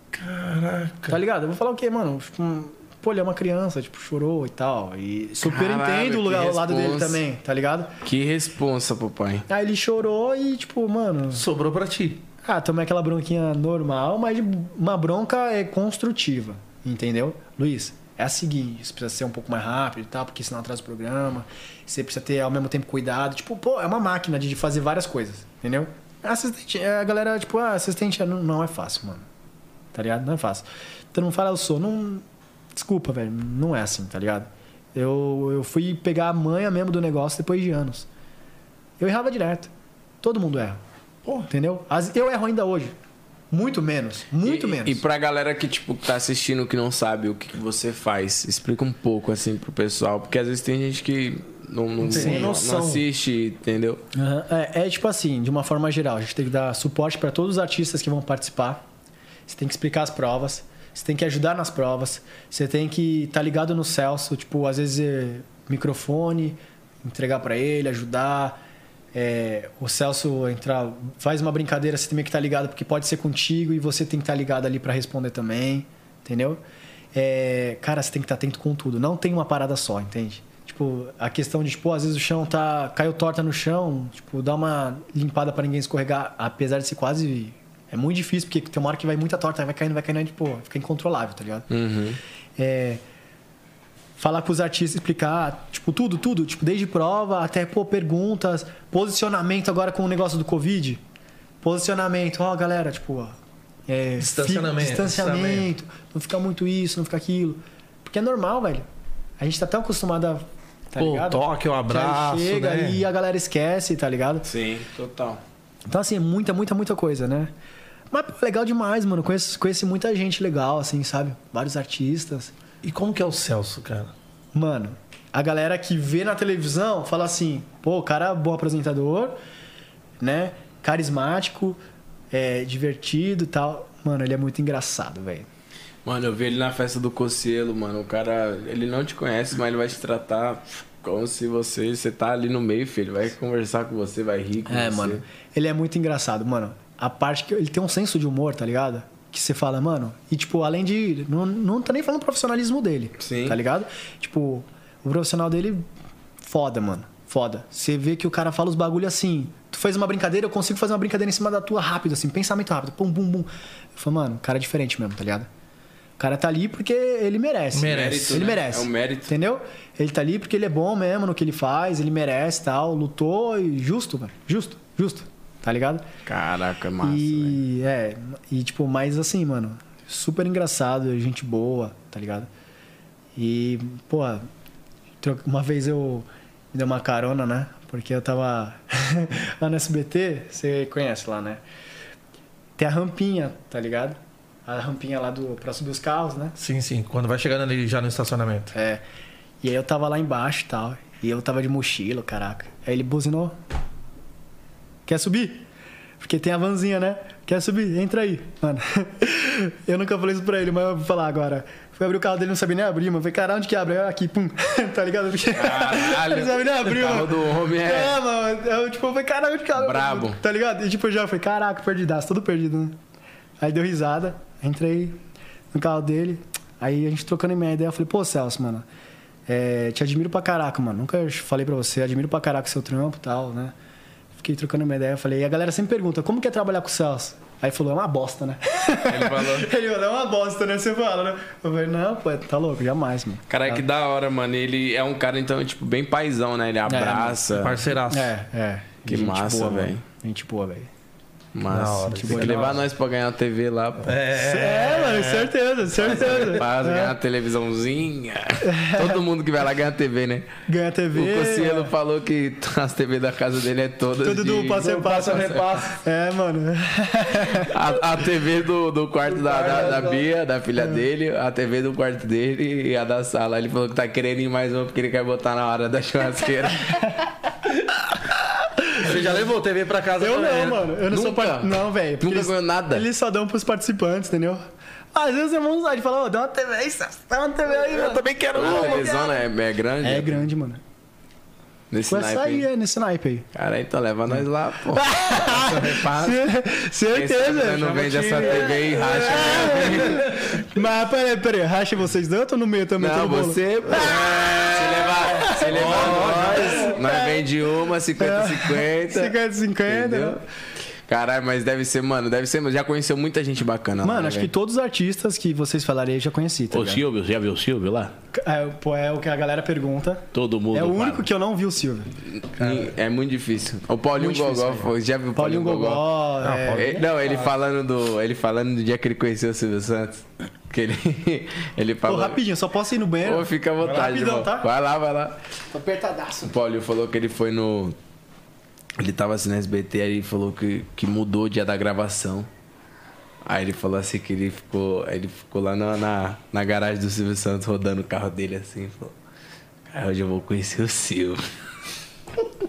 Speaker 4: Caraca. Tá ligado? Eu vou falar o quê, mano? Tipo, pô, ele é uma criança, tipo, chorou e tal. E super
Speaker 1: Caralho,
Speaker 4: entendo o, lugar,
Speaker 1: que
Speaker 4: o lado dele
Speaker 1: responsa.
Speaker 4: também, tá ligado?
Speaker 1: Que responsa, papai.
Speaker 4: Aí ele chorou e, tipo, mano.
Speaker 2: Sobrou pra ti.
Speaker 4: Ah, tomei aquela bronquinha normal, mas uma bronca é construtiva, entendeu? Luiz, é a seguinte, você precisa ser um pouco mais rápido e tal, porque senão atrasa o programa. Você precisa ter ao mesmo tempo cuidado. Tipo, pô, é uma máquina de de fazer várias coisas, entendeu? Assistente, é, a galera, tipo, ah, assistente é, não, não é fácil, mano. Tá ligado? Não é fácil. Todo mundo fala, eu sou. Não. Desculpa, velho. Não é assim, tá ligado? Eu, eu fui pegar a manha mesmo do negócio depois de anos. Eu errava direto. Todo mundo erra. Entendeu? As- eu erro ainda hoje. Muito menos. Muito
Speaker 1: e,
Speaker 4: menos.
Speaker 1: E pra galera que, tipo, tá assistindo que não sabe o que, que você faz, explica um pouco, assim, pro pessoal. Porque às vezes tem gente que não, não,
Speaker 2: tem
Speaker 1: não- não
Speaker 2: noção.
Speaker 1: assiste, entendeu?
Speaker 4: Aham. É, é tipo assim, de uma forma geral, a gente tem que dar suporte para todos os artistas que vão participar. Você tem que explicar as provas, você tem que ajudar nas provas, você tem que estar ligado no Celso, tipo, às vezes é, microfone, entregar para ele, ajudar. É, o Celso entrar, faz uma brincadeira, você tem que estar ligado porque pode ser contigo e você tem que estar ligado ali para responder também, entendeu? É, cara, você tem que estar atento com tudo. Não tem uma parada só, entende? Tipo, a questão de, tipo, às vezes o chão tá. caiu torta no chão, tipo, dá uma limpada pra ninguém escorregar, apesar de ser quase. É muito difícil, porque tem uma hora que vai muita torta, vai caindo, vai caindo, aí, tipo, fica incontrolável, tá ligado?
Speaker 1: Uhum.
Speaker 4: É, falar com os artistas, explicar, tipo, tudo, tudo, tipo, desde prova até, pô, perguntas, posicionamento agora com o negócio do Covid. Posicionamento, ó, galera, tipo, ó. é,
Speaker 2: Distanciamento,
Speaker 4: fi- distanciamento, não ficar muito isso, não ficar aquilo. Porque é normal, velho. A gente tá tão acostumado a. Tá
Speaker 2: Pô,
Speaker 4: ligado?
Speaker 2: toque, o
Speaker 4: Que aí
Speaker 2: abraço,
Speaker 4: chega
Speaker 2: né?
Speaker 4: e a galera esquece, tá ligado?
Speaker 1: Sim, total.
Speaker 4: Então, assim, é muita, muita, muita coisa, né? Mas pô, legal demais, mano. Conheço, conheci muita gente legal, assim, sabe? Vários artistas.
Speaker 2: E como que é o Celso, cara?
Speaker 4: Mano, a galera que vê na televisão fala assim: pô, o cara é bom apresentador, né? Carismático, é, divertido e tal. Mano, ele é muito engraçado, velho.
Speaker 1: Mano, eu vi ele na festa do Cocielo, mano. O cara, ele não te conhece, mas ele vai te tratar como se você, você tá ali no meio, filho. Vai conversar com você, vai rir com
Speaker 4: É,
Speaker 1: você.
Speaker 4: mano. Ele é muito engraçado, mano. A parte que ele tem um senso de humor, tá ligado? Que você fala, mano. E, tipo, além de. Não, não tá nem falando do profissionalismo dele.
Speaker 1: Sim.
Speaker 4: Tá ligado? Tipo, o profissional dele. Foda, mano. Foda. Você vê que o cara fala os bagulho assim. Tu fez uma brincadeira, eu consigo fazer uma brincadeira em cima da tua rápido, assim. Pensamento rápido. Pum, bum, bum. Eu falo, mano, o cara é diferente mesmo, tá ligado? O cara tá ali porque ele merece.
Speaker 2: Merece,
Speaker 4: Ele
Speaker 1: né?
Speaker 4: merece.
Speaker 1: É um mérito.
Speaker 4: Entendeu? Ele tá ali porque ele é bom mesmo no que ele faz, ele merece e tal. Lutou e justo, mano. Justo, justo. Tá ligado?
Speaker 1: Caraca, massa, velho.
Speaker 4: e é, e tipo, mais assim, mano, super engraçado, gente boa, tá ligado? E, pô, tro- uma vez eu me dei uma carona, né? Porque eu tava lá no SBT, você conhece lá, né? Tem a rampinha, tá ligado? A rampinha lá do, pra subir os carros, né?
Speaker 2: Sim, sim. Quando vai chegando ali já no estacionamento.
Speaker 4: É. E aí eu tava lá embaixo e tal. E eu tava de mochila, caraca. Aí ele buzinou. Quer subir? Porque tem a vanzinha, né? Quer subir? Entra aí, mano. Eu nunca falei isso pra ele, mas eu vou falar agora. Fui abrir o carro dele, não sabia nem abrir, mano. Falei, caralho, onde que abre? Eu, Aqui, pum. tá ligado? Porque-
Speaker 1: Caralho.
Speaker 4: Ele não sabia nem abrir,
Speaker 1: O carro
Speaker 4: mano.
Speaker 1: do homem é-
Speaker 4: É, mano. Eu, tipo, eu falei, caralho, onde que abre?
Speaker 1: Brabo.
Speaker 4: Tá ligado? E tipo, eu já falei, caraca, perdidaço, todo perdido, né? Aí deu risada, entrei no carro dele, aí a gente trocando minha ideia, eu falei, pô, Celso, mano, é, te admiro pra caraca, mano. Nunca falei pra você, admiro pra caraca o seu trampo e tal, né? Fiquei trocando minha ideia, eu falei, e a galera sempre pergunta, como que é trabalhar com o Celso? Aí falou, é uma bosta, né?
Speaker 1: Ele falou.
Speaker 4: Ele falou, é uma bosta, né? Você fala, né? Eu falei, não, pô, tá louco, jamais, mano.
Speaker 1: Cara, que da hora, mano. Ele é um cara, então, tipo, bem paizão, né? Ele abraça.
Speaker 2: Parceiraço.
Speaker 4: É, é.
Speaker 1: Que
Speaker 4: Gente
Speaker 1: massa,
Speaker 4: boa, mano.
Speaker 1: velho.
Speaker 4: Gente boa, velho.
Speaker 2: Da
Speaker 1: Mas tipo,
Speaker 2: hora,
Speaker 1: tem
Speaker 2: que
Speaker 1: que
Speaker 2: boa.
Speaker 1: levar nós pra ganhar a TV lá, pô.
Speaker 4: É, mano, certeza, certeza.
Speaker 1: Pra ganhar a televisãozinha. Todo mundo que vai lá ganha a TV, né?
Speaker 4: Ganha TV.
Speaker 1: O Cossielo falou que as TV da casa dele é todas.
Speaker 4: Tudo
Speaker 1: de-
Speaker 4: do passeio passa repassa. É, mano.
Speaker 1: A, a TV do, do quarto da, da, da Bia, da filha
Speaker 4: É.
Speaker 1: dele, a TV do quarto dele e a da sala. Ele falou que tá querendo ir mais uma porque ele quer botar na hora da churrasqueira.
Speaker 2: Você já levou TV pra casa
Speaker 4: Eu
Speaker 2: também,
Speaker 4: não,
Speaker 2: né?
Speaker 4: mano. Eu não sou
Speaker 1: Nunca?
Speaker 4: part... Não, velho. porque
Speaker 1: Nunca ganhou nada?
Speaker 4: Eles só dão pros participantes, entendeu? Às vezes é vontade de falar, ô, dá uma TV aí, Celso, dá uma TV aí, mano.
Speaker 1: também quero A televisão né, é, é grande.
Speaker 4: É grande, mano.
Speaker 1: Nesse
Speaker 4: Vai
Speaker 1: naipe
Speaker 4: sair
Speaker 1: aí.
Speaker 4: é, nesse naipe aí.
Speaker 1: Cara, então leva nós lá, pô. Repassa.
Speaker 4: Ce-
Speaker 1: Quem sabe
Speaker 4: Ah, Certeza.
Speaker 1: nós não
Speaker 4: Chama
Speaker 1: vende essa
Speaker 4: time. É,
Speaker 1: TV e racha.
Speaker 4: Mas peraí, peraí, racha vocês dentro ou no meio também?
Speaker 1: Não,
Speaker 4: todo bolo? É.
Speaker 1: você. pô. Se levar, se levar nós, nós vende uma, 50-50.
Speaker 4: 50, 50.
Speaker 1: tá- Entendeu? Caralho, mas deve ser, mano, deve ser. Já conheceu muita gente bacana lá,
Speaker 4: Mano,
Speaker 1: né,
Speaker 4: acho que
Speaker 1: velho?
Speaker 4: todos os artistas que vocês falarem aí eu já conheci, tá
Speaker 8: Ô
Speaker 4: ligado?
Speaker 8: Silvio, você já viu o Silvio lá?
Speaker 4: É, pô, é o que a galera pergunta.
Speaker 8: Todo mundo.
Speaker 4: É o
Speaker 8: fala.
Speaker 4: único que eu não vi o Silvio.
Speaker 1: Ni- É muito difícil. O Paulinho
Speaker 4: Muito difícil,
Speaker 1: Gogó, foi- já viu o
Speaker 4: Paulinho Gogó. é,
Speaker 2: Paulinho.
Speaker 1: Ele- não, ele falando do. Ele falando do dia que ele conheceu o Silvio Santos. Que ele. Ele
Speaker 4: Pô,
Speaker 1: falou.
Speaker 4: rapidinho, só posso ir no banheiro.
Speaker 1: Ô, fica à vontade,
Speaker 4: rapidão,
Speaker 1: irmão.
Speaker 4: tá?
Speaker 1: Vai lá, vai lá.
Speaker 4: Tô apertadaço.
Speaker 1: O Paulinho falou que ele foi no. Ele tava assim no SBT aí ele falou que, que mudou o dia da gravação. Aí ele falou assim que ele ficou. aí Ele ficou lá na, na, na garagem do Silvio Santos rodando o carro dele assim. Falou, cara, hoje eu vou conhecer o Silvio.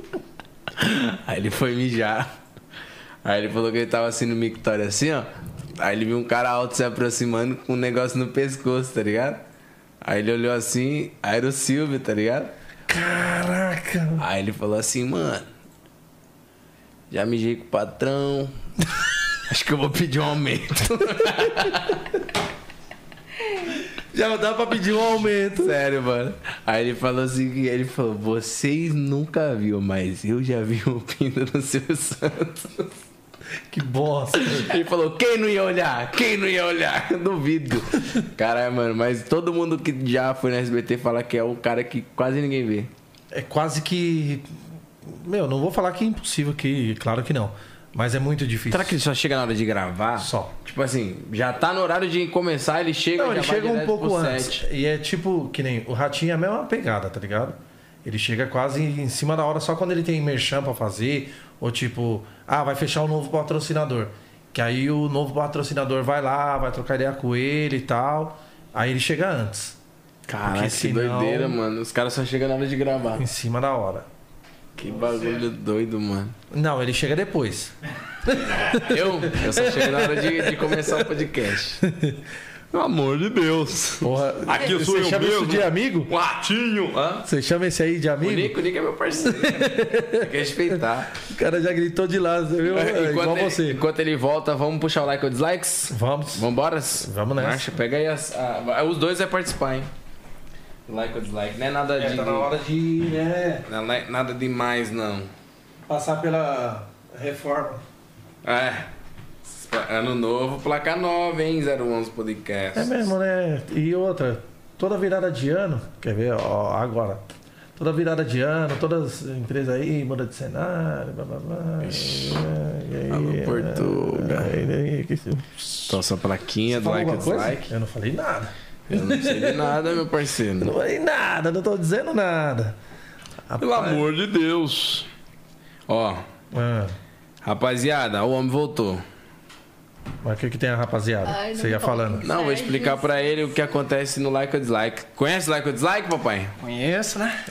Speaker 1: aí ele foi mijar. Aí ele falou que ele tava assim no mictório assim, ó. Aí ele viu um cara alto se aproximando com um negócio no pescoço, tá ligado? Aí ele olhou assim, aí era o Silvio, tá ligado?
Speaker 2: Caraca.
Speaker 1: Aí ele falou assim, mano. Já mijei com o patrão. Acho que eu vou pedir um aumento.
Speaker 2: Já dá pra pedir um aumento.
Speaker 1: Sério, mano. Aí ele falou assim, que- ele falou, vocês nunca viu, mas eu já vi o Pinto no seu Santos.
Speaker 2: Que bosta.
Speaker 1: Ele falou, quem não ia olhar? Quem não ia olhar? Duvido. Caralho, mano, mas todo mundo que já foi na SBT fala que é o cara que quase ninguém vê.
Speaker 2: É quase que. Meu, não vou falar que é impossível, que claro que não. Mas é muito difícil.
Speaker 1: Será que ele só chega na hora de gravar?
Speaker 2: Só.
Speaker 1: Tipo assim, já tá no horário de começar, ele chega
Speaker 2: Não,
Speaker 1: já
Speaker 2: ele
Speaker 1: vai
Speaker 2: chega um
Speaker 1: direto
Speaker 2: pouco
Speaker 1: pro
Speaker 2: antes.
Speaker 1: set.
Speaker 2: E é tipo, que nem o ratinho é a mesma pegada, tá ligado? Ele chega quase em cima da hora, só quando ele tem merchan pra fazer, ou tipo, ah, vai fechar o novo patrocinador. Que aí o novo patrocinador vai lá, vai trocar ideia com ele e tal. Aí ele chega antes,
Speaker 1: Caraca,
Speaker 2: Porque
Speaker 1: que
Speaker 2: senão-
Speaker 1: doideira, mano. Os caras só chegam na hora de gravar.
Speaker 2: em cima da hora.
Speaker 1: Que bagulho doido, mano.
Speaker 2: Não, ele chega depois.
Speaker 1: Eu? Eu só chego na hora de, de começar o podcast. Pelo amor de Deus.
Speaker 2: Porra,
Speaker 8: Aqui eu sou
Speaker 2: você
Speaker 8: eu
Speaker 2: chama isso
Speaker 8: mesmo.
Speaker 2: de amigo?
Speaker 8: Latinho! Hã?
Speaker 2: Você chama esse aí de
Speaker 1: O
Speaker 2: amigo?
Speaker 1: Nico, o Nico é meu parceiro. Tem que respeitar.
Speaker 2: O cara já gritou de lá, viu? É, igual
Speaker 1: ele,
Speaker 2: você.
Speaker 1: enquanto ele volta, vamos puxar o like ou dislikes?
Speaker 2: Vamos.
Speaker 1: Vambora?
Speaker 2: Vamos nessa.
Speaker 1: Marcha, pega aí as, a- os dois vai participar, hein? Like ou dislike. Não é nada
Speaker 2: tá
Speaker 1: de.
Speaker 2: de, né,
Speaker 1: não é nada demais, não.
Speaker 2: passar pela reforma.
Speaker 1: É. Ano novo, placa nova, hein? 011 Podcast.
Speaker 2: É mesmo, né? E outra, toda virada de ano, quer ver, ó, agora. Toda virada de ano, todas as empresas aí muda de cenário, blá blá blá. E aí,
Speaker 1: alô,
Speaker 2: é,
Speaker 1: Portuga.
Speaker 2: aí, aí, que-
Speaker 1: Então, essa plaquinha, do
Speaker 2: Falou
Speaker 1: like ou
Speaker 2: alguma coisa?
Speaker 1: dislike.
Speaker 2: Eu não falei nada.
Speaker 1: Eu não sei de nada, meu
Speaker 2: Eu não
Speaker 1: parceiro.
Speaker 2: falei nada, não tô dizendo nada.
Speaker 8: Pelo amor de Deus!
Speaker 1: Ó,
Speaker 2: Ah,
Speaker 1: rapaziada, o homem voltou.
Speaker 2: mas o que, que tem a rapaziada?
Speaker 6: Ai, não
Speaker 2: Você ia
Speaker 6: tô.
Speaker 2: falando.
Speaker 1: Não, vou
Speaker 6: Ai,
Speaker 1: explicar
Speaker 6: Jesus.
Speaker 1: pra ele o que acontece no like ou dislike. Conhece like ou dislike, papai?
Speaker 4: Conheço, né?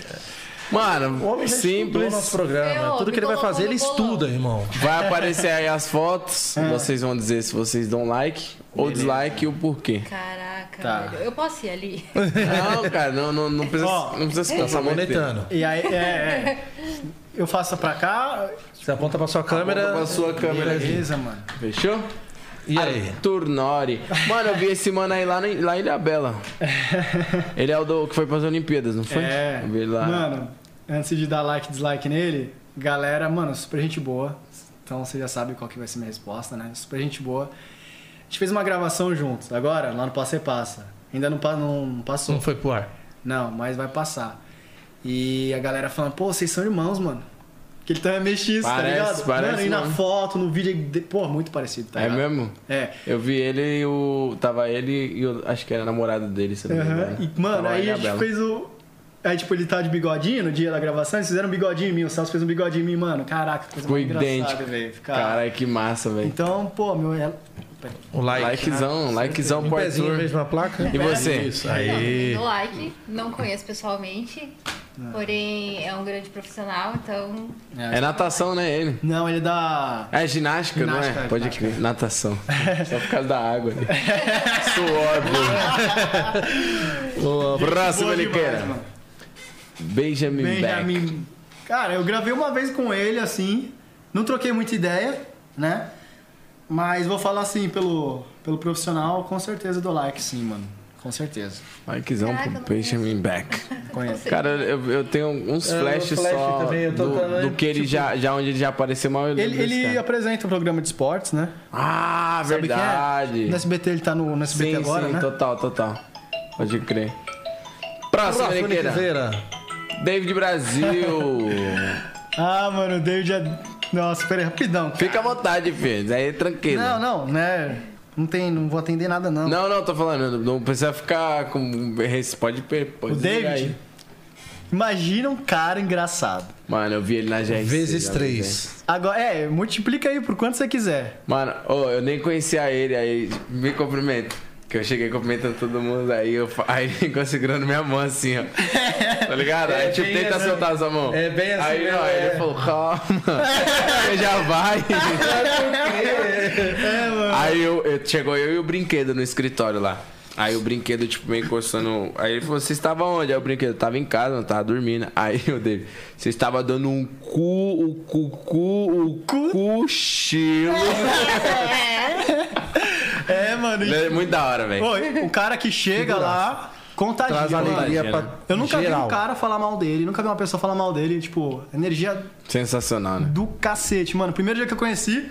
Speaker 2: O homem
Speaker 1: Mano,
Speaker 2: já estudou
Speaker 1: simples.
Speaker 2: nosso programa.
Speaker 6: Eu,
Speaker 2: Tudo
Speaker 6: me
Speaker 2: que ele vai
Speaker 6: colocou
Speaker 2: fazer,
Speaker 6: no
Speaker 2: ele
Speaker 6: bolão.
Speaker 2: estuda, irmão.
Speaker 1: Vai aparecer aí as fotos.
Speaker 4: Ah.
Speaker 1: Vocês vão dizer se vocês dão like ou dislike e o porquê.
Speaker 6: Caraca,
Speaker 4: Tá.
Speaker 6: velho. Eu posso ir ali?
Speaker 1: Não, cara, não, não, não precisa,
Speaker 4: Ó,
Speaker 1: não precisa se
Speaker 2: Tá samonetando.
Speaker 4: E aí, é, é. Eu faço pra cá.
Speaker 2: Você aponta pra sua câmera.
Speaker 1: Aponta pra sua câmera aqui.
Speaker 4: Beleza, mano.
Speaker 1: Fechou?
Speaker 2: E aí?
Speaker 1: Arthur Nori. Mano, eu vi esse mano aí lá, na- lá em Ilha Bela. Ele é o do, que foi pras Olimpíadas, não foi?
Speaker 4: É.
Speaker 1: Eu vi ele lá.
Speaker 4: Mano, antes de dar like e dislike nele, galera, mano, super gente boa. Então você já sabe qual que vai ser minha resposta, né? Super gente boa. A gente fez uma gravação juntos, agora, lá no Passa e Passa. Ainda não, pa- não, não passou.
Speaker 2: Não foi pro ar.
Speaker 4: Não, mas vai passar. E a galera falando, pô, vocês são irmãos, mano. Que ele também é mexido, tá
Speaker 1: Parece,
Speaker 4: ligado?
Speaker 1: parece
Speaker 4: mano, e na
Speaker 1: mesmo.
Speaker 4: foto, no vídeo, de- pô, muito parecido, tá
Speaker 1: é
Speaker 4: ligado?
Speaker 1: mesmo?
Speaker 4: É.
Speaker 1: Eu vi ele e o. Tava ele e o. Acho que era namorado dele, se eu não me
Speaker 4: Aham.
Speaker 1: engano.
Speaker 4: E, mano,
Speaker 1: Tava lá em
Speaker 4: aí a gente
Speaker 1: Ilhabela.
Speaker 4: fez o. Aí, tipo, ele tá de bigodinho no dia da gravação, eles fizeram um bigodinho em mim, o Celso fez um bigodinho em mim, mano. Caraca, coisa
Speaker 1: Ficou
Speaker 4: mais engraçada,
Speaker 1: idêntico.
Speaker 4: velho. Cara.
Speaker 1: Caralho, que massa, velho.
Speaker 4: Então, pô, meu. é-
Speaker 2: O like.
Speaker 1: Likezão, likezão
Speaker 2: Um
Speaker 1: pro
Speaker 2: pezinho
Speaker 1: Arthur.
Speaker 2: mesmo na placa.
Speaker 1: E você?
Speaker 2: Isso
Speaker 6: Não, também
Speaker 2: aí.
Speaker 6: dou Então, like. Não conheço pessoalmente. Porém, é um grande profissional, então.
Speaker 1: É natação, né, ele?
Speaker 4: Não, ele é da.
Speaker 1: É ginástica, não
Speaker 4: Ginástica,
Speaker 1: é?
Speaker 4: é
Speaker 1: Pode
Speaker 4: ginástica.
Speaker 1: crer. Natação. Só por causa da água ali. Suor, pô. Próximo,
Speaker 4: Boa demais,
Speaker 1: Liqueira.
Speaker 4: mano.
Speaker 1: Benjamin, Beck.
Speaker 4: Benjamin. Cara, eu gravei uma vez com ele, assim. Não troquei muita ideia, né? Mas vou falar assim, pelo, pelo profissional, com certeza do like, sim, mano. Com certeza.
Speaker 1: Likezão
Speaker 6: Caraca,
Speaker 1: pro
Speaker 6: não
Speaker 1: Peixe Me Back.
Speaker 4: Conheço.
Speaker 1: Cara, eu, eu tenho uns
Speaker 2: É,
Speaker 1: flashes
Speaker 2: flash
Speaker 1: só
Speaker 2: também, eu tô
Speaker 1: do,
Speaker 2: também,
Speaker 1: do que ele
Speaker 2: tipo-
Speaker 1: já, já onde ele já apareceu mal.
Speaker 4: Ele, ele apresenta um programa de esportes, né?
Speaker 1: Ah,
Speaker 4: Sabe quem é?
Speaker 1: verdade.
Speaker 4: No SBT ele tá no, no SBT
Speaker 1: Sim,
Speaker 4: agora,
Speaker 1: sim,
Speaker 4: né?
Speaker 1: total, total. Pode crer. Próximo,
Speaker 2: Próximo,
Speaker 1: Niqueira.
Speaker 2: Niqueira.
Speaker 1: David Brasil.
Speaker 4: Ah, mano, o David é. Nossa, peraí, rapidão.
Speaker 1: Fica à vontade, filho. Aí é tranquilo.
Speaker 4: Não, não, né? Não tem, não vou atender nada, não.
Speaker 1: Não, não, tô falando, não precisa ficar com. esse- Pode, per- pode
Speaker 4: O
Speaker 1: desligar
Speaker 4: David.
Speaker 1: aí.
Speaker 4: Imagina um cara engraçado.
Speaker 1: Mano, eu vi ele na GRC.
Speaker 2: Vezes
Speaker 1: já vi, velho.
Speaker 2: três.
Speaker 4: Agora, é, multiplica aí por quanto você quiser.
Speaker 1: Mano, ô, eu nem conhecia ele, aí me cumprimento. Que eu cheguei cumprimentando todo mundo, aí eu fa- aí ele ficou segurando minha mão assim, ó. Tá ligado? Aí tipo,
Speaker 2: bem
Speaker 1: tenta
Speaker 2: assim.
Speaker 1: soltar a sua mão.
Speaker 2: É bem assim
Speaker 1: Aí,
Speaker 2: mesmo,
Speaker 1: ó,
Speaker 2: é.
Speaker 1: ele falou, calma, você já vai. Aí eu, eu- chegou eu e o brinquedo no escritório lá. Aí o brinquedo, tipo, meio coçando. Aí ele falou: Você estava onde? Aí o brinquedo tava em casa, não tava dormindo. Aí o David, você estava dando um cu, o cu, cu, o cu, cochilo.
Speaker 4: É, mano.
Speaker 1: Ele É muito da hora, velho.
Speaker 4: Oi, o cara que chega lá, contagia.
Speaker 2: Traz
Speaker 4: mano.
Speaker 2: alegria
Speaker 1: né?
Speaker 2: pra
Speaker 4: Eu nunca vi
Speaker 2: geral.
Speaker 4: um cara falar mal dele, nunca vi uma pessoa falar mal dele, tipo, energia
Speaker 1: Sensacional, né?
Speaker 4: do cacete, mano. Primeiro dia que eu conheci,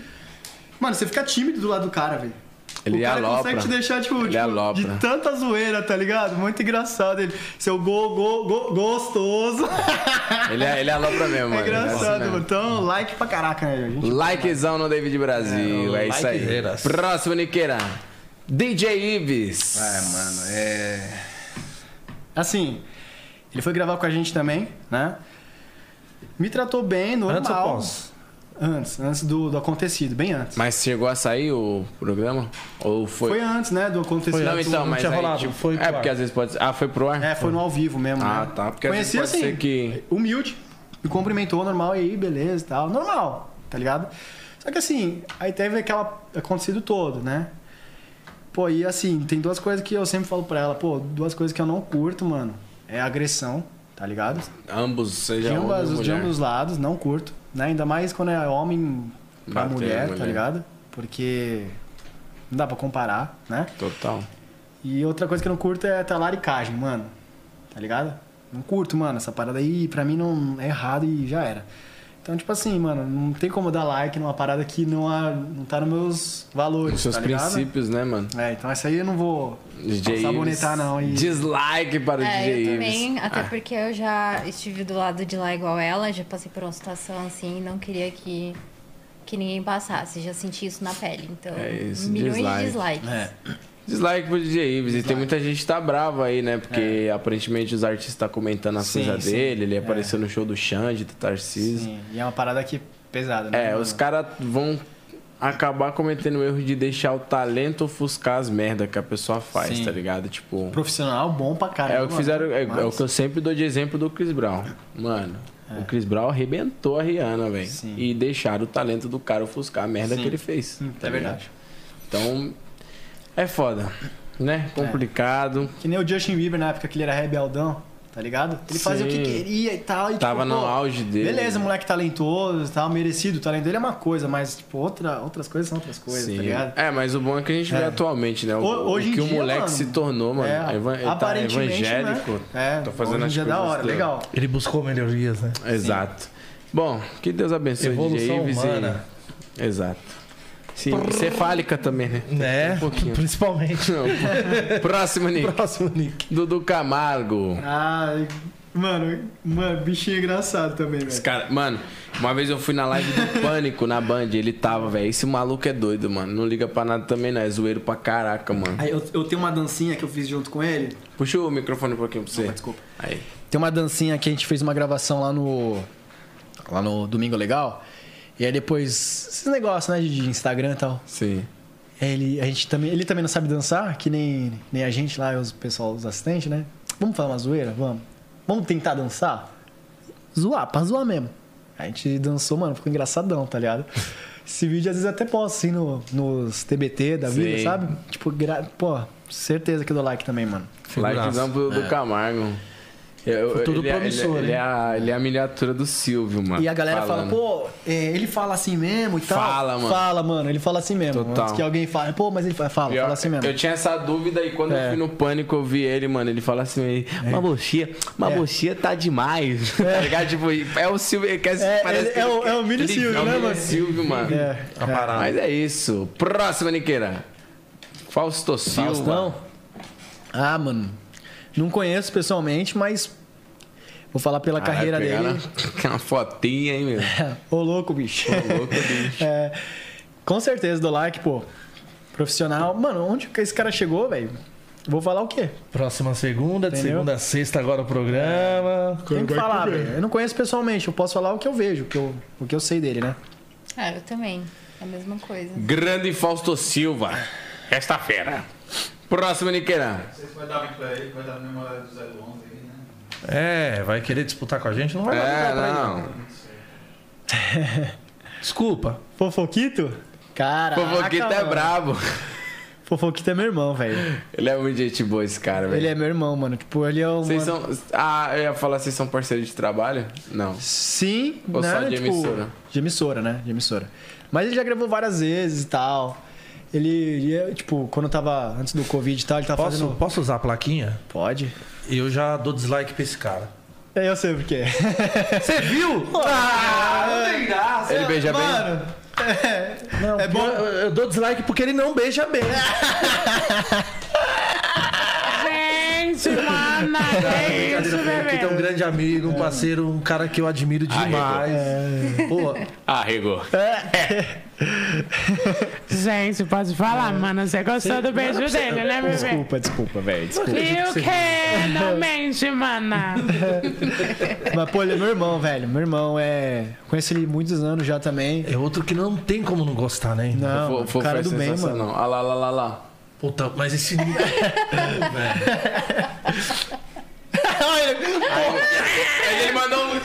Speaker 4: mano, você fica tímido do lado do cara, velho.
Speaker 1: Ele é
Speaker 4: o cara
Speaker 1: alopra.
Speaker 4: consegue te deixar, tipo,
Speaker 1: Ele é
Speaker 4: tipo,
Speaker 1: alopra.
Speaker 4: de tanta zoeira, tá ligado? Muito engraçado ele. Seu go, go, go, gostoso.
Speaker 1: Ele é, ele é alopra mesmo, mano.
Speaker 4: É
Speaker 1: É assim
Speaker 4: engraçado, mano.
Speaker 1: mesmo.
Speaker 4: Então, like pra caraca, né, gente?
Speaker 1: Likezão no David Brasil. É,
Speaker 2: É,
Speaker 1: isso aí.
Speaker 2: likezeiras.
Speaker 1: Próximo, Niqueira. DJ Ives.
Speaker 9: Ah, mano, é.
Speaker 4: Assim, ele foi gravar com a gente também, né? Me tratou bem, normal.
Speaker 2: Antes ou pós?
Speaker 4: Antes, antes do, do acontecido, bem antes.
Speaker 1: Mas chegou a sair o programa? Ou foi?
Speaker 4: foi. antes, né, do acontecido.
Speaker 1: não, então,
Speaker 2: não
Speaker 1: mas
Speaker 2: tinha
Speaker 1: aí,
Speaker 2: rolado,
Speaker 1: tipo,
Speaker 2: foi pro
Speaker 1: É
Speaker 2: ar.
Speaker 1: porque às vezes pode ser. Ah, foi pro ar?
Speaker 4: É, foi no ao vivo mesmo,
Speaker 1: Ah,
Speaker 4: né?
Speaker 1: tá, porque às
Speaker 4: Conheci
Speaker 1: vezes pode
Speaker 4: assim,
Speaker 1: ser que-
Speaker 4: humilde, me cumprimentou normal e aí, beleza e tal. Normal, tá ligado? Só que assim, aí teve aquela acontecido todo, né? Pô, e assim, tem duas coisas que eu sempre falo pra ela, pô, duas coisas que eu não curto, mano. É agressão, tá ligado?
Speaker 1: Ambos, seja
Speaker 4: De,
Speaker 1: é homem
Speaker 4: ambas,
Speaker 1: ou
Speaker 4: de
Speaker 1: mulher.
Speaker 4: ambos os lados, não curto. Né? Ainda mais quando é homem pra
Speaker 1: Bater
Speaker 4: mulher,
Speaker 1: na mulher.
Speaker 4: tá ligado? Porque não dá pra comparar, né?
Speaker 1: Total.
Speaker 4: E outra coisa que eu não curto é talaricagem, mano. Tá ligado? Não curto, mano. Essa parada aí, pra mim, não é errado e já era. Então, tipo assim, mano, não tem como dar like numa parada que não, há, não tá nos meus valores,
Speaker 1: Os seus
Speaker 4: tá ligado?
Speaker 1: princípios, né, mano?
Speaker 4: É, então essa aí eu não vou
Speaker 1: DJ
Speaker 4: sabonetar,
Speaker 1: Ives.
Speaker 4: não. E...
Speaker 1: Dislike para o
Speaker 6: É,
Speaker 1: DJ
Speaker 6: eu
Speaker 1: Ives.
Speaker 6: também, até
Speaker 1: Ah,
Speaker 6: porque eu já estive do lado de lá igual ela, já passei por uma situação assim, não queria que, que ninguém passasse, já senti isso na pele. Então,
Speaker 1: É isso,
Speaker 6: milhões
Speaker 1: dislike. É.
Speaker 6: de dislikes.
Speaker 4: É,
Speaker 1: Dislike pro DJ Ives. E tem muita gente que tá brava aí, né? Porque aparentemente os artistas tá comentando as
Speaker 4: É. Sim,
Speaker 1: coisas
Speaker 4: sim. É.
Speaker 1: dele. Ele apareceu no show do Xande, do Tarcísio.
Speaker 4: Sim, e é uma parada que é pesada, né?
Speaker 1: É,
Speaker 4: mano?
Speaker 1: os caras vão acabar cometendo o erro de deixar o talento ofuscar as merda que a pessoa faz,
Speaker 4: Sim.
Speaker 1: tá ligado? Tipo.
Speaker 4: Profissional bom pra caramba.
Speaker 1: É o que fizeram. É, é
Speaker 4: Mas- É.
Speaker 1: o que eu sempre dou de exemplo do Chris Brown. Mano, o Chris Brown arrebentou a Rihanna, velho.
Speaker 4: Sim.
Speaker 1: E deixaram o talento do cara ofuscar a merda
Speaker 4: Sim.
Speaker 1: que ele fez. tá
Speaker 4: é
Speaker 1: ligado?
Speaker 4: verdade.
Speaker 1: Então, é foda.
Speaker 4: É.
Speaker 1: Né? Complicado.
Speaker 4: Que nem o Justin Bieber na época que ele era rebeldão, tá ligado? Ele
Speaker 1: Sim.
Speaker 4: fazia o que queria e tal. E,
Speaker 1: Tava
Speaker 4: tipo,
Speaker 1: no
Speaker 4: pô,
Speaker 1: auge dele.
Speaker 4: Beleza, moleque talentoso e tal, merecido. O talento dele é uma coisa, mas, tipo, outra, outras coisas são outras coisas,
Speaker 1: Sim.
Speaker 4: tá ligado?
Speaker 1: é, mas o bom é que a gente vê
Speaker 4: É.
Speaker 1: atualmente, né? O,
Speaker 4: Ho- hoje
Speaker 1: o
Speaker 4: em
Speaker 1: que o
Speaker 4: dia,
Speaker 1: moleque
Speaker 4: mano,
Speaker 1: se tornou, mano.
Speaker 4: é,
Speaker 1: Eva- ele tá
Speaker 4: aparentemente, né?
Speaker 1: evangélico.
Speaker 4: É,
Speaker 1: tá fazendo
Speaker 4: hoje em
Speaker 1: as
Speaker 4: dia é da
Speaker 1: coisas
Speaker 4: hora,
Speaker 1: todas.
Speaker 4: legal.
Speaker 2: Ele buscou melhorias, né?
Speaker 1: Exato. Bom, que Deus abençoe
Speaker 2: Evolução
Speaker 1: DJ Ives e-
Speaker 2: humana.
Speaker 1: Exato. Sim, cefálica também, né?
Speaker 2: Né?
Speaker 1: Um pouquinho.
Speaker 2: Principalmente.
Speaker 1: Próximo, Nick.
Speaker 2: Próximo, Nick.
Speaker 1: Dudu Camargo.
Speaker 4: Ah, mano, mano, bichinho engraçado também,
Speaker 1: Esse
Speaker 4: velho.
Speaker 1: cara, mano, uma vez eu fui na live do Pânico na Band, ele tava, velho. Esse maluco é doido, mano. Não liga pra nada também, não. É zoeiro pra caraca, mano.
Speaker 4: Aí eu, eu tenho uma dancinha que eu fiz junto com ele.
Speaker 1: Puxa o microfone um pouquinho pra você.
Speaker 4: desculpa.
Speaker 1: Aí.
Speaker 4: Tem uma dancinha que a gente fez uma gravação lá no. Lá no Domingo Legal. E aí depois. Esse negócio, né? De de Instagram e tal.
Speaker 1: Sim.
Speaker 4: É, Ele, a gente também, ele também não sabe dançar, que nem, nem a gente lá, os pessoal, os assistentes, né? Vamos fazer uma zoeira? Vamos. Vamos tentar dançar? Zoar, pra zoar mesmo. A gente dançou, mano, ficou engraçadão, tá ligado? Esse vídeo às vezes até posto, assim, no, nos TBT da vida,
Speaker 1: Sim.
Speaker 4: sabe? Tipo, gra... pô, certeza que eu dou like também, mano.
Speaker 1: Likezão pro Dudu Camargo. Eu-
Speaker 4: Futuro
Speaker 1: ele é- ele,
Speaker 4: promissor,
Speaker 1: é- ele é a, ele é a miniatura do Silvio, mano.
Speaker 4: E a galera
Speaker 1: Ah, falando.
Speaker 4: fala, pô, é, ele fala assim mesmo e tal.
Speaker 1: Fala, mano.
Speaker 4: Fala, mano, ele fala assim mesmo.
Speaker 1: Total.
Speaker 4: Antes que alguém fale, pô, mas ele fala, fala,
Speaker 1: Pior- é,
Speaker 4: fala assim mesmo. É.
Speaker 1: Eu tinha essa dúvida e quando eu fui no pânico, eu vi ele, mano. Ele fala assim, uma bochia, uma
Speaker 4: É.
Speaker 1: bochia tá demais. tá ligado? Tipo, é o Silvio, ele quer
Speaker 4: É,
Speaker 1: parece
Speaker 4: ele-
Speaker 1: que
Speaker 4: é
Speaker 1: ele
Speaker 4: o-
Speaker 1: quer-
Speaker 4: é o mini
Speaker 1: ele-
Speaker 4: Silvio,
Speaker 1: é o
Speaker 4: né,
Speaker 1: mini
Speaker 4: mano?
Speaker 1: Silvio, mano.
Speaker 4: É.
Speaker 2: A parada.
Speaker 1: Mas é isso. Próxima, Niqueira. Fausto Silva.
Speaker 4: Faustão? Ah, mano. Não conheço pessoalmente, mas vou falar pela
Speaker 1: Caralho,
Speaker 4: carreira
Speaker 1: pegaram
Speaker 4: dele.
Speaker 1: uma- Uma fotinha, hein, meu.
Speaker 4: Ô, louco, bicho.
Speaker 1: Ô, louco, bicho.
Speaker 4: É, com certeza, do like, pô. Profissional. Mano, onde que esse cara chegou, velho? Vou falar o quê?
Speaker 2: Próxima segunda, de
Speaker 4: Entendeu?
Speaker 2: segunda a sexta agora o programa.
Speaker 4: Tem que falar, velho. Eu não conheço pessoalmente, eu posso falar o que eu vejo, o que eu, o que eu sei dele, né?
Speaker 6: Ah, eu também. É a mesma coisa.
Speaker 1: Grande Fausto Silva. Esta fera. Próximo, Niqueira.
Speaker 10: Vocês é vai dar muito pra ele, vai dar na memória do 011 aí, né?
Speaker 2: É, vai querer disputar com a gente? Não vai dar
Speaker 1: É,
Speaker 2: lugar pra ele.
Speaker 1: não.
Speaker 2: Desculpa.
Speaker 4: Fofoquito? Cara.
Speaker 1: Fofoquito é brabo.
Speaker 4: Fofoquito é meu irmão, velho.
Speaker 1: Ele é muito gente boa, esse cara, velho.
Speaker 4: Ele é meu irmão, mano. Tipo, ele é um.
Speaker 1: Vocês são. Ah, eu ia falar, vocês são parceiros de trabalho? Não.
Speaker 4: Sim,
Speaker 1: Ou
Speaker 4: né?
Speaker 1: só de
Speaker 4: tipo,
Speaker 1: emissora?
Speaker 4: De emissora, né? De emissora. Mas ele já gravou várias vezes e tal. Ele ia, tipo, quando eu tava antes do Covid e tal, ele tava
Speaker 2: Posso,
Speaker 4: fazendo.
Speaker 2: posso usar a plaquinha?
Speaker 4: Pode?
Speaker 2: Eu já dou dislike pra esse cara.
Speaker 4: É, Eu sei por quê.
Speaker 2: Você viu?
Speaker 1: Ele beija bem.
Speaker 4: Mano,
Speaker 2: Não, é bom. É. Eu, eu dou dislike porque ele não beija bem.
Speaker 6: Gente, mama, é
Speaker 4: Tá,
Speaker 6: isso,
Speaker 11: né,
Speaker 2: Que
Speaker 4: Então-
Speaker 2: é um grande amigo, um parceiro, um cara que eu admiro
Speaker 1: Ah,
Speaker 2: demais.
Speaker 4: É.
Speaker 2: Pô,
Speaker 1: Ah, Rigor.
Speaker 11: Gente, pode falar, mano. Você gostou do beijo dele, né, bebê?
Speaker 4: desculpa, desculpa, velho. Desculpa.
Speaker 11: E o que? Não mente, mana.
Speaker 4: Mas, pô, ele é meu irmão, velho. Meu irmão é. Conheço ele muitos anos já também.
Speaker 2: é outro que não tem como não gostar, né?
Speaker 4: Não,
Speaker 1: Fo-
Speaker 4: mano,
Speaker 1: fofo
Speaker 4: cara
Speaker 1: é
Speaker 4: do bem, mano.
Speaker 1: sensacional. Ah lá, lá, lá, lá.
Speaker 2: Puta, mas esse. Velho.
Speaker 1: Aí ele mandou um.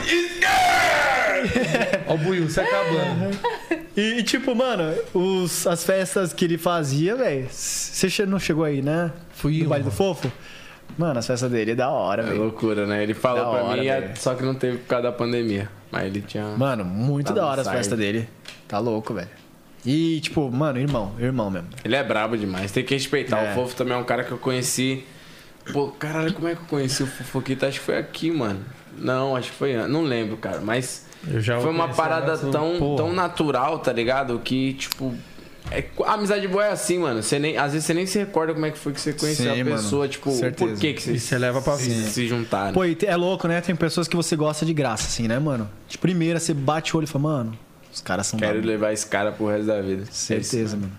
Speaker 4: É.
Speaker 2: Ó, o Buiu, você acabando.
Speaker 4: E, e, tipo, mano, os, as festas que ele fazia, velho. Você che- não chegou aí, né?
Speaker 2: Fui
Speaker 4: Do
Speaker 2: eu,
Speaker 4: baile do
Speaker 2: mano.
Speaker 4: fofo? Mano, as festas dele é da hora,
Speaker 1: É
Speaker 4: velho.
Speaker 1: loucura, né? Ele falou
Speaker 4: Da
Speaker 1: pra
Speaker 4: hora,
Speaker 1: mim,
Speaker 4: velho.
Speaker 1: só que não teve por causa da pandemia. Mas ele tinha.
Speaker 4: Mano, muito
Speaker 1: Tá
Speaker 4: da
Speaker 1: no
Speaker 4: hora as
Speaker 1: site.
Speaker 4: festas dele. Tá louco, velho. E, tipo, mano, irmão, irmão mesmo.
Speaker 1: Ele é brabo demais, tem que respeitar.
Speaker 4: É.
Speaker 1: O Fofo também é um cara que eu conheci. Pô, caralho, como é que eu conheci o Fofoquito? Acho que foi aqui, mano. Não, acho que foi. an- Não lembro, cara. Mas
Speaker 2: Eu já
Speaker 1: foi uma
Speaker 2: conheci a
Speaker 1: parada
Speaker 2: Natsu,
Speaker 1: tão,
Speaker 2: porra.
Speaker 1: tão natural, tá ligado? Que, tipo. é- a amizade boa é assim, mano. Você nem, às vezes você nem se recorda como é que foi que você conheceu
Speaker 4: Sim,
Speaker 1: a
Speaker 4: mano.
Speaker 1: pessoa, tipo,
Speaker 4: Certeza.
Speaker 1: por que, que
Speaker 2: E
Speaker 1: vocês
Speaker 2: você leva pra
Speaker 1: se,
Speaker 2: vida.
Speaker 1: se juntaram.
Speaker 4: Pô, e te- é louco, né? Tem pessoas que você gosta de graça, assim, né, mano? De primeira, você bate o olho e fala, mano, os caras são
Speaker 1: Quero
Speaker 4: da-
Speaker 1: levar esse cara pro resto da vida. É isso,
Speaker 4: Certeza, mano.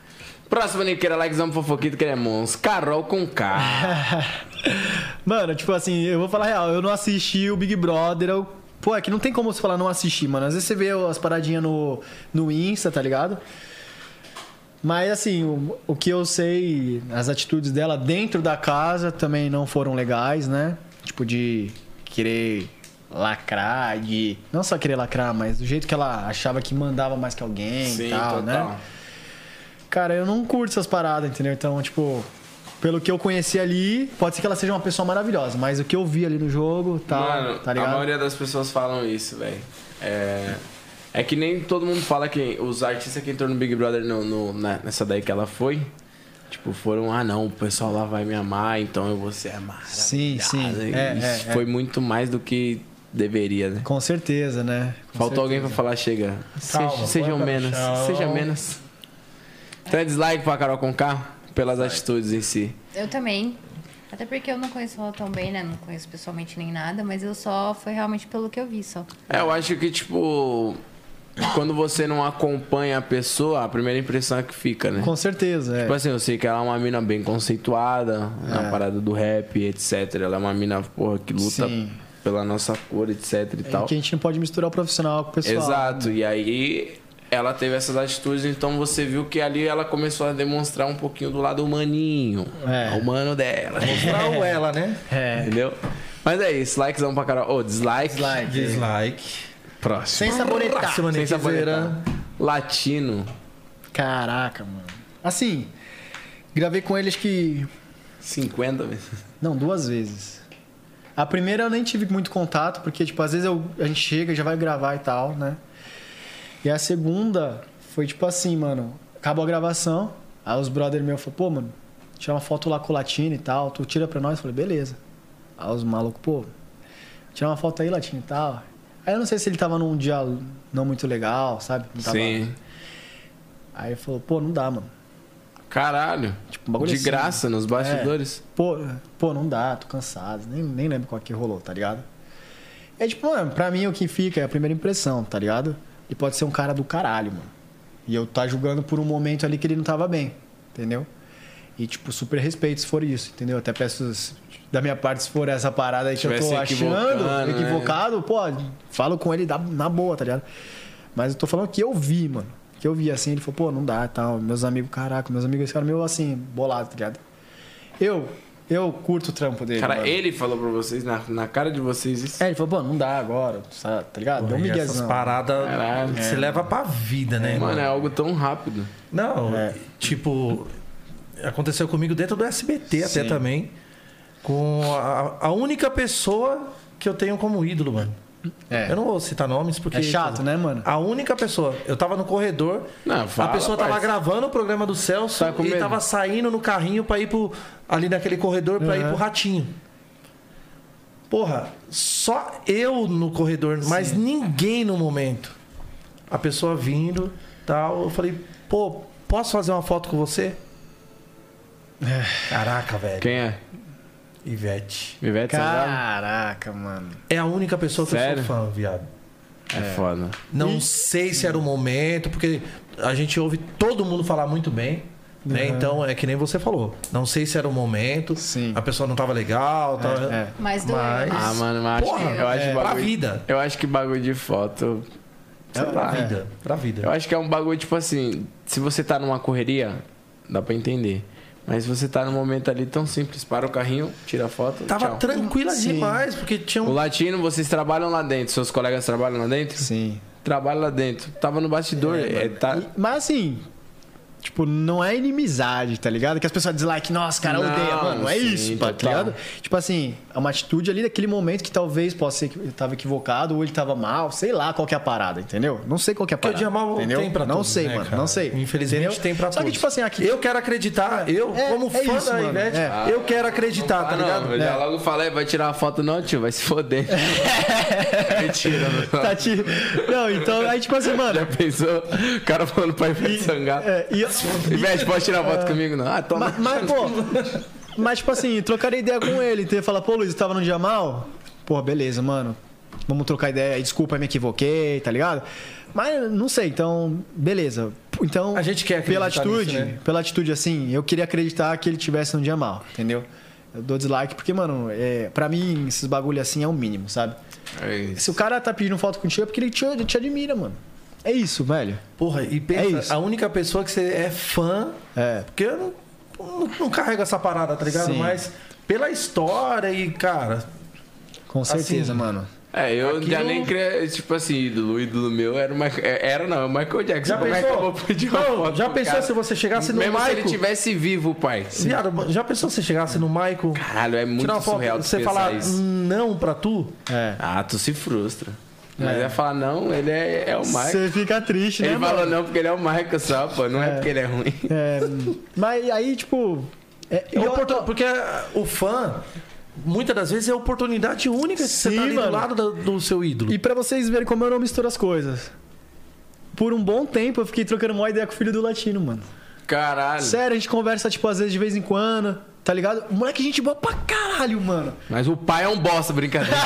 Speaker 1: Próximo, Niqueira, likezão fofoquito, que ele é monstro. Carol com
Speaker 4: Ah,
Speaker 1: K.
Speaker 4: Mano, tipo assim, eu vou falar a real, eu não assisti o Big Brother. Eu... Pô, é que não tem como você falar não assistir, mano. Às vezes você vê as paradinhas no, no Insta, tá ligado? Mas assim, o, o que eu sei, as atitudes dela dentro da casa também não foram legais, né? Tipo, de querer lacrar, de. Não só querer lacrar, mas do jeito que ela achava que mandava mais que alguém e tal, né? Cara, eu não curto essas paradas, entendeu? Então, tipo, pelo que eu conheci ali, pode ser que ela seja uma pessoa maravilhosa, mas o que eu vi ali no jogo, tá,
Speaker 1: Mano,
Speaker 4: tá
Speaker 1: a
Speaker 4: ligado?
Speaker 1: maioria das pessoas falam isso, velho. É... é que nem todo mundo fala que os artistas que entrou no Big Brother no, no- na- nessa daí que ela foi, tipo, foram, ah não, o pessoal lá vai me amar, então eu vou ser amada.
Speaker 4: Sim, sim. É,
Speaker 1: Ah, Isso
Speaker 4: é, é.
Speaker 1: foi muito mais do que deveria, né?
Speaker 4: Com certeza, né? Com
Speaker 1: Faltou
Speaker 4: certeza.
Speaker 1: alguém pra falar, chega.
Speaker 2: Calma,
Speaker 1: Seja, sejam
Speaker 2: bota no
Speaker 1: menos,
Speaker 2: chão.
Speaker 1: seja menos. Então é dislike pra Carol Conká pelas atitudes em si.
Speaker 6: Eu também. Até porque eu não conheço ela tão bem, né? Não conheço pessoalmente nem nada, mas eu só foi realmente pelo que eu vi só.
Speaker 1: É, eu acho que, tipo, quando você não acompanha a pessoa, a primeira impressão é que fica, né?
Speaker 4: Com certeza, é.
Speaker 1: Tipo assim, eu sei que ela é uma mina bem conceituada na
Speaker 4: É.
Speaker 1: parada do rap, etc. Ela é uma mina, porra, que luta
Speaker 4: Sim.
Speaker 1: pela nossa cor, etc e
Speaker 4: É
Speaker 1: tal.
Speaker 4: que a gente não pode misturar o profissional com o pessoal.
Speaker 1: Exato. E aí ela teve essas atitudes, então você viu que ali ela começou a demonstrar um pouquinho do lado humaninho.
Speaker 4: É.
Speaker 1: Humano dela.
Speaker 2: Não ela, né?
Speaker 4: É.
Speaker 1: Entendeu? Mas é isso, likezão pra Carol. Ô, dislike.
Speaker 4: Like.
Speaker 2: Dislike.
Speaker 1: Próximo.
Speaker 4: Sem sabonetar.
Speaker 2: Próxima
Speaker 1: Sem sabonetar. Latino.
Speaker 4: Caraca, mano. Assim, gravei com eles que.
Speaker 1: 50 vezes.
Speaker 4: Não, duas vezes. A primeira eu nem tive muito contato, porque, tipo, às vezes eu- a gente chega, já vai gravar e tal, né? E a segunda foi tipo assim, mano. Acabou a gravação, aí os brother meu falaram, pô, mano, tira uma foto lá com o Latino e tal, tu tira pra nós? Eu falei, beleza. Aí os malucos, pô, tira uma foto aí, Latino e tal. Aí eu não sei se ele tava num dia não muito legal, sabe?
Speaker 1: tá
Speaker 4: Não tava-
Speaker 1: Sim.
Speaker 4: Aí ele falou, pô, não dá, mano.
Speaker 1: Caralho.
Speaker 4: um bagulho
Speaker 1: de
Speaker 4: assim,
Speaker 1: graça, nos bastidores.
Speaker 4: Pô, pô, não dá, tô cansado. Nem, nem lembro qual que rolou, tá ligado? É tipo, mano, pra mim o que fica é a primeira impressão, tá ligado? Ele pode ser um cara do caralho, mano. E eu tá julgando por um momento ali que ele não tava bem, entendeu? E, tipo, super respeito se for isso, entendeu? Até peço se- da minha parte se for essa parada aí que eu tô
Speaker 1: Tivesse
Speaker 4: achando,
Speaker 1: equivocando, né?
Speaker 4: equivocado, pô, falo com ele da- na boa, tá ligado? Mas eu tô falando que eu vi, mano. Que eu vi assim, ele falou, pô, não dá tal. Meus amigos, caraca, meus amigos ficaram meio assim, bolado, tá ligado? Eu, eu curto o trampo dele.
Speaker 1: É. Cara,
Speaker 4: mano.
Speaker 1: ele falou pra vocês, na, na cara de vocês, isso.
Speaker 4: É, ele falou, pô, não dá agora, sabe, tá ligado? Deu um
Speaker 2: E essas
Speaker 4: miguezão.
Speaker 2: paradas
Speaker 1: Caralho.
Speaker 2: se leva pra vida, né?
Speaker 1: Mano, é algo tão rápido.
Speaker 2: Não,
Speaker 4: É.
Speaker 2: tipo, aconteceu comigo dentro do SBT até também. Com a, a única pessoa que eu tenho como ídolo, mano.
Speaker 4: É.
Speaker 2: Eu não vou citar nomes porque.
Speaker 4: É chato, né, mano?
Speaker 2: A única pessoa. Eu tava no corredor,
Speaker 1: Não, fala,
Speaker 2: a pessoa tava
Speaker 1: parça.
Speaker 2: gravando o programa do Celso
Speaker 1: Tá com
Speaker 2: e
Speaker 1: medo.
Speaker 2: tava saindo no carrinho pra ir pro. ali naquele corredor pra ir pro ratinho. Porra, só eu no corredor, mas ninguém no momento. A pessoa vindo tal. Eu falei, pô, posso fazer uma foto com você? Caraca, velho.
Speaker 1: Quem é?
Speaker 2: Ivete.
Speaker 1: Ivete Sangalo?
Speaker 4: Caraca, mano.
Speaker 2: É a única pessoa que
Speaker 1: Sério?
Speaker 2: eu sou fã, viado.
Speaker 1: É foda.
Speaker 2: Não sei se era o momento, porque a gente ouve todo mundo falar muito bem. Né? Então é que nem você falou. Não sei se era o momento,
Speaker 4: Sim.
Speaker 2: a pessoa não tava legal. Tava...
Speaker 4: É.
Speaker 6: Mas doeu.
Speaker 2: Mas-
Speaker 6: né?
Speaker 1: Ah, mano, mas acho-
Speaker 2: Porra,
Speaker 1: eu acho
Speaker 2: é, pra
Speaker 1: bagulho.
Speaker 2: vida.
Speaker 1: Eu acho que bagulho de foto.
Speaker 2: Pra
Speaker 4: É.
Speaker 2: vida. Pra vida.
Speaker 1: Eu acho que é um bagulho, tipo assim, se você tá numa correria, dá pra entender. Mas se você tá num momento ali tão simples, para o carrinho, tira a foto.
Speaker 2: Tava
Speaker 1: tchau.
Speaker 2: tranquila
Speaker 4: Sim.
Speaker 2: demais, porque tinha
Speaker 1: O
Speaker 2: um.
Speaker 1: latino, vocês trabalham lá dentro, seus colegas trabalham lá dentro?
Speaker 4: Sim.
Speaker 1: Trabalham lá dentro. Tava no bastidor, é,
Speaker 2: Ah.
Speaker 1: tá.
Speaker 4: E- mas assim, tipo, não é inimizade, tá ligado? Que as pessoas dizem like, nossa, cara,
Speaker 1: Não,
Speaker 4: odeia, mano. É
Speaker 1: sim,
Speaker 4: isso, pá, tá
Speaker 1: total.
Speaker 4: ligado? Tipo assim, é uma atitude ali daquele momento que talvez possa ser que ele tava equivocado ou ele tava mal, sei lá qual que é a parada, entendeu? Não sei qual que é a
Speaker 2: Porque o
Speaker 4: parada.
Speaker 2: dia mal
Speaker 4: entendeu?
Speaker 2: tem pra
Speaker 4: Não
Speaker 2: todos,
Speaker 4: sei,
Speaker 2: né,
Speaker 4: mano,
Speaker 2: cara?
Speaker 4: não sei.
Speaker 2: Infelizmente
Speaker 4: entendeu?
Speaker 2: tem pra
Speaker 4: Só que
Speaker 2: todos.
Speaker 4: tipo assim, aqui
Speaker 2: Eu quero acreditar, eu,
Speaker 4: É,
Speaker 2: como
Speaker 4: é
Speaker 2: fã
Speaker 4: isso,
Speaker 2: da
Speaker 4: mano,
Speaker 2: Ivete,
Speaker 4: é.
Speaker 2: eu quero acreditar, tá
Speaker 1: Ah,
Speaker 2: ligado? É.
Speaker 1: não, eu já logo falei, vai tirar a foto não, tio, vai se foder. Mentira, mano.
Speaker 4: tá te... Não, então, aí tipo assim, mano,
Speaker 1: Já pensou? O cara falando pra Ivete Sangalo.
Speaker 4: é, e
Speaker 1: Ivete, pode tirar
Speaker 2: É.
Speaker 1: foto comigo não? Ah, toma.
Speaker 4: Mas, mas, pô, mas tipo assim, trocar ideia com ele, ter falar, pô, Luiz, eu tava num dia mal? Pô, beleza, mano. Vamos trocar ideia. aí, Desculpa, eu me equivoquei, tá ligado? Mas não sei, então, beleza. Então,
Speaker 2: A gente quer
Speaker 4: pela
Speaker 2: acreditar
Speaker 4: atitude,
Speaker 2: nisso, né?
Speaker 4: pela atitude assim, eu queria acreditar que ele tivesse num dia mal, entendeu? Eu dou dislike porque, mano, é, pra mim esses bagulho assim é o mínimo, sabe?
Speaker 1: É isso.
Speaker 4: Se o cara tá pedindo foto contigo é porque ele te, ele te admira, mano. É isso, velho.
Speaker 2: Porra, e pensa,
Speaker 4: É isso.
Speaker 2: a única pessoa que você é fã.
Speaker 4: É.
Speaker 2: Porque eu não, não, não carrego essa parada, tá ligado?
Speaker 4: Sim.
Speaker 2: Mas pela história e, cara.
Speaker 4: Com
Speaker 2: Assim,
Speaker 4: certeza, mano.
Speaker 1: É, eu
Speaker 2: Aquilo-
Speaker 1: já nem creio, tipo assim, ídolo, o ídolo meu era o Michael, é, era não, o Michael Jackson.
Speaker 2: Já
Speaker 1: Como é que eu vou pedir
Speaker 2: pensou?
Speaker 1: uma
Speaker 2: Não,
Speaker 1: foto
Speaker 2: já
Speaker 1: pro
Speaker 2: pensou
Speaker 1: cara?
Speaker 2: se você chegasse no
Speaker 1: Mesmo se ele
Speaker 2: Michael?
Speaker 1: tivesse vivo, pai.
Speaker 2: Viado, já pensou se chegasse no Michael?
Speaker 1: Caralho, é muito
Speaker 2: tirar uma foto,
Speaker 1: surreal tu
Speaker 2: você "Hum."
Speaker 1: pensar
Speaker 2: falar
Speaker 1: isso.
Speaker 2: não pra tu?
Speaker 4: É.
Speaker 1: Ah, tu se frustra.
Speaker 2: É.
Speaker 1: Mas ia falar, não, ele é, é o Michael.
Speaker 4: Você fica triste,
Speaker 1: Ele
Speaker 4: né,
Speaker 1: falou
Speaker 4: mano?
Speaker 1: não porque ele é o Michael só, pô, não é, porque ele é ruim.
Speaker 4: É, mas aí, tipo. É,
Speaker 2: É oportun- Porque o fã, muitas das vezes, é a oportunidade única de você
Speaker 4: Sim,
Speaker 2: tá ali do
Speaker 4: mano.
Speaker 2: lado do, do seu ídolo.
Speaker 4: E pra vocês verem como eu não misturo as coisas. Por um bom tempo eu fiquei trocando uma ideia com o filho do latino, mano.
Speaker 2: É.
Speaker 1: Caralho.
Speaker 4: Sério, a gente conversa, tipo, às vezes de vez em quando, tá ligado? Moleque, gente boa pra caralho, mano.
Speaker 1: Mas o pai é um bosta, brincadeira.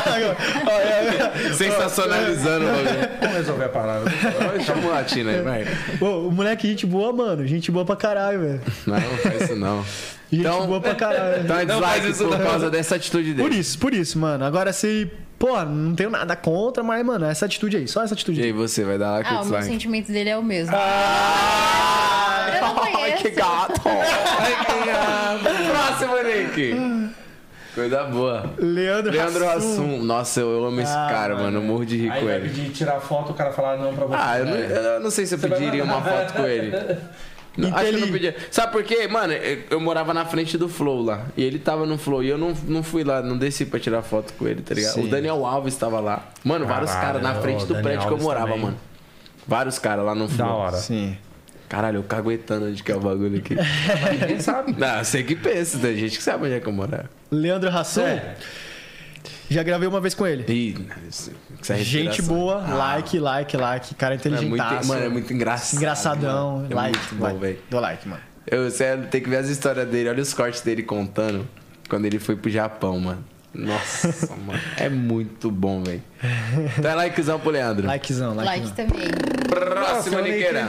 Speaker 1: Sensacionalizando o bagulho.
Speaker 2: Vamos resolver a parada.
Speaker 1: Chama o latino
Speaker 8: né?
Speaker 1: aí, vai.
Speaker 4: Ô, o moleque, é gente boa, mano. Gente boa pra caralho, velho.
Speaker 1: Não, não faz isso não.
Speaker 4: Gente
Speaker 1: Então-
Speaker 4: boa pra caralho.
Speaker 1: Então é
Speaker 8: Não faz
Speaker 1: dislike
Speaker 8: isso
Speaker 1: por
Speaker 8: não.
Speaker 1: causa dessa atitude dele.
Speaker 4: Por isso, por isso, mano. Agora se. Pô, não tenho nada contra, mas, mano, essa atitude aí, só essa atitude
Speaker 1: E
Speaker 4: aí.
Speaker 1: aí você vai dar lá que
Speaker 6: Ah, o meu
Speaker 1: dislike.
Speaker 6: sentimento dele é o mesmo. Eu não
Speaker 1: Ah,
Speaker 6: conheço.
Speaker 1: que gato! Ai, que gato. Próximo, Nick! Coisa boa.
Speaker 4: Leandro,
Speaker 1: Leandro
Speaker 4: Hassum.
Speaker 1: Assum. Nossa, eu amo esse cara, mano. Eu morro de rir com ele.
Speaker 2: pedir tirar foto, o cara falar não pra É. você.
Speaker 1: Ah, eu não, eu não sei se eu pediria uma foto com ele. Não, acho que eu não podia. Sabe por quê? Mano, eu, eu morava na frente do Flow lá. E ele tava no Flow. E eu não, não fui lá, não desci pra tirar foto com ele, tá ligado?
Speaker 2: Sim.
Speaker 1: O Daniel Alves tava lá. Mano, vários
Speaker 2: Caralho,
Speaker 1: caras na frente
Speaker 2: o
Speaker 1: do
Speaker 2: Daniel
Speaker 1: prédio que eu
Speaker 2: Alves
Speaker 1: morava,
Speaker 2: também.
Speaker 1: mano. Vários caras lá no Flow.
Speaker 2: Da hora.
Speaker 4: Sim.
Speaker 1: Caralho, eu caguetando onde que é o bagulho aqui.
Speaker 2: Quem sabe?
Speaker 1: não, você que pensa, tem gente que sabe onde é que eu morava.
Speaker 4: Leandro Hassum. Já gravei uma vez com ele.
Speaker 1: Ih, isso- isso é
Speaker 4: Gente
Speaker 1: respiração.
Speaker 4: boa, like, like, like. Cara
Speaker 1: É muito,
Speaker 4: inteligentaço.
Speaker 1: mano, é muito engraçado.
Speaker 4: Engraçadão,
Speaker 1: mano. É
Speaker 4: like.
Speaker 1: muito
Speaker 4: vai.
Speaker 1: bom, velho.
Speaker 4: Dou like, mano.
Speaker 1: Eu, sério, tem que ver as histórias dele. Olha os cortes dele contando quando ele foi pro Japão, mano. Nossa, mano. É muito bom, velho. Dá likezão pro Leandro.
Speaker 4: Likezão,
Speaker 1: né?
Speaker 4: likezão.
Speaker 6: Like também.
Speaker 1: Próxima,
Speaker 2: Nossa,
Speaker 1: Niqueira.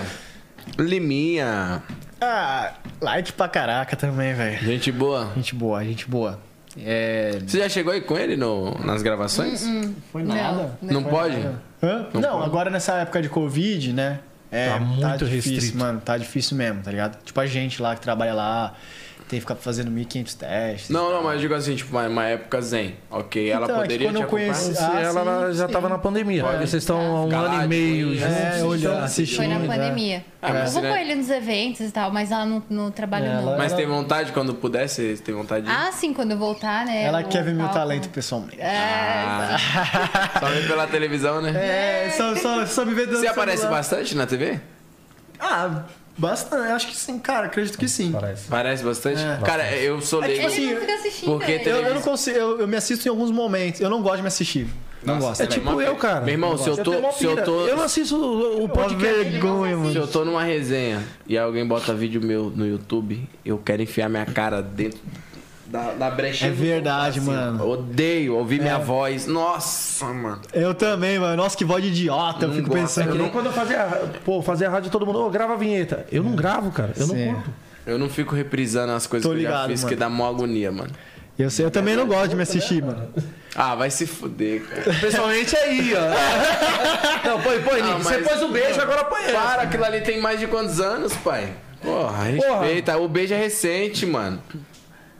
Speaker 1: Liminha.
Speaker 4: Ah, like pra caraca também, velho.
Speaker 1: Gente boa.
Speaker 4: Gente boa, gente boa. É.
Speaker 1: Você já chegou aí com ele no, nas gravações?
Speaker 4: Foi
Speaker 6: Não.
Speaker 4: Hum, nada.
Speaker 1: Não pode?
Speaker 4: Hã? Não, agora nessa época de Covid, né? É,
Speaker 2: Tá muito
Speaker 4: difícil,
Speaker 2: restrito.
Speaker 4: mano. Tá difícil mesmo, tá ligado? Tipo, a gente lá que trabalha lá tem que ficar fazendo 1.500 testes.
Speaker 1: Não, não, mas digo assim, tipo, uma, uma época zen. Ok, ela
Speaker 4: Então, é que
Speaker 1: poderia
Speaker 4: quando
Speaker 1: te
Speaker 4: eu
Speaker 1: acompanhar?
Speaker 4: conheci-
Speaker 2: Se
Speaker 4: Ah,
Speaker 2: ela
Speaker 4: sim,
Speaker 2: já
Speaker 4: sim.
Speaker 2: tava na pandemia. Vocês estão há um
Speaker 1: Ficar né? lá
Speaker 2: ano e
Speaker 1: de
Speaker 2: meio
Speaker 1: boinha.
Speaker 2: juntos.
Speaker 4: É, olhando, assistindo.
Speaker 6: Foi na
Speaker 4: né?
Speaker 6: pandemia.
Speaker 1: Ah, mas
Speaker 6: eu vou
Speaker 1: né?
Speaker 6: com ele nos eventos e tal, mas lá no, no trabalho
Speaker 4: Ela- é
Speaker 6: não.
Speaker 1: Mas tem vontade quando pudesse, tem vontade de.
Speaker 6: Ah, sim, quando eu voltar, né?
Speaker 4: Ela
Speaker 6: no
Speaker 4: quer ver meu
Speaker 6: palco. Tipo
Speaker 4: talento pessoalmente. É,
Speaker 1: Ah. Só vem pela televisão, né?
Speaker 4: só, só, só me ver dando
Speaker 1: Você aparece
Speaker 4: É, celular.
Speaker 1: bastante na TV?
Speaker 4: Ah, bastante. Acho que sim, cara. Acredito que sim.
Speaker 2: Parece.
Speaker 1: Parece bastante?
Speaker 4: É.
Speaker 1: Cara, eu sou
Speaker 4: É
Speaker 1: leigo.
Speaker 4: tipo assim,
Speaker 6: Ele não fica assistindo.
Speaker 1: Porque
Speaker 6: ele.
Speaker 1: tem-
Speaker 4: Eu, eu não consigo. Eu, eu me assisto em alguns momentos. Eu não gosto de me assistir. Não
Speaker 1: Nossa,
Speaker 4: gosto.
Speaker 1: é
Speaker 2: É tipo
Speaker 1: uma-
Speaker 2: eu, cara.
Speaker 1: Meu irmão, se eu tô-
Speaker 2: tenho uma
Speaker 1: se eu
Speaker 2: pira.
Speaker 1: tô-
Speaker 2: Eu não assisto o- o podcast.
Speaker 4: vergonha, mano.
Speaker 1: Se eu tô numa resenha e alguém bota vídeo meu no YouTube, eu quero enfiar minha cara dentro da, da brechinha.
Speaker 4: É
Speaker 1: do-
Speaker 4: verdade,
Speaker 1: assim,
Speaker 4: mano. É.
Speaker 1: eu Odeio ouvir minha voz. Nossa, mano.
Speaker 4: Eu também, mano. Nossa, que voz de idiota. Eu
Speaker 1: Não
Speaker 4: fico
Speaker 1: gosto, é
Speaker 4: pensando.
Speaker 1: eu
Speaker 2: Que
Speaker 4: que-
Speaker 2: nem quando eu fazia, pô, fazia rádio todo mundo, ô, grava a vinheta. Eu não gravo, cara. Eu
Speaker 4: Sim.
Speaker 2: não curto.
Speaker 1: Eu não fico reprisando as coisas
Speaker 4: Tô
Speaker 1: que eu já
Speaker 4: ligado,
Speaker 1: fiz,
Speaker 4: mano.
Speaker 1: que dá mó agonia, mano.
Speaker 4: Eu, sei, eu também não gosto de me assistir, mano.
Speaker 1: Ah, vai se fuder, cara.
Speaker 2: Pessoalmente aí, ó. Não, põe, põe,
Speaker 1: Ah,
Speaker 2: Nick. Você
Speaker 1: mas-
Speaker 2: pôs o beijo, agora põe essa.
Speaker 1: Para, aquilo ali tem mais de quantos anos, pai? Porra, respeita. O beijo é recente, mano.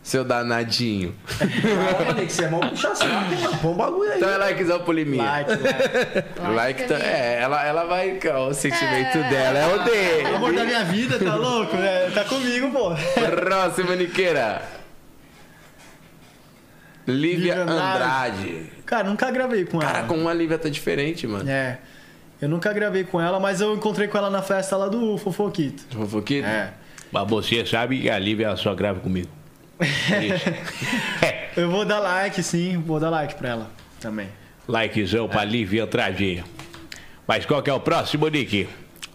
Speaker 1: Seu danadinho.
Speaker 2: Calma, Nick, você é mó puxa saco, mano. Põe um bagulho aí.
Speaker 1: Então é likezão pro Liminha.
Speaker 4: Like, like.
Speaker 1: Like,
Speaker 6: Like
Speaker 1: tá-
Speaker 6: também.
Speaker 1: é, ela, ela vai. ó, O sentimento dela é o
Speaker 4: O
Speaker 1: dele.
Speaker 4: amor da minha vida, tá louco? É, tá comigo, pô.
Speaker 1: Próxima, Niqueira. Lívia
Speaker 4: Lívia
Speaker 1: Andrade.
Speaker 4: Cara, nunca gravei com ela.
Speaker 1: Cara, com uma Lívia tá diferente, mano.
Speaker 4: É. Eu nunca gravei com ela, mas eu encontrei com ela na festa lá do Fofoquito.
Speaker 1: Fofoquito?
Speaker 4: É.
Speaker 8: Mas você sabe que a Lívia só grava comigo. É Isso.
Speaker 4: Eu vou dar like, sim. Vou dar like pra ela também.
Speaker 8: Likezão pra Lívia Andrade. Mas qual que é o próximo, Nick?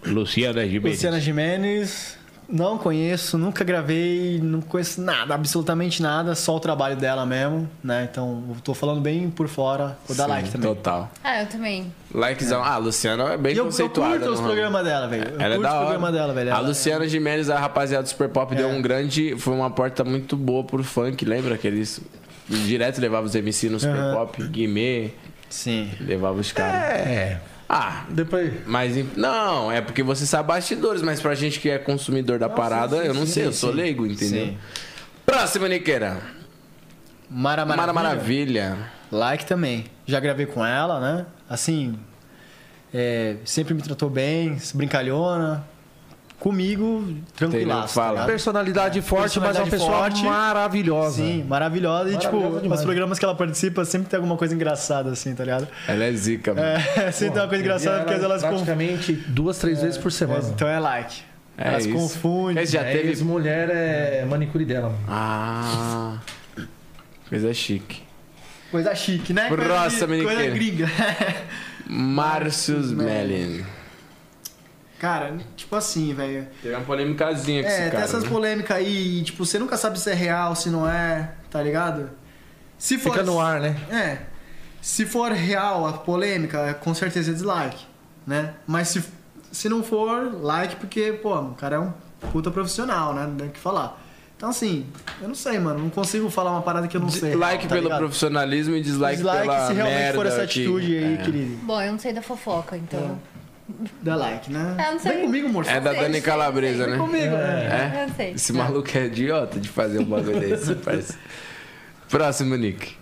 Speaker 8: Luciana Gimenez.
Speaker 4: Luciana Jimenez. Não conheço, nunca gravei, não conheço nada, absolutamente nada, só o trabalho dela mesmo, né? Então, eu tô falando bem por fora, vou dar
Speaker 1: Sim,
Speaker 4: like também.
Speaker 1: Total.
Speaker 6: Ah, eu também.
Speaker 1: Likezão. Ah, a Luciana é bem
Speaker 4: E eu, eu
Speaker 1: conceituada.
Speaker 4: curto
Speaker 1: no
Speaker 4: os
Speaker 1: ramo.
Speaker 4: programas dela, velho. Eu
Speaker 1: Ela é
Speaker 4: curto
Speaker 1: da
Speaker 4: os
Speaker 1: hora.
Speaker 4: programas dela, velho.
Speaker 1: A
Speaker 4: Ela- é
Speaker 1: Luciana Gimenez, a rapaziada do Super Pop, deu um grande. Foi uma porta muito boa pro funk, lembra? Que eles direto levavam os MC no Super
Speaker 4: Aham.
Speaker 1: Pop, Guimê,
Speaker 4: Sim.
Speaker 1: levavam os caras.
Speaker 2: É.
Speaker 1: Ah,
Speaker 2: Depois.
Speaker 1: Mas em- não, é porque você sabe bastidores, mas pra gente que é consumidor da parada, eu não sei, eu sou leigo, entendeu?
Speaker 4: Sim.
Speaker 1: Próxima, Niqueira.
Speaker 4: Mara
Speaker 1: Mara
Speaker 4: Maravilha.
Speaker 1: Maravilha.
Speaker 4: Like também. Já gravei com ela, né? Assim, é, sempre me tratou bem, brincalhona. Comigo, tranquilaço.
Speaker 1: Fala.
Speaker 4: tá ligado?
Speaker 2: Personalidade forte, mas
Speaker 4: Personalidade
Speaker 2: é uma pessoa
Speaker 4: forte.
Speaker 2: maravilhosa.
Speaker 4: Sim, maravilhosa. E, tipo,
Speaker 2: Maravilhosa demais.
Speaker 4: os programas que ela participa sempre tem alguma coisa engraçada, assim, tá ligado?
Speaker 1: Ela é zica, mano.
Speaker 4: É, sempre tem uma coisa engraçada, porque às vezes elas confundem.
Speaker 2: Praticamente duas, três vezes por semana.
Speaker 4: Então é like.
Speaker 1: É
Speaker 4: elas
Speaker 1: isso.
Speaker 4: confundem.
Speaker 1: Mas já
Speaker 2: É,
Speaker 1: teve.
Speaker 2: ex-mulher é manicure dela, mano.
Speaker 1: Ah. Coisa chique.
Speaker 4: Coisa chique, né? Coisa de-
Speaker 1: Nossa, menina
Speaker 4: Coisa gringa.
Speaker 1: Márcios Mellin.
Speaker 4: Cara, tipo assim, velho.
Speaker 1: Teve uma polêmicazinha com
Speaker 4: É,
Speaker 1: esse
Speaker 4: tem
Speaker 1: cara.
Speaker 4: essas
Speaker 1: né?
Speaker 4: polêmicas aí, e, tipo, você nunca sabe se é real, se não é, tá ligado? Se for,
Speaker 2: Fica no ar, né?
Speaker 4: É. Se for real a polêmica, é com certeza é dislike, né? Mas se, se não for, like, porque, pô, o cara é um puta profissional, né? Não tem o que falar. Então, assim, eu não sei, mano. Não consigo falar uma parada que eu não sei.
Speaker 1: Like
Speaker 4: tá
Speaker 1: pelo
Speaker 4: ligado?
Speaker 1: profissionalismo e dislike,
Speaker 4: Dislike
Speaker 1: pela
Speaker 4: se realmente
Speaker 1: merda É.
Speaker 4: for essa
Speaker 1: que-
Speaker 4: atitude aí, querido.
Speaker 6: Bom, eu não sei da fofoca, então.
Speaker 4: Dá like, né?
Speaker 6: Ah, não sei.
Speaker 4: Vem comigo, morfo.
Speaker 1: É da Dani Calabresa, né?
Speaker 4: comigo, né?
Speaker 1: É?
Speaker 6: Eu não sei.
Speaker 1: Esse maluco é idiota de fazer um bagulho desse, parece. Próximo, Nick.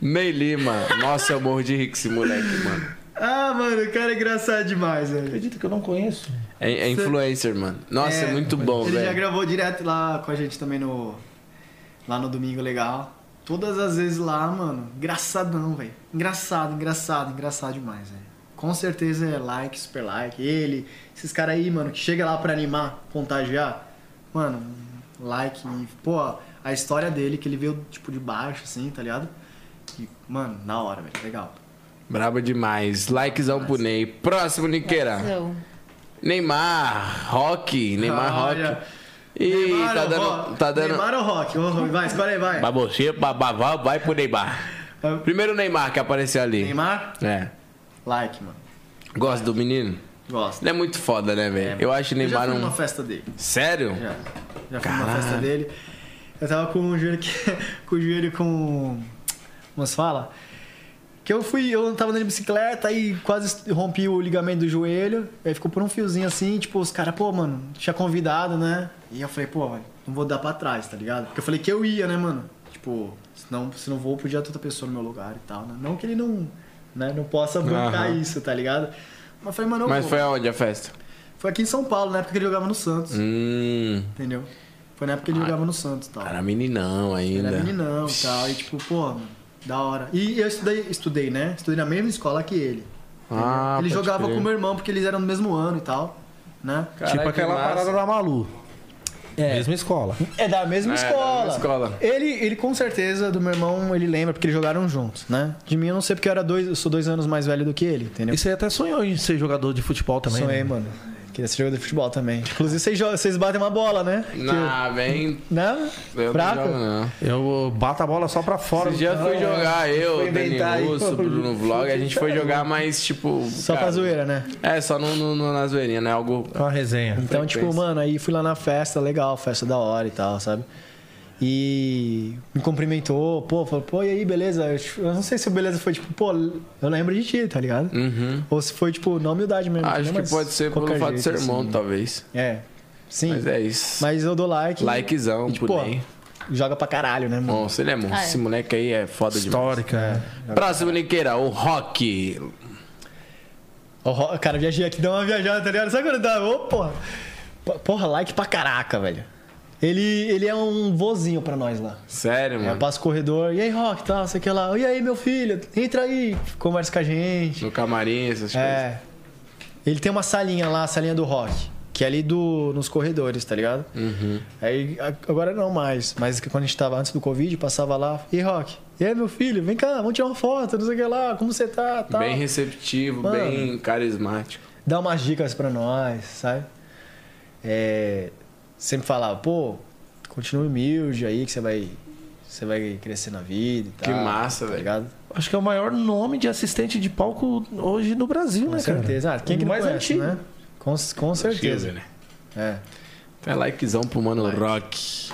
Speaker 1: Ney Lima. Nossa, eu morro de rico esse moleque, mano.
Speaker 4: Ah, mano, o cara é engraçado demais, velho.
Speaker 2: Acredita que eu não conheço?
Speaker 1: É, é influencer, mano. Nossa, é, muito bom,
Speaker 4: Ele já
Speaker 1: velho.
Speaker 4: gravou direto lá com a gente também no. Lá no Domingo Legal. Todas as vezes lá, mano. Engraçadão, velho. Engraçado, engraçado, engraçado demais, velho. Com certeza é like, super like. Ele, esses caras aí, mano, que chega lá pra animar, contagiar. Mano, like. E, pô, a história dele, que ele veio, tipo, de baixo, assim, tá ligado? E, mano, na hora, velho. Legal.
Speaker 1: Brabo demais. Likezão pro Ney. Próximo,
Speaker 4: é.
Speaker 1: Niqueira.
Speaker 6: Então,
Speaker 1: Neymar, Rock. Neymar,
Speaker 4: Olha.
Speaker 1: Rock. Ih,
Speaker 4: Neymar
Speaker 1: tá
Speaker 4: ou
Speaker 1: dando.
Speaker 4: Rock?
Speaker 1: Tá dando...
Speaker 4: Neymar é- ou Rock? Ô, Rui, vai, escolhe aí, vai.
Speaker 12: Pra você, pra, pra- vai- vai pro Neymar.
Speaker 1: Primeiro Neymar que apareceu ali.
Speaker 4: Neymar?
Speaker 1: É.
Speaker 4: Like, mano.
Speaker 1: Gosta do menino?
Speaker 4: Gosto.
Speaker 1: Ele é muito foda, né, velho? Eu acho o
Speaker 4: Eu já
Speaker 1: Neymar
Speaker 4: fui numa
Speaker 1: um.
Speaker 4: festa dele.
Speaker 1: Sério?
Speaker 4: Já. Já fui numa festa dele. Eu tava com o joelho que, com o joelho com umas fala que eu fui, eu tava andando de bicicleta e quase rompi o ligamento do joelho. Aí ficou por um fiozinho assim, tipo, os caras, pô, mano, tinha convidado, né? E eu falei, pô, velho, não vou dar pra trás, tá ligado? Porque eu falei que eu ia, né, mano? Tipo, senão, se não vou, podia ter outra pessoa no meu lugar e tal, né? Não que ele não, né, não possa bancar
Speaker 1: Aham.
Speaker 4: isso, tá ligado? Mas eu falei, mano, eu
Speaker 1: Mas
Speaker 4: vou.
Speaker 1: foi aonde a festa?
Speaker 4: Foi aqui em São Paulo, na época que ele jogava no Santos.
Speaker 1: Hum.
Speaker 4: Entendeu? Foi na época que ele jogava no Santos e tal.
Speaker 1: Era meninão Ah, ainda.
Speaker 4: Era meninão e tal. E tipo, pô, mano, da hora. E eu estudei, estudei, né? Estudei na mesma escola que ele.
Speaker 1: Ah,
Speaker 4: ele
Speaker 1: pode
Speaker 4: jogava
Speaker 1: crer.
Speaker 4: com o meu irmão porque eles eram do mesmo ano e tal, né?
Speaker 2: tipo
Speaker 1: Caraca,
Speaker 2: aquela
Speaker 1: que massa.
Speaker 2: parada da Malu. Mesma escola.
Speaker 4: É da mesma escola.
Speaker 1: mesma escola.
Speaker 4: Ele, ele com certeza do meu irmão, ele lembra porque eles jogaram juntos, né? De mim eu não sei porque eu era dois, eu sou dois anos mais velho do que ele, entendeu?
Speaker 2: E você até sonhou em ser jogador de futebol também.
Speaker 4: Sonhei,
Speaker 2: né?
Speaker 4: mano. Queria ser jogador de futebol também. Inclusive, vocês, jogam- vocês batem uma bola, né?
Speaker 1: Não, vem.
Speaker 4: Que, né?
Speaker 1: Eu
Speaker 4: Fraco?
Speaker 1: não jogo, não.
Speaker 2: Eu bato a bola só pra fora.
Speaker 1: Esse dia eu fui jogar, eu, Dani
Speaker 4: inventar aí.
Speaker 1: Russo, Bruno Vlog, a gente foi jogar, mas tipo.
Speaker 4: Só pra
Speaker 1: cara,
Speaker 4: zoeira, né?
Speaker 1: É, só no, no, no, na zoeirinha, né? Algo.
Speaker 2: É Uma resenha.
Speaker 4: Então,
Speaker 1: Frequência.
Speaker 4: tipo, mano, aí fui lá na festa, legal, festa da hora e tal, sabe? E me cumprimentou, pô, falou, pô, e aí, beleza? Eu não sei se o beleza foi tipo, pô, eu lembro de ti, tá ligado?
Speaker 1: Uhum.
Speaker 4: Ou se foi, tipo, na humildade mesmo.
Speaker 1: Acho
Speaker 4: né?
Speaker 1: que
Speaker 4: Mas
Speaker 1: pode ser pelo
Speaker 4: qualquer
Speaker 1: fato de ser
Speaker 4: jeito,
Speaker 1: irmão,
Speaker 4: assim.
Speaker 1: talvez.
Speaker 4: É, sim.
Speaker 1: Mas
Speaker 4: Mas,
Speaker 1: é isso.
Speaker 4: eu dou like.
Speaker 1: Likezão
Speaker 4: e,
Speaker 1: pro
Speaker 4: tipo, ó,
Speaker 1: Ney.
Speaker 4: joga pra caralho, né, mano?
Speaker 1: Nossa, ele é monstro.
Speaker 6: Ah, é.
Speaker 1: Esse moleque aí é foda demais.
Speaker 2: Histórica.
Speaker 4: É.
Speaker 1: Próximo, Niqueira, o Rock.
Speaker 4: Ó, ro- cara, viajei aqui, deu uma viajada, tá ligado? Sabe quando dá? Ô, porra. P- Porra, like pra caraca, velho. Ele, ele é um vozinho pra nós lá.
Speaker 1: Sério,
Speaker 4: É,
Speaker 1: mano.
Speaker 4: passa o corredor, e aí, Rock, tal, sei o que lá. E aí, meu filho, entra aí, conversa com a gente.
Speaker 1: No camarim, essas coisas.
Speaker 4: É. Ele tem uma salinha lá, a salinha do Rock, que é ali do, nos corredores, tá ligado? Uhum. Aí, a- agora não mais, mas quando a gente tava antes do Covid, passava lá, e aí, Rock, e aí, meu filho, vem cá, vamos tirar uma foto, não sei o que lá, como você tá, tal.
Speaker 1: Bem receptivo,
Speaker 4: Mano.
Speaker 1: bem carismático.
Speaker 4: Dá umas dicas pra nós, sabe? É, sempre falava, pô, continue humilde aí, que você vai, você vai crescer na vida e
Speaker 1: Que
Speaker 4: tal.
Speaker 1: massa,
Speaker 4: tá
Speaker 1: velho.
Speaker 4: ligado?
Speaker 2: Acho que é o maior nome de assistente de palco hoje no Brasil,
Speaker 4: Com
Speaker 2: né,
Speaker 4: certeza.
Speaker 2: cara?
Speaker 4: Ah, quem que não
Speaker 2: mais
Speaker 4: conhece,
Speaker 2: antigo.
Speaker 4: né? Com, com certeza.
Speaker 1: né?
Speaker 4: É.
Speaker 1: Até Então likezão pro mano Rock.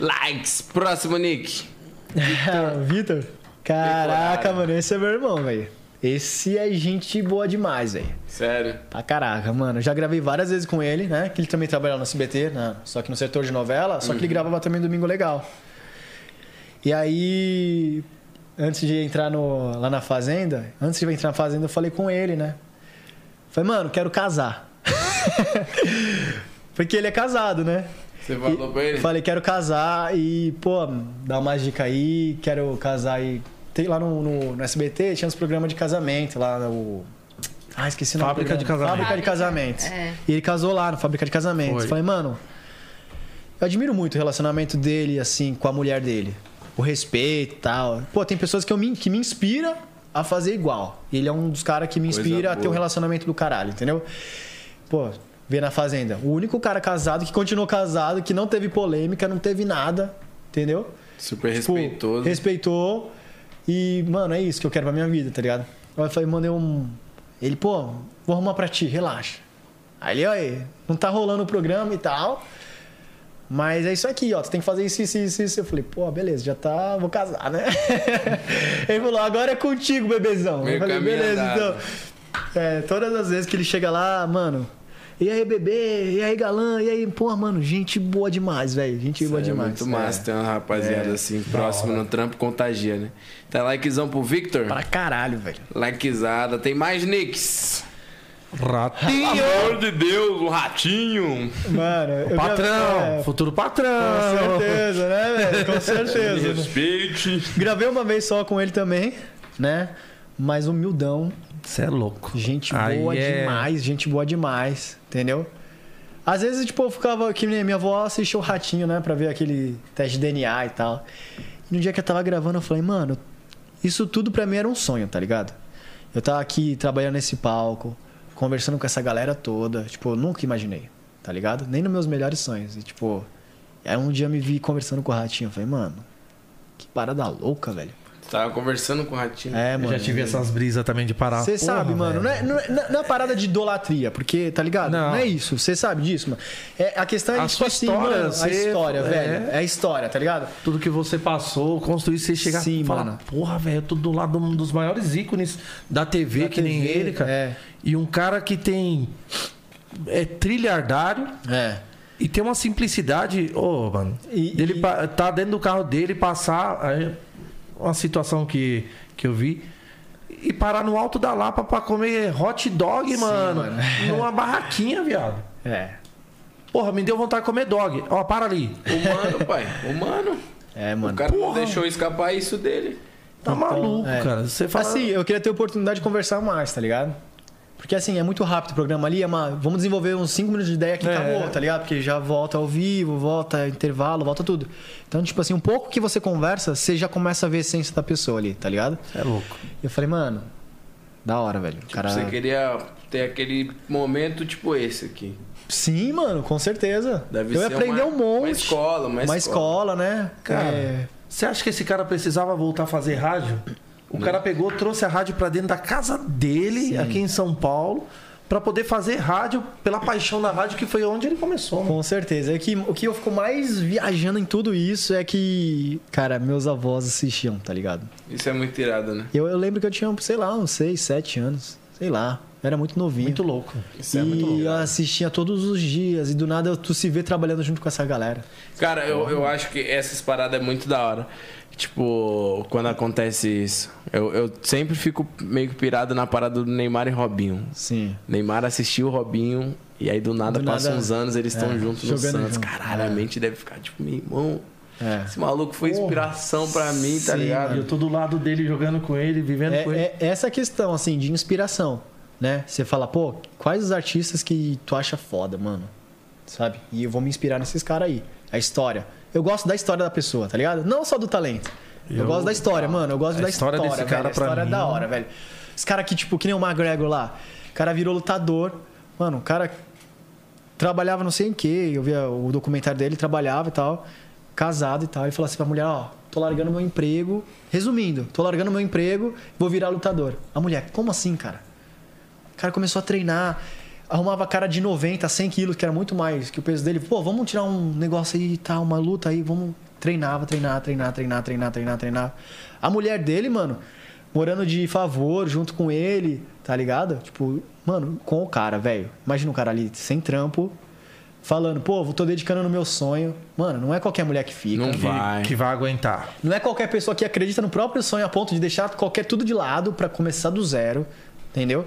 Speaker 1: Likes. Próximo, Nick.
Speaker 4: Então, Vitor? Caraca, mano, esse é meu irmão, velho. Esse é gente boa demais, velho.
Speaker 1: Sério.
Speaker 4: Pra caraca, mano. Eu Já gravei várias vezes com ele, né? Que ele também trabalhava no SBT, né? só que no setor de novela, só que ele gravava também Domingo Legal. E aí, antes de entrar no- lá na Fazenda, antes de eu entrar na Fazenda, eu falei com ele, né? Falei, mano, quero casar. Porque ele é casado, né?
Speaker 1: Você falou pra ele?
Speaker 4: Falei, quero casar e, pô, dá uma dica aí, quero casar e. Tem lá no, no- no SBT, tinha uns programas de casamento lá no. Ah, esqueci o nome. do
Speaker 2: Fábrica de
Speaker 4: programa.
Speaker 2: casamento.
Speaker 4: Fábrica de casamento.
Speaker 6: É.
Speaker 4: E ele casou lá na fábrica de casamento.
Speaker 2: Foi.
Speaker 4: Falei, mano, eu admiro muito o relacionamento dele, assim, com a mulher dele. O respeito e tal. Pô, tem pessoas que, eu me, que me inspira a fazer igual. E Ele é um dos caras que me
Speaker 1: Coisa
Speaker 4: inspira a ter um
Speaker 1: boa.
Speaker 4: relacionamento do caralho, entendeu? Pô, vê na Fazenda. O único cara casado que continuou casado, que não teve polêmica, não teve nada, entendeu?
Speaker 1: Super
Speaker 4: Tipo,
Speaker 1: é respeitoso.
Speaker 4: Respeitou. E, mano, é isso que eu quero pra minha vida, tá ligado? Aí eu falei, mandei um. Ele, pô, vou arrumar pra ti, relaxa. Aí ele, aí, não tá rolando o programa e tal. Mas é isso aqui, ó. Tu tem que fazer isso, isso, isso, isso. Eu falei, pô, beleza, já tá. Vou casar, né? ele falou, agora é contigo, bebezão.
Speaker 1: Meio
Speaker 4: eu falei,
Speaker 1: caminho
Speaker 4: beleza,
Speaker 1: andado.
Speaker 4: então. É, todas as vezes que ele chega lá, mano. E aí, bebê? E aí, galã? E aí, pô, mano, gente boa demais, velho. Gente boa
Speaker 1: É
Speaker 4: demais.
Speaker 1: muito
Speaker 4: É.
Speaker 1: massa ter uma rapaziada assim, próximo no trampo, contagia, né? Tá likezão pro Victor?
Speaker 4: Pra caralho, velho.
Speaker 1: Likezada. Tem mais nicks.
Speaker 2: Ratinho.
Speaker 8: Pelo amor de Deus, o ratinho.
Speaker 4: Mano, eu
Speaker 2: Patrão.
Speaker 4: gravei- é,
Speaker 2: Futuro
Speaker 4: com
Speaker 2: patrão.
Speaker 4: certeza, né, velho? Com
Speaker 8: Me
Speaker 4: certeza.
Speaker 8: respeite.
Speaker 4: Gravei uma vez só com ele também, né? Mas humildão,
Speaker 2: Você é louco.
Speaker 4: gente
Speaker 2: Aí
Speaker 4: boa
Speaker 2: é-
Speaker 4: demais, gente boa demais, entendeu? Às vezes, tipo, eu ficava que nem minha avó assistiu o ratinho, né, pra ver aquele teste de DNA e tal. E no dia que eu tava gravando, eu falei, mano, isso tudo pra mim era um sonho, tá ligado? Eu tava aqui trabalhando nesse palco, conversando com essa galera toda, tipo, eu nunca imaginei, tá ligado? Nem nos meus melhores sonhos. E, tipo, aí um dia eu me vi conversando com o ratinho, eu falei, mano, que parada louca, velho.
Speaker 1: Tava conversando com o Ratinho.
Speaker 4: É,
Speaker 2: Eu
Speaker 4: mano.
Speaker 2: já tive essas brisas também de parar.
Speaker 4: Você
Speaker 2: Ah, Porra,
Speaker 4: sabe, mano,
Speaker 2: velho.
Speaker 4: não é, não, é, não é parada de idolatria, porque, tá ligado?
Speaker 2: Não.
Speaker 4: Não, é isso, você sabe disso, mano. É, a questão é
Speaker 2: A
Speaker 4: tipo
Speaker 2: sua
Speaker 4: assim,
Speaker 2: história,
Speaker 4: mano,
Speaker 2: você-
Speaker 4: a história,
Speaker 2: é.
Speaker 4: velho. É a história, tá ligado?
Speaker 2: Tudo que você passou, construir, você chegar
Speaker 4: Sim,
Speaker 2: e falar,
Speaker 4: mano.
Speaker 2: porra, velho, eu tô do lado de um dos maiores ícones da TV,
Speaker 4: Da
Speaker 2: que nem
Speaker 4: TV,
Speaker 2: ele, cara.
Speaker 4: é.
Speaker 2: E um cara que tem. É trilhardário
Speaker 4: É.
Speaker 2: e tem uma simplicidade, ô, mano.
Speaker 4: E-
Speaker 2: ele
Speaker 4: e-
Speaker 2: pa- tá dentro do carro dele, passar. aí, uma situação que, que eu vi. E parar no alto da Lapa pra comer hot dog, mano.
Speaker 4: mano.
Speaker 2: Numa barraquinha, viado.
Speaker 4: É.
Speaker 2: Porra, me deu vontade de comer dog. Ó, para ali.
Speaker 1: Humano, pai. Humano.
Speaker 4: É,
Speaker 1: O
Speaker 4: mano.
Speaker 1: cara não deixou escapar isso dele.
Speaker 2: Tá maluco,
Speaker 4: é.
Speaker 2: cara. Você fala.
Speaker 4: Assim, eu queria ter oportunidade de conversar mais, tá ligado? Porque assim, é muito rápido o programa ali, é uma... vamos desenvolver uns 5 minutos de ideia que
Speaker 2: É.
Speaker 4: acabou, tá ligado? Porque já volta ao vivo, volta intervalo, volta tudo. Então, tipo assim, um pouco que você conversa, você já começa a ver a essência da pessoa ali, tá ligado?
Speaker 2: É louco.
Speaker 4: E eu falei, mano, da hora, velho. O cara...
Speaker 1: Você queria ter aquele momento tipo esse aqui.
Speaker 4: Sim, mano, com certeza.
Speaker 1: Deve
Speaker 4: eu
Speaker 1: ser
Speaker 4: ia aprender
Speaker 1: uma-
Speaker 4: um monte.
Speaker 1: uma escola, uma
Speaker 4: escola, né?
Speaker 2: Cara,
Speaker 4: É,
Speaker 2: você acha que esse cara precisava voltar a fazer rádio? O cara pegou, trouxe a rádio pra dentro da casa dele, aqui em São Paulo, pra poder fazer rádio pela paixão da rádio, que foi onde ele começou. mano.
Speaker 4: com certeza. É que, o que eu fico mais viajando em tudo isso é que, cara, meus avós assistiam, tá ligado?
Speaker 1: Isso é muito irado, né?
Speaker 4: Eu, eu lembro que eu tinha, sei lá, uns 6, 7 anos. Sei lá. Eu Era muito novinho.
Speaker 2: Muito louco.
Speaker 1: Isso é
Speaker 4: e
Speaker 1: muito louco.
Speaker 4: eu assistia todos os dias. E do nada tu se vê trabalhando junto com essa galera.
Speaker 1: Cara, eu, eu acho que essas paradas é muito da hora. Tipo, quando acontece isso. Eu, eu sempre fico meio que pirado na parada do Neymar e Robinho.
Speaker 4: Sim.
Speaker 1: Neymar assistiu o Robinho e aí do nada
Speaker 4: Do
Speaker 1: passa
Speaker 4: nada,
Speaker 1: uns anos, eles estão
Speaker 4: é,
Speaker 1: juntos no
Speaker 4: jogando
Speaker 1: Santos.
Speaker 4: junto,
Speaker 1: Caralho, a mente deve ficar tipo, meu irmão,
Speaker 4: É.
Speaker 1: esse maluco foi inspiração pra mim, tá
Speaker 4: sim,
Speaker 1: ligado?
Speaker 2: E eu tô do lado dele, jogando com ele, vivendo com ele.
Speaker 4: É, é essa questão, assim, de inspiração, né? Você fala, pô, quais os artistas que tu acha foda, mano? Sabe? E eu vou me inspirar nesses caras aí. A história. Eu gosto da história da pessoa, tá ligado? Não só do talento. Eu,
Speaker 2: Eu-
Speaker 4: gosto da história, mano. Eu gosto
Speaker 2: a
Speaker 4: da
Speaker 2: história
Speaker 4: história.
Speaker 2: desse
Speaker 4: velho.
Speaker 2: cara
Speaker 4: a
Speaker 2: pra
Speaker 4: história é
Speaker 2: mim-
Speaker 4: da hora, velho. Esse cara que, tipo, que nem o McGregor lá. O cara virou lutador. Mano, o cara trabalhava não sei em que, eu via o documentário dele, trabalhava e tal, casado e tal, e falou assim pra mulher, ó, tô largando meu emprego, resumindo, tô largando meu emprego, vou virar lutador. A mulher, como assim, cara? O cara começou a treinar, arrumava cara de 90, 100 quilos, que era muito mais que o peso dele. Pô, vamos tirar um negócio aí e tal, uma luta aí, vamos. Treinava, treinar, treinar, treinar, treinar, treinar, treinar. A mulher dele, mano, morando de favor junto com ele, tá ligado? Tipo, mano, com o cara, velho. Imagina o cara ali sem trampo, falando, pô, tô dedicando no meu sonho. Mano, não é qualquer mulher que fica.
Speaker 1: Não
Speaker 2: Que,
Speaker 1: vai.
Speaker 2: que vai aguentar.
Speaker 4: Não é qualquer pessoa que acredita no próprio sonho a ponto de deixar qualquer tudo de lado pra começar do zero, entendeu?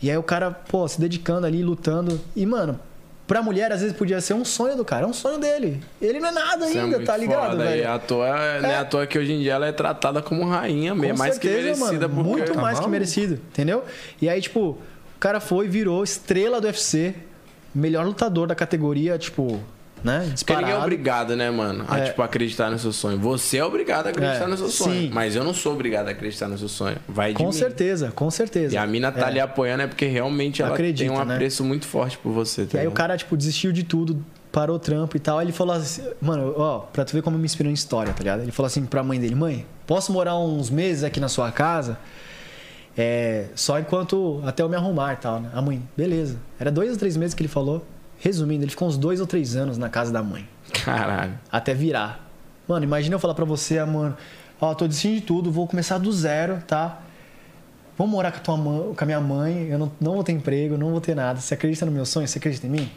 Speaker 4: E aí o cara, pô, se dedicando ali, lutando. E, mano, pra mulher às vezes podia ser um sonho do cara, é um sonho dele. Ele não é nada
Speaker 1: Isso é
Speaker 4: ainda,
Speaker 1: muito
Speaker 4: tá ligado,
Speaker 1: foda. E
Speaker 4: velho?
Speaker 1: à toa, Não é à toa que hoje em dia ela é tratada como rainha, mesmo,
Speaker 4: Com
Speaker 1: é mais que
Speaker 4: certeza,
Speaker 1: merecida
Speaker 4: mano,
Speaker 1: porque-
Speaker 4: Muito
Speaker 2: Tá
Speaker 4: mais que
Speaker 2: maluco.
Speaker 4: merecido, entendeu? E aí, tipo, o cara foi, virou estrela do UFC, melhor lutador da categoria, tipo,
Speaker 1: Porque
Speaker 4: né?
Speaker 1: ninguém é
Speaker 4: Disparado.
Speaker 1: obrigado, né, mano? A,
Speaker 4: É.
Speaker 1: tipo, acreditar no seu sonho. Você é obrigado a acreditar
Speaker 4: É,
Speaker 1: no seu sonho.
Speaker 4: sim.
Speaker 1: Mas eu não sou obrigado a acreditar no seu sonho. Vai de
Speaker 4: Com
Speaker 1: mim.
Speaker 4: certeza, com certeza.
Speaker 1: E a mina tá
Speaker 4: É.
Speaker 1: ali apoiando é porque realmente ela tem
Speaker 4: Acredita,
Speaker 1: um
Speaker 4: né?
Speaker 1: apreço muito forte por você. Tá
Speaker 4: E aí o
Speaker 1: ligado?
Speaker 4: cara, tipo, desistiu de tudo, parou o trampo e tal. Aí ele falou assim, mano, ó, pra tu ver como me inspirou em história, tá ligado? Ele falou assim pra mãe dele, mãe, posso morar uns meses aqui na sua casa? É, só enquanto até eu me arrumar e tal, né? A mãe, beleza. Era dois ou três meses que ele falou. Resumindo, ele ficou uns dois ou três anos na casa da mãe
Speaker 1: Caralho.
Speaker 4: até virar. Mano, imagina eu falar pra você, ah, mano, ó, tô desistindo de tudo, vou começar do zero, tá? Vou morar com a, tua mãe, com a minha mãe, eu não, não vou ter emprego, não vou ter nada. Você acredita no meu sonho? Você acredita em mim?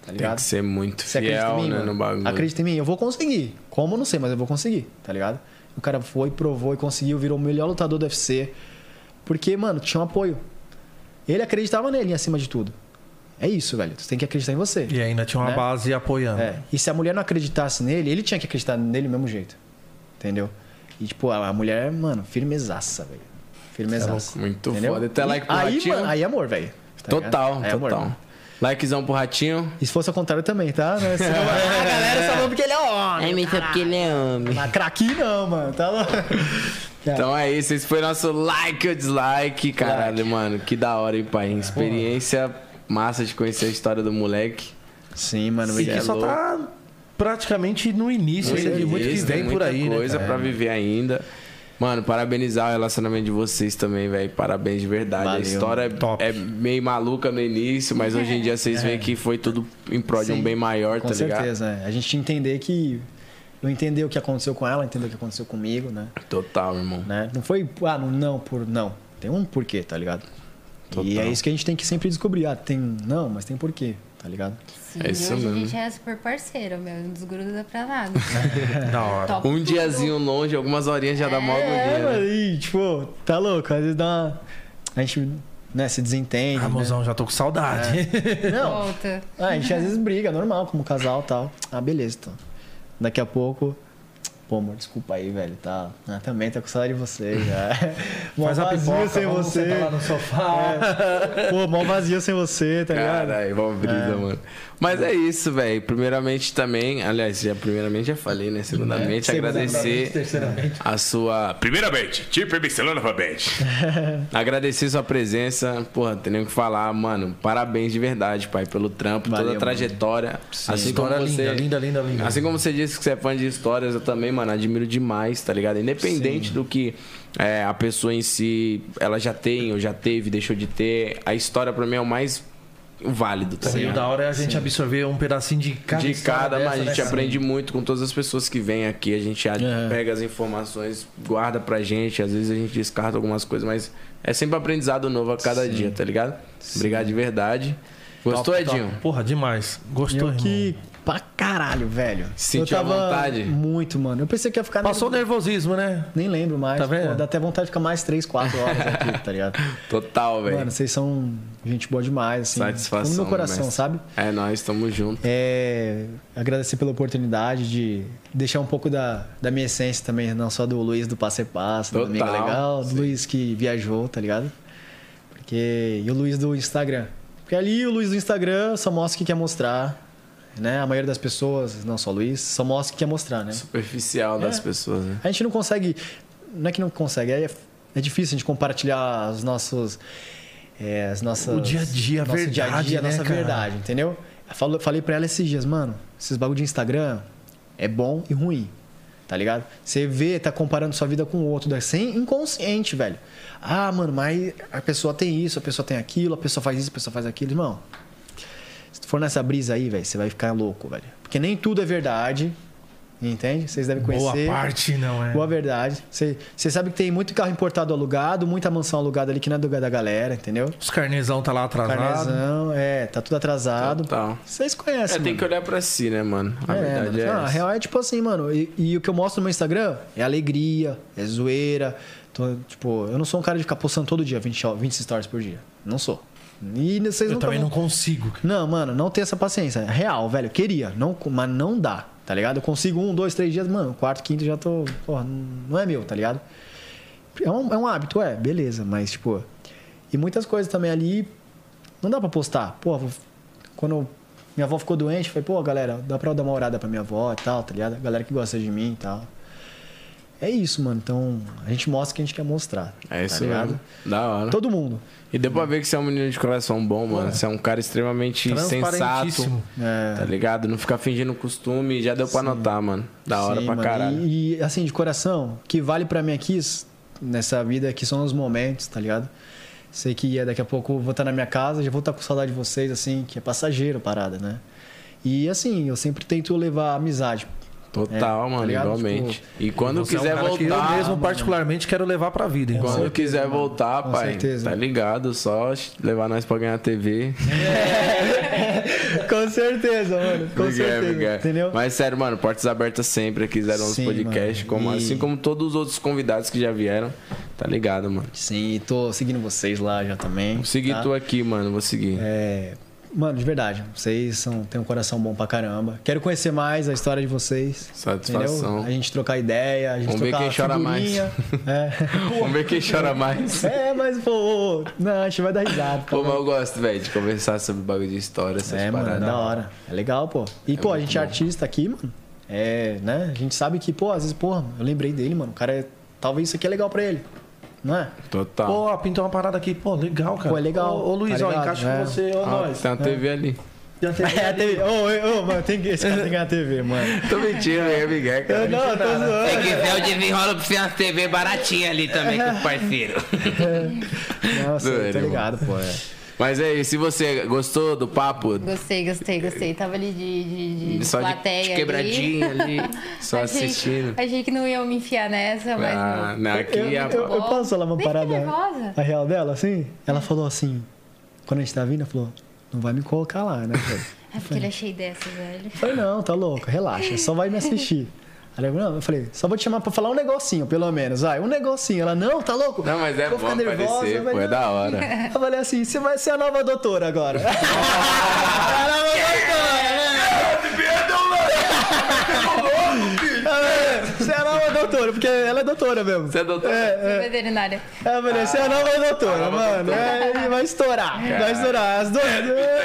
Speaker 4: Tá
Speaker 1: Tem
Speaker 4: ligado?
Speaker 1: que ser muito
Speaker 4: Você acredita
Speaker 1: fiel,
Speaker 4: em mim,
Speaker 1: né,
Speaker 4: mano?
Speaker 1: no bagulho.
Speaker 4: Acredita em mim? Eu vou conseguir. Como, eu não sei, mas eu vou conseguir, tá ligado? O cara foi, provou e conseguiu, virou o melhor lutador do UFC. Porque, mano, tinha um apoio. Ele acreditava nele, acima de tudo. É isso, velho. Tu tem que acreditar em você.
Speaker 2: E ainda tinha uma
Speaker 4: Né?
Speaker 2: base apoiando.
Speaker 4: É, E se a mulher não acreditasse nele, ele tinha que acreditar nele do mesmo jeito. Entendeu? E, tipo, a a mulher, mano, firmezaça, velho. Firmezaça.
Speaker 1: É Muito
Speaker 4: entendeu?
Speaker 1: foda. Então, Até like pro
Speaker 4: aí,
Speaker 1: ratinho.
Speaker 4: mano, aí é amor, velho. Tá
Speaker 1: total,
Speaker 4: ligado? Aí é amor,
Speaker 1: total.
Speaker 4: mano.
Speaker 1: Likezão pro ratinho.
Speaker 4: E se fosse ao contrário também, tá? Não é assim, "Ah, a galera só falou porque ele é homem.
Speaker 1: muito porque ele é homem.
Speaker 4: Mas craque não, mano. Tá louco.
Speaker 1: Então é isso, esse foi nosso like ou dislike. Caralho, mano, que da hora, hein, pai? Experiência massa de conhecer a história do moleque.
Speaker 4: Sim, mano.
Speaker 2: E
Speaker 4: ele
Speaker 1: é
Speaker 2: que só
Speaker 1: louco.
Speaker 2: tá praticamente no início ainda de muito que
Speaker 1: Isso,
Speaker 2: vem
Speaker 1: tem
Speaker 2: por
Speaker 1: muita
Speaker 2: aí,
Speaker 1: coisa
Speaker 2: né?
Speaker 1: pra viver ainda. Mano, parabenizar o relacionamento de vocês também, velho. Parabéns de verdade.
Speaker 4: Valeu,
Speaker 1: a história é-
Speaker 2: top.
Speaker 1: é meio maluca no início, mas hoje em dia vocês veem que foi tudo em prol de um
Speaker 4: Sim,
Speaker 1: bem maior,
Speaker 4: Com
Speaker 1: tá ligado?
Speaker 4: certeza, né? A gente entender que. Eu entender o que aconteceu com ela, entender o que aconteceu comigo, né?
Speaker 1: Total, irmão.
Speaker 4: né? Não foi, ah, não, não por não. Tem um porquê, tá ligado? E é isso que a gente tem que sempre descobrir. Ah, tem um não, mas tem um porquê, tá ligado?
Speaker 6: Sim,
Speaker 1: É isso
Speaker 6: hoje a
Speaker 1: mesmo.
Speaker 6: gente é super parceiro, meu. Não desgruda pra nada.
Speaker 2: Da hora.
Speaker 6: Top
Speaker 1: Um
Speaker 6: tudo.
Speaker 1: diazinho longe, algumas horinhas já dá mó
Speaker 4: É,
Speaker 1: agonia, né?
Speaker 4: mano, e, tipo, tá louco. Às vezes dá uma... A gente, né, se desentende.
Speaker 2: Ah,
Speaker 4: né?
Speaker 2: mozão, já tô com saudade.
Speaker 4: Não,
Speaker 6: Volta.
Speaker 4: ah, a gente às vezes briga, normal, como casal e tal. Ah, beleza, então. Daqui a pouco... Pô, amor, desculpa aí, velho, tá? Ah, também tá com saudade de você, já. Mó
Speaker 2: Faz a
Speaker 4: vazio
Speaker 2: pipoca,
Speaker 4: sem
Speaker 2: vamos
Speaker 4: você.
Speaker 2: sentar lá no sofá.
Speaker 4: É. Pô, mó vazio sem você, tá ligado?
Speaker 1: Caralho, mó é brisa, mano. Mas é isso, velho. Primeiramente também, aliás, já primeiramente já falei, né? Segundamente, agradecer
Speaker 2: Terceiramente.
Speaker 1: a sua.
Speaker 8: Primeiramente, tipo Emixelanofabete.
Speaker 1: Agradecer sua presença. Porra, tem nem o que falar, mano. Parabéns de verdade, pai, pelo trampo,
Speaker 4: Valeu,
Speaker 1: toda a
Speaker 4: mano.
Speaker 1: trajetória. Assim
Speaker 2: História é
Speaker 1: como você.
Speaker 2: linda, linda, linda, linda.
Speaker 1: Assim como você disse que você é fã de histórias, eu também, mano, admiro demais, tá ligado? Independente do que é, a pessoa em si, ela já tem ou já teve, deixou de ter, a história pra mim é o mais válido, tá
Speaker 2: E o
Speaker 1: ligado?
Speaker 2: da hora é a gente absorver um pedacinho de cada
Speaker 1: de
Speaker 2: história
Speaker 1: cada, mas
Speaker 2: dessa,
Speaker 1: a gente
Speaker 2: né?
Speaker 1: aprende muito com todas as pessoas que vêm aqui. A gente a-
Speaker 4: É.
Speaker 1: pega as informações, guarda pra gente. Às vezes a gente descarta algumas coisas, mas é sempre aprendizado novo a cada dia, tá ligado? Obrigado de verdade. Gostou,
Speaker 2: Top, top.
Speaker 1: Edinho?
Speaker 2: Porra, demais. Gostou,
Speaker 4: Eu
Speaker 2: irmão.
Speaker 4: que pra caralho, velho.
Speaker 1: Sentiu
Speaker 4: eu tava
Speaker 1: a vontade?
Speaker 4: Muito, mano. Eu pensei que ia ficar.
Speaker 2: Passou o nervosismo, né?
Speaker 4: Nem lembro mais.
Speaker 2: Tá vendo?
Speaker 4: Pô, dá até vontade de ficar mais 3, 4 horas aqui, tá ligado?
Speaker 1: Total,
Speaker 4: Mano,
Speaker 1: velho.
Speaker 4: vocês são gente boa demais, assim.
Speaker 1: Satisfação.
Speaker 4: Fundo do meu coração,
Speaker 1: mestre.
Speaker 4: sabe?
Speaker 1: É, nós estamos junto.
Speaker 4: É, agradecer pela oportunidade de deixar um pouco da, da minha essência também, não só do Luiz do Passo e Passo, do Amigo é
Speaker 1: Total,
Speaker 4: Legal, do Luiz que viajou, tá ligado? Porque, e o Luiz do Instagram. Porque ali o Luiz do Instagram só mostra o que quer mostrar, né? A maioria das pessoas, não só o Luiz, só mostra o que quer mostrar, né?
Speaker 1: Superficial
Speaker 4: É.
Speaker 1: das pessoas, né?
Speaker 4: A gente não consegue. Não é que não consegue, é, é difícil a gente compartilhar os nossos. é, as nossas,
Speaker 2: O dia a dia, a
Speaker 4: nosso dia a
Speaker 2: verdade,
Speaker 4: dia, a
Speaker 2: né,
Speaker 4: nossa
Speaker 2: cara?
Speaker 4: verdade, entendeu? Eu falo- falei pra ela esses dias, mano, esses bagulho de Instagram é bom e ruim, tá ligado? Você vê, tá comparando sua vida com o outro, sem inconsciente, velho. Ah, mano, mas a pessoa tem isso, a pessoa tem aquilo, a pessoa faz isso, a pessoa faz aquilo, irmão. Se tu for nessa brisa aí, velho, você vai ficar louco, velho. Porque nem tudo é verdade, entende? Vocês devem
Speaker 2: Boa
Speaker 4: conhecer.
Speaker 2: parte, não é?
Speaker 4: Boa verdade. Você você sabe que tem muito carro importado alugado, muita mansão alugada ali que não é do, da galera, entendeu?
Speaker 2: Os carnezão tá lá atrasado.
Speaker 4: Carnezão, é, tá tudo atrasado.
Speaker 1: Total.
Speaker 4: Vocês
Speaker 1: É,
Speaker 4: conhecem,
Speaker 1: tem
Speaker 4: mano.
Speaker 1: que olhar pra si, né, mano? A
Speaker 4: É,
Speaker 1: verdade
Speaker 4: mano.
Speaker 1: é
Speaker 4: Não, a
Speaker 1: essa.
Speaker 4: real é tipo assim, mano. E, e o que eu mostro no meu Instagram é alegria, é zoeira. Tô, tipo, eu não sou um cara de ficar postando todo dia 20, ho- 20 stories por dia. Não sou. E vocês
Speaker 2: Eu
Speaker 4: nunca
Speaker 2: também
Speaker 4: vão-
Speaker 2: não consigo.
Speaker 4: não, mano, não tem essa paciência. É Real, velho. Queria, não, mas não dá, tá ligado? Eu consigo um, dois, três dias, mano, quarto, quinto já tô. Porra, não é meu, tá ligado? É um, é um hábito, é, beleza, mas tipo. E muitas coisas também ali não dá pra postar. Pô, vou- quando minha avó ficou doente, falei, pô, galera, dá pra eu dar uma orada pra minha avó e tal, tá ligado? A galera que gosta de mim e tal. É isso, mano. Então, a gente mostra o que a gente quer mostrar.
Speaker 1: É isso
Speaker 4: tá ligado?
Speaker 1: mesmo. Da hora.
Speaker 4: Todo mundo.
Speaker 1: E deu pra ver que você é um menino de coração bom, mano. Você é um cara extremamente sensato.
Speaker 2: Transparentíssimo.
Speaker 4: É.
Speaker 1: Tá ligado? Não ficar fingindo costume. Já deu pra notar, mano. Da hora
Speaker 4: Sim,
Speaker 1: pra
Speaker 4: mano.
Speaker 1: caralho.
Speaker 4: E, e, assim, de coração, o que vale pra mim aqui s- nessa vida aqui são os momentos, tá ligado? Sei que é, daqui a pouco eu vou estar na minha casa, já vou estar com saudade de vocês, assim, que é passageiro a parada, né? E assim, eu sempre tento levar a amizade.
Speaker 1: Total,
Speaker 4: É, tá
Speaker 1: mano,
Speaker 4: ligado?
Speaker 1: igualmente.
Speaker 4: Tipo,
Speaker 1: e quando
Speaker 2: Você é um
Speaker 1: quiser
Speaker 2: cara que
Speaker 1: voltar.
Speaker 2: Eu mesmo, particularmente, quero levar pra vida. então. irmão.
Speaker 1: Quando quiser voltar,
Speaker 4: Com
Speaker 1: pai,
Speaker 4: certeza.
Speaker 1: tá ligado? Só levar nós pra ganhar TV.
Speaker 4: com certeza, mano. Com
Speaker 1: Miguel,
Speaker 4: certeza.
Speaker 1: Miguel.
Speaker 4: Entendeu?
Speaker 1: Mas sério, mano, portas abertas sempre aqui, 011
Speaker 4: Sim,
Speaker 1: Podcast,
Speaker 4: mano,
Speaker 1: como,
Speaker 4: e-
Speaker 1: assim como todos os outros convidados que já vieram. Tá ligado, mano.
Speaker 4: Sim, e tô seguindo vocês lá já também.
Speaker 1: Vou seguir
Speaker 4: tá?
Speaker 1: tu aqui, mano. Vou seguir.
Speaker 4: É, mano, de verdade, vocês são, têm um coração bom pra caramba. Quero conhecer mais a história de vocês.
Speaker 1: Satisfação.
Speaker 4: entendeu? A gente trocar ideia, a gente
Speaker 1: Vamos ver
Speaker 4: trocar
Speaker 1: quem chora mais.
Speaker 4: figurinha.
Speaker 1: Vamos ver quem chora mais.
Speaker 4: É. é, mas, pô, não, a gente vai dar risada. tá
Speaker 1: Pô,
Speaker 4: bom?
Speaker 1: mas eu gosto, velho, de conversar sobre bagulho de história, essas
Speaker 4: É, mano,
Speaker 1: paradas.
Speaker 4: da hora. É legal, pô. E, pô, a gente é artista aqui, mano. É, né? A gente sabe que, pô, às vezes, pô, eu lembrei dele, mano. O cara, é... talvez isso aqui é legal pra ele. Não é?
Speaker 1: Total.
Speaker 2: Pô, pintou uma parada aqui. Pô, legal, cara.
Speaker 4: Pô, é legal,
Speaker 2: Ô, ô Luiz,
Speaker 4: tá
Speaker 2: ó,
Speaker 4: ligado?
Speaker 2: encaixa
Speaker 4: É.
Speaker 2: com você, ó,
Speaker 1: Ah,
Speaker 2: nós.
Speaker 1: tem uma TV ali.
Speaker 2: Já tem-
Speaker 4: É, a TV. Ô, ô, ô, mano, tem que... esse cara tem que ganhar TV, mano.
Speaker 1: Tô mentindo, é Miguel, cara.
Speaker 4: Não, eu tô zoando.
Speaker 13: Se quiser, eu desenrolo pra você uma TV baratinha ali também com os parceiros.
Speaker 4: Nossa,
Speaker 1: Doido,
Speaker 4: tá
Speaker 1: mano.
Speaker 4: ligado, pô. É.
Speaker 1: Mas é isso, se você gostou do papo,
Speaker 6: Gostei, gostei, gostei. Tava ali de, de, de
Speaker 1: só de-
Speaker 6: plateia.
Speaker 1: de
Speaker 6: ali.
Speaker 1: quebradinha ali, só
Speaker 6: Achei-
Speaker 1: assistindo.
Speaker 6: Achei que não iam me enfiar nessa, mas.
Speaker 1: Ah, não, aqui
Speaker 4: Eu,
Speaker 1: a-
Speaker 4: eu- eu posso falar uma
Speaker 6: Nem fiquei
Speaker 4: parada?
Speaker 6: nervosa.
Speaker 4: A real dela, assim? Ela falou assim, quando a gente tá vindo, ela falou, não vai me colocar lá, né? cara?"
Speaker 6: É porque ele achei dessas, velho.
Speaker 4: Eu falei, não, tá louco, relaxa, só vai me assistir. Ela, não, eu falei, só vou te chamar pra falar um negocinho, pelo menos. Vai, um negocinho. Ela, não, tá louco?
Speaker 1: Não, mas é
Speaker 4: Vou
Speaker 1: bom
Speaker 4: ficar nervosa,
Speaker 1: aparecer,
Speaker 4: vai
Speaker 1: pô, é
Speaker 4: não.
Speaker 1: da hora.
Speaker 4: Eu falei assim, você vai ser a nova doutora agora. a nova doutora, né? Você é a nova doutora, porque ela é doutora mesmo.
Speaker 1: Você é doutor?
Speaker 6: Veterinária.
Speaker 4: É, falei, você é a nova
Speaker 1: Ah,
Speaker 4: doutora, mano. É, ele vai estourar. Vai estourar. As
Speaker 1: É,
Speaker 4: duas.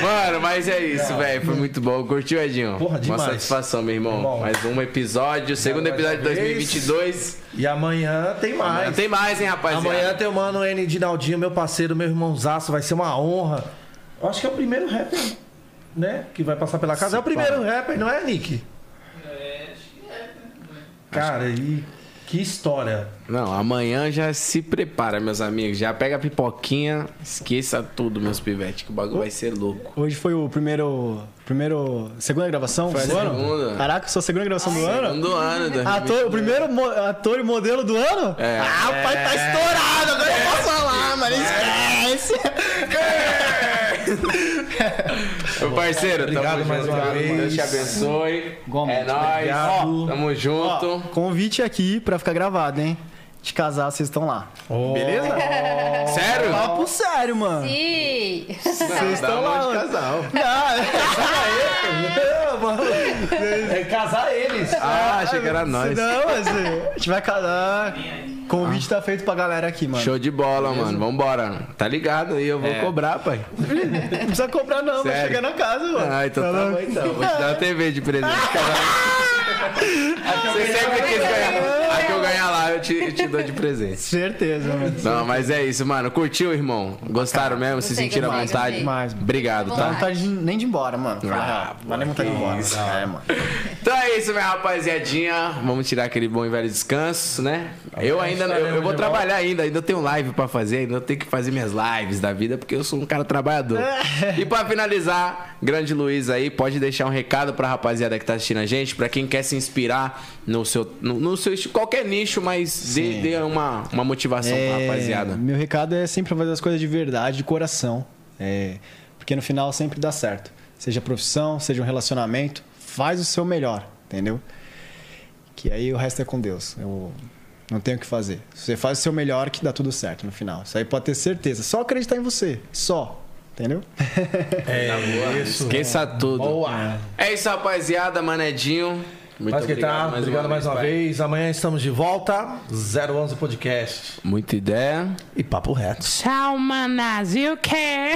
Speaker 1: Mano, mas é isso, velho. Foi muito bom. Curtiu, Edinho?
Speaker 2: Porra, demais.
Speaker 1: Uma satisfação, meu irmão.
Speaker 2: Irmão.
Speaker 1: Mais um episódio, segundo
Speaker 2: mais
Speaker 1: episódio de
Speaker 2: uma vez.
Speaker 1: 2022.
Speaker 2: E amanhã tem mais.
Speaker 1: Amanhã tem mais, hein, rapaziada?
Speaker 2: Amanhã tem o Mano N. Dinaldinho, meu parceiro, meu irmãozaço, vai ser uma honra. Eu acho que é o primeiro rapper, né? Que vai passar pela casa. é o primeiro rapper, não é, Nick? É, acho que é. Cara, e que história.
Speaker 1: Não, amanhã já se prepara, meus amigos. Já pega a pipoquinha, esqueça tudo, meus pivetes, que o bagulho vai ser louco.
Speaker 4: Hoje foi o primeiro. Primeiro. Segunda gravação
Speaker 1: Foi a
Speaker 4: do
Speaker 1: segunda. Ah,
Speaker 4: ano? Caraca, sua segunda gravação do ano?
Speaker 1: Segundo ano, da
Speaker 4: Ator, o primeiro mo- ator e modelo do ano?
Speaker 1: É.
Speaker 4: Ah, o pai tá estourado, agora eu posso
Speaker 2: É.
Speaker 4: falar, mano. Esquece!
Speaker 1: Meu parceiro,
Speaker 2: É. Obrigado
Speaker 1: tamo
Speaker 2: mais
Speaker 1: junto.
Speaker 2: uma
Speaker 1: cara.
Speaker 2: vez.
Speaker 1: Deus te abençoe.
Speaker 4: Igualmente,
Speaker 1: é nóis.
Speaker 2: obrigado.
Speaker 1: Tamo junto.
Speaker 4: Ó, convite aqui pra ficar gravado, hein? De casar, vocês estão lá.
Speaker 1: Beleza? Sério?
Speaker 4: Papo sério, mano.
Speaker 6: Ih!
Speaker 1: Vocês estão lá. De casal.
Speaker 4: Ah,
Speaker 2: É casar eles.
Speaker 1: Ah, achei que era
Speaker 4: Se
Speaker 1: nós.
Speaker 4: Não, mas é, a gente vai casar. Convite tá feito pra galera aqui, mano.
Speaker 1: Show de bola, mano. Vambora. Tá ligado? E eu
Speaker 2: É.
Speaker 1: vou cobrar, pai.
Speaker 4: Não precisa comprar, não, vai
Speaker 1: Sério?
Speaker 4: chegar na casa, mano.
Speaker 1: Ah, então tá bom, então. Vou te dar uma TV de presente, caralho.
Speaker 4: Ah,
Speaker 1: Você sempre quis ganhar. A que eu ganhar lá, eu te, eu te dou de presente.
Speaker 4: Certeza, mano.
Speaker 1: Não, mas é isso, mano. Curtiu, irmão? Gostaram mesmo? Se
Speaker 6: Gostei,
Speaker 1: sentiram à
Speaker 6: gostei,
Speaker 1: vontade?
Speaker 6: gostei.
Speaker 4: Demais, mano.
Speaker 1: Obrigado,
Speaker 4: Dá
Speaker 1: tá?
Speaker 4: vontade de nem de ir embora, mano.
Speaker 1: Ah,
Speaker 4: Dá nem vontade de ir embora. É, mano.
Speaker 1: Então é isso, minha rapaziadinha. Vamos tirar aquele bom e velho descanso, né? Eu ainda não- eu, eu vou trabalhar ainda, ainda tenho live pra fazer, ainda tenho que fazer minhas lives da vida, porque eu sou um cara trabalhador. E pra finalizar, grande Luiz aí, pode deixar um recado pra rapaziada que tá assistindo a gente, pra quem quer se inspirar no seu no, no seu esti- qualquer nicho, mas dê, dê uma, uma motivação pra
Speaker 4: É,
Speaker 1: rapaziada.
Speaker 4: Meu recado é sempre fazer as coisas de verdade, de coração. É, porque no final sempre dá certo. Seja profissão, seja um relacionamento, faz o seu melhor, entendeu? Que aí o resto é com Deus. Eu não tenho o que fazer. Você faz o seu melhor que dá tudo certo no final. Isso aí pode ter certeza. Só acreditar em você. Só. Entendeu?
Speaker 2: É isso.
Speaker 1: Esqueça tudo.
Speaker 2: Boa.
Speaker 1: É isso, rapaziada, manedinho. Muito
Speaker 2: Mas que tá,
Speaker 1: mais
Speaker 2: obrigado mais uma
Speaker 1: pai.
Speaker 2: vez. Amanhã estamos de volta. 011 Podcast.
Speaker 1: Muita ideia.
Speaker 2: E papo reto.
Speaker 11: Tchau, manas. E o quê?